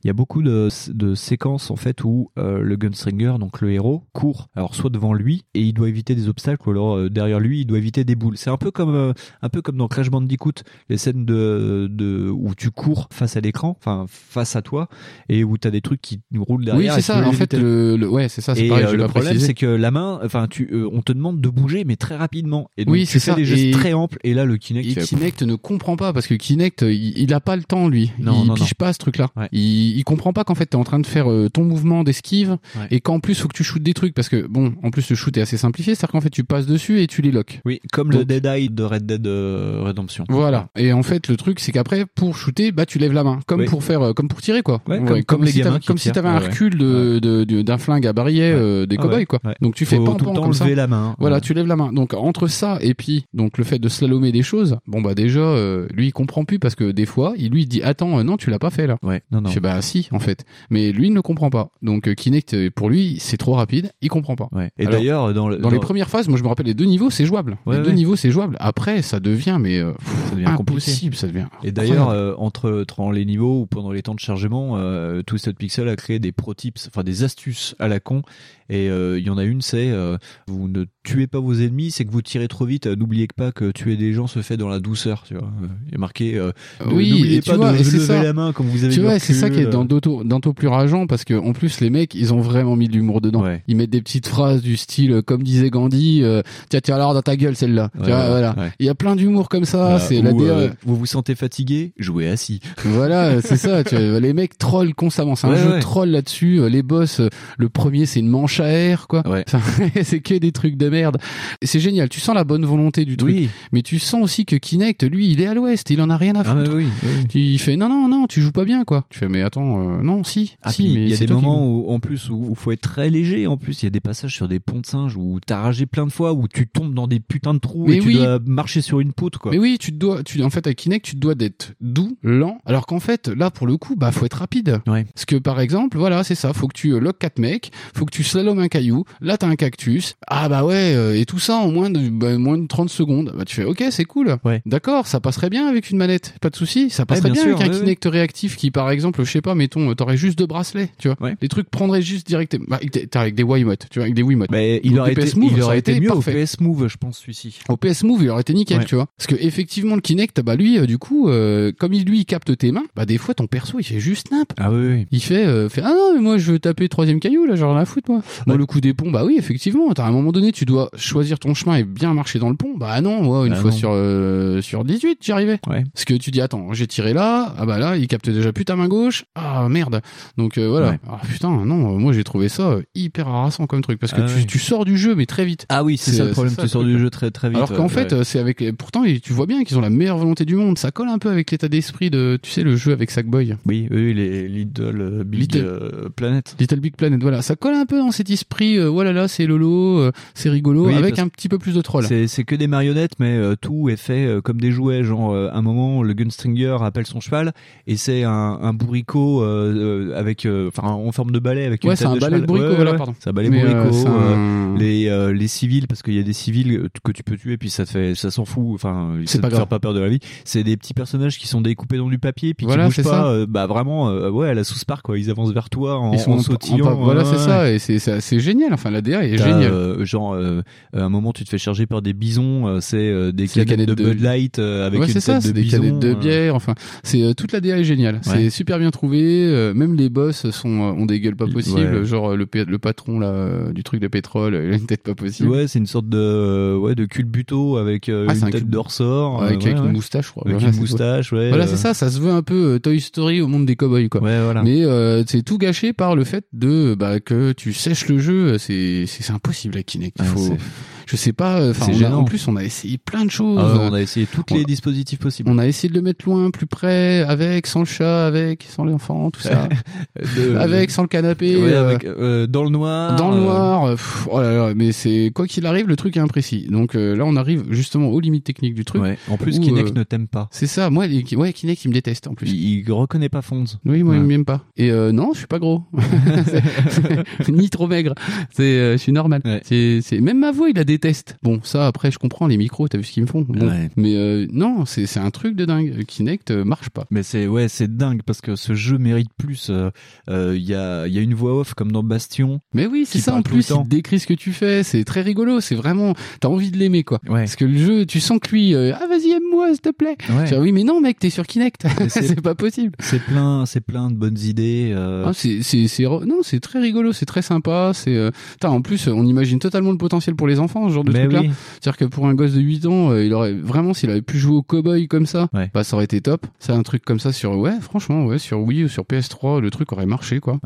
S2: il y a beaucoup de, de séquences en fait où euh, le gunslinger, donc le héros, court. Alors soit devant lui et il doit éviter des obstacles, ou alors euh, derrière lui, il doit éviter des boules. C'est un peu comme, euh, un peu comme dans Crash Bandicoot, les scènes de, de où tu cours face à l'écran, enfin face à toi, et où t'as des trucs qui nous roulent
S3: oui,
S2: derrière.
S3: c'est
S2: et tu dois
S3: ça. En
S2: les
S3: fait,
S2: éviter.
S3: le, le- ouais, c'est ça. C'est
S2: Et
S3: pareil.
S2: euh,
S3: je vais
S2: le
S3: pas
S2: problème,
S3: préciser.
S2: c'est que la main, enfin, tu, euh, on te demande de bouger, mais très rapidement. Et donc,
S3: Oui,
S2: tu
S3: c'est
S2: fais
S3: ça.
S2: des gestes
S3: Et-
S2: très amples. Et là, le Kinect,
S3: Et
S2: fait-
S3: Kinect ne comprend pas parce que Kinect il, il a pas le temps lui
S2: Non,
S3: il
S2: non,
S3: pige pas ce truc là
S2: Ouais.
S3: il, il comprend pas qu'en fait t'es en train de faire euh, ton mouvement d'esquive
S2: Ouais.
S3: et qu'en plus faut que tu shootes des trucs parce que bon en plus le shoot est assez simplifié c'est à dire qu'en fait tu passes dessus et tu les locks
S2: oui, comme le
S3: Donc-
S2: Dead Eye de Red Dead euh, Redemption.
S3: voilà et en fait le truc c'est qu'après pour shooter bah tu lèves la main comme
S2: Oui.
S3: pour faire euh, comme pour tirer quoi
S2: Ouais, comme- comme les
S3: si
S2: gamins
S3: t'avais-
S2: qui
S3: comme si
S2: tirent.
S3: t'avais un
S2: Ouais, ouais.
S3: recul de- de- de- d'un flingue à barillet
S2: Ouais.
S3: euh, des
S2: Ah
S3: cow-boys
S2: ouais.
S3: quoi
S2: Ouais.
S3: donc tu
S2: Faut
S3: fais pas
S2: tout le temps
S3: comme ça
S2: lever la main. hein.
S3: Voilà,
S2: Ouais.
S3: tu lèves la main. Donc entre ça et puis donc le fait de slalomer des choses, bon bah déjà euh, lui il comprend plus parce que des fois il lui dit attends euh, non tu l'as pas fait là.
S2: Ouais, non, non.
S3: Je fais bah si en fait, mais lui il ne comprend pas. Donc euh, Kinect euh, pour lui c'est trop rapide, il comprend pas.
S2: Ouais. Et
S3: Alors,
S2: d'ailleurs, dans, le,
S3: Dans les premières phases, moi je me rappelle les deux niveaux c'est jouable.
S2: Ouais,
S3: les deux
S2: ouais.
S3: niveaux c'est jouable. Après ça devient mais euh, pff,
S2: ça devient compliqué.
S3: impossible, ça devient.
S2: Ah, Et d'ailleurs,
S3: incroyable.
S2: euh, entre, entre les niveaux où pendant les temps de chargement, euh, Twisted Pixel a créé des pro-tips, enfin des astuces à la con. Et euh, il y en a une, c'est euh, vous ne tuez pas vos ennemis, c'est que vous tirez trop vite. Euh, N'oubliez pas que tuer des gens se fait dans la douceur. Tu vois, Euh, il y a marqué. euh, ne-
S3: Oui,
S2: n'oubliez
S3: et tu
S2: pas
S3: vois,
S2: de
S3: et c'est
S2: lever
S3: ça.
S2: la main quand vous avez.
S3: Tu
S2: du
S3: vois, c'est ça qui
S2: recul,
S3: est
S2: euh.
S3: dans d'auto d'auto plus rageant parce que en plus les mecs, ils ont vraiment mis de l'humour dedans.
S2: Ouais.
S3: Ils mettent des petites phrases du style euh, comme disait Gandhi, euh, tiens tiens alors dans ta gueule celle-là. Tu
S2: Ouais,
S3: vois,
S2: ouais,
S3: voilà.
S2: ouais.
S3: Il y a plein d'humour comme ça,
S2: Voilà.
S3: Ah, c'est
S2: Ou,
S3: la E. DA.
S2: euh, vous vous sentez fatigué, jouez assis. *laughs*
S3: voilà, c'est ça, tu vois, les mecs trollent constamment, c'est un
S2: Ouais,
S3: jeu
S2: ouais.
S3: troll là-dessus, euh, les boss, euh, le premier c'est une manche à air quoi.
S2: Ouais.
S3: *laughs* Enfin, c'est que des trucs de merde. Et C'est génial, tu sens la bonne volonté du truc,
S2: Oui.
S3: mais tu sens aussi que Kinect lui, il est à l'ouest, il en a rien à
S2: Ah,
S3: foutre.
S2: mais oui. oui.
S3: Il fait non non non, tu joues pas bien quoi. Tu fais mais attends, euh, non si,
S2: Ah,
S3: si,
S2: puis,
S3: mais
S2: il y a
S3: c'est
S2: des
S3: toi qui-
S2: moments où, en plus, où, où faut être très léger. En plus, il y a des passages sur des ponts de singes où t'as ragé plein de fois, où tu tombes dans des putains de trous
S3: Mais
S2: et
S3: oui.
S2: tu dois marcher sur une poutre, quoi.
S3: Mais oui, tu te dois, tu, en fait, à Kinect, tu te dois d'être doux, lent, alors qu'en fait, là, pour le coup, bah, faut être rapide.
S2: Ouais.
S3: Parce que, par exemple, voilà, c'est ça, faut que tu euh, lock 4 mecs, faut que tu slalomes un caillou, là, t'as un cactus, ah bah ouais, euh, et tout ça en moins de, bah, moins de 30 secondes. Bah, tu fais, ok, c'est cool.
S2: Ouais.
S3: D'accord, ça passerait bien avec une manette, pas de souci, ça passerait
S2: bien
S3: bien,
S2: sûr,
S3: avec un
S2: ouais,
S3: Kinect réactif qui, par exemple, je sais pas, mettons, euh, t'aurais juste deux bracelets, tu vois.
S2: Ouais.
S3: Les trucs prendraient juste directement, bah, avec des- t'as avec des Wiimotes, tu vois, avec des Wiimotes.
S2: Mais il
S3: Donc,
S2: aurait
S3: le
S2: été,
S3: PS Move,
S2: il
S3: ça
S2: aurait
S3: aurait
S2: été
S3: été
S2: mieux
S3: parfait.
S2: au PS Move, je pense, celui-ci.
S3: Au PS Move, il aurait été nickel,
S2: Ouais.
S3: tu vois. Parce que effectivement, le Kinect, bah lui, euh, du coup, euh, comme il lui il capte tes mains, bah des fois ton perso il fait juste snap.
S2: Ah oui, oui.
S3: Il fait, euh, fait ah non mais moi je veux taper troisième caillou là, j'en ai rien à foutre moi. Moi le coup des ponts, bah oui effectivement, t'as à un moment donné tu dois choisir ton chemin et bien marcher dans le pont. Bah non, moi une
S2: Ah
S3: fois
S2: non.
S3: sur euh, sur 18 j'y arrivais.
S2: Ouais.
S3: Parce que tu dis attends j'ai tiré là, ah bah là il capte déjà plus ta main gauche, ah merde. Donc euh, voilà.
S2: Ouais.
S3: Ah putain non, euh, moi j'ai trouvé ça euh, hyper harassant comme truc parce que
S2: Ah
S3: tu,
S2: ouais.
S3: tu sors du jeu mais très vite.
S2: Ah oui, c'est
S3: C'est-
S2: ça le problème,
S3: c'est ça,
S2: tu sors
S3: le truc,
S2: du jeu très très vite.
S3: Alors qu'en
S2: ouais,
S3: fait,
S2: ouais.
S3: euh, c'est avec. Pourtant, ils- tu vois bien qu'ils ont la meilleure volonté du monde. Ça colle un peu avec l'état d'esprit de, tu sais, le jeu avec Sackboy.
S2: Oui, oui, les Little euh, Big
S3: Little-
S2: euh, Planet.
S3: Little Big Planet, voilà. Ça colle un peu dans cet esprit, euh, voilà, là, c'est lolo, euh, c'est rigolo,
S2: Oui,
S3: avec
S2: parce-
S3: un petit peu plus de troll.
S2: C'est- C'est que des marionnettes, mais euh, tout est fait euh, comme des jouets. Genre, euh, un moment, le Gunstringer appelle son cheval et c'est un, un bourricot euh, euh, avec, euh, enfin, en forme de balai avec
S3: Ouais,
S2: une
S3: c'est
S2: tête
S3: un
S2: de
S3: balai
S2: cheval.
S3: de bourricot,
S2: Ouais, ouais,
S3: voilà,
S2: ouais.
S3: pardon.
S2: C'est un balai
S3: Mais, euh,
S2: bourricot.
S3: c'est
S2: euh,
S3: un-
S2: les, euh, les civils parce qu'il y a des civils euh, que tu peux tuer puis ça te fait ça s'en fout enfin
S3: C'est
S2: ça
S3: pas
S2: te fait
S3: grave.
S2: pas peur de la vie c'est des petits personnages qui sont découpés dans du papier puis
S3: Voilà,
S2: qui bougent
S3: c'est
S2: pas
S3: ça.
S2: euh, bah vraiment euh, ouais à la sous par quoi ils avancent vers toi en,
S3: Ils sont
S2: en
S3: en- en-
S2: sautillant
S3: en- voilà,
S2: ouais,
S3: c'est
S2: ouais.
S3: ça, et c'est- c'est c'est génial. Enfin, la DA est
S2: T'as,
S3: géniale.
S2: euh, genre euh, à un moment tu te fais charger par des bisons euh, c'est euh, des
S3: C'est des
S2: canettes, de,
S3: canettes de-
S2: Bud Light euh, avec
S3: ouais,
S2: une
S3: c'est
S2: tête
S3: ça,
S2: de
S3: c'est des
S2: bison,
S3: canettes de
S2: euh.
S3: bière, enfin, c'est euh, toute la DA est géniale, c'est super bien trouvé, euh, même les boss sont euh, ont des gueules pas
S2: Ouais.
S3: possibles, genre euh, le, pa- le patron là euh, du truc de pétrole, euh, il a une tête pas possible.
S2: ouais c'est une sorte de euh, ouais de culbuto avec euh,
S3: Ah, c'est
S2: une
S3: un
S2: tête
S3: cul-
S2: de ressort euh,
S3: avec, avec
S2: ouais,
S3: une
S2: ouais.
S3: moustache, je crois.
S2: Avec
S3: Voilà,
S2: une
S3: c'est-
S2: moustache ouais
S3: Voilà,
S2: euh,
S3: c'est ça, ça se veut un peu euh, Toy Story au monde des cowboys, quoi.
S2: ouais voilà
S3: Mais euh, c'est tout gâché par le fait de bah, que tu sèches le jeu, euh, c'est c'est c'est impossible à Kinect. Il
S2: Ouais,
S3: faut,
S2: Ah, c'est-
S3: je sais pas. euh, enfin,
S2: c'est
S3: on a-
S2: gênant.
S3: en plus, on a essayé plein de choses.
S2: Ah ouais, on a essayé tous
S3: on-
S2: les dispositifs possibles
S3: On a essayé de le mettre loin, plus près, avec, sans le chat, avec, sans l'enfant, tout
S2: *laughs*
S3: ça.
S2: Euh, De-
S3: avec, sans le canapé.
S2: Ouais,
S3: euh,
S2: avec, euh, dans le noir.
S3: Dans le
S2: euh,
S3: noir, euh, pff, oh là là, mais c'est quoi qu'il arrive, le truc est imprécis. Donc euh, là, on arrive justement aux limites techniques du truc.
S2: ouais. En plus,
S3: Ou,
S2: Kinect
S3: euh,
S2: ne t'aime pas.
S3: C'est ça, moi, les- ouais, Kinect, il me déteste en plus.
S2: Il, il reconnaît pas Fonz.
S3: Oui, moi,
S2: Ouais.
S3: il m'aime pas. Et euh, non, je suis
S2: *laughs*
S3: pas gros. *laughs* C'est- Ni trop maigre. C'est, euh, je suis normal.
S2: Ouais.
S3: C'est, c'est même ma voix, il la déteste. Bon, ça, après, je comprends les micros. T'as vu ce qu'ils me font. *laughs* Bon.
S2: Ouais.
S3: Mais euh, non, c'est, c'est un truc de dingue. Kinect euh, marche pas.
S2: Mais c'est ouais, c'est dingue parce que ce jeu mérite plus. Euh, euh, Il y a il y a une voix off comme dans Bastion.
S3: Mais oui, c'est
S2: Qui
S3: ça.
S2: parle
S3: En
S2: tout
S3: plus,
S2: le temps.
S3: il te décrit ce que tu fais. C'est très rigolo. C'est vraiment, t'as envie de l'aimer, quoi.
S2: Ouais.
S3: Parce que le jeu, tu sens que lui, euh, ah vas-y, aime-moi, s'il te plaît. Tu dis, oui, mais non, mec, t'es sur Kinect. *laughs*
S2: Mais c'est-
S3: c'est pas possible.
S2: C'est plein c'est plein de bonnes idées. euh,
S3: Ah, c'est c'est c'est re- non c'est très rigolo c'est très sympa c'est euh, putain, en plus on imagine totalement le potentiel pour les enfants ce genre de
S2: mais
S3: truc là
S2: oui.
S3: C'est-à-dire que pour un gosse de 8 ans, euh, il aurait vraiment s'il avait pu jouer au cowboy comme ça,
S2: Ouais.
S3: bah ça aurait été top. C'est un truc comme ça sur ouais, franchement ouais, sur Wii ou sur PS3, le truc aurait marché quoi.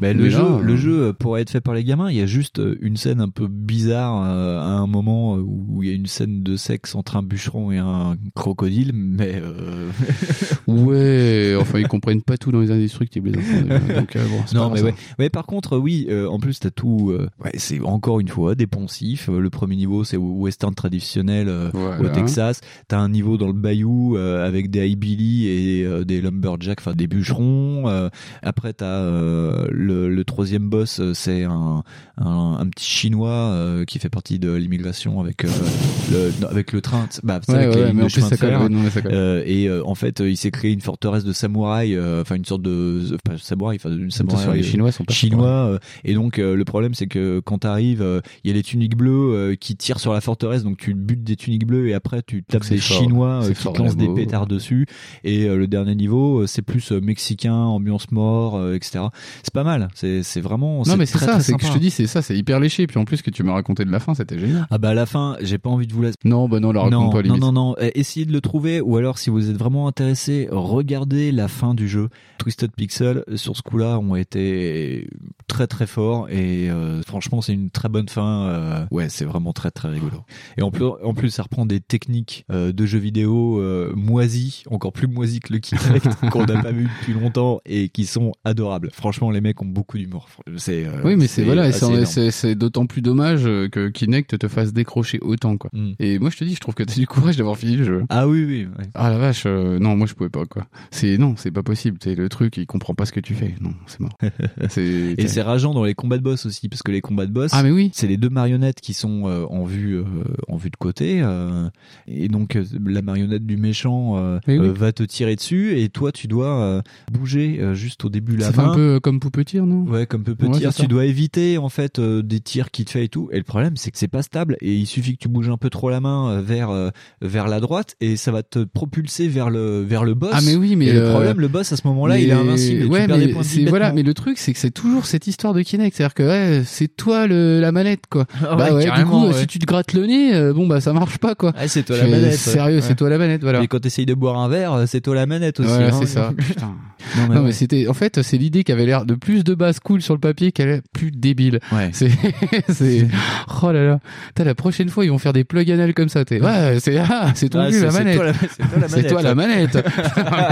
S2: Mais le
S3: Mais là,
S2: jeu
S3: euh,
S2: le jeu euh, pourrait être fait par les gamins. Il y a juste euh, une scène un peu bizarre euh, à un moment euh, où il y a une scène de sexe entre un bûcheron et un crocodile. Mais euh, *laughs*
S3: Ouais, enfin ils comprennent pas tout dans les indestructibles les enfants. déjà. Donc euh, bon, c'est
S2: Non,
S3: pas
S2: mais
S3: grave,
S2: ouais. Ouais, par contre, oui, euh, en plus, t'as tout. euh, ouais, c'est encore une fois des poncifs. Euh, le premier niveau, c'est western traditionnel euh,
S3: ça.
S2: au
S3: Voilà.
S2: Texas. T'as un niveau dans le bayou euh, avec des hillbilly et euh, des lumberjacks, enfin des bûcherons. Euh, après, t'as euh, le, le troisième boss, euh, c'est un, un, un petit chinois euh, qui fait partie de l'immigration avec, euh, le, non, avec le train. Bah, tu sais,
S3: Ouais,
S2: avec
S3: ouais,
S2: les lignes
S3: mais en
S2: de
S3: plus
S2: chemin
S3: ça
S2: de fer.
S3: colle. ouais, non, mais ça colle.
S2: Euh, et euh, en fait, euh, il s'est créer une forteresse de samouraïs, euh, enfin une sorte de pas samouraï, enfin une
S3: Attention,
S2: samouraï
S3: les
S2: euh,
S3: Chinois sont pas hein.
S2: chinois. euh, et donc euh, le problème c'est que quand t'arrives, euh, il y a les tuniques bleues euh, qui tirent sur la forteresse, donc tu butes des tuniques bleues et après tu tapes
S3: c'est
S2: des
S3: fort.
S2: Chinois euh,
S3: C'est
S2: qui
S3: fort,
S2: te lancent des
S3: Labo.
S2: pétards dessus. Et euh, le dernier niveau, euh, c'est plus euh, mexicain, ambiance mort, euh, etc. C'est pas mal. C'est c'est vraiment.
S3: Non mais c'est
S2: très,
S3: ça,
S2: très
S3: c'est que
S2: sympa.
S3: je te dis, c'est ça, c'est hyper léché. Puis en plus que tu m'as raconté de la fin, c'était génial.
S2: Ah bah à la fin, j'ai pas envie de vous la
S3: Non, bah non, la
S2: non,
S3: raconte pas
S2: non,
S3: limite.
S2: non, non. Euh, Essayez de le trouver, ou alors si vous êtes vraiment intéressé, regardez la fin du jeu. Twisted Pixel, euh, sur ce coup-là, ont été très très forts, et euh, franchement, c'est une très bonne fin. euh, ouais, c'est vraiment très très rigolo. Et en plus, en plus ça reprend des techniques euh, de jeux vidéo euh, moisies, encore plus moisies que le Kinect,
S3: *laughs*
S2: qu'on n'a pas vu depuis longtemps, et qui sont adorables. Franchement, les mecs ont beaucoup d'humour. C'est, euh,
S3: Oui, mais c'est voilà, et
S2: assez
S3: c'est-
S2: énorme.
S3: c'est c'est d'autant plus dommage euh, que Kinect te fasse décrocher autant quoi.
S2: Mm.
S3: Et moi je te dis, je trouve que t'as du courage d'avoir fini le jeu.
S2: Ah oui, oui. ouais.
S3: Ah la vache, euh, non, moi je pouvais pas quoi. C'est non, c'est pas possible. C'est le truc, il comprend pas ce que tu fais. Non,
S2: *laughs*
S3: c'est mort. C'est
S2: Et c'est rageant dans les combats de boss aussi, parce que les combats de boss,
S3: ah mais oui.
S2: c'est les deux marionnettes qui sont euh, en vue euh, en vue de côté euh, et donc euh, la marionnette du méchant euh,
S3: Eh oui.
S2: euh, va te tirer dessus et toi tu dois euh, bouger euh, juste au début la
S3: Ça fait un
S2: main
S3: peu euh, comme Poupetir, non
S2: Ouais, comme peu petit,
S3: Ouais, c'est ça.
S2: tu dois éviter en fait euh, des tirs qui te fait et tout. Et le problème, c'est que c'est pas stable et il suffit que tu bouges un peu trop la main euh, vers euh, vers la droite et ça va te propulser vers le vers le boss.
S3: Ah mais oui, mais
S2: et le
S3: euh,
S2: problème, le boss à ce moment-là,
S3: mais-
S2: il est invincible. et
S3: Ouais,
S2: tu perds
S3: mais
S2: des points de vie
S3: c'est voilà,
S2: bêtement.
S3: mais le truc c'est que c'est toujours cette histoire de Kinect, c'est-à-dire que ouais, c'est toi le, la manette quoi.
S2: *laughs* Ah
S3: bah
S2: ouais,
S3: ouais, du
S2: carrément,
S3: coup,
S2: ouais.
S3: si tu te grattes le nez, euh, bon bah ça marche pas quoi.
S2: Ouais, Ah, c'est toi la
S3: C'est-
S2: manette. ouais.
S3: Sérieux,
S2: Ouais.
S3: c'est toi la manette, voilà.
S2: Et quand t'essayes de boire un verre, euh, c'est toi la manette aussi.
S3: Voilà,
S2: hein. *laughs*
S3: c'est ça. Putain.
S2: Non, mais
S3: Non
S2: ouais.
S3: mais c'était, en fait, c'est l'idée qui avait l'air de plus de base cool sur le papier qu'elle est plus débile.
S2: Ouais.
S3: C'est, *laughs* c'est, oh là là. T'as la prochaine fois ils vont faire des plug anal comme ça. T'es, ouais, c'est, ah, c'est ton
S2: Ah,
S3: cul,
S2: c'est-
S3: la
S2: c'est
S3: manette.
S2: toi la- C'est toi la
S3: *laughs* C'est
S2: manette.
S3: toi la manette. *laughs*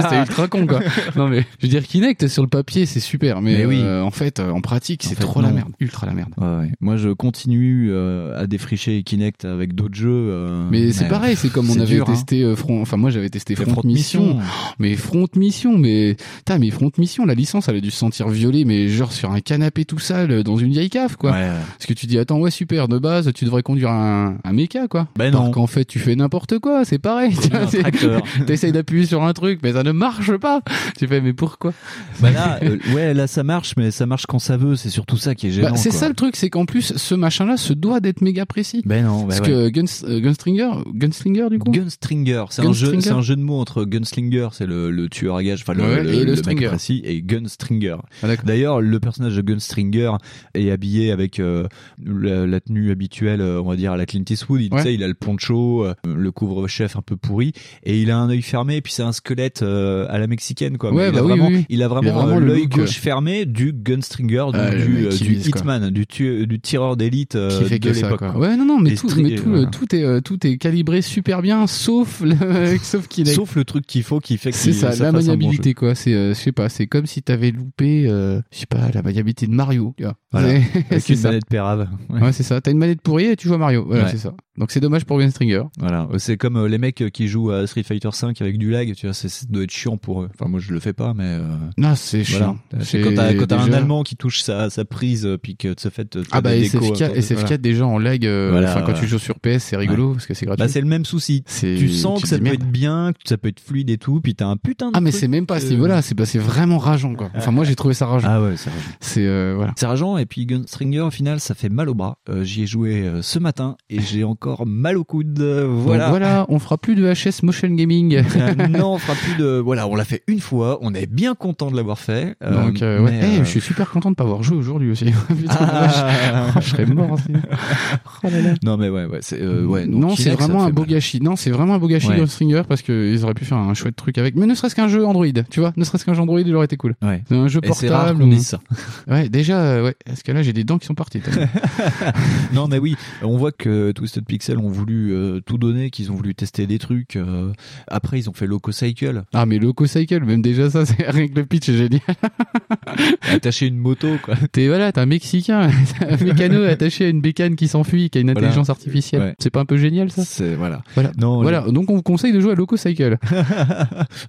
S3: c'est ultra con quoi. Non mais je veux dire Kinect sur le papier c'est super mais,
S2: Mais oui.
S3: euh, en fait euh, en pratique
S2: En
S3: c'est
S2: fait,
S3: trop la
S2: non.
S3: merde, ultra la merde.
S2: Ouais, ouais. Moi, je continue euh, à défricher Kinect avec d'autres jeux. euh,
S3: Mais c'est pareil, c'est comme on
S2: c'est
S3: avait
S2: dur, hein.
S3: testé euh, Front enfin moi j'avais testé
S2: c'est
S3: Front,
S2: Front
S3: Mission.
S2: Mission.
S3: Mais Front Mission mais putain mais Front Mission la licence elle a dû se sentir violée mais genre sur un canapé tout sale euh, dans une vieille cave quoi.
S2: Ouais, ouais.
S3: Parce que tu dis attends ouais super de base tu devrais conduire un un méca quoi.
S2: Ben
S3: Alors
S2: non.
S3: qu'en fait tu fais n'importe quoi,
S2: *laughs*
S3: c'est pareil.
S2: Il y a un
S3: C'est-
S2: tracteur.
S3: T'essayes d'appuyer sur un truc mais ça ne marche pas. Tu fais mais pourquoi
S2: Bah là, euh, ouais, là ça marche, mais ça marche quand ça veut. C'est surtout ça qui est
S3: Bah,
S2: gênant.
S3: c'est
S2: quoi.
S3: ça le truc, c'est qu'en plus, ce machin-là se doit d'être méga précis.
S2: Ben non. bah
S3: Parce
S2: ouais.
S3: que Guns- euh, Gunstringer, Gunslinger du coup
S2: Gunstringer, c'est un
S3: Gunstringer
S2: jeu, c'est un jeu de mots entre gunslinger, c'est le, le tueur à gage, enfin le,
S3: Ouais,
S2: le-
S3: et le
S2: le mec
S3: stringer.
S2: précis, et gunstringer.
S3: Ah, d'accord.
S2: D'ailleurs, le personnage de Gunstringer est habillé avec euh, la, la tenue habituelle, euh, on va dire à la Clint Eastwood. Il, tu
S3: Ouais.
S2: sais, il a le poncho, euh, le couvre-chef un peu pourri, et il a un œil fermé. Et puis c'est un squelette euh, à la mexicaine, quoi.
S3: Ouais,
S2: Mais il, a
S3: bah oui,
S2: vraiment,
S3: oui, oui.
S2: il a vraiment,
S3: Il a vraiment
S2: euh,
S3: le
S2: l'œil
S3: look,
S2: gauche fermé du Gunstringer, donc
S3: Ah, le
S2: du,
S3: mec
S2: euh,
S3: qui
S2: du
S3: vise, quoi.
S2: hitman, du, tueur- du tireur d'élite euh,
S3: Qui fait
S2: de
S3: que ça
S2: l'époque.
S3: quoi.
S2: quoi.
S3: Ouais non non mais
S2: Les
S3: tout
S2: stri-
S3: mais tout,
S2: voilà.
S3: euh, tout est euh, tout est calibré super bien sauf le, *laughs* sauf qu'il est
S2: Sauf le truc qu'il faut, qui fait que
S3: c'est ça, la
S2: fasse un bon jeu.
S3: maniabilité quoi c'est euh, je sais pas c'est comme si t'avais loupé euh, je sais pas la maniabilité de Mario tu vois.
S2: Voilà.
S3: C'est-
S2: Avec
S3: *laughs* c'est
S2: une
S3: ça
S2: manette pérave. Ouais.
S3: ouais c'est ça t'as une manette pourrie et tu vois Mario voilà
S2: Ouais.
S3: c'est ça donc c'est dommage pour Gunstringer
S2: Voilà, Euh, c'est comme euh, les mecs euh, qui jouent à Street Fighter 5 avec du lag, tu vois, c'est- ça doit être chiant pour eux. Enfin, moi je le fais pas, mais euh,
S3: non c'est
S2: voilà. Euh,
S3: chiant
S2: C'est
S3: C'est
S2: quand t'as quand t'as un
S3: déjà-
S2: Allemand qui touche sa, sa prise, euh, puis que de ce fait, t'as
S3: ah bah
S2: des
S3: SF4
S2: décos, euh,
S3: SF4
S2: voilà.
S3: déjà en lag euh,
S2: Voilà,
S3: enfin quand
S2: voilà.
S3: tu joues sur PS c'est rigolo parce que c'est gratuit
S2: Bah, c'est le même souci.
S3: C'est-
S2: Tu sens que
S3: te
S2: ça
S3: dis
S2: peut
S3: merde.
S2: être bien, que ça peut être fluide et tout, puis t'as un putain de.
S3: Ah mais
S2: truc
S3: c'est même pas à ce
S2: que-
S3: niveau-là, c'est bah, c'est vraiment rageant quoi. Enfin moi j'ai trouvé ça rageant.
S2: Ah ouais, c'est rageant.
S3: C'est euh, voilà.
S2: C'est rageant, et puis Gunstringer, au final, ça fait mal au bras. Euh, J'y ai joué euh, ce matin, et j'ai encore mal au coude. euh, Voilà.
S3: Voilà. voilà, on fera plus de HS
S2: *laughs*
S3: motion gaming. *laughs*
S2: Euh, non, on fera plus de. Voilà, on l'a fait une fois. On est bien content de l'avoir fait. euh,
S3: Donc euh, ouais,
S2: mais,
S3: Eh,
S2: euh,
S3: je
S2: *laughs*
S3: suis super content de pas avoir joué aujourd'hui aussi. *laughs* Putain, la vache. *laughs*
S2: Ah.
S3: je serais mort. hein,
S2: *laughs*
S3: sinon. Oh là là.
S2: Non mais ouais ouais c'est euh, ouais donc
S3: non, c'est
S2: Kinect, ça
S3: vraiment
S2: fait
S3: un beau
S2: mal.
S3: gâchis. Non, c'est vraiment un beau gâchis
S2: Ouais.
S3: Gunstringer parce que ils auraient pu faire un chouette truc avec. Mais ne serait-ce qu'un jeu Android, tu vois, ne serait-ce qu'un jeu Android, il aurait été cool.
S2: Ouais.
S3: C'est un jeu
S2: Et c'est rare
S3: portable.
S2: qu'on dise ça. *laughs*
S3: Ouais, déjà, euh, ouais. Parce que là, j'ai des dents qui sont parties. t'as vu.
S2: non mais oui, on voit que Twisted Pixel ont voulu euh, tout donner, qu'ils ont voulu tester des trucs. euh, Après ils ont fait Loco Cycle,
S3: ah, mais Loco Cycle, même déjà ça, *laughs* c'est rien que le pitch est génial.
S2: attacher une moto
S3: *laughs*
S2: quoi.
S3: T'es voilà, t'es un Mexicain, *laughs* t'es
S2: *laughs*
S3: un mécano attaché à une bécane qui s'enfuit, qui a une
S2: Voilà.
S3: intelligence artificielle.
S2: Ouais.
S3: C'est pas un peu génial ça
S2: C'est voilà.
S3: Voilà.
S2: Non *laughs*
S3: Voilà, donc on vous conseille de jouer à Loco Cycle.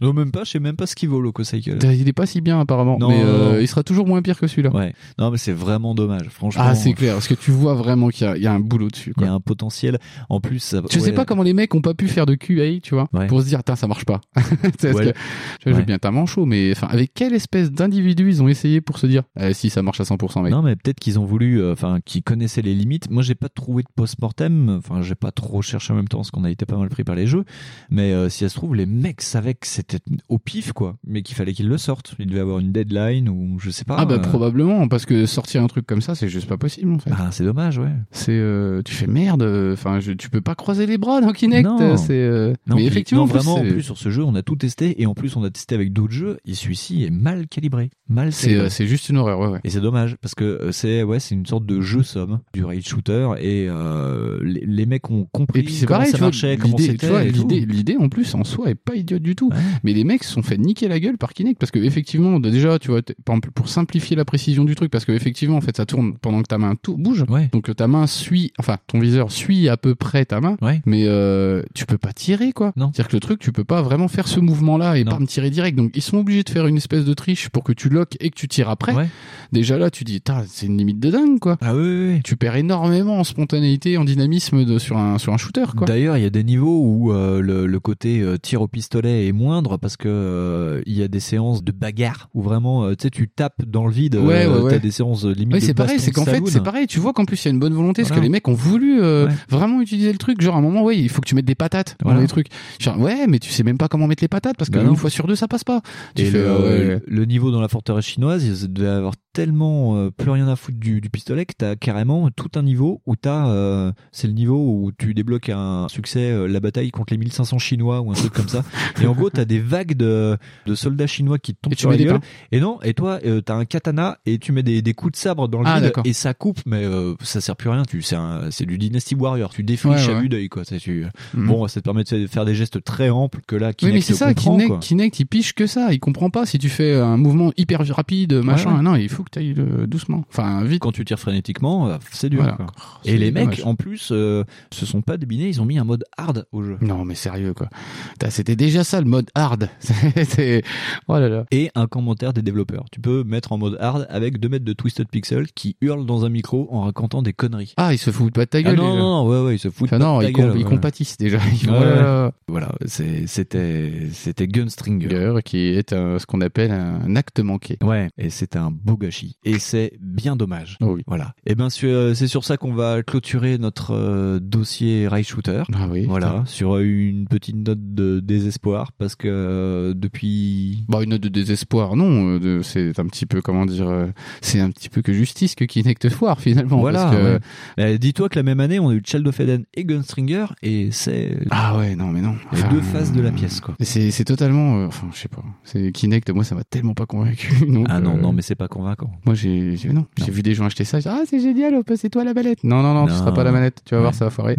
S2: non même pas, je sais même pas ce qu'il vaut Loco Michael.
S3: Il est pas si bien apparemment,
S2: Non,
S3: mais
S2: non,
S3: euh,
S2: non.
S3: il sera toujours moins pire que celui-là.
S2: Ouais. Non, mais c'est vraiment dommage. Franchement,
S3: ah, c'est clair, parce que tu vois vraiment qu'il y, a- il y a un boulot dessus.
S2: il
S3: Quoi.
S2: y a un potentiel. En plus, ça,
S3: Je sais
S2: ouais.
S3: pas comment les mecs ont pas pu faire de QA, tu vois,
S2: Ouais.
S3: pour se dire, tiens, ça marche pas. *laughs* C'est parce
S2: Ouais.
S3: que, tu vois,
S2: Ouais.
S3: j'ai bien ta manchot, mais enfin, avec quelle espèce d'individu ils ont essayé pour se dire, eh, si ça marche à 100%, mec.
S2: Non, mais peut-être qu'ils ont voulu, euh, enfin, qu'ils connaissaient les limites. Moi, j'ai pas trouvé de post-mortem. Enfin, j'ai pas trop cherché en même temps, parce qu'on a été pas mal pris par les jeux. Mais euh, si ça se trouve, les mecs savaient que c'était au pif, quoi. Mais qu'il fallait qu'ils le sortent. Ils devaient avoir une deadline ou je sais pas.
S3: Ah bah
S2: euh,
S3: probablement parce que sortir un truc comme ça c'est juste pas possible en fait.
S2: bah, c'est dommage, ouais.
S3: C'est euh, tu fais merde euh, enfin je- tu peux pas croiser les bras dans Kinect
S2: Non.
S3: euh, c'est euh,
S2: Non,
S3: mais
S2: puis-
S3: effectivement
S2: non,
S3: en plus,
S2: vraiment, en
S3: c'est-
S2: plus, sur ce jeu, on a tout testé. Et en plus, on a testé avec d'autres jeux. Et celui-ci est mal calibré. Mal
S3: c'est
S2: calibré.
S3: euh, c'est juste une horreur ouais, ouais.
S2: Et c'est dommage parce que euh, c'est ouais c'est une sorte de jeu somme du rail shooter et euh, les, les mecs ont compris
S3: Et puis c'est
S2: comment
S3: pareil
S2: ça
S3: tu vois,
S2: marchait comment
S3: l'idée- tu vois
S2: c'était et tout.
S3: l'idée l'idée en plus en soi est pas idiote du tout
S2: Ouais.
S3: mais les mecs se sont fait niquer la gueule par Kinect parce que effectivement bah, déjà tu vois t'es- par exemple, pour simplifier la précision du truc parce que effectivement en fait ça tourne pendant que ta main tout bouge
S2: Ouais.
S3: donc euh, ta main suit enfin ton viseur suit à peu près ta main
S2: Ouais.
S3: mais euh, tu peux pas tirer quoi.
S2: Non.
S3: C'est-à-dire que le truc, tu peux pas vraiment faire ce mouvement-là et
S2: Non.
S3: pas me tirer direct. Donc ils sont obligés de faire une espèce de triche pour que tu loques et que tu tires après.
S2: Ouais.
S3: Déjà là, tu dis, Tain, c'est une limite de dingue quoi.
S2: Ah oui, oui, oui.
S3: Tu perds énormément en spontanéité, en dynamisme de, sur un sur un shooter quoi.
S2: D'ailleurs, il y a des niveaux où euh, le, le côté euh, tir au pistolet est moindre parce que euh, il y a des séances de bagarre où vraiment euh, tu sais tu tapes dans le vide,
S3: Ouais, ouais,
S2: t'as
S3: ouais.
S2: des séances euh, limite
S3: Ouais,
S2: de
S3: c'est pareil,
S2: baston
S3: c'est
S2: de
S3: qu'en fait,
S2: saloon. hein.
S3: c'est pareil, tu vois qu'en plus il y a une bonne volonté, parce
S2: Voilà.
S3: que les mecs ont voulu euh,
S2: Ouais.
S3: vraiment utiliser le truc, genre à un moment, ouais, il faut que tu mettes des patates
S2: Voilà.
S3: dans les trucs. Genre, ouais, mais tu sais même pas comment mettre les patates, parce que
S2: Bah non.
S3: une fois sur deux, ça passe pas. Tu
S2: Et
S3: fais,
S2: le,
S3: ah ouais.
S2: le niveau dans la forteresse chinoise, il devait avoir tellement euh, plus rien à foutre du, du pistolet que t'as carrément tout un niveau où t'as, euh, c'est le niveau où tu débloques un succès, euh, la bataille contre les 1500 chinois ou un truc comme ça. Et en gros, t'as des vagues de, de soldats chinois qui te tombent
S3: Et tu
S2: sur
S3: mets
S2: la
S3: des
S2: gueule.
S3: pains.
S2: Et non, et toi, euh, t'as un katana et tu mets des, des coups de sabre dans le
S3: Ah,
S2: vide
S3: d'accord.
S2: et ça coupe, mais euh, ça sert plus à rien. Tu, c'est, un- c'est du Dynasty Warrior. Tu défriches
S3: Ouais,
S2: à
S3: ouais.
S2: vue d'œil, quoi. C'est- Tu,
S3: Mhm.
S2: Bon, ça te permet de faire des gestes très amples que là, qui
S3: oui, mais c'est ça,
S2: comprend,
S3: Kinect,
S2: quoi.
S3: Kinect, il piche que ça. Il comprend pas si tu fais un mouvement hyper rapide, machin.
S2: ouais.
S3: Non, il faut que tu ailles doucement. Enfin, vite.
S2: quand tu tires frénétiquement, euh, c'est dur.
S3: Voilà. Oh,
S2: quoi.
S3: C'est
S2: Et les mecs,
S3: dommage.
S2: en plus, euh, se sont pas débinés, ils ont mis un mode hard au jeu.
S3: Non, mais sérieux, quoi. Putain, C'était déjà ça, le mode hard. *laughs* C'était. Oh là là.
S2: Et un commentaire des développeurs. Tu peux mettre en mode hard avec 2 mètres de Twisted Pixel qui hurle dans un micro en racontant des conneries.
S3: Ah, ils se foutent pas de ta
S2: Ah
S3: gueule.
S2: non,
S3: les
S2: non,
S3: gens.
S2: Ah non, ouais, ouais, ils se foutent
S3: Enfin,
S2: pas
S3: non,
S2: de ta
S3: ils,
S2: gueule,
S3: com- ils
S2: ouais.
S3: compatissent déjà. Ils font,
S2: Ouais.
S3: oh là là.
S2: Voilà, c'est- c'était c'était Gunstringer.
S3: Gueule Qui est euh, ce qu'on appelle un acte manqué.
S2: Ouais, et c'est un beau gâchis. Et c'est bien dommage.
S3: Oh oui.
S2: Voilà. Et ben c'est euh, c'est sur ça qu'on va clôturer notre euh, dossier Rail Shooter.
S3: Ah oui.
S2: Voilà, sur euh, une petite note de désespoir, parce que euh, depuis...
S3: Bah, une note de désespoir, non. euh, de- C'est un petit peu, comment dire, euh, c'est un petit peu que justice que Kinect foire finalement.
S2: voilà.
S3: parce que-
S2: ouais. Mais Dis-toi que la même année, on a eu Child of Eden et Gunstringer, et c'est
S3: Ah ouais, non, mais non.
S2: les
S3: Enfin,
S2: deux faces de la pièce, quoi.
S3: Mais C'est c'est totalement. euh, enfin, je sais pas. C'est Kinect, moi, ça m'a tellement pas convaincu. *laughs* donc,
S2: Ah non,
S3: euh,
S2: non, mais c'est pas convaincant.
S3: Moi, j'ai j'ai- non,
S2: Non.
S3: j'ai vu des gens acheter ça. ils disent, Ah, c'est génial, hop, c'est toi la manette. Non, non, non, tu
S2: Non.
S3: seras pas la manette. Tu vas voir,
S2: Ouais.
S3: ça
S2: *laughs*
S3: va foirer.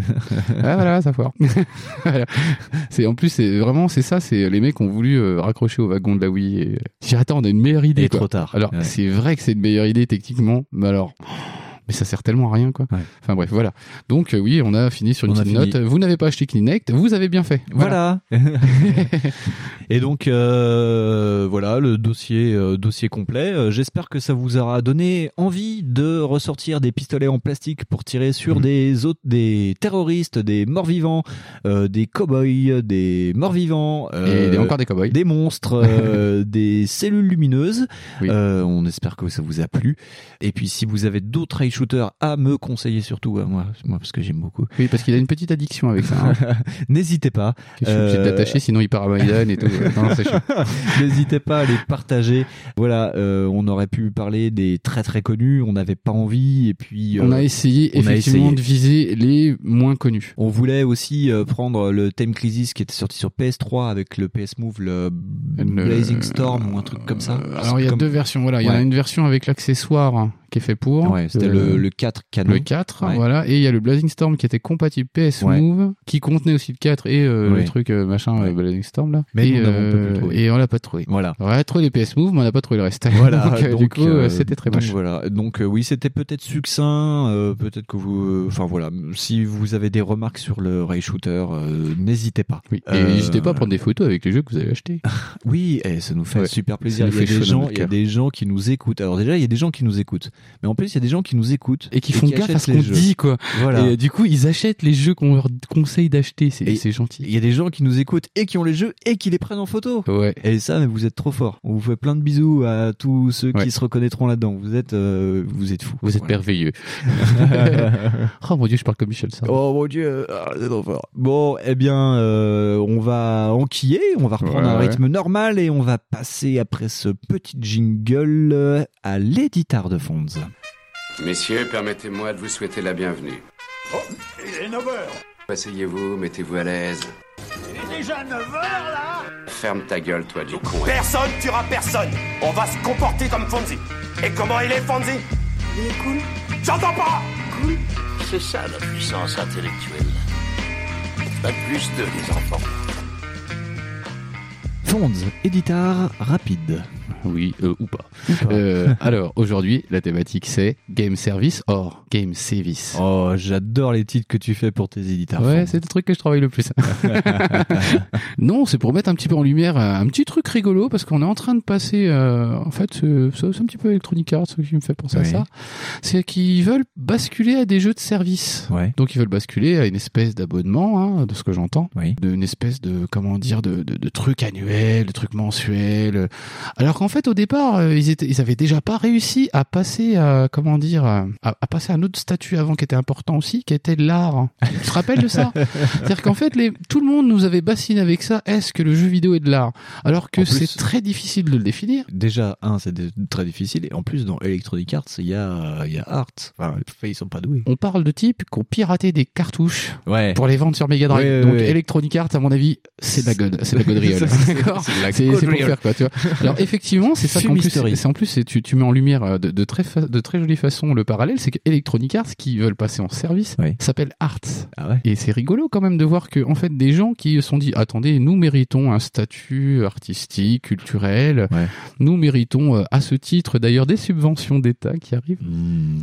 S3: ah, voilà, ça foire. *laughs* Voilà. C'est En plus, c'est vraiment, c'est ça. C'est Les mecs ont voulu euh, raccrocher au wagon de la Wii. Et... J'ai attends, on a une meilleure idée.
S2: Et
S3: quoi.
S2: trop tard.
S3: Alors,
S2: Ouais.
S3: c'est vrai que c'est une meilleure idée techniquement, mais alors. Mais ça sert tellement à rien, quoi.
S2: Ouais.
S3: Enfin bref, voilà. Donc euh, oui, on a fini sur une
S2: On a
S3: petite
S2: fini.
S3: note. Vous n'avez pas acheté Kinect, vous avez bien fait.
S2: Voilà. *laughs* et donc euh, voilà le dossier euh, dossier complet. Euh, J'espère que ça vous aura donné envie de ressortir des pistolets en plastique pour tirer sur
S3: Mhm.
S2: des autres des terroristes, des morts-vivants, euh, des cow-boys, des morts-vivants
S3: Et
S2: euh,
S3: encore des cow-boys.
S2: des monstres,
S3: *laughs*
S2: euh, des cellules lumineuses.
S3: Oui.
S2: Euh, on espère que ça vous a plu. Et puis si vous avez d'autres rail shooters à me conseiller surtout à moi, moi parce que j'aime beaucoup,
S3: Oui, parce qu'il a une petite addiction avec ça.
S2: *laughs*
S3: hein.
S2: n'hésitez pas.
S3: Je suis obligé
S2: Euh,
S3: de l'attacher, sinon il part à
S2: *laughs*
S3: Maïdan et tout. Non, non, c'est chiant.
S2: N'hésitez pas à les partager. Voilà, euh, on aurait pu parler des très très connus, on n'avait pas envie, et puis euh,
S3: On a essayé
S2: on a
S3: effectivement
S2: essayé.
S3: de viser les moins connus.
S2: on voulait aussi euh, prendre le Theme Crisis qui était sorti sur PS3 avec le PS Move, le
S3: Le-
S2: Blazing Storm ou un truc comme ça.
S3: Euh, Alors il y a
S2: Comme-
S3: deux versions. Voilà, il y en a
S2: Ouais.
S3: une version avec l'accessoire hein, qui est fait pour. euh,
S2: Ouais, c'était le, le 4 canon.
S3: le 4,
S2: Ouais.
S3: voilà. Et il y a le Blazing Storm qui était compatible PS
S2: Ouais.
S3: Move, qui contenait aussi le 4 et euh,
S2: Ouais.
S3: le truc euh, machin
S2: Ouais.
S3: euh, Blazing Storm là.
S2: Mais
S3: et, euh,
S2: nous n'avons pas pu le trouver.
S3: et on l'a pas trouvé.
S2: Voilà.
S3: On a trouvé les PS Move, mais on n'a pas trouvé le reste.
S2: *laughs*
S3: *laughs*
S2: Voilà,
S3: donc, euh, du coup,
S2: euh,
S3: euh, c'était très
S2: donc
S3: moche.
S2: Voilà. Donc euh, oui, c'était peut-être succinct, euh, peut-être que vous, enfin voilà, si vous avez des remarques sur le Ray Shooter, euh, n'hésitez pas.
S3: Oui. Et
S2: Euh,
S3: n'hésitez pas à prendre des photos avec les jeux que vous avez
S2: *laughs*
S3: achetés.
S2: Oui, et ça nous fait
S3: Ouais,
S2: super plaisir.
S3: nous
S2: Il y a
S3: fait chaud
S2: des
S3: dans
S2: gens,
S3: le
S2: il y a
S3: cœur.
S2: des gens qui nous écoutent. Alors déjà, il y a des gens qui nous écoutent, mais en plus, il y a des gens qui nous écoutent
S3: Et qui font gaffe à
S2: achètent
S3: ce
S2: les
S3: qu'on
S2: jeux.
S3: dit, quoi.
S2: Voilà.
S3: Et euh, du coup, ils achètent les jeux qu'on leur conseille d'acheter.
S2: Et-
S3: C'est c'est
S2: Il
S3: gentil.
S2: y a des gens qui nous écoutent et qui ont les jeux et qui les prennent en photo.
S3: Ouais.
S2: Et ça, mais vous êtes trop forts. On vous fait plein de bisous à tous ceux
S3: Ouais.
S2: qui se reconnaîtront là-dedans. Vous êtes, euh, vous êtes fous.
S3: Vous êtes
S2: Voilà.
S3: merveilleux. *laughs* oh mon dieu, je parle comme Michel ça.
S2: Oh mon dieu, ah, c'est trop fort. Bon, eh bien, euh, on va enquiller, on va reprendre
S3: Ouais,
S2: un
S3: ouais.
S2: rythme normal et on va passer après ce petit jingle euh, à l'éditeur de Fonds.
S5: Messieurs, permettez-moi de vous souhaiter la bienvenue. Oh, il est 9h Asseyez-vous, mettez-vous à l'aise. Il est déjà 9h, là Ferme ta gueule, toi, du con.
S4: Personne tuera personne. On va se comporter comme Fonzie. Et comment il est, Fonzie Il est cool. J'entends pas
S7: C'est ça la puissance intellectuelle. Pas plus de les enfants.
S2: Fonds, éditeur rapide.
S3: Oui, euh, ou pas. Euh, alors, aujourd'hui, la thématique c'est Game Service or Game Service.
S2: Oh, j'adore les titres que tu fais pour tes éditeurs.
S3: Ouais,
S2: Fonds.
S3: c'est le truc que je travaille le *laughs* plus. non, c'est pour mettre un petit peu en lumière euh, un petit truc rigolo parce qu'on est en train de passer. euh, en fait, euh, c'est c'est un petit peu Electronic Arts ce qui me fait penser à
S2: Oui.
S3: ça. C'est qu'ils veulent basculer à des jeux de service.
S2: Ouais.
S3: Donc ils veulent basculer à une espèce d'abonnement, hein, de ce que j'entends,
S2: Oui.
S3: d'une espèce de comment dire de, de, de truc annuel, de truc mensuel. Alors qu'en fait au départ euh, ils étaient, ils avaient déjà pas réussi à passer à comment dire à, à passer à un autre statut avant qui était important aussi, qui était l'art. hein. Tu te rappelles de ça C'est-à-dire qu'en fait les, tout le monde nous avait bassiné avec ça. Est-ce que le jeu vidéo est de l'art Alors que
S2: En plus-
S3: c'est très difficile de le définir.
S2: Déjà, un, c'est de- très difficile. Et en plus, dans Electronic Arts, il y a, il y a Art. Enfin, ils sont pas doués.
S3: On parle de types qui ont piraté des cartouches
S2: *laughs* Ouais.
S3: pour les vendre sur Mega Drive.
S2: Ouais, ouais,
S3: Donc
S2: ouais.
S3: Electronic Arts, à mon avis, c'est de la god, c'est de la goderie.
S2: Ça, *laughs* c'est-
S3: D'accord.
S2: c'est de la
S3: C'est c'est pour
S2: gaudriole.
S3: faire quoi,
S2: *laughs*
S3: tu vois. Alors effectivement, c'est ça qu'en plus,
S2: Fumisterie.
S3: c'est en plus, c'est- tu, tu mets en lumière euh, de, de très fa- de très jolie façon le parallèle, c'est que Electronic Arts, qui veulent passer en service,
S2: Oui.
S3: s'appelle Arts.
S2: Ah ouais.
S3: Et c'est rigolo quand même de voir que en fait des gens qui se sont dit attendez nous méritons un statut artistique culturel
S2: Ouais.
S3: nous méritons euh, à ce titre d'ailleurs des subventions d'État qui arrivent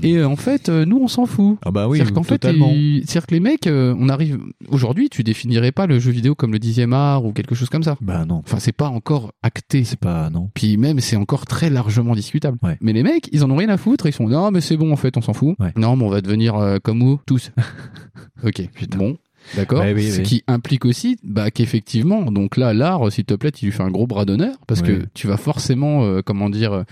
S3: et euh, en fait euh, nous on s'en fout
S2: Hmm. Ah bah oui,
S3: c'est-à-dire qu'en fait,
S2: totalement.
S3: il- c'est-à-dire que les mecs, euh, on arrive aujourd'hui, tu définirais pas le jeu vidéo comme le dixième art ou quelque chose comme ça.
S2: Bah non.
S3: Enfin, c'est pas encore acté.
S2: C'est pas, non.
S3: Puis même, c'est encore très largement discutable.
S2: Ouais.
S3: Mais les mecs, ils en ont rien à foutre. Ils sont non, mais c'est bon, en fait, on s'en fout.
S2: Ouais.
S3: Non, mais on va devenir euh, comme vous tous. *laughs* ok, bon. D'accord.
S2: Ouais, Bah oui,
S3: Ce
S2: oui.
S3: qui implique aussi bah, qu'effectivement, donc là, l'art, s'il te plaît, tu lui fais un gros bras d'honneur parce
S2: Oui.
S3: que tu vas forcément, euh, comment dire, euh,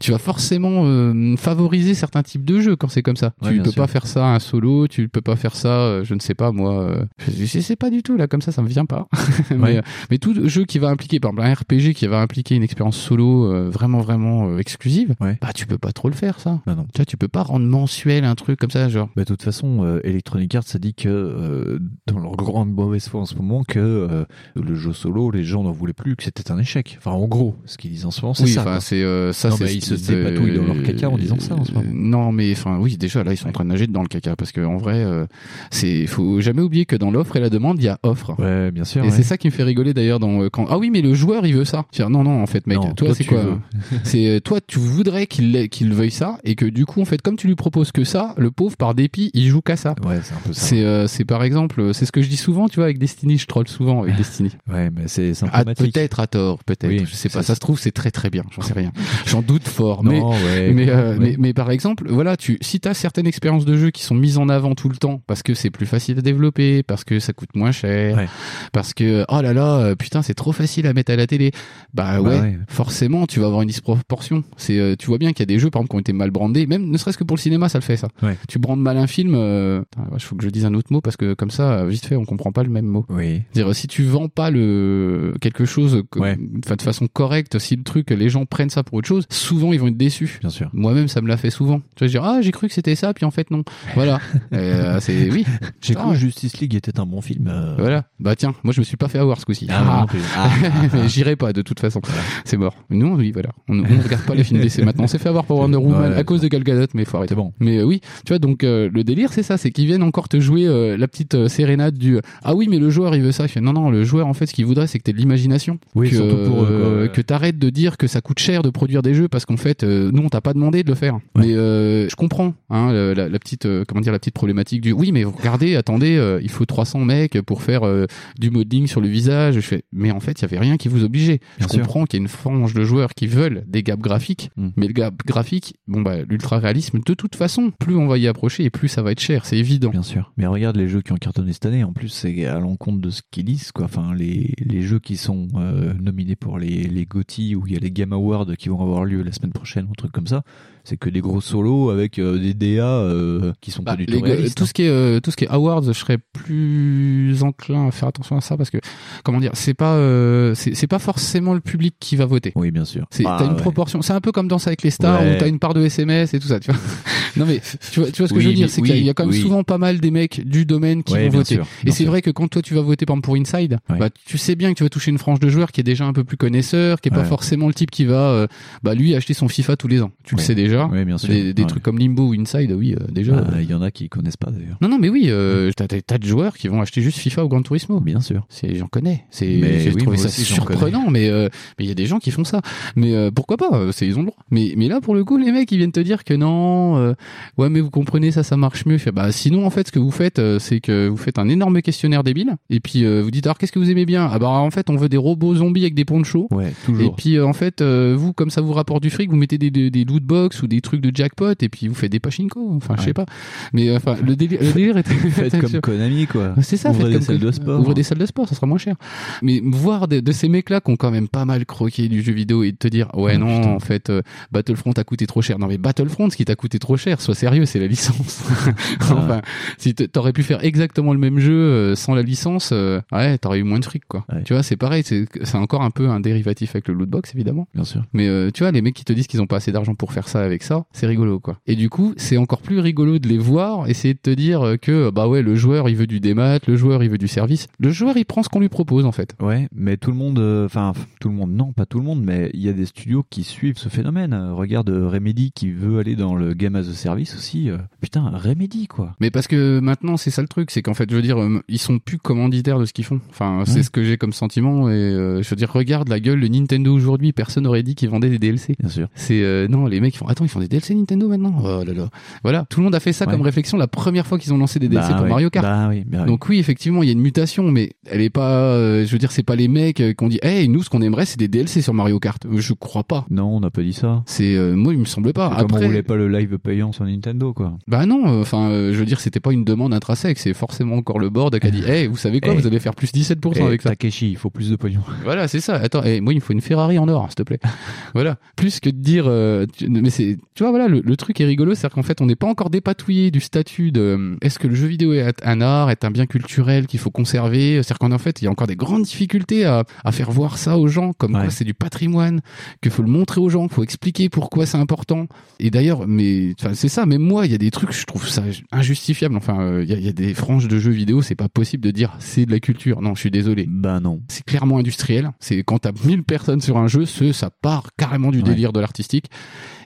S3: tu vas forcément euh, favoriser certains types de jeux quand c'est comme ça.
S2: Ouais,
S3: tu
S2: bien
S3: peux
S2: sûr.
S3: pas faire ça un solo, tu peux pas faire ça, euh, je ne sais pas moi, euh, je, je sais pas du tout là, comme ça, ça me vient pas. *laughs* mais,
S2: Ouais.
S3: euh, mais tout jeu qui va impliquer, par exemple, un RPG qui va impliquer une expérience solo euh, vraiment vraiment euh, exclusive,
S2: Ouais.
S3: bah tu peux pas trop le faire ça.
S2: Bah non.
S3: Tu vois, tu peux pas rendre mensuel un truc comme ça, genre.
S2: Bah, de toute façon, euh, Electronic Arts a dit que, euh, dans leur grande mauvaise foi en ce moment, que euh, le jeu solo, les gens n'en voulaient plus, que c'était un échec. Enfin, en gros, ce qu'ils disent en ce moment, c'est
S3: oui,
S2: ça.
S3: enfin,
S2: quoi.
S3: c'est euh, ça.
S2: Non,
S3: c'est
S2: mais
S3: ce
S2: ils se
S3: qui- euh,
S2: dépatouillent dans leur caca en disant ça, en ce moment.
S3: euh, Non, mais enfin, oui, déjà là, ils sont en train de nager dans le caca parce que en vrai, euh, c'est faut jamais oublier que dans l'offre et la demande, il y a offre.
S2: Ouais, bien sûr.
S3: Et
S2: ouais.
S3: c'est ça qui me fait rigoler d'ailleurs dans euh, quand ah oui mais le joueur il veut ça C'est-à-dire, non non en fait mec
S2: Non,
S3: toi,
S2: toi,
S3: c'est
S2: tu
S3: quoi
S2: veux.
S3: euh, *laughs* c'est euh, toi tu voudrais qu'il l'ait- qu'il veuille ça et que du coup en fait comme tu lui proposes que ça le pauvre par dépit il joue qu'à ça
S2: Ouais, c'est un peu ça.
S3: c'est euh, c'est par exemple euh, c'est ce que je dis souvent tu vois avec Destiny je troll souvent avec Destiny
S2: Ouais, mais c'est
S3: Ah,
S2: symptomatique.
S3: peut-être à tort peut-être
S2: Oui,
S3: je sais
S2: ça,
S3: pas ça se trouve c'est très très bien j'en sais rien j'en doute fort mais
S2: non, ouais.
S3: mais, euh,
S2: ouais.
S3: mais, mais par exemple, voilà, tu, si tu as certaines expériences de jeu qui sont mises en avant tout le temps, parce que c'est plus facile à développer, parce que ça coûte moins cher,
S2: Ouais.
S3: parce que, oh là là, euh, putain, c'est trop facile à mettre à la télé. Bah,
S2: Bah
S3: ouais,
S2: ouais.
S3: forcément, tu vas avoir une disproportion. C'est, euh, tu vois bien qu'il y a des jeux, par exemple, qui ont été mal brandés, même ne serait-ce que pour le cinéma, ça le fait, ça.
S2: Ouais.
S3: Tu brandes mal un film, euh, putain, ouais, faut que je dise un autre mot, parce que comme ça, euh, vite fait, on comprend pas le même mot.
S2: Oui.
S3: Dire si tu vends pas le quelque chose que-
S2: Ouais.
S3: enfin, de façon correcte, si le truc les gens prennent ça pour autre chose, souvent souvent, ils vont être déçus.
S2: Bien sûr.
S3: Moi-même, ça me l'a fait souvent. Tu vas dire, ah, j'ai cru que c'était ça, puis en fait, non.
S2: *laughs*
S3: Voilà. Et, euh, c'est, oui.
S2: J'ai
S3: Ah
S2: cru
S3: ouais.
S2: que Justice League était un bon film. euh.
S3: Voilà. Bah, tiens, moi, je me suis pas fait avoir ce coup-ci.
S2: Ah, non plus. Ah, ah, ah.
S3: *laughs* Mais J'irai pas de toute façon. C'est mort. Nous, on- oui, voilà. On on ne regarde pas les films DC maintenant. On s'est fait avoir pour Wonder Woman
S2: Ouais,
S3: à cause de Gal Gadot, mais faut arrêter.
S2: C'est bon.
S3: Mais euh, oui, tu vois, donc euh, le délire, c'est ça, c'est qu'ils viennent encore te jouer euh, la petite euh, sérénade du Ah oui, mais le joueur, il veut ça. Il fait, non, non, le joueur, en fait, ce qu'il voudrait, c'est que t'aies de l'imagination.
S2: Oui,
S3: que, euh,
S2: surtout pour eux, quoi, ouais.
S3: que t'arrêtes de dire que ça coûte cher de produire des jeux parce qu'en fait, euh, nous, on t'a pas demandé de le faire.
S2: Ouais.
S3: Mais euh, je comprends hein, la, la- la petite, euh, comment dire, la petite problématique du Oui, mais regardez, attendez, euh, il faut 300 mecs pour faire euh, du modeling sur le visage. Je fais, mais en fait, il y avait rien qui vous obligeait.
S2: Bien
S3: je
S2: sûr.
S3: comprends qu'il y a une frange de joueurs qui veulent des gaps graphiques,
S2: Mm.
S3: mais le gap graphique, bon bah, l'ultra réalisme, de toute façon, plus on va y approcher et plus ça va être cher, c'est évident.
S2: Bien sûr. Mais regarde les jeux qui ont cartonné cette année. En plus, c'est à l'encontre de ce qu'ils disent, quoi. Enfin, les, les jeux qui sont euh, nominés pour les, les GOTY ou il y a les Game Awards qui vont avoir lieu la semaine prochaine ou un truc comme ça, c'est que des gros solos avec euh, des DA euh, qui sont
S3: Bah,
S2: pas du
S3: les
S2: tout
S3: gars,
S2: réalistes.
S3: tout ce qui est euh, tout ce qui est awards, je serais plus enclin à faire attention à ça parce que comment dire, c'est pas euh, c'est c'est pas forcément le public qui va voter.
S2: Oui, bien sûr.
S3: C'est
S2: Ah,
S3: t'as une
S2: ouais.
S3: proportion, c'est un peu comme danse avec les stars
S2: Ouais.
S3: où t'as une part de SMS et tout ça, tu vois. *laughs* non mais tu vois, tu vois ce que
S2: Oui,
S3: je veux dire,
S2: mais
S3: c'est qu'il y a- il y a quand même
S2: oui.
S3: souvent pas mal des mecs du domaine qui
S2: Ouais,
S3: vont
S2: bien
S3: voter.
S2: sûr,
S3: Et
S2: bien
S3: c'est
S2: sûr.
S3: vrai que quand toi tu vas voter par exemple pour Inside,
S2: Ouais.
S3: bah tu sais bien que tu vas toucher une frange de joueurs qui est déjà un peu plus connaisseur, qui est pas
S2: Ouais.
S3: forcément le type qui va euh, bah lui acheter son FIFA tous les ans. Tu
S2: Ouais.
S3: le sais déjà.
S2: Oui, bien sûr.
S3: Des, des
S2: Ouais.
S3: trucs comme Limbo ou Inside, oui, euh, déjà.
S2: Ah, Il y en a qui connaissent pas d'ailleurs.
S3: Non, non, mais oui, euh, t'as des tas de joueurs qui vont acheter juste FIFA ou Gran Turismo.
S2: Bien sûr.
S3: C'est, j'en connais. C'est,
S2: Mais
S3: j'ai
S2: oui, moi
S3: trouvé ça
S2: aussi, j'en
S3: surprenant, mais euh, mais il y a des gens qui font ça. Mais euh, pourquoi pas euh, C'est ils ont le droit. Mais mais là, pour le coup, les mecs, ils viennent te dire que non. euh, ouais, mais vous comprenez ça, ça marche mieux. Je fais, bah sinon, en fait, ce que vous faites, euh, c'est que vous faites un énorme questionnaire débile. Et puis euh, vous dites alors qu'est-ce que vous aimez bien Ah bah en fait, on veut des robots zombies avec des ponchos.
S2: Ouais,
S3: Et
S2: toujours.
S3: puis euh, en fait, euh, vous, comme ça vous rapporte du fric, vous mettez des, des, des loot box ou des trucs de jackpot et puis vous faites des pachinko. Enfin, je
S2: Ouais.
S3: sais pas. Mais euh, enfin, le délire, le délire était
S2: *laughs* Faites comme Konami, quoi.
S3: C'est ça,
S2: Ouvrez
S3: faites
S2: des
S3: comme
S2: salles
S3: que-
S2: de sport.
S3: Ouvrez des salles de sport, ça sera moins cher. Mais voir de, de ces mecs-là qui ont quand même pas mal croqué du jeu vidéo et de te dire, ouais,
S2: Ah,
S3: non,
S2: putain.
S3: en fait, euh, Battlefront a coûté trop cher. Non, mais Battlefront, ce qui t'a coûté trop cher, sois sérieux, c'est la licence.
S2: *laughs*
S3: *laughs* enfin, si t- t'aurais pu faire exactement le même jeu euh, sans la licence, euh, ouais, t'aurais eu moins de fric, quoi.
S2: Ouais.
S3: Tu vois, c'est pareil, c'est c'est encore un peu un dérivatif avec le lootbox, évidemment.
S2: Bien sûr.
S3: Mais euh, tu vois, les mecs qui te disent qu'ils ont pas assez d'argent pour faire ça avec ça, c'est rigolo quoi. Et du coup, c'est encore plus rigolo de les voir, essayer de te dire euh, que bah ouais, le joueur il veut du démat, le joueur il veut du service. Le joueur il prend ce qu'on lui propose en fait.
S2: Ouais, mais tout le monde, euh, enfin f- tout le monde, non, pas tout le monde, mais il y a des studios qui suivent ce phénomène. Euh, Regarde euh, Remedy qui veut aller dans le game as a service aussi. euh, Putain, Remedy quoi.
S3: Mais parce que maintenant, c'est ça le truc, c'est qu'en fait, je veux dire, euh, ils sont plus commanditaires de ce qu'ils font. Enfin,
S2: Ouais.
S3: c'est ce que j'ai comme sentiment et euh, je veux dire, regarde la gueule de Nintendo aujourd'hui, personne aurait dit qu'ils vendaient des DLC.
S2: Bien sûr.
S3: C'est euh, non, les mecs ils font attends, ils font des DLC Nintendo maintenant. Oh là là. Voilà, tout le monde a fait ça
S2: Ouais.
S3: comme réflexion la première fois qu'ils ont lancé des DLC
S2: Bah
S3: pour
S2: ouais.
S3: Mario Kart.
S2: Bah oui, bah oui.
S3: Donc oui, effectivement, il y a une mutation, mais elle est pas. euh, je veux dire, c'est pas les mecs euh, qui ont dit, hey, nous, ce qu'on aimerait, c'est des DLC sur Mario Kart. Euh, Je crois pas.
S2: Non, on n'a pas dit ça.
S3: C'est euh, moi, il me semble pas.
S2: C'est Comme on
S3: Après,
S2: voulait pas le live payant sur Nintendo quoi.
S3: bah non. Enfin, je veux dire, c'était pas une demande intrinsèque. C'est forcément encore le
S2: *laughs*
S3: board qui a dit, hey, vous savez quoi,
S2: Eh.
S3: vous allez faire plus 17%
S2: Eh,
S3: avec ça.
S2: Takeshi, il faut plus de pognon.
S3: Voilà, c'est ça. Attends, eh, moi, il me faut une Ferrari en or, s'il te plaît. *laughs* voilà. Plus que de dire, euh, tu- mais c'est, tu vois, voilà, le, le truc est rigolo, c'est qu'en fait, on n'est pas encore dépatouillé du statut de, euh, est-ce que le jeu vidéo est un art, est un bien culturel qu'il faut conserver. C'est-à-dire qu'en en fait, il y a encore des grandes difficultés à, à faire voir ça aux gens, comme
S2: Ouais.
S3: quoi c'est du patrimoine, qu'il faut le montrer aux gens, qu'il faut expliquer pourquoi c'est important. Et d'ailleurs, mais, enfin, c'est ça. Même moi, il y a des trucs, je trouve ça injustifiable. Enfin, euh, il y, a- il y a des franges de jeux vidéo, c'est pas possible de dire c'est de la culture. Non, je suis désolé
S2: Bah non.
S3: c'est clairement industriel. C'est quand t'as 1000 personnes sur un jeu, ce, ça part carrément du
S2: Ouais.
S3: délire de l'artistique.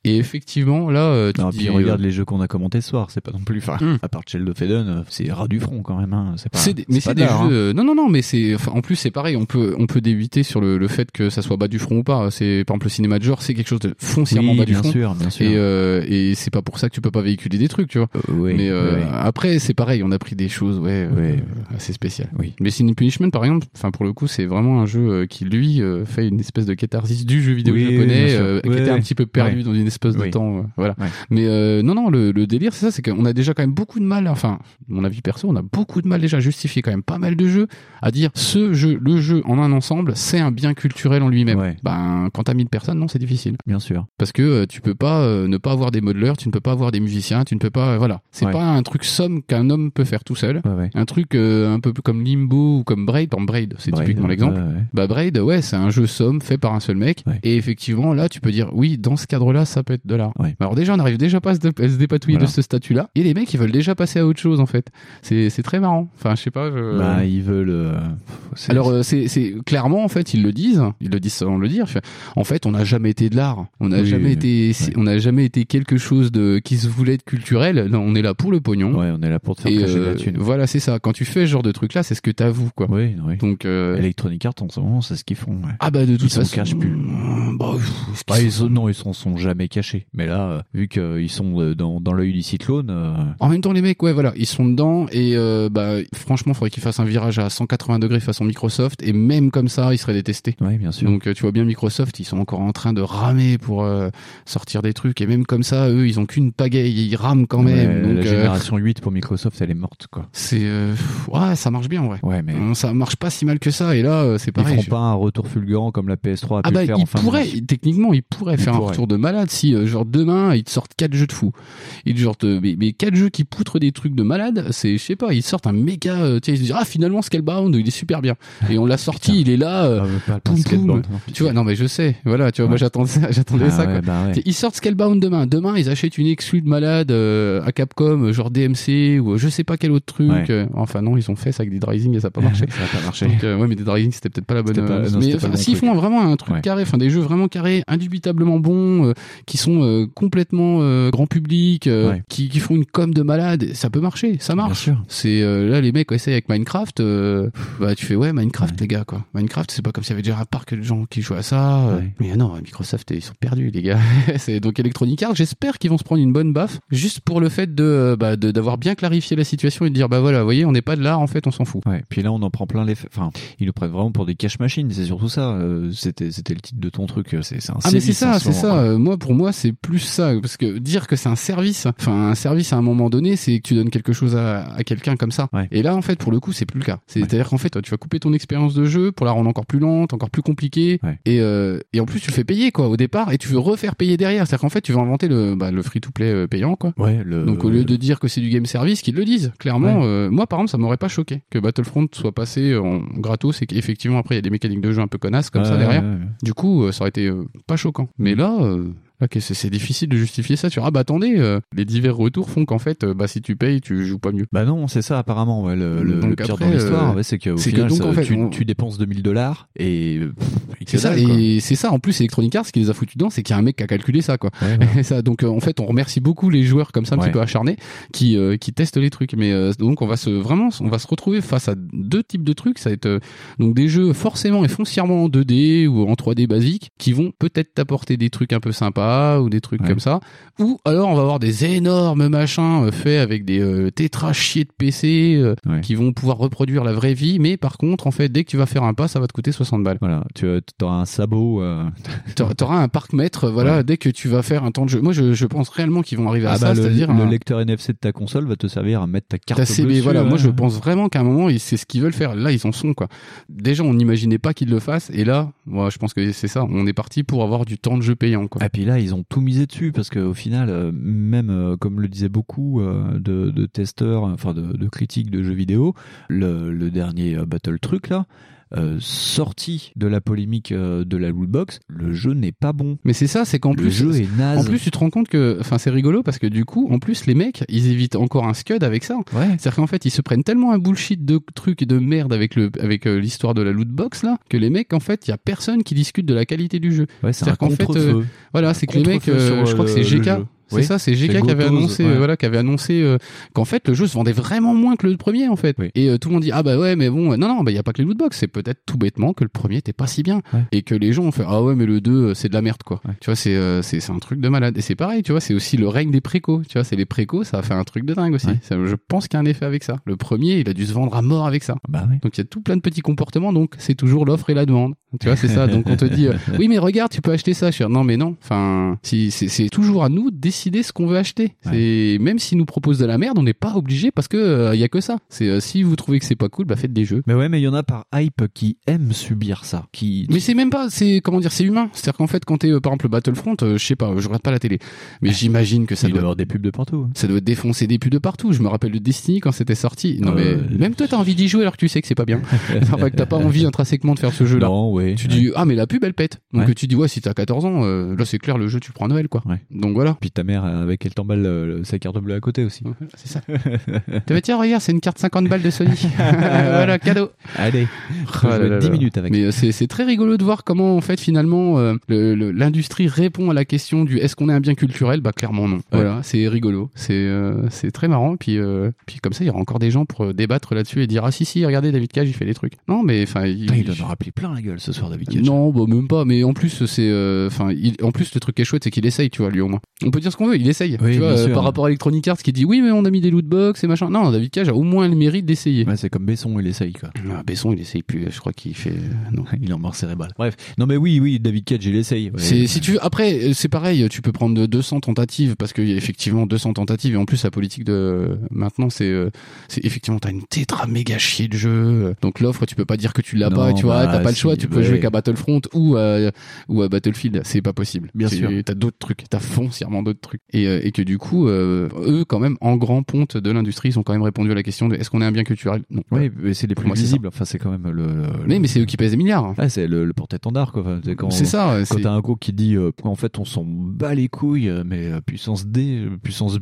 S3: Et effectivement, là, euh, tu
S2: Non,
S3: te dis,
S2: puis
S3: euh,
S2: regarde les jeux qu'on a commentés ce soir, c'est pas non plus. Enfin,
S3: Hmm.
S2: à part Child of Eden, euh, c'est ras du front quand même. Hein. C'est pas.
S3: c'est des- mais
S2: pas
S3: c'est des
S2: de
S3: jeux.
S2: l'art, hein.
S3: euh, Non, non, non, mais c'est. enfin, en plus, c'est pareil. On peut, on peut débiter sur le, le fait que ça soit bas du front ou pas. C'est par exemple le cinéma de genre, c'est quelque chose de foncièrement
S2: Oui,
S3: bas du
S2: bien
S3: front.
S2: sûr, bien sûr.
S3: Et, euh, et c'est pas pour ça que tu peux pas véhiculer des trucs, tu vois.
S2: Euh, oui,
S3: mais euh,
S2: oui.
S3: après, c'est pareil. On a pris des choses, ouais, euh,
S2: Ouais.
S3: assez spéciales.
S2: Oui.
S3: Mais Sin and Punishment, par exemple, enfin pour le coup, c'est vraiment un jeu euh, qui lui euh, fait une espèce de catharsis du jeu vidéo
S2: Oui, bien
S3: japonais,
S2: sûr.
S3: euh, qui
S2: Ouais.
S3: était un petit peu perdu
S2: Ouais.
S3: dans une espèce de
S2: Oui.
S3: temps. euh, voilà.
S2: Ouais.
S3: Mais euh, non, non, le, le délire, c'est ça, c'est qu'on a déjà quand même beaucoup de mal. Enfin, mon avis perso, on a beaucoup de mal déjà à justifier quand même pas mal de jeux à dire ce jeu, le jeu en un ensemble, c'est un bien culturel en lui-même.
S2: Ouais.
S3: Ben, quand t'as 1000 personnes, non, c'est difficile.
S2: Bien sûr.
S3: Parce que euh, tu peux pas euh, ne pas avoir des modeleurs, tu ne peux pas avoir des musiciens, tu ne peux pas. euh, voilà. C'est
S2: Ouais.
S3: pas un truc somme qu'un homme peut faire tout seul
S2: Ouais, ouais.
S3: un truc euh, un peu plus comme Limbo ou comme Braid, en Braid, c'est
S2: Braid,
S3: typiquement l'exemple.
S2: ouais, ouais.
S3: Bah Braid, ouais, c'est un jeu somme fait par un seul mec.
S2: Ouais.
S3: Et effectivement, là, tu peux dire, dire oui, dans ce cadre-là, ça peut être de l'art.
S2: Ouais.
S3: Mais Alors déjà, on arrive déjà pas à se, dé- à se dépatouiller
S2: Voilà.
S3: de ce statut-là. Et les mecs, ils veulent déjà passer à autre chose en fait. C'est c'est très marrant. Enfin, je sais pas. je-
S2: Bah, ils veulent. euh, c'est-
S3: Alors euh, c'est c'est- clairement en fait ils le disent, ils le disent sans le dire. En fait, on n'a jamais été de l'art, on n'a
S2: Oui,
S3: jamais
S2: oui,
S3: été,
S2: ouais.
S3: on n'a jamais été quelque chose de qui se voulait de culturel. Non, on est là pour le pognon.
S2: Ouais, on est là pour te faire
S3: Et
S2: cacher de
S3: euh,
S2: la thune.
S3: voilà, c'est ça. Quand tu fais ce genre de truc là, c'est ce que t'avoues quoi.
S2: Oui, oui.
S3: Donc euh,
S2: Electronic Arts, en ce moment, c'est ce qu'ils font. ouais.
S3: ah bah de toute
S2: s'en
S3: façon,
S2: cachent plus.
S3: Bah, pff, est-ce qu'ils
S2: Bah,
S3: sont-
S2: ils sont- non, ils s'en sont jamais cachés. Mais là, euh, vu qu'ils sont euh, dans, dans l'œil du cyclone, euh,
S3: En même temps, les mecs, ouais, voilà, ils sont dedans et euh, bah franchement, faudrait qu'ils fassent un virage à 180 degrés façon Microsoft et même comme ça, ils seraient détestés.
S2: ouais, bien sûr.
S3: Donc euh, tu vois bien Microsoft, ils sont encore en train de ramer pour euh, sortir des trucs et même comme ça, eux, ils ont qu'une pagaie, ils rament quand
S2: Ouais,
S3: même. Donc,
S2: la
S3: euh,
S2: génération 8 pour Microsoft, elle est morte, quoi.
S3: c'est euh, ouais, ça marche bien, ouais.
S2: Ouais, mais
S3: Non, Ça marche pas si mal que ça et là, euh, c'est
S2: ils
S3: Mmh, pareil.
S2: feront
S3: je-
S2: pas un retour fulgurant comme la PS3 a
S3: Ah
S2: pu
S3: bah
S2: le
S3: ils
S2: faire en fin de
S3: pourraient,
S2: vie.
S3: techniquement ils pourraient
S2: Ils
S3: faire un
S2: pourraient.
S3: retour de malade si euh, genre demain ils te sortent quatre jeux de fou. Ils te sortent euh, mais, mais quatre jeux qui poutrent des trucs de malade, c'est je sais pas, ils sortent un méga euh, tu sais ils se disent ah finalement Scalebound il est super bien et on l'a sorti, il est là euh,
S2: Ah, mais pas le
S3: poum,
S2: skateboard, non,
S3: tu
S2: pitié.
S3: vois non mais je sais, voilà, tu vois
S2: Ouais.
S3: moi j'attendais ça, j'attendais
S2: Ah
S3: ça quoi.
S2: ouais, bah ouais.
S3: T'sais, Ils sortent Scalebound demain. Demain, ils achètent une exclue de malade euh, à Capcom, euh, genre DMC ou euh, je sais pas quel autre truc.
S2: Ouais.
S3: euh, enfin non, ils ont fait ça avec des Rising et ça a pas
S2: *laughs*
S3: marché.
S2: Ça a pas marché.
S3: Donc, euh, ouais, mais des Rising c'était peut-être pas la bonne.
S2: C'était pas-
S3: euh,
S2: non,
S3: mais
S2: c'était pas
S3: enfin,
S2: le bon
S3: s'ils
S2: truc.
S3: font vraiment un truc
S2: Ouais.
S3: carré, enfin des jeux vraiment carrés, indubitablement bons, euh, qui sont euh, complètement euh, grand public, euh,
S2: Ouais.
S3: qui, qui font une com de malade, ça peut marcher, ça
S2: Bien
S3: marche.
S2: sûr.
S3: C'est euh, là les mecs essayent avec Minecraft, euh, bah tu fais ouais Minecraft
S2: Ouais.
S3: les gars quoi. Minecraft c'est pas comme s'il y avait déjà un parc de gens qui jouaient à ça. euh.
S2: Ouais.
S3: Mais non Microsoft ils sont perdus les gars. *laughs* c'est donc Electronic Arts j'espère qu'ils vont se prendre une bonne baffe juste pour le fait de euh, bah, de- d'avoir bien clarifié la situation et de dire bah voilà vous voyez on n'est pas de l'art en fait on s'en fout.
S2: Ouais, puis là on en prend plein les. fa- Enfin, ils nous prennent vraiment pour des cash machines, c'est surtout ça. euh, C'était, c'était le titre de ton truc. euh, C'est, c'est un
S3: Ah mais c'est
S2: service
S3: ça,
S2: en ce
S3: c'est
S2: moment,
S3: ça.
S2: quoi.
S3: Euh, Moi pour moi c'est plus ça parce que dire que c'est un service, enfin un service à un moment donné, c'est que tu donnes quelque chose à, à quelqu'un comme ça.
S2: Ouais.
S3: Et là en fait pour le coup c'est plus le cas. C'est-à-dire qu'en fait toi, tu vas couper ton expérience de jeu pour la rendre encore plus lente, encore plus compliquée.
S2: Ouais.
S3: Et, euh, et en plus tu le fais payer quoi au départ et tu veux refaire payer derrière. C'est-à-dire qu'en fait tu vas inventer le bah, le free to play payant quoi.
S2: Euh, Ouais, le.
S3: Donc au lieu de dire que c'est du game service, qu'ils le disent. Clairement,
S2: Ouais.
S3: euh, moi par exemple, ça m'aurait pas choqué que Battlefront soit passé en gratos et qu'effectivement après il y a des mécaniques de jeu un peu connasses comme ça
S2: Ouais,
S3: derrière.
S2: ouais, ouais.
S3: Du coup, euh, ça aurait été euh, pas choquant. Mais là, euh, là, qu'est-ce- c'est difficile de justifier ça. Tu dis, ah bah attendez, euh, les divers retours font qu'en fait, euh, bah si tu payes, tu joues pas mieux.
S2: Bah non, c'est ça apparemment. ouais, le, le-
S3: Donc
S2: le pire
S3: après,
S2: dans l'histoire,
S3: euh,
S2: ouais, c'est que au
S3: c'est que
S2: final,
S3: donc,
S2: ça-
S3: en fait,
S2: tu,
S3: on-
S2: tu dépenses 2000 dollars et. pff, et que
S3: C'est ça,
S2: dalle, quoi.
S3: et c'est ça. En plus, Electronic Arts, ce qui les a foutus dedans, c'est qu'il y a un mec qui a calculé ça, quoi.
S2: Ouais, ouais.
S3: Et ça, donc, euh, en fait, on remercie beaucoup les joueurs comme ça, un
S2: Mmh. Ouais.
S3: petit peu acharnés, qui euh, qui testent les trucs. Mais euh, donc, on va se vraiment, on va se retrouver face à deux types de trucs. Ça va être euh, donc des jeux forcément et foncièrement en 2D ou en 3D basique, qui vont peut-être t'apporter des trucs un peu sympas ou des trucs
S2: Ouais.
S3: comme ça. Ou alors, on va avoir des énormes machins euh, faits avec des euh, tétras chiés de PC euh,
S2: Ouais.
S3: qui vont pouvoir reproduire la vraie vie. Mais par contre, en fait, dès que tu vas faire un pas, ça va te coûter 60 balles.
S2: Voilà, tu euh, t'auras un sabot. euh,
S3: T'a- T'auras un parc maître, voilà,
S2: Ouais.
S3: dès que tu vas faire un temps de jeu. Moi, je, je pense réellement qu'ils vont arriver à
S2: ah
S3: ça,
S2: bah, le,
S3: c'est-à-dire
S2: le
S3: un-
S2: lecteur NFC de ta console va te servir à mettre ta carte.
S3: ta CB.
S2: dessus, euh,
S3: voilà,
S2: ouais.
S3: moi, je pense vraiment qu'à un moment, ils- c'est ce qu'ils veulent faire. Là, ils en sont quoi. Déjà, on n'imaginait pas qu'ils le fassent, et là, moi, je pense que c'est ça. On est parti pour avoir du temps de jeu payant, quoi.
S2: Et puis là, ils ont tout misé dessus parce qu'au final, euh, même euh, comme le disaient beaucoup euh, de, de testeurs, enfin de, de critiques de jeux vidéo, le, le dernier euh, Battle Truc là, euh, sorti de la polémique euh, de la loot box, le jeu n'est pas bon.
S3: Mais c'est ça, c'est qu'en
S2: le
S3: plus,
S2: jeu est naze.
S3: en plus, tu te rends compte que, enfin, c'est rigolo parce que du coup, en plus, les mecs, ils évitent encore un scud avec ça.
S2: ouais.
S3: C'est-à-dire qu'en fait, ils se prennent tellement un bullshit de trucs et de merde avec le avec euh, l'histoire de la loot box là que les mecs, en fait, il y a personne qui discute de la qualité du jeu.
S2: Ouais, c'est un
S3: C'est-à-dire qu'en fait,
S2: contre-feu.
S3: Voilà, c'est que les mecs,
S2: Contre-feu
S3: euh,
S2: sur
S3: je crois que
S2: le-
S3: c'est
S2: le
S3: GK.
S2: jeu.
S3: C'est
S2: Oui.
S3: ça, c'est
S2: C'est
S3: GK qui avait
S2: Gotos,
S3: annoncé,
S2: ouais.
S3: euh, voilà, qui avait annoncé euh, qu'en fait le jeu se vendait vraiment moins que le premier en fait.
S2: Oui.
S3: Et euh, tout le monde dit ah bah ouais mais bon euh, non non bah il y a pas que les lootbox, c'est peut-être tout bêtement que le premier était pas si bien
S2: Ouais.
S3: et que les gens ont fait ah ouais mais le 2 euh, c'est de la merde quoi.
S2: Ouais.
S3: Tu vois c'est euh, c'est c'est un truc de malade et c'est pareil tu vois c'est aussi le règne des précos tu vois c'est les précos ça a fait un truc de dingue aussi.
S2: Ouais.
S3: Ça, je pense qu'il y a un effet avec ça. Le premier il a dû se vendre à mort avec ça.
S2: Bah ouais.
S3: Donc il y a tout plein de petits comportements, donc c'est toujours l'offre et la demande. Tu
S2: *laughs*
S3: vois, c'est ça. Donc on te dit, euh, oui, mais regarde, tu peux acheter ça. Je suis, non, mais non. Enfin, si, c'est c'est toujours à nous de décider ce qu'on veut acheter. C'est même s'ils nous proposent de la merde, on n'est pas obligé parce que euh, y a que ça. C'est euh, si vous trouvez que c'est pas cool, bah faites des jeux.
S2: Mais ouais, mais il y en a par hype qui aiment subir ça. Qui...
S3: Mais c'est même pas, c'est comment dire, c'est humain. C'est-à-dire qu'en fait, quand t'es euh, par exemple Battlefront, euh, je sais pas, euh, je regarde pas la télé, mais j'imagine que ça
S2: Il doit y
S3: doit,
S2: avoir des pubs de partout. hein.
S3: ça doit défoncer des pubs de partout. Je me rappelle de Destiny quand c'était sorti. Non
S2: Euh,
S3: mais même toi, t'as envie d'y jouer alors que tu sais que c'est
S2: *laughs*
S3: pas bien. enfin, que t'as pas envie intrinsèquement de faire ce jeu-là.
S2: Non, ouais.
S3: Tu dis ah mais la pub elle pète. Donc
S2: Ouais.
S3: tu dis ouais si t'as 14 ans, euh, là c'est clair le jeu tu le prends à Noël quoi.
S2: Ouais. *laughs*
S3: Donc voilà.
S2: Puis ta mère, euh, avec elle t'emballe euh, sa carte bleue à côté aussi.
S3: C'est ça. Tu vas tiens, regarde, c'est une carte 50 balles
S2: *laughs*
S3: de Sony. *laughs* voilà, cadeau.
S2: Allez, je
S3: Ah là
S2: vais
S3: là
S2: 10
S3: là.
S2: minutes avec.
S3: Mais euh, c'est c'est très rigolo de voir comment, en fait, finalement, euh, le- le- l'industrie répond à la question du est-ce qu'on est un bien culturel Bah, clairement, non. Voilà, c'est rigolo. C'est euh, c'est très marrant. Puis, euh, puis, comme ça, il y aura encore des gens pour euh, débattre là-dessus et dire Ah, si, si, regardez, David Cage, il fait des trucs. Non, mais enfin.
S2: Putain, il en a rappelé plein la gueule ce soir, David Cage.
S3: Non, bah, même pas. Mais en plus, c'est, euh, enfin, il- en plus, le truc qui est chouette, c'est qu'il essaye, tu vois, lui au moins. On peut dire ce qu'on veut, il essaye.
S2: Oui,
S3: tu vois, euh,
S2: bien sûr.
S3: par rapport à Electronic Arts, qui dit oui, mais on a mis des loot box et machin. Non, David Cage a au moins le mérite d'essayer.
S2: Ouais, c'est comme Besson, il essaye quoi. *laughs*
S3: Ah, Besson, il essaye plus. Je crois qu'il fait euh, non.
S2: Il est en mort cérébrale. Bref, non mais oui, oui, David Cage, il essaye. Ouais.
S3: C'est, si tu veux- après, euh, c'est pareil, tu peux prendre 200 tentatives parce qu'il y a effectivement 200 tentatives et en plus la politique de euh, maintenant c'est, euh, c'est effectivement t'as une tétra méga chier de jeu. Donc l'offre, tu peux pas dire que tu l'as
S2: Non,
S3: pas, tu vois,
S2: bah,
S3: t'as pas le choix,
S2: si,
S3: tu peux
S2: ouais.
S3: jouer qu'à Battlefront ou à, ou à Battlefield, c'est pas possible.
S2: Bien
S3: Tu-
S2: sûr.
S3: T'as d'autres trucs, t'as foncièrement d'autres trucs. Et, euh, et que du coup, euh, eux quand même, en grand ponte de l'industrie, ils ont quand même répondu à la question de est-ce qu'on est un bien culturel Non.
S2: Ouais, mais c'est les
S3: Pour
S2: plus
S3: moi, c'est
S2: visibles. Enfin, c'est quand même le. le-
S3: Mais, mais c'est eux qui pèsent des milliards. hein.
S2: Ah, c'est le, le porte-étendard quoi. Enfin, c'est quand-
S3: c'est ça. c'est-
S2: Quand t'as un gros qui dit euh, en fait on s'en bat les couilles euh, mais euh, puissance D euh, puissance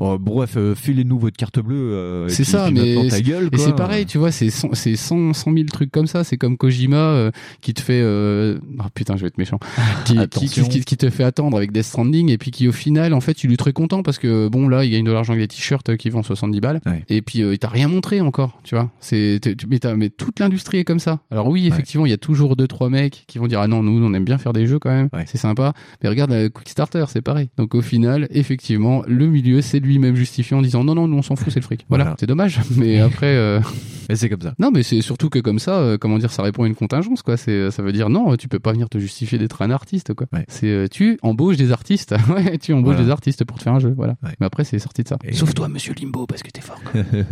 S2: oh, bref euh, filez-nous votre carte bleue euh, et
S3: C'est
S2: puis-
S3: ça,
S2: puis
S3: mais
S2: maintenant ta gueule
S3: Et
S2: quoi.
S3: c'est pareil, tu vois, c'est 100, c'est 100, 100 000 trucs comme ça. C'est comme Kojima euh, qui te fait. euh, Oh putain, je vais
S2: *laughs*
S3: être méchant. Qui, qui,
S2: Attention.
S3: qui- qui te fait attendre avec Death Stranding et puis qui, au final, en fait, tu lui très content parce que bon, là, il gagne de l'argent avec des t-shirts euh, qui vendent 70 balles.
S2: Ouais.
S3: Et puis, euh, il t'a rien montré encore, tu vois. C'est, t'es- tu- mais, t'as- mais toute l'industrie est comme ça. Alors, oui, effectivement, il y a toujours deux, trois mecs qui vont dire Ah non, nous, on aime bien faire des jeux quand même.
S2: Ouais.
S3: C'est sympa. Mais regarde la Quickstarter, c'est pareil. Donc, au final, effectivement, le milieu, c'est lui-même justifié en disant Non, non, nous, on s'en fout, c'est le fric. Voilà,
S2: Voilà.
S3: c'est dommage. *laughs*
S2: *laughs*
S3: Mais après. euh,
S2: Et c'est comme ça. *laughs*
S3: non, mais c'est surtout que comme ça, euh, comment dire, ça répond à une contingence, quoi. C'est, euh, ça veut dire non, tu peux pas venir te justifier d'être un artiste, quoi.
S2: Ouais.
S3: C'est euh, tu embauches des artistes, *laughs* ouais, tu embauches
S2: Voilà.
S3: des artistes pour te faire un jeu, voilà.
S2: Ouais.
S3: Mais après, c'est sorti de ça.
S2: Et-
S3: Sauf toi, Monsieur Limbo, parce que t'es fort. Quoi. Parce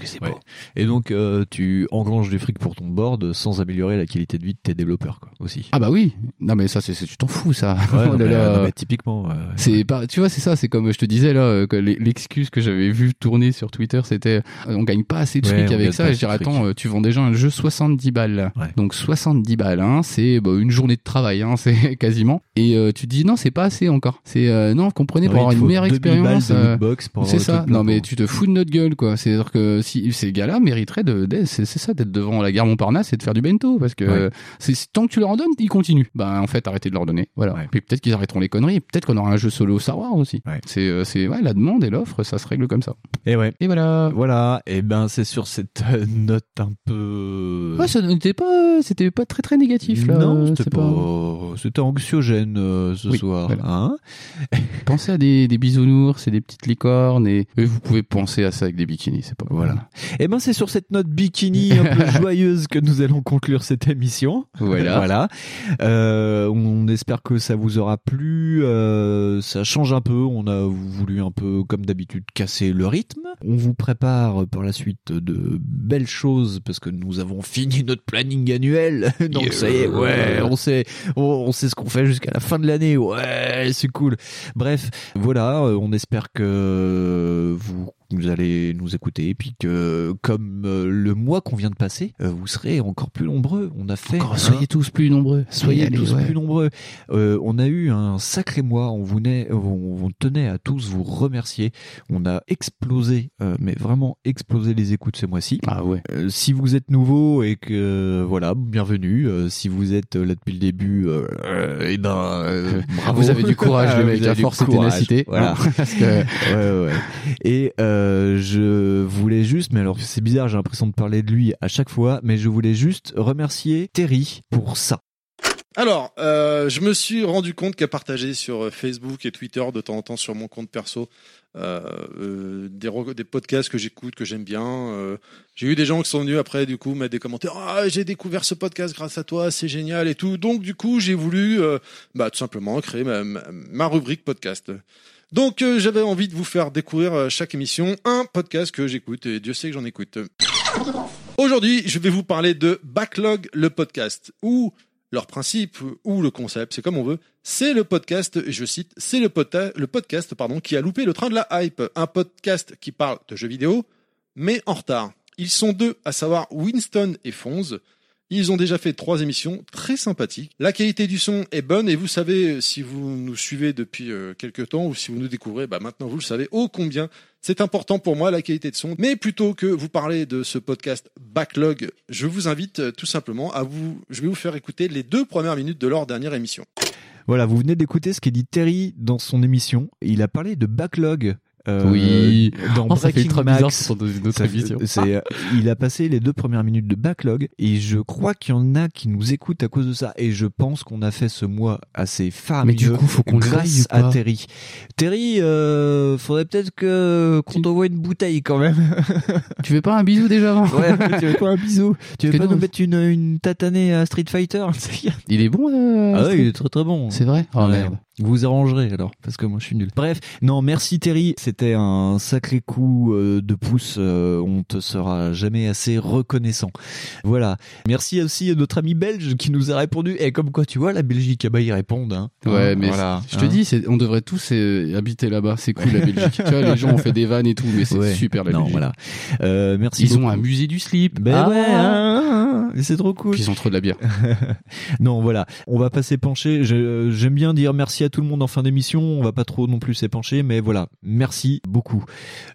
S3: que c'est
S2: Ouais.
S3: beau.
S2: Et donc euh, tu engranges du fric pour ton board sans améliorer la qualité de vie de tes développeurs quoi aussi.
S3: Ah bah oui. Non mais ça, c'est, c'est- tu t'en fous, ça.
S2: Ouais,
S3: *laughs*
S2: non,
S3: Oh là
S2: mais,
S3: là.
S2: non, mais typiquement ouais, ouais.
S3: C'est pas, tu vois, c'est ça, c'est comme je te disais là, euh, que les- l'excuse que j'avais vu tourner sur Twitter, c'était euh, on gagne pas assez de
S2: Ouais,
S3: fric
S2: on gagne
S3: avec
S2: pas
S3: ça. Et
S2: assez de
S3: je dirais,
S2: fric.
S3: attends, euh, tu vends déjà un jeu 70 balles.
S2: Ouais.
S3: Donc 70 balles, hein, c'est bah, une journée de travail, hein, *laughs* c'est quasiment. Et euh, tu te dis, non, c'est pas assez encore. C'est, euh, non, comprenez,
S2: Ouais,
S3: pour avoir
S2: il te
S3: une
S2: faut
S3: meilleure
S2: 2000
S3: expérience.
S2: balles de
S3: euh,
S2: lootbox pour
S3: c'est
S2: avoir le
S3: ça.
S2: truc
S3: Non,
S2: plein
S3: mais
S2: pour-
S3: tu te fous de notre gueule, quoi. C'est-à-dire que si ces gars-là mériteraient de, d'être- c'est c'est ça, d'être devant la gare Montparnasse et de faire du bento, parce que
S2: Ouais.
S3: euh, c'est tant que tu leur en donnes, ils continuent. Ben en fait, arrêtez de leur donner. Voilà.
S2: Ouais.
S3: Puis peut-être qu'ils arrêteront les conneries. et Peut-être qu'on aura un jeu solo Star Wars aussi.
S2: Ouais.
S3: C'est, euh, c'est ouais, la demande et l'offre, ça se règle comme ça.
S2: Et ouais.
S3: Et voilà.
S2: Voilà, et ben c'est sur cette euh, note un peu
S3: Ouais, ça n'était pas, euh, c'était pas très très négatif Oh, là. Euh,
S2: Non,
S3: C'est
S2: c'était pas... c'était anxiogène euh, ce
S3: Oui,
S2: soir.
S3: voilà.
S2: hein.
S3: Pensez à des, des bisounours et des petites licornes et, et vous pouvez penser à ça avec des bikinis, c'est pas mal.
S2: Voilà. Et ben c'est sur cette note bikini un
S3: *laughs*
S2: peu joyeuse que nous allons conclure cette émission.
S3: Voilà.
S2: Euh, on espère que ça vous aura plu. euh, ça change un peu. On a voulu un peu, comme d'habitude, casser le rythme. On vous prépare par la suite de belles choses parce que nous avons fini notre planning annuel. *laughs* Donc ça y est, ouais, on sait, on, on sait ce qu'on fait jusqu'à la fin de l'année. Ouais, c'est cool. Bref, voilà, euh, on espère que vous, vous allez nous écouter et puis que comme euh, le mois qu'on vient de passer, euh, vous serez encore plus nombreux. On a fait
S3: Encore,
S2: un-
S3: Oh, soyez tous plus nombreux.
S2: Hein Soyez
S3: Allez,
S2: tous
S3: ouais.
S2: plus nombreux. Euh, on a eu un sacré mois. On, vous naît- on, on tenait à tous vous remercier. On a explosé, euh, mais vraiment explosé les écoutes ce mois-ci.
S3: Ah ouais.
S2: Euh, si vous êtes nouveau et que euh, voilà, bienvenue. Euh, si vous êtes euh, là depuis le début, euh, euh, eh ben, euh, bravo.
S3: *laughs* Vous avez du courage,
S2: *laughs* Ah,
S3: les
S2: vous
S3: mecs,
S2: avez
S3: à
S2: du
S3: force et
S2: courage.
S3: ténacité.
S2: Voilà.
S3: Parce *laughs* que-
S2: *laughs* Ouais, ouais, ouais. Et euh, je voulais juste, mais alors c'est bizarre, j'ai l'impression de parler de lui à chaque fois, mais je voulais juste remercier Terry pour ça.
S12: Alors, euh, je me suis rendu compte qu'à partager sur euh, Facebook et Twitter, de temps en temps sur mon compte perso, euh, euh, des, reco- des podcasts que j'écoute, que j'aime bien. euh, j'ai eu des gens qui sont venus après, du coup, mettre des commentaires. Ah, j'ai découvert ce podcast grâce à toi, c'est génial et tout. Donc, du coup, j'ai voulu euh, bah, tout simplement créer ma, ma- ma rubrique podcast. Donc euh, j'avais envie de vous faire découvrir euh, chaque émission un podcast que j'écoute et Dieu sait que j'en écoute. Aujourd'hui, je vais vous parler de Backlog le podcast où leur principe ou le concept, c'est comme on veut, c'est le podcast, je cite, c'est le, pota- le podcast pardon qui a loupé le train de la hype, un podcast qui parle de jeux vidéo mais en retard. Ils sont deux, à savoir Winston et Fonz. Ils ont déjà fait trois émissions très sympathiques. La qualité du son est bonne et vous savez, euh, si vous nous suivez depuis euh, quelques temps ou si vous nous découvrez, bah maintenant vous le savez, ô combien c'est important pour moi la qualité de son. Mais plutôt que vous parler de ce podcast Backlog, je vous invite euh, tout simplement à vous, je vais vous faire écouter les deux premières minutes de leur dernière émission.
S2: Voilà, vous venez d'écouter ce qu'a dit Terry dans son émission. Il a parlé de backlog. euh,
S3: Oui.
S2: dans
S3: Oh,
S2: Breaking
S3: ça fait ultra
S2: Max.
S3: bizarre, c'est dans une autre
S2: Ça fait-
S3: émission.
S2: c'est, euh, il a passé les deux premières minutes de backlog et je crois qu'il y en a qui nous écoutent à cause de ça. Et je pense qu'on a fait ce mois assez fabuleux.
S3: du coup, faut qu'on le
S2: grâce
S3: veille ou
S2: à
S3: pas
S2: Terry. Terry, euh, faudrait peut-être que qu'on t'envoie une bouteille quand même.
S3: Tu veux pas un bisou déjà avant
S2: *laughs* ouais, tu veux pas un bisou Tu veux
S3: Parce que
S2: pas
S3: non,
S2: nous mettre une, une tatanée à Street Fighter
S3: Il est bon. euh,
S2: Ah ouais,
S3: Astrid
S2: il est très très bon.
S3: C'est vrai. Oh
S2: Ouais.
S3: merde.
S2: Ah, Vous vous arrangerez alors, parce que moi je suis nul. Bref, non, merci Terry, c'était un sacré coup euh, de pouce, euh, on te sera jamais assez reconnaissant. Voilà, merci aussi à notre ami belge qui nous a répondu, et comme quoi tu vois, la Belgique, ah bah ils répondent. Hein.
S3: Ouais,
S2: Hein,
S3: mais
S2: voilà,
S3: je te
S2: hein.
S3: dis, c'est- on devrait tous euh, habiter là-bas. C'est cool la Belgique. tu vois, les gens ont fait des vannes et tout, mais c'est
S2: Ouais.
S3: super la
S2: Non,
S3: Belgique.
S2: voilà. Euh, merci
S3: Ils ont
S2: beaucoup.
S3: un musée du slip.
S2: Ben
S3: Ah.
S2: ouais, hein, hein, hein, c'est trop cool.
S3: Puis ils ont trop de la bière.
S2: non, voilà, on va pas s'épancher. Je- euh, J'aime bien dire merci à tout le monde en fin d'émission. On va pas trop non plus s'épancher, mais voilà, merci beaucoup.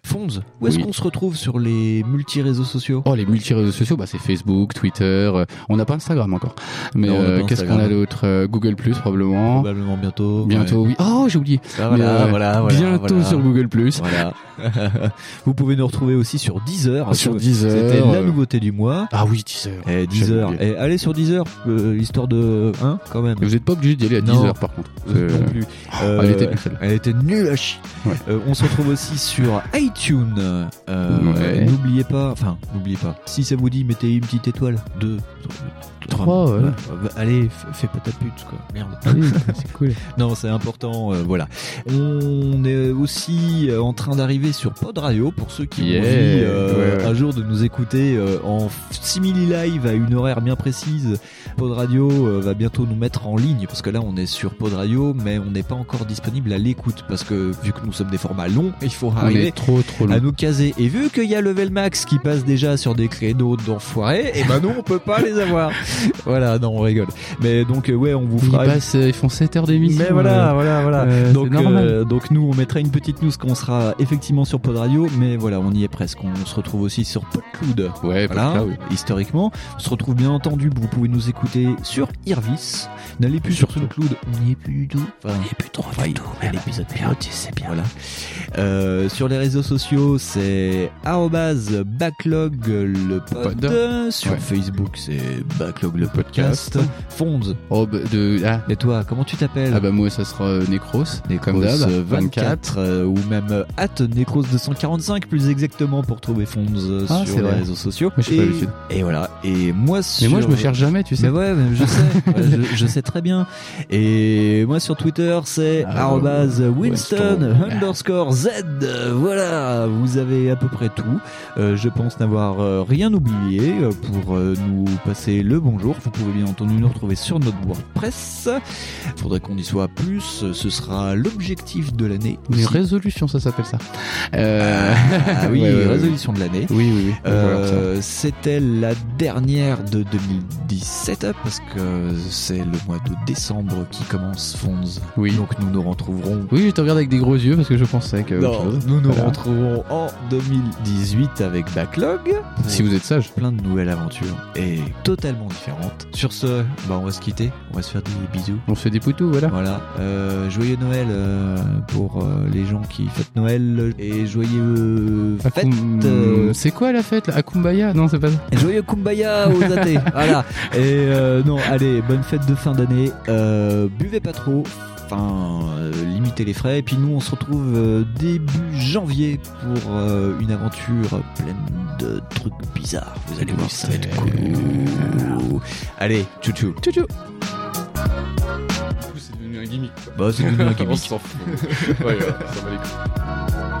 S2: Fonz, où est-ce
S3: Oui.
S2: qu'on se retrouve sur les multi-réseaux sociaux
S3: Oh, les multi-réseaux sociaux, bah, c'est Facebook, Twitter. euh, on n'a pas Instagram encore. Mais
S2: Non, on n'a
S3: euh,
S2: pas
S3: qu'est-ce qu'on
S2: Instagram.
S3: a d'autre Euh, Google Plus probablement.
S2: Probablement bientôt.
S3: Bientôt,
S2: ouais.
S3: oui. Oh, j'ai oublié.
S2: Ah, voilà,
S3: Mais, euh,
S2: voilà, voilà,
S3: bientôt
S2: voilà.
S3: sur Google Plus.
S2: Voilà. *laughs* Vous pouvez nous retrouver aussi sur Deezer.
S3: Sur
S2: C'était
S3: Deezer.
S2: la nouveauté du mois.
S3: Ah oui, Deezer.
S2: Et
S3: J'avais
S2: Deezer.
S3: oublié.
S2: Et allez sur Deezer, euh, histoire de. Hein, quand même.
S3: Vous n'êtes pas obligé d'y aller à
S2: Non.
S3: 10h par contre. Euh,
S2: non plus. Euh,
S3: elle était
S2: *laughs*
S3: nulle, celle-là.
S2: elle était nulle à chier.
S3: Ouais.
S2: Euh, on se retrouve aussi sur iTunes. Euh,
S3: Ouais.
S2: N'oubliez pas, enfin, n'oubliez pas. Si ça vous dit, mettez une petite étoile, deux, trois.
S3: Trois, ouais.
S2: bah, allez, f- fais pas ta pute, quoi. Merde.
S3: c'est cool.
S2: non, c'est important. euh, voilà. On est aussi euh, en train d'arriver sur Pod Radio pour ceux qui
S3: Yeah,
S2: ont envie euh,
S3: ouais, ouais.
S2: un jour de nous écouter euh, en simili live à une horaire bien précise. Pod Radio euh, va bientôt nous mettre en ligne parce que là on est sur Pod Radio mais on n'est pas encore disponible à l'écoute parce que vu que nous sommes des formats longs, Ah, il faut
S3: On
S2: arriver
S3: est trop trop
S2: à
S3: long.
S2: nous caser. Et vu qu'il y a Level Max qui passe déjà sur des créneaux d'enfoirés, et ben nous on peut pas les avoir. *laughs* voilà, non on rigole. Mais donc euh, ouais on vous
S3: Ils
S2: fera une-
S3: passent, euh, ils font 7 heures d'émission.
S2: mais voilà, voilà, voilà.
S3: euh,
S2: donc,
S3: c'est normal.
S2: euh, donc nous, on mettra une petite news qu'on sera effectivement sur Pod Radio, mais voilà, on y est presque. On se retrouve aussi sur Podcloud.
S3: euh. Ouais,
S2: Voilà,
S3: voilà. oui.
S2: historiquement. On se retrouve bien entendu, vous pouvez nous écouter sur Irvis. N'allez plus sur Podcloud, on n'y est plus du tout. Enfin, on n'y est plus trop du tout, mais l'épisode pilote, c'est bien. Voilà. Euh, sur les réseaux sociaux, c'est arrobase backlog le pod. Sur
S3: Ouais.
S2: Facebook, c'est backlog le podcast. Fonds.
S3: Oh, bah, de, ah,
S2: Et toi, comment tu t'appelles
S3: Ah bah moi ça sera euh, Necros, comme
S2: Necros,
S3: d'hab,
S2: euh, 24 euh, ou même euh, at Necros 245 plus exactement pour trouver Fonds euh,
S3: Ah,
S2: sur
S3: c'est
S2: les
S3: vrai.
S2: réseaux sociaux.
S3: Mais je suis
S2: et,
S3: pas habitué.
S2: et voilà. Et moi
S3: Mais
S2: sur...
S3: moi je me cherche jamais, tu sais.
S2: Mais ouais, mais je sais, *laughs* Ouais, je, je sais très bien. Et moi sur Twitter, c'est
S3: Ah,
S2: arrobase
S3: Winston.
S2: Winston underscore Z. Euh, Voilà, vous avez à peu près tout. Euh, je pense n'avoir euh, rien oublié euh, pour euh, nous passer le bonjour. Vous pouvez bien entendu nous retrouver sur notre WordPress. Faudrait qu'on y soit plus. Ce sera l'objectif de l'année.
S3: Une
S2: aussi.
S3: résolution ça
S2: *laughs*
S3: s'appelle ça. Euh...
S2: Ah oui,
S3: ouais, ouais, ouais.
S2: résolution de l'année.
S3: Oui, oui, oui. Voilà, ça.
S2: Euh, C'était la dernière de 2017 parce que c'est le mois de décembre qui commence Fonz.
S3: Oui.
S2: Donc nous nous retrouverons.
S3: Oui, je te regarde avec des gros yeux parce que je pensais que...
S2: Non,
S3: autre chose.
S2: nous nous
S3: Voilà.
S2: retrouverons en 2018 avec Backlog. pour
S3: Si vous êtes sage.
S2: plein de nouvelles aventures et totalement différentes. Sur ce, bah on va se quitter, on va se faire des bisous.
S3: On se fait des poutous, voilà.
S2: Voilà, euh, joyeux Noël euh, pour euh, les gens qui fêtent Noël et joyeux euh, fête,
S3: Akum-
S2: euh,
S3: C'est quoi la fête là Akumbaya Non, c'est pas ça.
S2: Et Joyeux Kumbaya aux athées. voilà. Et euh, non, allez, bonne fête de fin d'année. Euh, buvez pas trop. Enfin, euh, limitez les frais. Et puis nous, on se retrouve euh, début janvier pour euh, une aventure pleine de trucs bizarres. Vous allez voir, ça va être cool. Allez, tchou tchou.
S3: C'est devenu
S13: un gimmick. quoi.
S2: Bah, c'est devenu un
S13: On
S2: gimmick.
S13: s'en fout. ouais, euh, ça va les